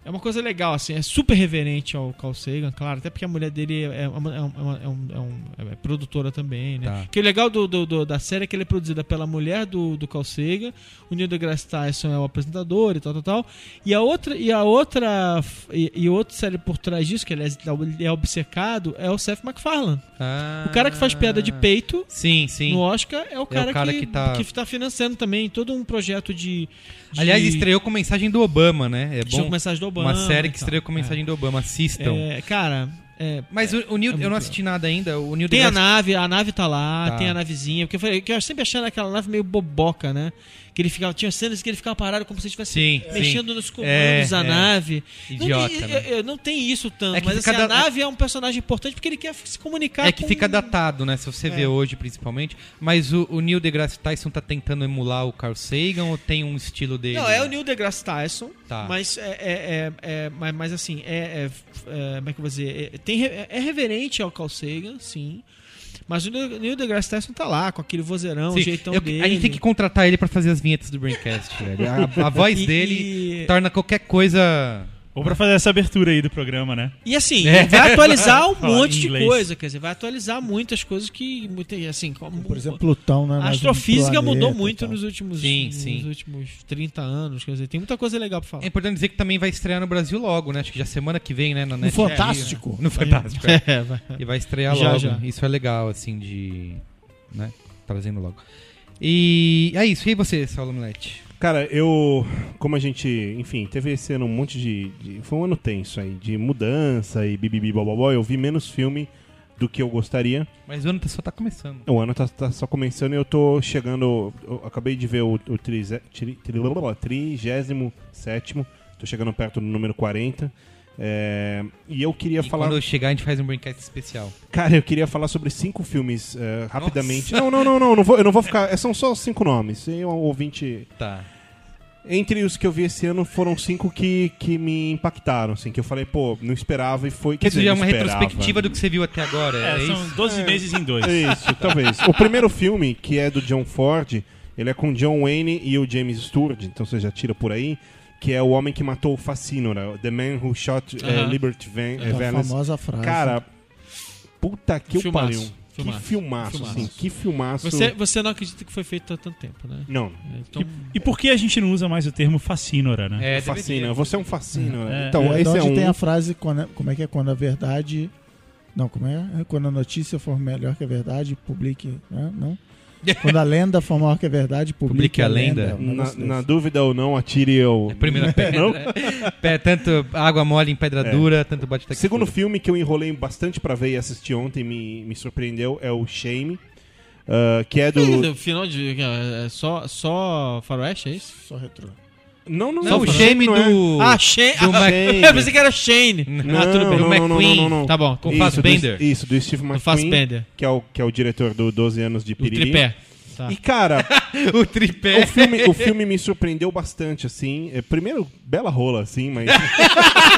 [SPEAKER 6] é uma coisa legal, assim, é super reverente ao Carl Sagan, claro, até porque a mulher dele é, uma- é uma- é um- é um- é produtora também, né?
[SPEAKER 4] Tá.
[SPEAKER 6] Que o legal do, do- do- da série é que ela é produzida pela mulher do, do Carl Sagan, o Neil deGrasse Tyson é o apresentador e tal, tal, tal. E a outra, e a outra, e, e outra série por trás disso, que aliás ele é obcecado, é o Seth MacFarlane.
[SPEAKER 4] Ah.
[SPEAKER 6] O cara que faz piada de peito
[SPEAKER 4] sim, sim.
[SPEAKER 6] no Oscar é o cara,
[SPEAKER 4] cara
[SPEAKER 6] que,
[SPEAKER 4] que
[SPEAKER 6] que,
[SPEAKER 4] tá-
[SPEAKER 6] tá... financiando também todo um projeto de. de-
[SPEAKER 4] Aliás, estreou com mensagem do Obama, né? É
[SPEAKER 6] Estreou
[SPEAKER 4] bom.
[SPEAKER 6] com mensagem do Obama
[SPEAKER 4] Uma série que
[SPEAKER 6] e tal.
[SPEAKER 4] estreou com mensagem do Obama. Assistam.
[SPEAKER 6] É, cara. é-
[SPEAKER 4] Mas o, o
[SPEAKER 6] é
[SPEAKER 4] Neil, eu
[SPEAKER 6] muito
[SPEAKER 4] não assisti nada ainda. O Neil
[SPEAKER 6] Tem a
[SPEAKER 4] deGrasse-
[SPEAKER 6] nave, a nave tá lá,
[SPEAKER 4] Tá.
[SPEAKER 6] tem a navezinha. Porque eu, falei, que eu sempre achei aquela nave meio boboca, né? Que ele ficava, tinha cenas que ele ficava parado como se estivesse
[SPEAKER 4] Sim,
[SPEAKER 6] mexendo
[SPEAKER 4] sim.
[SPEAKER 6] nos comandos
[SPEAKER 4] É,
[SPEAKER 6] da
[SPEAKER 4] é.
[SPEAKER 6] nave.
[SPEAKER 4] Idiota,
[SPEAKER 6] Não, tem-
[SPEAKER 4] né?
[SPEAKER 6] eu- eu- não tem isso tanto,
[SPEAKER 4] É que
[SPEAKER 6] mas assim,
[SPEAKER 4] fica
[SPEAKER 6] a
[SPEAKER 4] da-
[SPEAKER 6] nave é um personagem importante porque ele quer se comunicar
[SPEAKER 4] É que
[SPEAKER 6] com- um
[SPEAKER 4] fica datado, né? Se você vê
[SPEAKER 6] É.
[SPEAKER 4] hoje, principalmente. Mas o, o Neil deGrasse Tyson tá tentando emular o Carl Sagan ou tem um estilo dele?
[SPEAKER 6] Não, é o Neil deGrasse Tyson,
[SPEAKER 4] Tá.
[SPEAKER 6] mas é, é, é- é- mas, mas assim, é, é- é- como é que eu vou dizer? É, tem, re- é reverente ao Carl Sagan, sim. Mas o Neil Neil deGrasse Tyson tá lá, com aquele vozeirão,
[SPEAKER 4] Sim,
[SPEAKER 6] o jeitão
[SPEAKER 4] eu-
[SPEAKER 6] dele.
[SPEAKER 4] A gente tem que contratar ele pra fazer as vinhetas do Braincast, velho. A, a voz
[SPEAKER 6] E-
[SPEAKER 4] dele
[SPEAKER 6] e-
[SPEAKER 4] torna qualquer coisa.
[SPEAKER 7] Ou pra fazer essa abertura aí do programa, né?
[SPEAKER 6] E assim,
[SPEAKER 4] É.
[SPEAKER 6] vai atualizar um
[SPEAKER 7] Falar em
[SPEAKER 6] monte de
[SPEAKER 7] inglês.
[SPEAKER 6] coisa, quer dizer, vai atualizar muitas coisas que, muita- assim, como, por exemplo,
[SPEAKER 8] Plutão, né?
[SPEAKER 6] a
[SPEAKER 8] Mais um
[SPEAKER 6] astrofísica
[SPEAKER 8] planeta
[SPEAKER 6] mudou
[SPEAKER 8] e tal.
[SPEAKER 6] muito nos últimos,
[SPEAKER 4] Sim,
[SPEAKER 6] nos
[SPEAKER 4] sim.
[SPEAKER 6] últimos 30 anos, quer dizer, tem muita coisa legal pra falar.
[SPEAKER 4] É importante dizer que também vai estrear no Brasil logo, né? Acho que já semana que vem, né? na Netflix.
[SPEAKER 6] Fantástico.
[SPEAKER 4] No Fantástico. é.
[SPEAKER 6] É, vai.
[SPEAKER 4] E vai estrear
[SPEAKER 6] Já,
[SPEAKER 4] logo.
[SPEAKER 6] já.
[SPEAKER 4] Isso é legal, assim, de. né? Trazendo logo. E é isso. E aí você, Saulo Milete?
[SPEAKER 5] Cara, eu. Como a gente. Enfim, teve esse ano um monte de. de- foi um ano tenso aí, de mudança e bibibi bobobó. Eu vi menos filme do que eu gostaria.
[SPEAKER 4] Mas o ano tá- só tá começando.
[SPEAKER 5] O ano tá, tá só começando e eu tô chegando. Eu acabei de ver o, o trize- tri- tri- blá, blá, blá, 37. Tô chegando perto do número 40. É, e eu queria
[SPEAKER 4] E
[SPEAKER 5] falar.
[SPEAKER 4] Quando eu chegar, a gente faz um Braincast especial.
[SPEAKER 5] Cara, eu queria falar sobre cinco filmes eh, rapidamente. Não, não, não, não, não vou- eu não vou ficar. São só cinco nomes. E um ouvinte.
[SPEAKER 4] Tá.
[SPEAKER 5] Entre os que eu vi esse ano foram cinco que, que me impactaram, assim, que eu falei, pô, não esperava e foi.
[SPEAKER 4] Quer dizer, é
[SPEAKER 5] não
[SPEAKER 4] uma
[SPEAKER 5] esperava.
[SPEAKER 4] retrospectiva do que você viu até agora. É,
[SPEAKER 7] É, são
[SPEAKER 4] isso?
[SPEAKER 7] 12 meses em dois.
[SPEAKER 5] Isso, talvez. O primeiro filme, que é do John Ford, ele é com John Wayne e o James Stewart, então você já tira por aí, que é o homem que matou o Facínora, The Man Who Shot eh,
[SPEAKER 8] Aham.
[SPEAKER 5] Liberty Van, eh,
[SPEAKER 8] É a
[SPEAKER 5] Valance.
[SPEAKER 8] famosa frase.
[SPEAKER 5] Cara, puta que eu
[SPEAKER 6] Filmaço,
[SPEAKER 5] pariu.
[SPEAKER 6] filmaço,
[SPEAKER 5] que filmaço,
[SPEAKER 6] filmaço.
[SPEAKER 5] assim, que filmaço.
[SPEAKER 6] Você, você não acredita que foi feito há tanto tempo, né?
[SPEAKER 5] Não.
[SPEAKER 6] É, então-
[SPEAKER 7] E, e por que a gente não usa mais o termo fascínora, né?
[SPEAKER 5] É, fascina, você é um fascina.
[SPEAKER 7] É.
[SPEAKER 5] Então,
[SPEAKER 8] é,
[SPEAKER 5] esse
[SPEAKER 8] onde
[SPEAKER 5] é um.
[SPEAKER 8] tem a frase, quando, como é que é? Quando a verdade. Não, como é? É Quando a notícia for melhor que a verdade, publique. Né? Não? Quando a lenda for maior que a verdade, publique,
[SPEAKER 4] Publique a lenda. É
[SPEAKER 8] É um
[SPEAKER 5] Na,
[SPEAKER 8] negócio
[SPEAKER 5] na dúvida ou não, atire o.
[SPEAKER 4] Primeira pedra.
[SPEAKER 5] Não?
[SPEAKER 4] Pé, tanto água mole em pedra
[SPEAKER 5] É.
[SPEAKER 4] dura, tanto bate até que
[SPEAKER 5] Segundo
[SPEAKER 4] fura.
[SPEAKER 5] filme que eu enrolei bastante pra ver e assisti ontem, me, me surpreendeu, é o Shame. ah, que é do.
[SPEAKER 6] Ih, Final de. é, é Só, só faroeste, é isso?
[SPEAKER 8] Só retrô.
[SPEAKER 5] Não, não, é.
[SPEAKER 4] Não, o Shame do-
[SPEAKER 6] Ah, Shane.
[SPEAKER 4] do
[SPEAKER 6] Ah,
[SPEAKER 4] Mc-
[SPEAKER 6] eu pensei que era Shane.
[SPEAKER 5] Não,
[SPEAKER 6] ah, tudo bem.
[SPEAKER 5] não,
[SPEAKER 6] o
[SPEAKER 5] não, não,
[SPEAKER 6] McQueen.
[SPEAKER 5] não, não, não.
[SPEAKER 6] Tá bom.
[SPEAKER 4] então
[SPEAKER 6] Com
[SPEAKER 5] Isso,
[SPEAKER 6] Fassbender.
[SPEAKER 5] do- Isso, do Steve McQueen,
[SPEAKER 6] Fassbender.
[SPEAKER 5] que é, o, que é o diretor do 12 Anos de Piriri.
[SPEAKER 6] tripé. Tá.
[SPEAKER 5] E, cara...
[SPEAKER 4] o tripé.
[SPEAKER 5] O filme, o filme me surpreendeu bastante, assim. É, Primeiro, bela rola, assim, mas...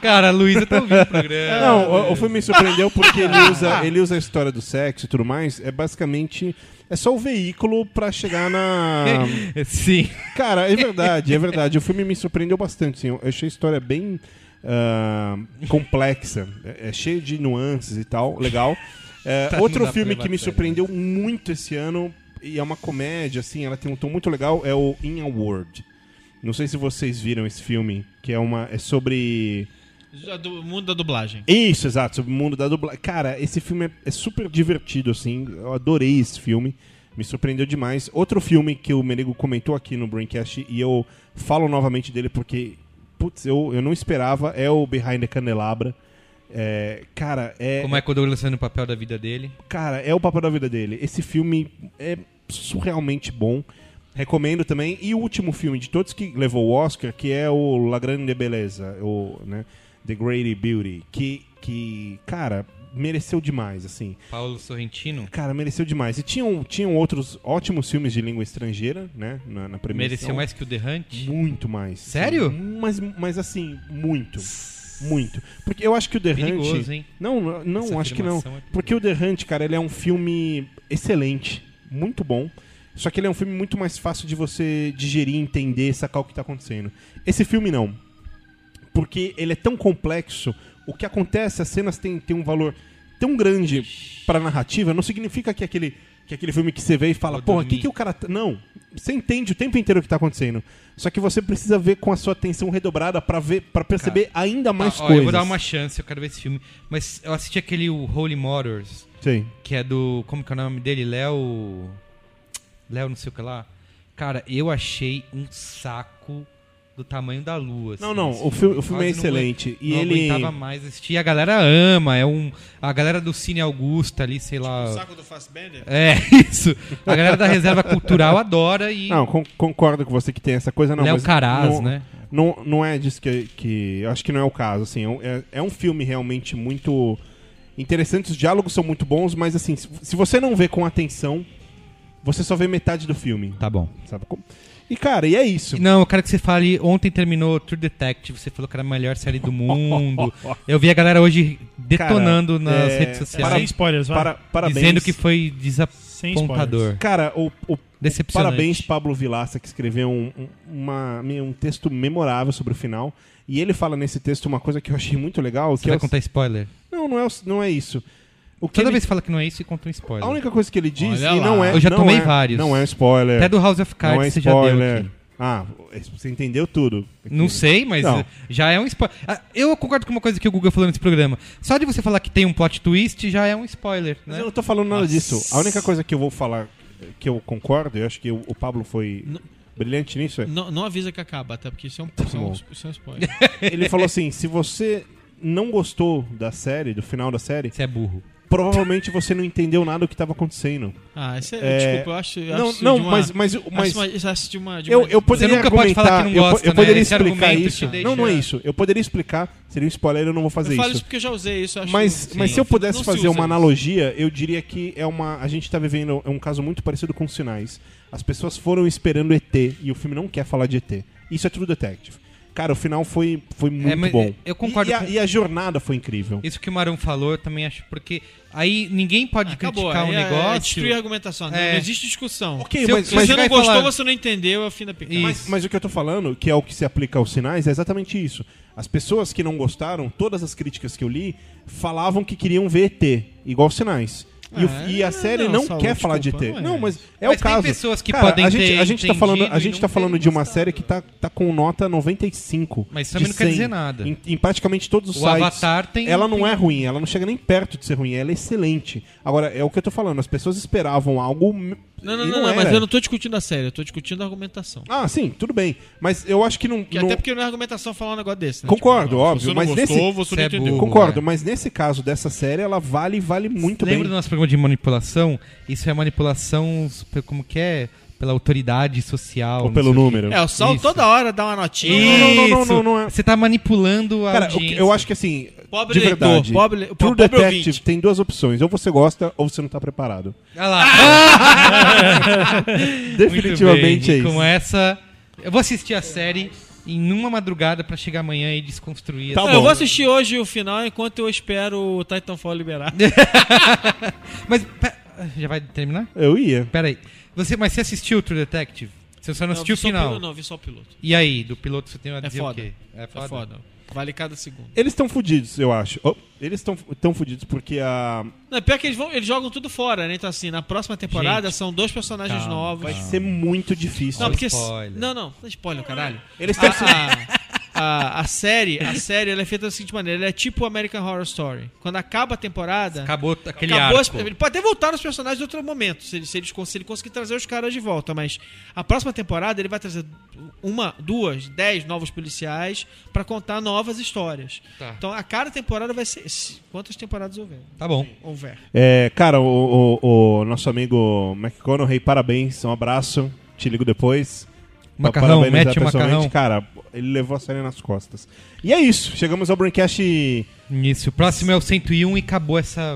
[SPEAKER 4] Cara, a Luísa tá ouvindo o programa.
[SPEAKER 5] Não, o, o filme me surpreendeu porque ele usa, ele usa a história do sexo e tudo mais. É basicamente... É só o veículo pra chegar na...
[SPEAKER 4] Sim.
[SPEAKER 5] Cara, é verdade, é verdade. O filme me surpreendeu bastante, assim. Eu achei a história bem ah, complexa. É, é cheio de nuances e tal. Legal. É,
[SPEAKER 4] Tá,
[SPEAKER 5] outro
[SPEAKER 4] não dá pra
[SPEAKER 5] filme
[SPEAKER 4] levar
[SPEAKER 5] que me
[SPEAKER 4] a sério.
[SPEAKER 5] surpreendeu muito esse ano, e é uma comédia, assim, ela tem um tom muito legal, é o In a World. Não sei se vocês viram esse filme, que é uma. É sobre.
[SPEAKER 6] A do mundo da dublagem.
[SPEAKER 5] Isso, exato, sobre o mundo da dublagem. Cara, esse filme é, é super divertido, assim. Eu adorei esse filme. Me surpreendeu demais. Outro filme que o Merigo comentou aqui no Braincast e eu falo novamente dele porque, putz, eu, eu não esperava, é o Behind the Candelabra. É, cara, é.
[SPEAKER 4] Como é que o Douglas fazendo o papel da vida dele?
[SPEAKER 5] Cara, é o papel da vida dele. Esse filme é surrealmente bom. Recomendo também. E o último filme de todos que levou o Oscar, que é o La Grande Beleza, o, né, The Great Beauty, que, que, cara, mereceu demais, assim.
[SPEAKER 4] Paulo Sorrentino.
[SPEAKER 5] Cara, mereceu demais. E tinham, tinham outros ótimos filmes de língua estrangeira, né? Na, na premiação.
[SPEAKER 4] Mereceu mais que o The Hunt?
[SPEAKER 5] Muito mais.
[SPEAKER 4] Sério?
[SPEAKER 5] Mas, mas assim, muito. Muito. Porque eu acho que o The
[SPEAKER 4] Perigoso,
[SPEAKER 5] Hunt.
[SPEAKER 4] hein?
[SPEAKER 5] Não, não,
[SPEAKER 4] Essa
[SPEAKER 5] não acho que não.
[SPEAKER 4] afirmação é
[SPEAKER 5] Porque o The Hunt, cara, ele é um filme excelente, muito bom. Só que ele é um filme muito mais fácil de você digerir, entender, sacar o que tá acontecendo. Esse filme não porque ele é tão complexo. O que acontece, as cenas têm, têm um valor tão grande pra narrativa, não significa que aquele, que aquele filme que você vê e fala, porra, o que, que o cara. tá-" Não. Você entende o tempo inteiro o que tá acontecendo. Só que você precisa ver com a sua atenção redobrada pra ver para perceber ainda mais
[SPEAKER 4] tá, Ó, ó,
[SPEAKER 5] coisas.
[SPEAKER 4] eu vou dar uma chance, eu quero ver esse filme. Mas eu assisti aquele o Holy Motors.
[SPEAKER 5] Sim.
[SPEAKER 4] Que é do. Como que é o nome dele? Léo. Léo, não sei o que lá. Cara, eu achei um saco do tamanho da lua. assim,
[SPEAKER 5] Não, não, o filme- o filme é
[SPEAKER 4] Quase não agu-
[SPEAKER 5] excelente. E
[SPEAKER 4] não
[SPEAKER 5] ele-
[SPEAKER 4] aguentava mais assistir. A galera ama. É um. A galera do Cine Augusta ali, sei lá.
[SPEAKER 6] Tipo o saco do Fassbender?
[SPEAKER 4] É, isso. A galera da reserva cultural adora e.
[SPEAKER 5] Não, con- concordo com você que tem essa coisa, não.
[SPEAKER 4] Léo
[SPEAKER 5] mas
[SPEAKER 4] Caraz,
[SPEAKER 5] não,
[SPEAKER 4] né?
[SPEAKER 5] Não, não é disso que, que. Acho que não é o caso, assim. É, um- é- é um filme realmente muito interessante, os diálogos são muito bons, mas assim, se, se você não vê com atenção, você só vê metade do filme.
[SPEAKER 4] Tá bom.
[SPEAKER 5] Sabe como? E cara, e é isso.
[SPEAKER 4] Não, eu quero que você fale. Ontem terminou True Detective, você falou que era a melhor série do mundo. eu vi a galera hoje detonando
[SPEAKER 5] Cara,
[SPEAKER 4] nas
[SPEAKER 5] é,
[SPEAKER 4] redes sociais.
[SPEAKER 5] para- Sem spoilers, vai. para- parabéns.
[SPEAKER 4] Dizendo que foi
[SPEAKER 5] spoilers.
[SPEAKER 4] desapontador.
[SPEAKER 5] Cara, o, o
[SPEAKER 4] Decepcionante.
[SPEAKER 5] parabéns Pablo Vilaça, que escreveu um, um- uma- um texto memorável sobre o final. E ele fala nesse texto uma coisa que eu achei muito legal.
[SPEAKER 4] Você
[SPEAKER 5] que é
[SPEAKER 4] vai
[SPEAKER 5] o-
[SPEAKER 4] contar spoiler?
[SPEAKER 5] Não, não é, o- não é isso. O que
[SPEAKER 4] Toda
[SPEAKER 5] ele-
[SPEAKER 4] vez que fala que não é isso, você conta um spoiler.
[SPEAKER 5] A única coisa que ele diz,
[SPEAKER 4] Olha
[SPEAKER 5] e
[SPEAKER 4] lá.
[SPEAKER 5] não é.
[SPEAKER 4] Eu já
[SPEAKER 5] não
[SPEAKER 4] tomei
[SPEAKER 5] é-
[SPEAKER 4] vários.
[SPEAKER 5] Não é um spoiler.
[SPEAKER 4] Até do House of Cards
[SPEAKER 5] não é
[SPEAKER 4] você já deu
[SPEAKER 5] spoiler.
[SPEAKER 4] aqui.
[SPEAKER 5] Ah, você entendeu tudo.
[SPEAKER 4] Não sei, mas
[SPEAKER 5] Não.
[SPEAKER 4] eh, já é um spoiler. Ah, Eu concordo com uma coisa que o Guga falou nesse programa. Só de você falar que tem um plot twist já é um spoiler.
[SPEAKER 5] Mas
[SPEAKER 4] né?
[SPEAKER 5] eu não tô falando nada
[SPEAKER 4] Nossa.
[SPEAKER 5] disso. A única coisa que eu vou falar eh, que eu concordo, eu acho que o, o Pablo foi brilhante nisso, é.
[SPEAKER 6] Não, não avisa que acaba, tá? Porque isso é um, isso é um,
[SPEAKER 5] bom.
[SPEAKER 6] isso é um spoiler.
[SPEAKER 5] Ele falou assim: se você não gostou da série, do final da série.
[SPEAKER 4] Você é burro.
[SPEAKER 5] Provavelmente você não entendeu nada do que tava acontecendo.
[SPEAKER 6] Ah, isso é,
[SPEAKER 5] É,
[SPEAKER 6] desculpa, eu acho.
[SPEAKER 5] não,
[SPEAKER 6] eu acho isso
[SPEAKER 5] não,
[SPEAKER 6] de uma-
[SPEAKER 5] mas, mas,
[SPEAKER 6] acho
[SPEAKER 5] mas
[SPEAKER 6] uma- isso é acho de uma- de
[SPEAKER 5] eu,
[SPEAKER 6] uma-
[SPEAKER 5] eu poderia
[SPEAKER 4] nunca pode
[SPEAKER 5] argumentar-
[SPEAKER 4] falar que não
[SPEAKER 5] eu po-
[SPEAKER 4] gosta,
[SPEAKER 5] eu,
[SPEAKER 4] né?
[SPEAKER 5] poderia
[SPEAKER 4] Esse
[SPEAKER 5] explicar
[SPEAKER 4] argumento
[SPEAKER 5] isso.
[SPEAKER 4] te deixa-
[SPEAKER 5] Não, não é isso. Eu poderia explicar, seria um spoiler, eu não vou fazer
[SPEAKER 6] eu falo
[SPEAKER 5] isso.
[SPEAKER 6] isso porque eu já usei isso. eu acho
[SPEAKER 5] Mas,
[SPEAKER 6] que-
[SPEAKER 5] mas
[SPEAKER 6] Sim.
[SPEAKER 5] se eu pudesse
[SPEAKER 6] Não se
[SPEAKER 5] fazer
[SPEAKER 6] usa
[SPEAKER 5] uma
[SPEAKER 6] isso.
[SPEAKER 5] analogia, eu diria que é uma. A gente tá vivendo um caso muito parecido com os sinais. As pessoas foram esperando ET e o filme não quer falar de ET. Isso é True Detective. Cara, o final foi, foi muito
[SPEAKER 4] mas
[SPEAKER 5] bom.
[SPEAKER 4] eu concordo
[SPEAKER 5] E, e a,
[SPEAKER 4] com-
[SPEAKER 5] e a jornada foi incrível.
[SPEAKER 4] Isso que o Marão falou, eu também acho, porque aí ninguém pode
[SPEAKER 6] Acabou,
[SPEAKER 4] criticar um
[SPEAKER 6] aí é- é
[SPEAKER 4] negócio. É.
[SPEAKER 6] destruir a argumentação, né? Não existe discussão.
[SPEAKER 5] Ok,
[SPEAKER 6] Se eu- um
[SPEAKER 5] mas-
[SPEAKER 6] se
[SPEAKER 5] mas-
[SPEAKER 6] você não
[SPEAKER 5] vai
[SPEAKER 6] gostou,
[SPEAKER 5] falar-
[SPEAKER 6] você não entendeu, é o fim da picada.
[SPEAKER 5] Mas, mas o que eu tô falando, que é o que se aplica aos sinais, é exatamente isso. As pessoas que não gostaram, todas as críticas que eu li, falavam que queriam ver ET, igual aos sinais. E, o-
[SPEAKER 4] Ah,
[SPEAKER 5] e a série não,
[SPEAKER 4] Saul,
[SPEAKER 5] quer falar de ET.
[SPEAKER 4] desculpa,
[SPEAKER 5] Não,
[SPEAKER 4] não é.
[SPEAKER 5] mas é
[SPEAKER 4] Mas
[SPEAKER 5] o
[SPEAKER 4] tem
[SPEAKER 5] caso.
[SPEAKER 4] pessoas que
[SPEAKER 5] Cara,
[SPEAKER 4] podem
[SPEAKER 5] a gente,
[SPEAKER 4] ter
[SPEAKER 5] a gente tá falando, a
[SPEAKER 4] entendido e
[SPEAKER 5] gente
[SPEAKER 4] não
[SPEAKER 5] tá falando de uma série que tá, tá com nota 95.
[SPEAKER 4] Mas isso também
[SPEAKER 5] de
[SPEAKER 4] não quer
[SPEAKER 5] 100,
[SPEAKER 4] dizer nada.
[SPEAKER 5] Em, em praticamente todos os
[SPEAKER 4] O
[SPEAKER 5] sites.
[SPEAKER 4] Avatar tem-
[SPEAKER 5] Ela não
[SPEAKER 4] tem-
[SPEAKER 5] é ruim, ela não chega nem perto de ser ruim, ela é excelente. Agora, é o que eu tô falando, as pessoas esperavam algo.
[SPEAKER 6] Não, não,
[SPEAKER 5] e
[SPEAKER 6] não, não, mas
[SPEAKER 5] era.
[SPEAKER 6] eu não tô discutindo a série, eu tô discutindo a argumentação.
[SPEAKER 5] Ah, sim, tudo bem. Mas eu acho que não.
[SPEAKER 6] Porque
[SPEAKER 5] não-
[SPEAKER 6] Até porque não é argumentação falar um negócio desse, né?
[SPEAKER 5] Concordo,
[SPEAKER 6] Tipo, ah, se
[SPEAKER 5] óbvio.
[SPEAKER 6] você não
[SPEAKER 5] Mas
[SPEAKER 6] gostou,
[SPEAKER 5] nesse.
[SPEAKER 6] você é
[SPEAKER 4] é
[SPEAKER 6] não entendeu.
[SPEAKER 4] né?
[SPEAKER 5] Concordo, mas nesse caso dessa série, ela vale, vale muito
[SPEAKER 4] Lembra do
[SPEAKER 5] bem.
[SPEAKER 4] nosso programa de manipulação? Isso é manipulação, super- como que é? Pela autoridade social.
[SPEAKER 5] Ou
[SPEAKER 4] não
[SPEAKER 5] pelo
[SPEAKER 4] sei quê.
[SPEAKER 5] número.
[SPEAKER 6] É, o Sol
[SPEAKER 4] Isso.
[SPEAKER 6] toda hora dá uma notinha.
[SPEAKER 4] Não, não, não, não, não, não é- Você tá manipulando a
[SPEAKER 5] Cara, o que-
[SPEAKER 4] audiência.
[SPEAKER 5] eu acho que assim,
[SPEAKER 6] Pobre
[SPEAKER 5] de
[SPEAKER 6] leitor,
[SPEAKER 5] verdade,
[SPEAKER 6] pobre-
[SPEAKER 5] True
[SPEAKER 6] pobre
[SPEAKER 5] Detective
[SPEAKER 6] ouvinte.
[SPEAKER 5] tem duas opções. Ou você gosta, ou você não tá preparado.
[SPEAKER 4] Olha lá.
[SPEAKER 5] Definitivamente é
[SPEAKER 4] Muito bem, e
[SPEAKER 5] isso.
[SPEAKER 4] Com essa, eu vou assistir a série em uma madrugada pra chegar amanhã e desconstruir.
[SPEAKER 5] Tá
[SPEAKER 6] Não,
[SPEAKER 4] essa-
[SPEAKER 6] Eu vou assistir hoje o final enquanto eu espero o Titanfall liberar.
[SPEAKER 4] mas pe- já vai terminar?
[SPEAKER 5] Eu ia.
[SPEAKER 4] Peraí. Você, mas você assistiu o True Detective? Você só não
[SPEAKER 6] Não,
[SPEAKER 4] assistiu o
[SPEAKER 6] vi só o
[SPEAKER 4] final?
[SPEAKER 6] piloto- não, vi só o piloto.
[SPEAKER 4] E aí, do piloto você tem a
[SPEAKER 6] É
[SPEAKER 4] dizer
[SPEAKER 6] foda.
[SPEAKER 4] o quê?
[SPEAKER 6] É foda. Vale cada segundo.
[SPEAKER 5] Eles estão fudidos, eu acho. Oh, eles estão tão fudidos porque a.
[SPEAKER 6] Não, é pior que eles, vão, eles jogam tudo fora, né? Então, assim, na próxima temporada são dois personagens
[SPEAKER 5] calma,
[SPEAKER 6] novos.
[SPEAKER 5] vai ser muito difícil.
[SPEAKER 6] Não, porque.
[SPEAKER 5] Spoiler.
[SPEAKER 6] Não, não, não é spoiler, caralho.
[SPEAKER 5] Eles
[SPEAKER 6] a,
[SPEAKER 5] têm-
[SPEAKER 6] a, a, a série, a série ela é feita da seguinte maneira: ela é tipo American Horror Story. Quando acaba a temporada.
[SPEAKER 4] Acabou aquele
[SPEAKER 6] acabou
[SPEAKER 4] arco.
[SPEAKER 6] as- ele pode até voltar nos personagens em outro momento, se ele, se, ele, cons- se ele conseguir trazer os caras de volta. Mas a próxima temporada ele vai trazer uma, duas, dez novos policiais pra contar novas histórias.
[SPEAKER 4] Tá.
[SPEAKER 6] Então a cada temporada vai ser. se- Quantas temporadas houver?
[SPEAKER 4] Tá bom.
[SPEAKER 6] Houver.
[SPEAKER 5] É, cara, o, o- o nosso amigo McConaughey, parabéns, um abraço. te ligo depois. pra
[SPEAKER 4] Macarrão,
[SPEAKER 5] parabenizar
[SPEAKER 4] mete o
[SPEAKER 5] pessoalmente.
[SPEAKER 4] macarrão.
[SPEAKER 5] Cara, ele levou a série nas costas. E é isso, chegamos ao Braincast.
[SPEAKER 4] Isso, o próximo é o 101 e acabou essa.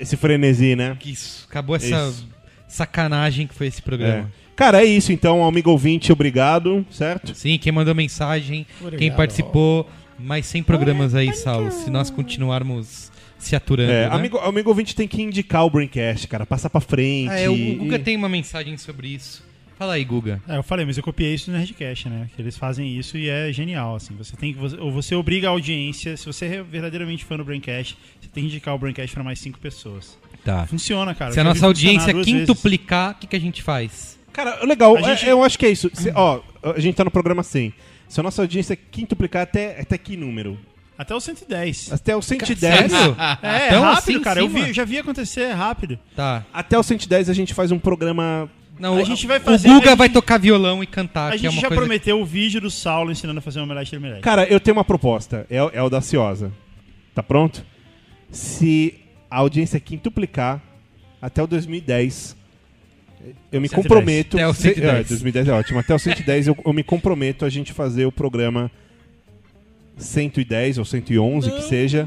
[SPEAKER 5] Esse frenesi, né?
[SPEAKER 4] Isso, acabou essa
[SPEAKER 5] Isso.
[SPEAKER 4] sacanagem que foi esse
[SPEAKER 5] É.
[SPEAKER 4] programa.
[SPEAKER 5] Cara, é isso então, amigo ouvinte, obrigado, certo?
[SPEAKER 4] Sim, quem mandou mensagem, quem
[SPEAKER 5] Obrigado.
[SPEAKER 4] participou, mais 100 programas aí, Saulo, se nós continuarmos se aturando.
[SPEAKER 5] É,
[SPEAKER 4] né?
[SPEAKER 5] amigo, amigo ouvinte tem que indicar o Braincast, cara, passar pra frente.
[SPEAKER 4] Ah, é, o Guga
[SPEAKER 5] e-
[SPEAKER 4] tem uma mensagem sobre isso. Fala aí, Guga.
[SPEAKER 7] É, eu falei, mas eu copiei isso no Nerdcast, né? Que eles fazem isso e é genial, assim. Você tem que você, ou você obriga a audiência, se você é verdadeiramente fã do Braincast, você tem que indicar o Braincast pra mais cinco pessoas.
[SPEAKER 4] Tá.
[SPEAKER 7] Funciona, cara.
[SPEAKER 4] Se
[SPEAKER 7] Eu
[SPEAKER 4] a
[SPEAKER 7] já
[SPEAKER 4] nossa
[SPEAKER 7] vi funcionar
[SPEAKER 4] audiência é
[SPEAKER 7] duas vezes.
[SPEAKER 4] quintuplicar, o que, que a gente faz?
[SPEAKER 5] Cara, legal,
[SPEAKER 4] A
[SPEAKER 5] é-
[SPEAKER 4] gente-
[SPEAKER 5] eu acho que é isso. Se- ó, a gente tá no programa 100. Se a nossa audiência quintuplicar até, até que número?
[SPEAKER 7] Até o 110.
[SPEAKER 5] Até o 110.
[SPEAKER 7] Sério? É, é
[SPEAKER 5] Então,
[SPEAKER 7] rápido,
[SPEAKER 5] assim, em
[SPEAKER 7] cara. Eu
[SPEAKER 5] cima?
[SPEAKER 7] vi- já vi acontecer, é rápido.
[SPEAKER 4] Tá.
[SPEAKER 5] Até o 110 a gente faz um programa.
[SPEAKER 4] Não,
[SPEAKER 7] a
[SPEAKER 4] o-
[SPEAKER 7] gente vai fazer.
[SPEAKER 4] O Guga
[SPEAKER 7] a gente-
[SPEAKER 4] vai tocar violão e cantar,
[SPEAKER 7] A
[SPEAKER 4] que é
[SPEAKER 7] gente
[SPEAKER 4] uma
[SPEAKER 7] já
[SPEAKER 4] coisa.
[SPEAKER 7] prometeu o vídeo do Saulo ensinando a fazer uma omelete de omelete.
[SPEAKER 5] Cara, eu tenho uma proposta. É, é audaciosa. Tá pronto? Se a audiência quintuplicar até o 2010, eu me
[SPEAKER 4] 110.
[SPEAKER 5] comprometo.
[SPEAKER 4] Até o
[SPEAKER 5] se-
[SPEAKER 4] 110.
[SPEAKER 5] é, 2010 é ótimo. Até o 110 eu, eu me comprometo a gente fazer o programa 110 ou 111, que seja,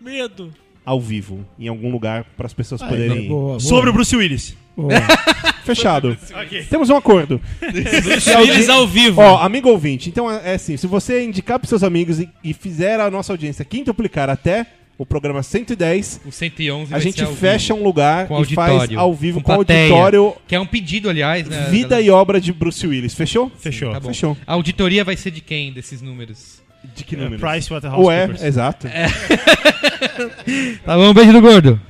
[SPEAKER 6] Medo.
[SPEAKER 5] ao vivo, em algum lugar, para as pessoas
[SPEAKER 7] Aí,
[SPEAKER 5] poderem. ir.
[SPEAKER 7] Ah, então, boa, boa. Sobre o Bruce Willis. Boa.
[SPEAKER 5] Fechado.
[SPEAKER 7] Ok.
[SPEAKER 5] Temos um acordo.
[SPEAKER 7] Bruce
[SPEAKER 5] Se alguém-
[SPEAKER 7] Willis ao vivo.
[SPEAKER 5] Ó, amigo ouvinte, então é é assim, se você indicar pros seus amigos e, e fizer a nossa audiência quintuplicar até o programa 110,
[SPEAKER 4] O 111
[SPEAKER 5] a
[SPEAKER 4] vai ser
[SPEAKER 5] gente
[SPEAKER 4] ao
[SPEAKER 5] fecha
[SPEAKER 4] vivo.
[SPEAKER 5] um lugar
[SPEAKER 4] Com
[SPEAKER 5] e faz
[SPEAKER 4] auditório,
[SPEAKER 5] ao vivo com,
[SPEAKER 4] plateia,
[SPEAKER 5] auditório
[SPEAKER 4] Que é um pedido, aliás, né?
[SPEAKER 5] Vida
[SPEAKER 4] galera?
[SPEAKER 5] e Obra de Bruce Willis. Fechou?
[SPEAKER 7] Fechou.
[SPEAKER 4] Tá bom.
[SPEAKER 5] Fechou.
[SPEAKER 4] A auditoria vai ser de quem desses números?
[SPEAKER 5] De que números? Ué,
[SPEAKER 4] PricewaterhouseCoopers.
[SPEAKER 5] exato.
[SPEAKER 4] É. tá bom, beijo do gordo.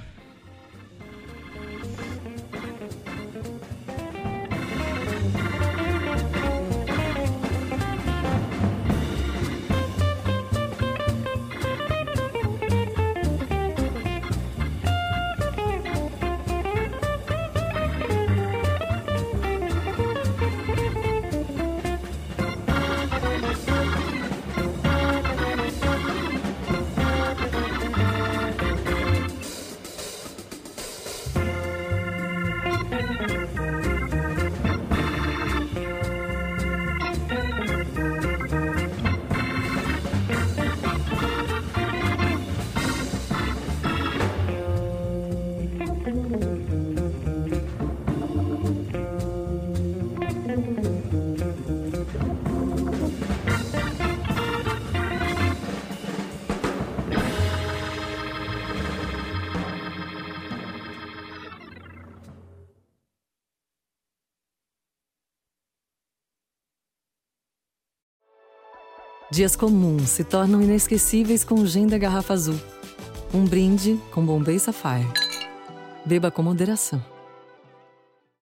[SPEAKER 1] Dias comuns se tornam inesquecíveis com o gin da garrafa azul. Um brinde com Bombay Sapphire. Beba com moderação.